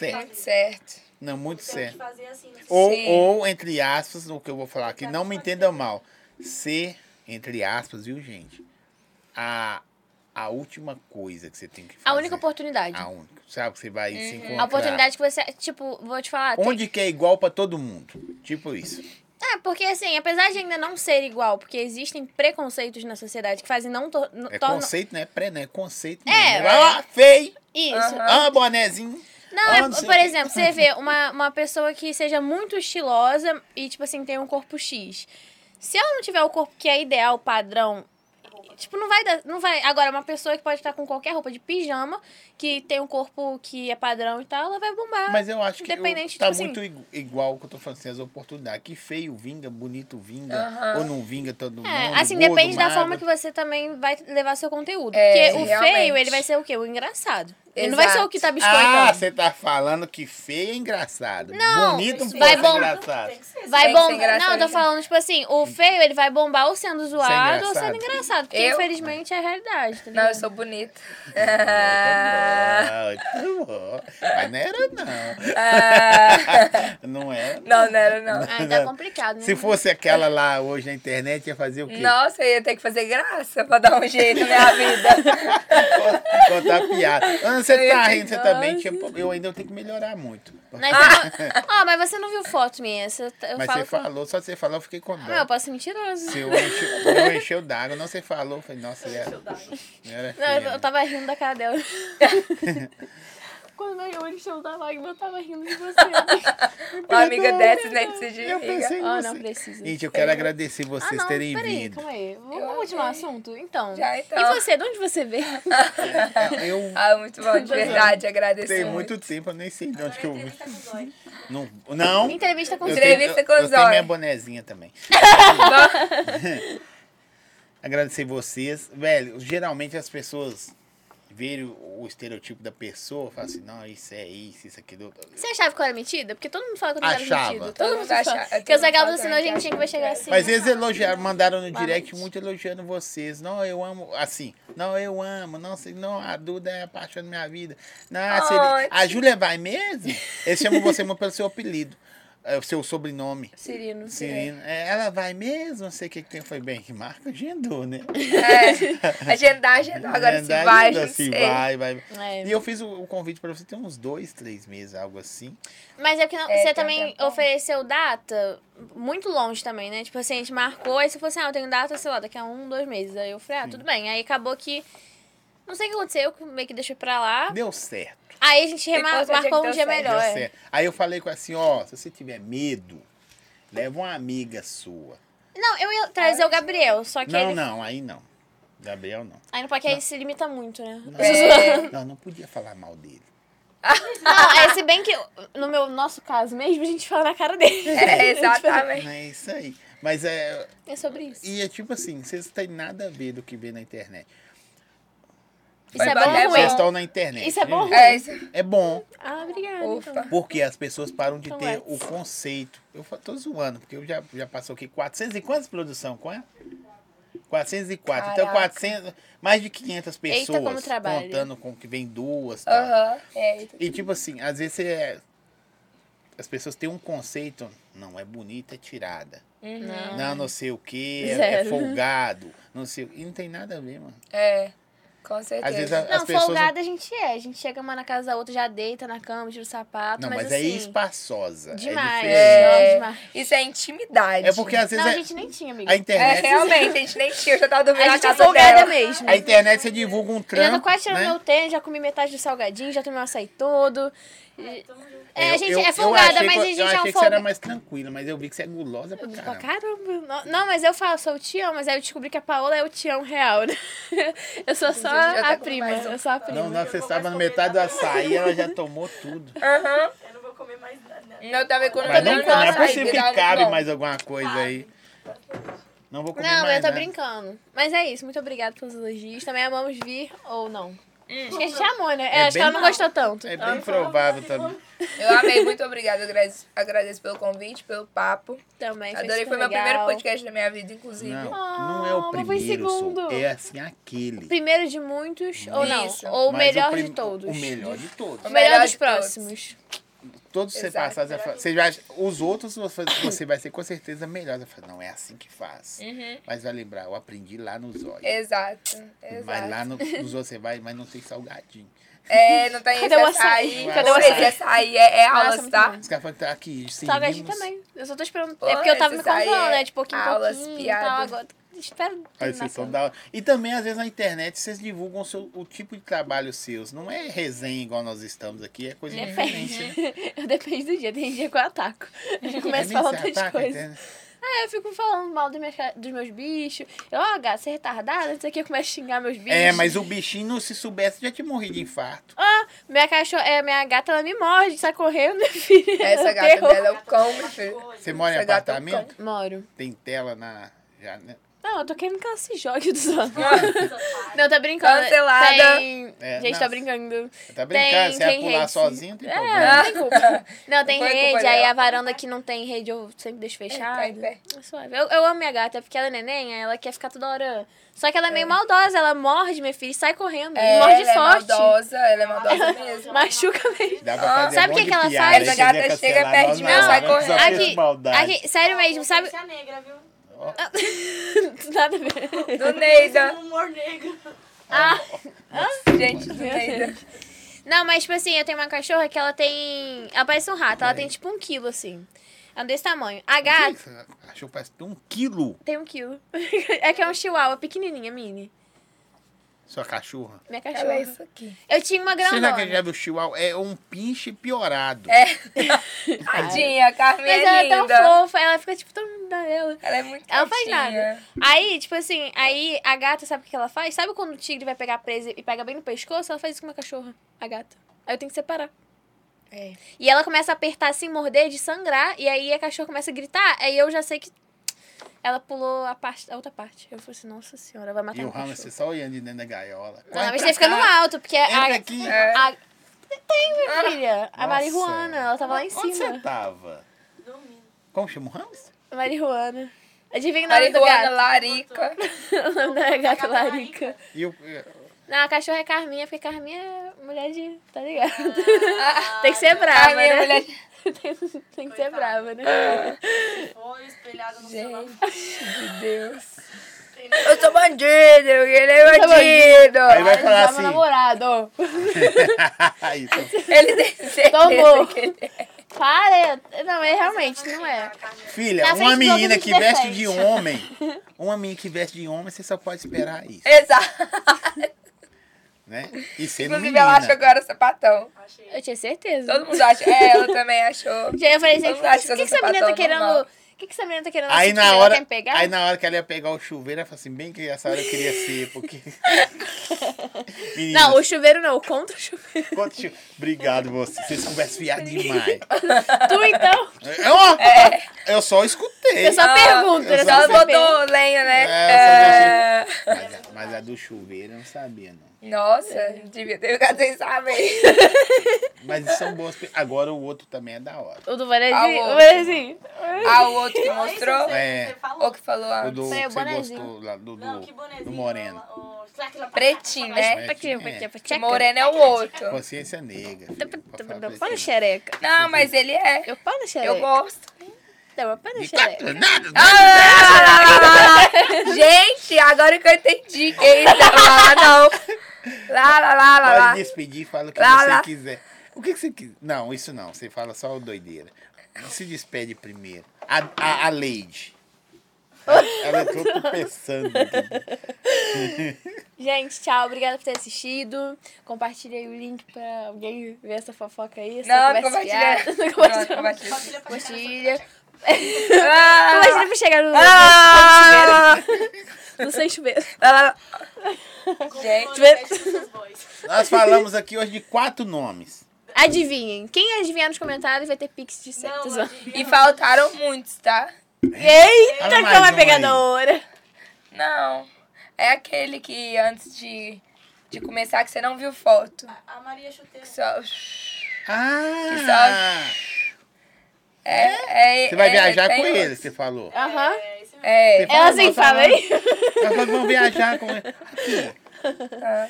S1: é
S3: Certo.
S4: Tem
S2: Muito
S4: que fazer.
S2: Tá certo.
S3: Não, muito
S4: Tem que
S3: certo.
S4: fazer assim. né?
S3: Ou,
S2: Sim.
S3: ou, entre aspas, o que eu vou falar aqui,
S1: Tá
S3: não me entendam mal. Ser, entre aspas, viu, gente? A, a última coisa que você tem que fazer. Ah,
S1: A única oportunidade. Uhum.
S3: A única. Sabe? Você vai se encontrar.
S1: A oportunidade que você. Tipo, vou te falar. tem-
S3: Onde que é igual pra todo mundo. Tipo isso.
S1: É, porque assim, apesar de ainda não ser igual, porque existem preconceitos na sociedade que fazem não tor- no-
S3: É
S1: tornam.
S3: conceito, né? Pré, né?
S1: É,
S3: Conceito.
S1: Tá.
S3: mesmo. Vai lá, feio.
S1: Isso.
S3: Ah, bonezinho.
S1: Não, é,
S3: Ah, não sei o
S1: por
S3: quê.
S1: exemplo, você vê uma, uma pessoa que seja muito estilosa e, tipo assim, tem um corpo X. Se ela não tiver o corpo que é ideal, padrão, tipo, não vai dar. Não vai. Agora, uma pessoa que pode estar com qualquer roupa de pijama, que tem um corpo que é padrão e tal, ela vai bombar.
S3: Mas eu acho que
S1: Tá. Independente,
S3: eu, tá
S1: tipo assim-
S3: muito igu- igual o que eu tô falando assim, as oportunidades. Que feio vinga, bonito vinga,
S2: Aham.
S3: ou não vinga todo mundo.
S1: É, assim,
S3: gordo,
S1: depende da
S3: magro.
S1: forma que você também vai levar seu conteúdo.
S2: É,
S1: porque o feio,
S2: realmente.
S1: ele vai ser o quê? O engraçado. Ele não vai ser
S2: Exato.
S1: o que tá biscoitando.
S3: Ah, você tá falando que feio é engraçado.
S1: Não,
S3: Bonito
S1: isso
S3: não
S1: vai
S3: pode
S1: bom-
S3: ser engraçado.
S4: assim, Tem que
S1: Vai
S4: ser,
S2: Tem que ser
S1: bombar. Não, eu tô
S2: engraçado.
S1: falando, tipo assim, o feio ele vai bombar ou sendo zoado ou sendo
S3: engraçado.
S1: engraçado. Porque
S2: Eu?
S1: infelizmente é a realidade, tá
S2: Não, eu
S1: ligado?
S2: sou bonita.
S3: Muito bom, muito bom. Mas não era, não. Não era.
S2: Não, não era, não.
S1: Ai, tá complicado, né?
S3: Se fosse aquela lá hoje na internet, ia fazer o quê?
S2: Nossa, eu ia ter que fazer graça pra dar um jeito na minha vida.
S3: Contar piada. Ah, você
S2: Eu
S3: tá
S2: ia
S3: rindo, você
S2: ficar
S3: também. tinha- Eu ainda tenho que melhorar muito.
S1: Mas você não-
S2: Ah.
S1: Ó, mas você não viu foto minha. Você, tá, eu
S3: Mas
S1: falo
S3: você
S1: que-
S3: falou, só você falou, eu fiquei com
S1: Ah, eu
S3: dó.
S1: posso ser mentiroso.
S3: Se eu enche- eu encheu d'água, não você falou, eu falei, nossa, ele
S4: Deixa eu
S3: era,
S4: dar.
S3: ele era
S1: Não, eu, eu
S3: feio.
S1: tava rindo da cara dela. Quando eu olhei o chão da lágrima, eu tava rindo de você.
S2: Uma amiga dessas, né, que se
S3: Eu
S2: diga.
S3: pensei em
S1: Ah,
S3: você.
S1: não precisa.
S3: Gente, eu quero agradecer vocês
S1: ah, não,
S3: terem
S1: peraí,
S3: vindo.
S1: calma aí. Vamos
S2: Eu
S1: continuar o
S2: amei.
S1: assunto? Então.
S2: Já, então.
S1: E você, de onde você veio? é?
S3: Eu
S2: Ah, muito bom, de verdade, agradeço
S3: tenho
S2: muito.
S3: muito tempo, eu nem sei de onde que eu
S4: Agora
S3: vim.
S4: entrevista com o Dói.
S3: Não, não.
S1: Entrevista com
S3: Eu
S1: o
S3: tenho,
S2: Entrevista
S3: eu,
S2: com
S3: eu
S2: os
S3: tenho minha
S2: olhos.
S3: bonezinha também.
S2: Bom,
S3: Agradecer vocês. Velho, geralmente as pessoas verem o, o estereotipo da pessoa, falam assim, não, isso é isso, isso aqui. do outro."
S1: Você achava que eu era metida? Porque todo mundo fala que eu não era
S3: Achava.
S1: metida.
S2: Todo
S1: Todo mundo
S2: mundo
S1: fala.
S2: achava,
S1: Porque
S2: todo
S1: os
S2: mundo
S1: agalos
S2: fala
S1: assim,
S2: também
S1: a
S2: que
S1: gente tinha que vai
S2: achava
S1: chegar
S2: que
S1: assim.
S3: Mas eles elogiaram, mandaram no
S1: Boa
S3: direct
S1: noite.
S3: muito elogiando vocês. Não, eu amo, assim, não, eu amo, não sei, não, a Duda é a paixão da minha vida. Nossa, ele- a Júlia vai mesmo? Eles chamam você muito pelo seu apelido, é, o seu sobrenome.
S1: Cirino.
S3: Cirino. É, ela vai mesmo, não sei o que que tem. Foi bem que marca, agendou, né?
S2: é, agendar, agendar, agora se
S3: Agendar,
S2: vai,
S3: agendou,
S2: não
S3: se
S2: sei.
S3: vai, vai.
S1: É.
S3: E eu fiz o, o convite pra você tem uns dois, três meses, algo assim.
S1: Mas é porque não-
S2: É, tem
S1: você
S2: um
S1: também
S2: tempão.
S1: ofereceu data muito longe também, né? Tipo assim, a gente marcou, aí você falou assim, ah, eu tenho data, sei lá, daqui a um, dois meses. Aí eu falei, ah, tudo bem. Aí acabou que. Não sei o que aconteceu, que meio que deixou pra
S2: Ah.
S1: lá.
S3: Deu certo.
S1: Aí a gente remar-
S2: Depois eu
S1: marcou
S2: achei que
S1: um
S2: deu
S1: dia
S2: certo.
S1: melhor.
S3: Deu
S1: é.
S3: certo. Aí eu falei com ela assim, ó, se você tiver medo, leva uma amiga sua.
S1: Não, eu ia trazer o Gabriel, só que
S3: não,
S1: ele.
S3: não, aí não. Gabriel não.
S1: Aí não pode que aí ele se limita muito, né?
S2: É,
S3: Não, não podia falar mal dele.
S1: Não, é, se bem que no meu nosso caso mesmo, a gente fala na cara dele.
S2: é, exatamente.
S3: É isso aí. Mas é.
S1: É sobre isso.
S3: E é tipo assim, vocês não têm nada a ver do que vê na internet.
S1: Isso é
S2: Mas
S1: bom ou
S2: é
S1: ruim?
S3: Vocês estão na internet.
S1: Isso é bom ou
S3: né?
S1: ruim?
S2: É, isso.
S3: É bom,
S1: Ah, obrigada.
S2: Ufa.
S3: porque as pessoas param de
S1: Então
S3: ter
S1: é.
S3: o conceito. Eu fa- tô zoando, porque eu já, já passou aqui 400 e quantas produção? Qual é? 404. Então,
S2: Caraca.
S3: 400, mais de 500
S1: Eita,
S3: pessoas
S1: como trabalho.
S3: contando com que vem duas. tal.
S2: Aham, é.
S3: E tipo assim, às vezes você é- as pessoas têm um conceito, não é bonita, é tirada.
S1: Não.
S3: Não, não sei o que, é,
S1: Zero.
S3: folgado, não sei, o- e não tem nada a ver, mano.
S2: É, com
S3: Às vezes
S2: certeza.
S3: a- as
S1: Não,
S3: pessoas
S1: folgada a gente é. A gente chega uma na casa da outra, já deita na cama, tira o sapato.
S3: não,
S1: mas,
S3: mas é
S1: assim,
S3: espaçosa,
S1: Demais.
S3: é diferente.
S1: É.
S2: É,
S1: demais.
S2: isso é intimidade.
S3: É, porque às vezes
S1: Não,
S3: é- né?
S1: a gente nem tinha, amigo.
S3: a
S2: É,
S3: internet,
S2: realmente, a gente nem tinha, eu já tava dormindo
S1: A
S2: na
S1: gente é
S2: casa
S1: folgada
S2: dela.
S1: mesmo.
S3: a internet você divulga um
S1: Eu já
S3: trampo,
S1: tô quase tirando
S3: né?
S1: meu tênis, já comi metade do salgadinho, já tomei um açaí todo.
S4: É, tamo junto.
S1: É,
S3: Eu-
S1: a gente
S3: eu-
S1: é folgada,
S3: eu achei
S1: mas a
S3: que-
S1: gente
S3: Eu
S1: é
S3: achei
S1: um
S3: que você era
S1: folgado.
S3: mais tranquila, mas eu vi que você é gulosa pra
S1: Pra
S3: caramba.
S1: caramba. Não, não, mas eu falo, sou o Tião, mas aí eu descobri que a Paola é o Tião real, né? Eu sou só
S2: Entendi, já tá
S1: a
S2: com
S1: prima.
S2: mais um.
S1: Eu sou a prima.
S3: Não, não, você
S4: Eu vou
S3: estava na
S4: mais
S3: metade do
S4: folgada.
S3: açaí, ela já tomou tudo.
S2: Aham.
S4: Eu não vou comer mais nada.
S2: Uhum.
S4: né?
S2: Não, tá vendo quando
S3: Mas
S2: eu
S3: não,
S2: tô
S1: não
S3: não,
S1: gosto
S3: é
S1: de açaí,
S3: possível que cabe mais alguma coisa aí. Não vou comer
S1: Não,
S3: mais né?
S1: eu tô
S3: nada.
S1: brincando. Mas é isso, muito obrigada pelos elogios. Também amamos vir ou não.
S2: Hum.
S1: Acho que a gente amou, né? É,
S3: É
S1: acho que ela
S3: bem-
S1: não gostou tanto.
S3: É
S1: Ela
S3: bem
S1: não
S3: provável também.
S2: Eu amei, muito obrigada. Agradeço, agradeço pelo convite, pelo papo.
S1: Também foi
S2: Adorei,
S1: super
S2: foi meu
S1: legal.
S2: primeiro podcast da minha vida, inclusive.
S3: Não,
S1: Ah,
S3: não é o
S1: mas foi
S3: primeiro, Sol.
S1: segundo.
S3: É assim, aquele.
S1: Primeiro de muitos, ou não?
S2: Isso.
S1: Ou o
S3: Mas
S1: melhor
S3: prim-
S1: de todos.
S3: O melhor de todos.
S1: O
S2: melhor
S1: melhor
S2: de
S1: dos próximos.
S3: Todos você
S2: Exato,
S3: passar, você
S2: melhor
S3: fala- você vai, os outros você você vai ser com certeza melhor. Você fala, não, é assim que faz.
S1: É.
S3: Mas vai lembrar, eu aprendi lá no zóio.
S2: Exato, exato.
S3: Mas lá no, nos outros você vai, mas não tem salgadinho.
S2: É, não tem
S1: Cadê
S2: esse
S1: o
S2: açaí.
S1: açaí?
S3: Cadê o
S2: Não tem
S3: açaí?
S2: esse açaí, é, é
S1: Nossa,
S2: aulas,
S1: muito
S2: tá?
S1: bom.
S3: Os caras falam, tá aqui,
S1: Salgadinho
S3: servimos.
S1: também. Eu só tô esperando.
S2: Pô,
S1: é porque eu tava me
S2: esses aí
S1: controlando,
S2: é
S1: né? De pouquinho em
S2: aulas,
S1: pouquinho e
S2: piada.
S1: tal. Agora, espero.
S3: Aí
S1: terminar
S3: vocês são
S1: tudo.
S3: da hora. E também, às vezes, na internet, vocês divulgam o, seu- o tipo de trabalho seus. Não é resenha igual nós estamos aqui, é coisa diferente. né?
S1: Depende. Depende do dia. Tem dia que eu ataco. Eu começo
S3: Nem
S1: a falar
S3: se
S1: outras
S3: ataca,
S1: coisas.
S3: entende?
S1: É, eu fico falando mal dos meus, ca- dos meus bichos. Eu, ó, gata, você é retardada, não sei o que, eu começo a xingar meus bichos.
S3: É, mas o bichinho, se soubesse, já tinha morrido de infarto.
S1: Ah, Minha cachorra, é, minha gata, ela me morde, sai correndo, minha filha.
S2: Essa
S1: Eu
S2: gata
S1: terror.
S2: dela é o cão, meu filho.
S3: Você
S4: Você
S3: mora em
S2: Essa gata é um
S3: apartamento?
S1: Moro.
S3: Tem tela na né? janela.
S1: Não, eu tô querendo que ela se jogue dos outros.
S4: mora
S1: Não, tá brincando.
S2: Cancelada.
S1: Tem...
S3: É,
S1: Gente,
S3: nossa.
S1: tá brincando.
S3: Tá brincando?
S1: Tem-
S3: você ia
S1: tem
S3: pular
S1: rede, sim.
S3: sozinho, tem
S1: É,
S3: problema.
S1: não tem culpa. Não, tem
S2: Não foi culpa
S1: rede, aí
S2: dela.
S1: a varanda que não tem rede eu sempre deixo fechada.
S2: tá em pé.
S1: É suave. Eu, eu amo minha gata, porque ela é neném, aí ela quer ficar toda hora. Só que ela é meio maldosa, ela morde, minha filha, e sai correndo.
S2: É,
S1: e morde
S2: ela é
S1: forte.
S2: maldosa, ela é maldosa mesmo.
S1: Machuca mesmo.
S3: Dá
S2: Ah,
S3: pra fazer um
S1: sabe o que
S3: monte
S1: que
S3: de
S1: ela
S3: piada,
S1: faz?
S3: aí
S1: A
S3: você
S2: gata
S3: ia
S2: chega
S3: cancelar
S2: perto
S3: nós,
S2: de mim, ela
S3: não,
S2: sai
S3: né? Só
S2: correndo.
S3: fez
S1: Aqui,
S3: maldade.
S1: aqui, sério mesmo, sabe?
S4: é negra, viu?
S1: Nada a ver.
S2: Do Neida.
S4: Um humor negro.
S1: Ah,
S2: Gente, do Neida.
S1: não, mas tipo assim, eu tenho uma cachorra que ela tem. Ela parece um rato, ela tem tipo um quilo assim. Ela é desse tamanho. A gata
S3: Achou que parece um quilo
S1: tem um quilo. É que é um chihuahua pequenininha, mini.
S3: sua cachorra.
S1: Minha
S2: Ela
S1: cachorra.
S2: é isso aqui.
S1: Eu tinha uma
S3: Você já,
S1: grandona. É.
S3: que já viu o chihuahua? É um pinche piorado.
S2: Tadinha, a Carmen
S1: Mas ela
S2: é
S1: é tão
S2: linda.
S1: fofa, ela fica tipo todo mundo dá ela.
S2: ela é muito
S1: Ela faz
S2: quietinha.
S1: nada. Aí, tipo assim, aí a gata sabe o que ela faz? Sabe quando o tigre vai pegar a presa e pega bem no pescoço? Ela faz isso com uma cachorra, a gata. Aí eu tenho que separar.
S2: É.
S1: E ela começa a apertar assim, morder, de sangrar, e aí a cachorra começa a gritar, aí eu já sei que ela pulou a, parte, a outra parte. Eu falei assim, nossa senhora, vai matar
S3: E o
S1: meu
S3: Ramos,
S1: cachorro.
S3: você só olhando de dentro da gaiola.
S1: Não, mas
S3: Vai
S1: você
S3: pra
S1: fica
S3: cá.
S1: no é, alto, porque a,
S3: Entra aqui.
S1: a- Tem, minha
S2: Ah.
S1: filha. A
S3: Nossa.
S1: Marihuana, ela tava lá em
S3: Onde você
S1: cima.
S3: tava?
S4: Dormindo.
S3: Como chama o Ramos?
S1: A Marihuana. Adivinha o nome é do
S2: Marihuana,
S1: gato.
S2: larica.
S1: O nome da né, gata
S4: Gata
S1: larica.
S4: larica.
S3: E o...
S1: Não, a cachorra é Carminha, porque Carminha é mulher de. Tá ligado?
S2: Ah,
S1: Tem que ser brava,
S2: Carmen é
S1: né?
S2: mulher...
S1: tem, tem que ser
S4: Coitada.
S1: brava, né?
S4: Foi espelhado no seu nome.
S2: Gente de Deus. Eu sou bandido, ele é
S1: sou
S2: bandido.
S3: Aí vai
S1: Tá
S3: falar assim.
S1: meu namorado.
S3: Aí, então,
S2: Ele tem certeza
S1: Tomou.
S2: que ele é.
S1: Para! Não, é realmente, não é.
S3: Filha,
S1: Na frente
S3: uma
S1: do
S3: menina
S1: outro
S3: que
S1: me
S3: veste de
S1: defende.
S3: homem. Uma menina que veste de homem, você só pode esperar isso,
S2: Exato.
S3: né? E sendo
S2: Inclusive,
S3: menina.
S2: ela acha agora o sapatão.
S4: Achei.
S1: Eu tinha certeza.
S2: Todo mundo acha. É, ela também achou.
S1: Eu falei assim,
S2: Todo mundo acha
S1: o
S2: que eu
S1: que, que
S2: sou
S1: essa menina tá
S2: sapatão normal.
S1: querendo. O que, que essa menina tá querendo
S3: Aí
S1: assim,
S3: na
S1: ela
S3: hora,
S1: quer me pegar?
S3: aí na hora que ela ia pegar o chuveiro, ela falou assim, bem que essa hora eu queria ser, porque... Menina,
S1: Não, o chuveiro não, contra o chuveiro.
S3: quanto chu- Obrigado, você. Vocês conversam fiado demais.
S1: tu então?
S3: É, ó, Eu só escutei.
S1: É. Eu só
S2: Ah,
S1: pergunto, né?
S3: eu
S1: Só
S2: Ela
S1: pra saber.
S2: botou lenha, né?
S3: É,
S2: É...
S3: Mas, a- mas a do chuveiro eu não sabia, não.
S2: Nossa, devia ter ficado sem saber.
S3: Mas são boas. pe- Agora o outro também é da hora.
S1: O do
S2: Ah,
S1: Vanezinho?
S2: o
S1: O
S2: outro.
S1: Vanezinho.
S2: Ah, o outro que
S4: Não, isso
S2: mostrou?
S4: você-
S3: É.
S4: você falou.
S2: Ou que falou ah,
S3: O
S2: antes?
S3: do
S1: Sim,
S3: que
S1: o
S3: você
S1: bonezinho.
S3: gostou lá, do, do,
S4: Não, que bonezinho.
S3: do moreno.
S4: ó, ó, será que ela-
S2: Pretinho, né?
S1: Tá aqui,
S3: É.
S1: tchaca.
S2: Moreno é o outro.
S3: Consciência negra. filho, pra falar pra
S1: Pau na
S3: você.
S1: xereca.
S2: Não, mas ele é.
S1: Eu pau na xereca.
S2: Eu gosto.
S1: Não, pau na
S3: De
S1: xereca.
S3: quatro, nada,
S2: Gente, agora que eu entendi que isso é lá, não. Lá, lá, lá, lá, lá.
S3: Pode despedir, fala o que
S2: Lá,
S3: você
S2: lá.
S3: quiser. O que, que você quiser? Não, isso não. Você fala só o doideira. Se despede primeiro. A, a, a Lady. Ela é toda pensando. aqui.
S1: Gente, tchau. Obrigada por ter assistido. Compartilha aí o link pra alguém ver essa fofoca aí. Essa
S2: Não,
S1: conversa
S2: compartilha.
S1: fiada.
S2: Não,
S1: Não compartilha.
S2: compartilha.
S4: Compartilha pra chegar nessa-
S1: Compartilha.
S2: Ah,
S1: Compartilha pra chegar no,
S2: ah,
S1: no, no sem chuveiro.
S2: lá, lá, lá.
S4: Gente,
S1: Vê-
S3: Nós falamos aqui hoje de quatro nomes.
S1: Adivinhem. Quem adivinhar nos comentários vai ter pix de
S4: Não,
S1: setas. ó.
S2: E faltaram muitos, tá?
S1: Eita,
S3: Fala mais
S1: que é
S3: um aí.
S1: uma pegadora.
S2: Não. É aquele que antes de De começar que você não viu foto.
S4: A, a Maria
S2: Que
S4: Chuteira.
S2: só.
S3: Ah!
S2: É, é,
S3: Você vai
S2: é,
S3: viajar
S2: tem
S3: com
S2: outro.
S3: ele, você falou.
S1: Aham.
S4: É, esse mesmo.
S2: É.
S3: Você
S1: Ela assim
S3: nossa,
S1: fala,
S3: não.
S1: hein?
S3: Nós falamos, vamos viajar com ele. Aqui,
S2: Ah.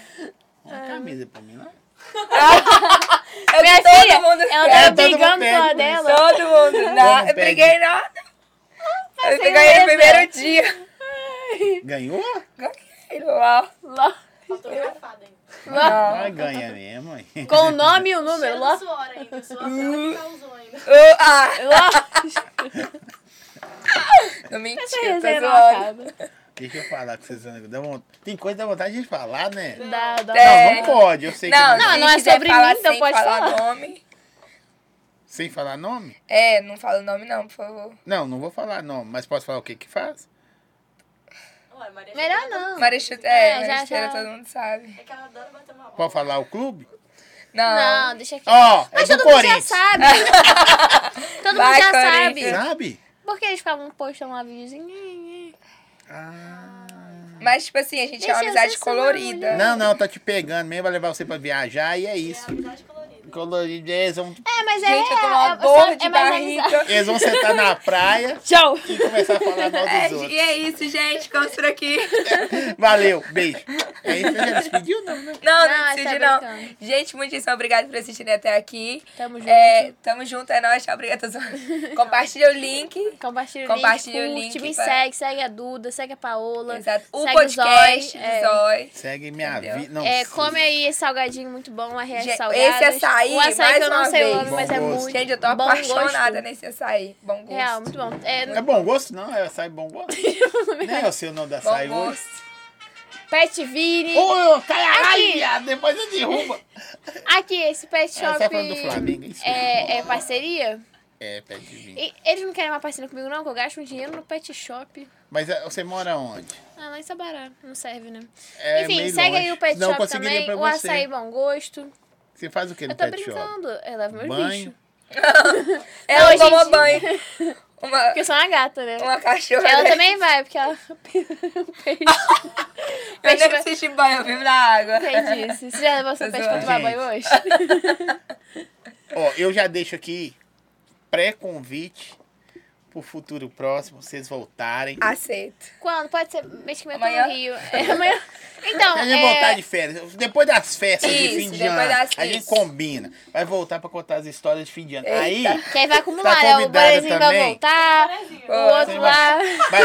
S3: uma camisa pra mim, não?
S2: Eu,
S1: Minha
S2: todo
S1: filha,
S2: mundo.
S1: ela tá
S3: É,
S1: tava
S3: todo
S1: brigando
S3: mundo pede
S1: com a
S3: por isso.
S1: dela.
S2: Todo mundo. Não, eu
S3: pede.
S2: briguei nada. Eu
S1: sem
S2: ganhei no
S1: mesa.
S2: primeiro dia.
S3: Ganhou?
S2: Ganhei, uau.
S1: Ló.
S4: Fotografada
S1: Ló.
S4: ainda.
S3: Ah, ganha
S2: tá-
S3: mesmo, hein?
S1: Com o nome e o número.
S4: Cheiro
S1: Ló.
S4: do suor ainda. Suor que causou ainda.
S2: Eu- ah,
S1: Ló.
S2: não mentira,
S1: Essa
S2: tô
S1: resenha não
S2: zoando.
S1: acaba.
S3: Deixa eu falar com vocês. dá von- Tem coisa da vontade de falar, né?
S1: Dá, dá.
S2: É.
S3: Não, não pode. Eu sei
S2: Não,
S3: que não,
S1: não,
S2: se
S1: não é
S2: quiser
S1: sobre
S2: falar
S1: mim, então
S2: sem
S1: pode falar.
S2: nome.
S3: Sem falar nome?
S2: É, não fala o nome não, por favor.
S3: Não, não vou falar nome, mas posso falar o que que faz?
S4: Ué, Maria tá
S1: Melhor
S4: Chuteira,
S1: não.
S2: Maria Chuteira, é,
S1: É, já-
S2: Maria Chuteira
S1: já-
S2: todo mundo sabe.
S4: É que ela adora bater uma bola.
S3: Pode falar o clube?
S2: Não.
S1: Não, deixa aqui.
S3: Ó, é
S1: Mas
S3: do
S1: todo mundo já
S3: Corinthians.
S1: sabe. todo
S2: Vai,
S1: mundo já sabe.
S2: Corinthians.
S3: Sabe?
S1: Porque eles ficavam postando lá videozinho.
S3: Ah.
S2: Mas, tipo assim, a gente é
S1: Deixa
S2: uma
S1: eu
S2: amizade
S1: ser sua
S2: colorida.
S3: Não, não, tá te pegando mesmo, vai levar você pra viajar e é
S4: É
S3: isso.
S4: amizade colorida.
S3: Colorido, eles vão,
S1: É, mas é
S2: Gente, eu tô
S1: real,
S2: uma
S1: é-
S2: dor
S1: é
S2: de
S1: mais amizade.
S2: barriga.
S3: eles vão sentar na praia
S1: Tchau.
S3: e começar a falar mal
S2: É,
S3: dos
S2: e é isso, gente. Ficamos por aqui.
S3: outros. Valeu, beijo. É isso, já despediu, não, né?
S2: Não, é não,
S1: Não,
S2: não
S1: tá
S2: decidi, não.
S1: brincando.
S2: Gente, muitíssimo obrigado por assistirem até aqui.
S1: Tamo junto.
S2: É, tamo junto, é nóis. Tchau, obrigada. Compartilha o link.
S1: Compartilha,
S2: Compartilha
S1: o
S2: o
S1: link,
S2: link
S1: curte, me
S2: pra-
S1: segue, segue a Duda, segue a Paola,
S2: Exato. O
S1: segue
S2: podcast
S1: o
S2: do
S1: Zói. é.
S2: Zói.
S3: Segue minha
S2: Entendeu?
S3: vida. Não,
S1: É, come aí esse salgadinho muito bom, a
S2: Gente,
S1: Reais Salgados.
S2: esse açaí,
S1: o açaí
S2: mais
S1: que eu não
S2: uma
S1: sei o
S2: vez.
S1: nome, mas é
S3: Bom
S1: muito
S3: gosto.
S2: Gente, eu tô
S1: bom
S2: apaixonada
S1: gosto.
S2: nesse açaí. Bom gosto.
S1: Real, muito bom. É,
S3: É
S1: no
S3: bom gosto, não? É açaí bom gosto? Nem eu sei o nome da
S2: Bom
S3: açaí hoje.
S2: gosto.
S1: Pet Vini.
S3: Ô, ô, caralho, depois eu derruba.
S1: Aqui, esse pet
S3: Ah,
S1: shop
S3: você tá falando do Flamengo, isso.
S1: é, é parceria.
S3: É, pé de vinho.
S1: E eles não querem uma parceria comigo, não, que eu gasto um dinheiro no pet shop.
S3: Mas é, você mora onde?
S1: Ah, lá em Sabará, não serve, né?
S3: É
S1: Enfim,
S3: meio
S1: segue
S3: longe.
S1: aí o pet
S3: Não, eu
S1: shop
S3: conseguiria
S1: também,
S3: pra
S1: o
S3: você.
S1: açaí bom gosto.
S3: Você faz o que no
S1: Eu tô
S3: pet shop?
S1: brincando, é um eu levo meus
S3: Banho?
S1: lixos.
S2: Ela
S1: Não,
S2: tomou
S1: gente.
S2: É banho. Uma,
S1: Porque eu sou uma gata, né?
S2: uma cachorra.
S1: Ela
S2: né?
S1: também vai, porque ela.
S2: Eu
S1: Peixe
S2: nem
S1: vai-
S2: assisti banho, eu vivo na água.
S1: Quem disse? Você já levou seu
S2: Tô
S1: pet pra
S2: zoando.
S1: tomar banho hoje?
S3: Ó, eu já deixo aqui pré-convite pro futuro próximo, vocês voltarem.
S2: Aceito.
S1: Quando? Pode ser mês que vem eu tô
S2: Amanhã?
S1: no Rio. É, amanhã. Então,
S3: A gente voltar
S1: é...
S3: de férias. Depois das festas
S2: Isso,
S3: de fim de
S2: depois
S3: ano,
S2: das-
S3: a gente
S2: isso.
S3: combina. Vai voltar pra contar as histórias de fim de ano.
S2: Eita.
S3: Aí,
S1: que aí vai acumular.
S3: Tá
S1: é, o
S3: convidada
S1: Borezinho vai
S3: também?
S1: voltar,
S4: Borezinho.
S1: o outro
S3: Sim,
S1: lá.
S3: vai,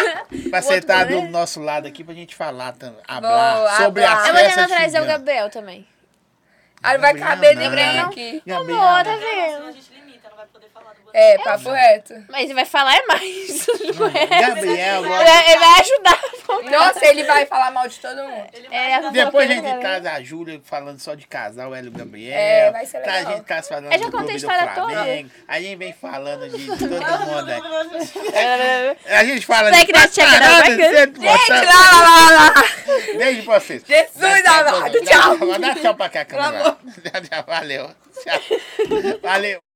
S3: vai
S1: outro
S3: sentar
S1: rolê?
S3: do nosso lado aqui pra gente falar, tam- hablar
S2: Boa,
S3: sobre
S2: hablar.
S3: as
S1: Eu vou tentar
S3: festas de fim de
S1: trazer é o
S3: ano.
S1: Gabriel também.
S2: Ah, não vai
S3: Gabriela,
S2: caber
S3: não.
S2: ninguém
S1: Não.
S2: aqui.
S3: Gabriela.
S1: Amor, tá
S4: Senão a
S1: vendo?
S4: gente limita, não vai poder falar do banheiro.
S2: É, papo reto.
S1: Mas ele vai falar é mais. Não é?
S3: Gabriel,
S1: Ele
S3: agora.
S1: vai- ele vai ajudar. a voltar.
S2: Nossa, ele vai falar mal de todo mundo.
S4: Ele
S1: É,
S4: vai dar-
S1: Depois-
S3: Depois a
S1: Gabriel.
S3: gente traz a Júlia falando só de casal, ela e o Gabriel.
S2: É, vai ser legal.
S3: Tá, a gente tá falando
S1: Eu já contei
S3: do clube
S1: a
S3: do
S1: história toda.
S3: Flamengo. A gente vem falando de de todo mundo aqui. A gente fala
S1: Será
S3: de
S1: que dá tchau,
S3: pra
S1: não,
S3: caralho,
S1: bacana?
S3: sempre
S2: Gente,
S3: gostando.
S2: lá, lá, lá, lá.
S3: Beijo pra vocês.
S2: Jesus
S3: Dá tchau,
S2: amado,
S3: dá
S2: tchau.
S3: Dá tchau pra cá,
S2: Pelo amor.
S3: câmera. Valeu. Tchau. Valeu.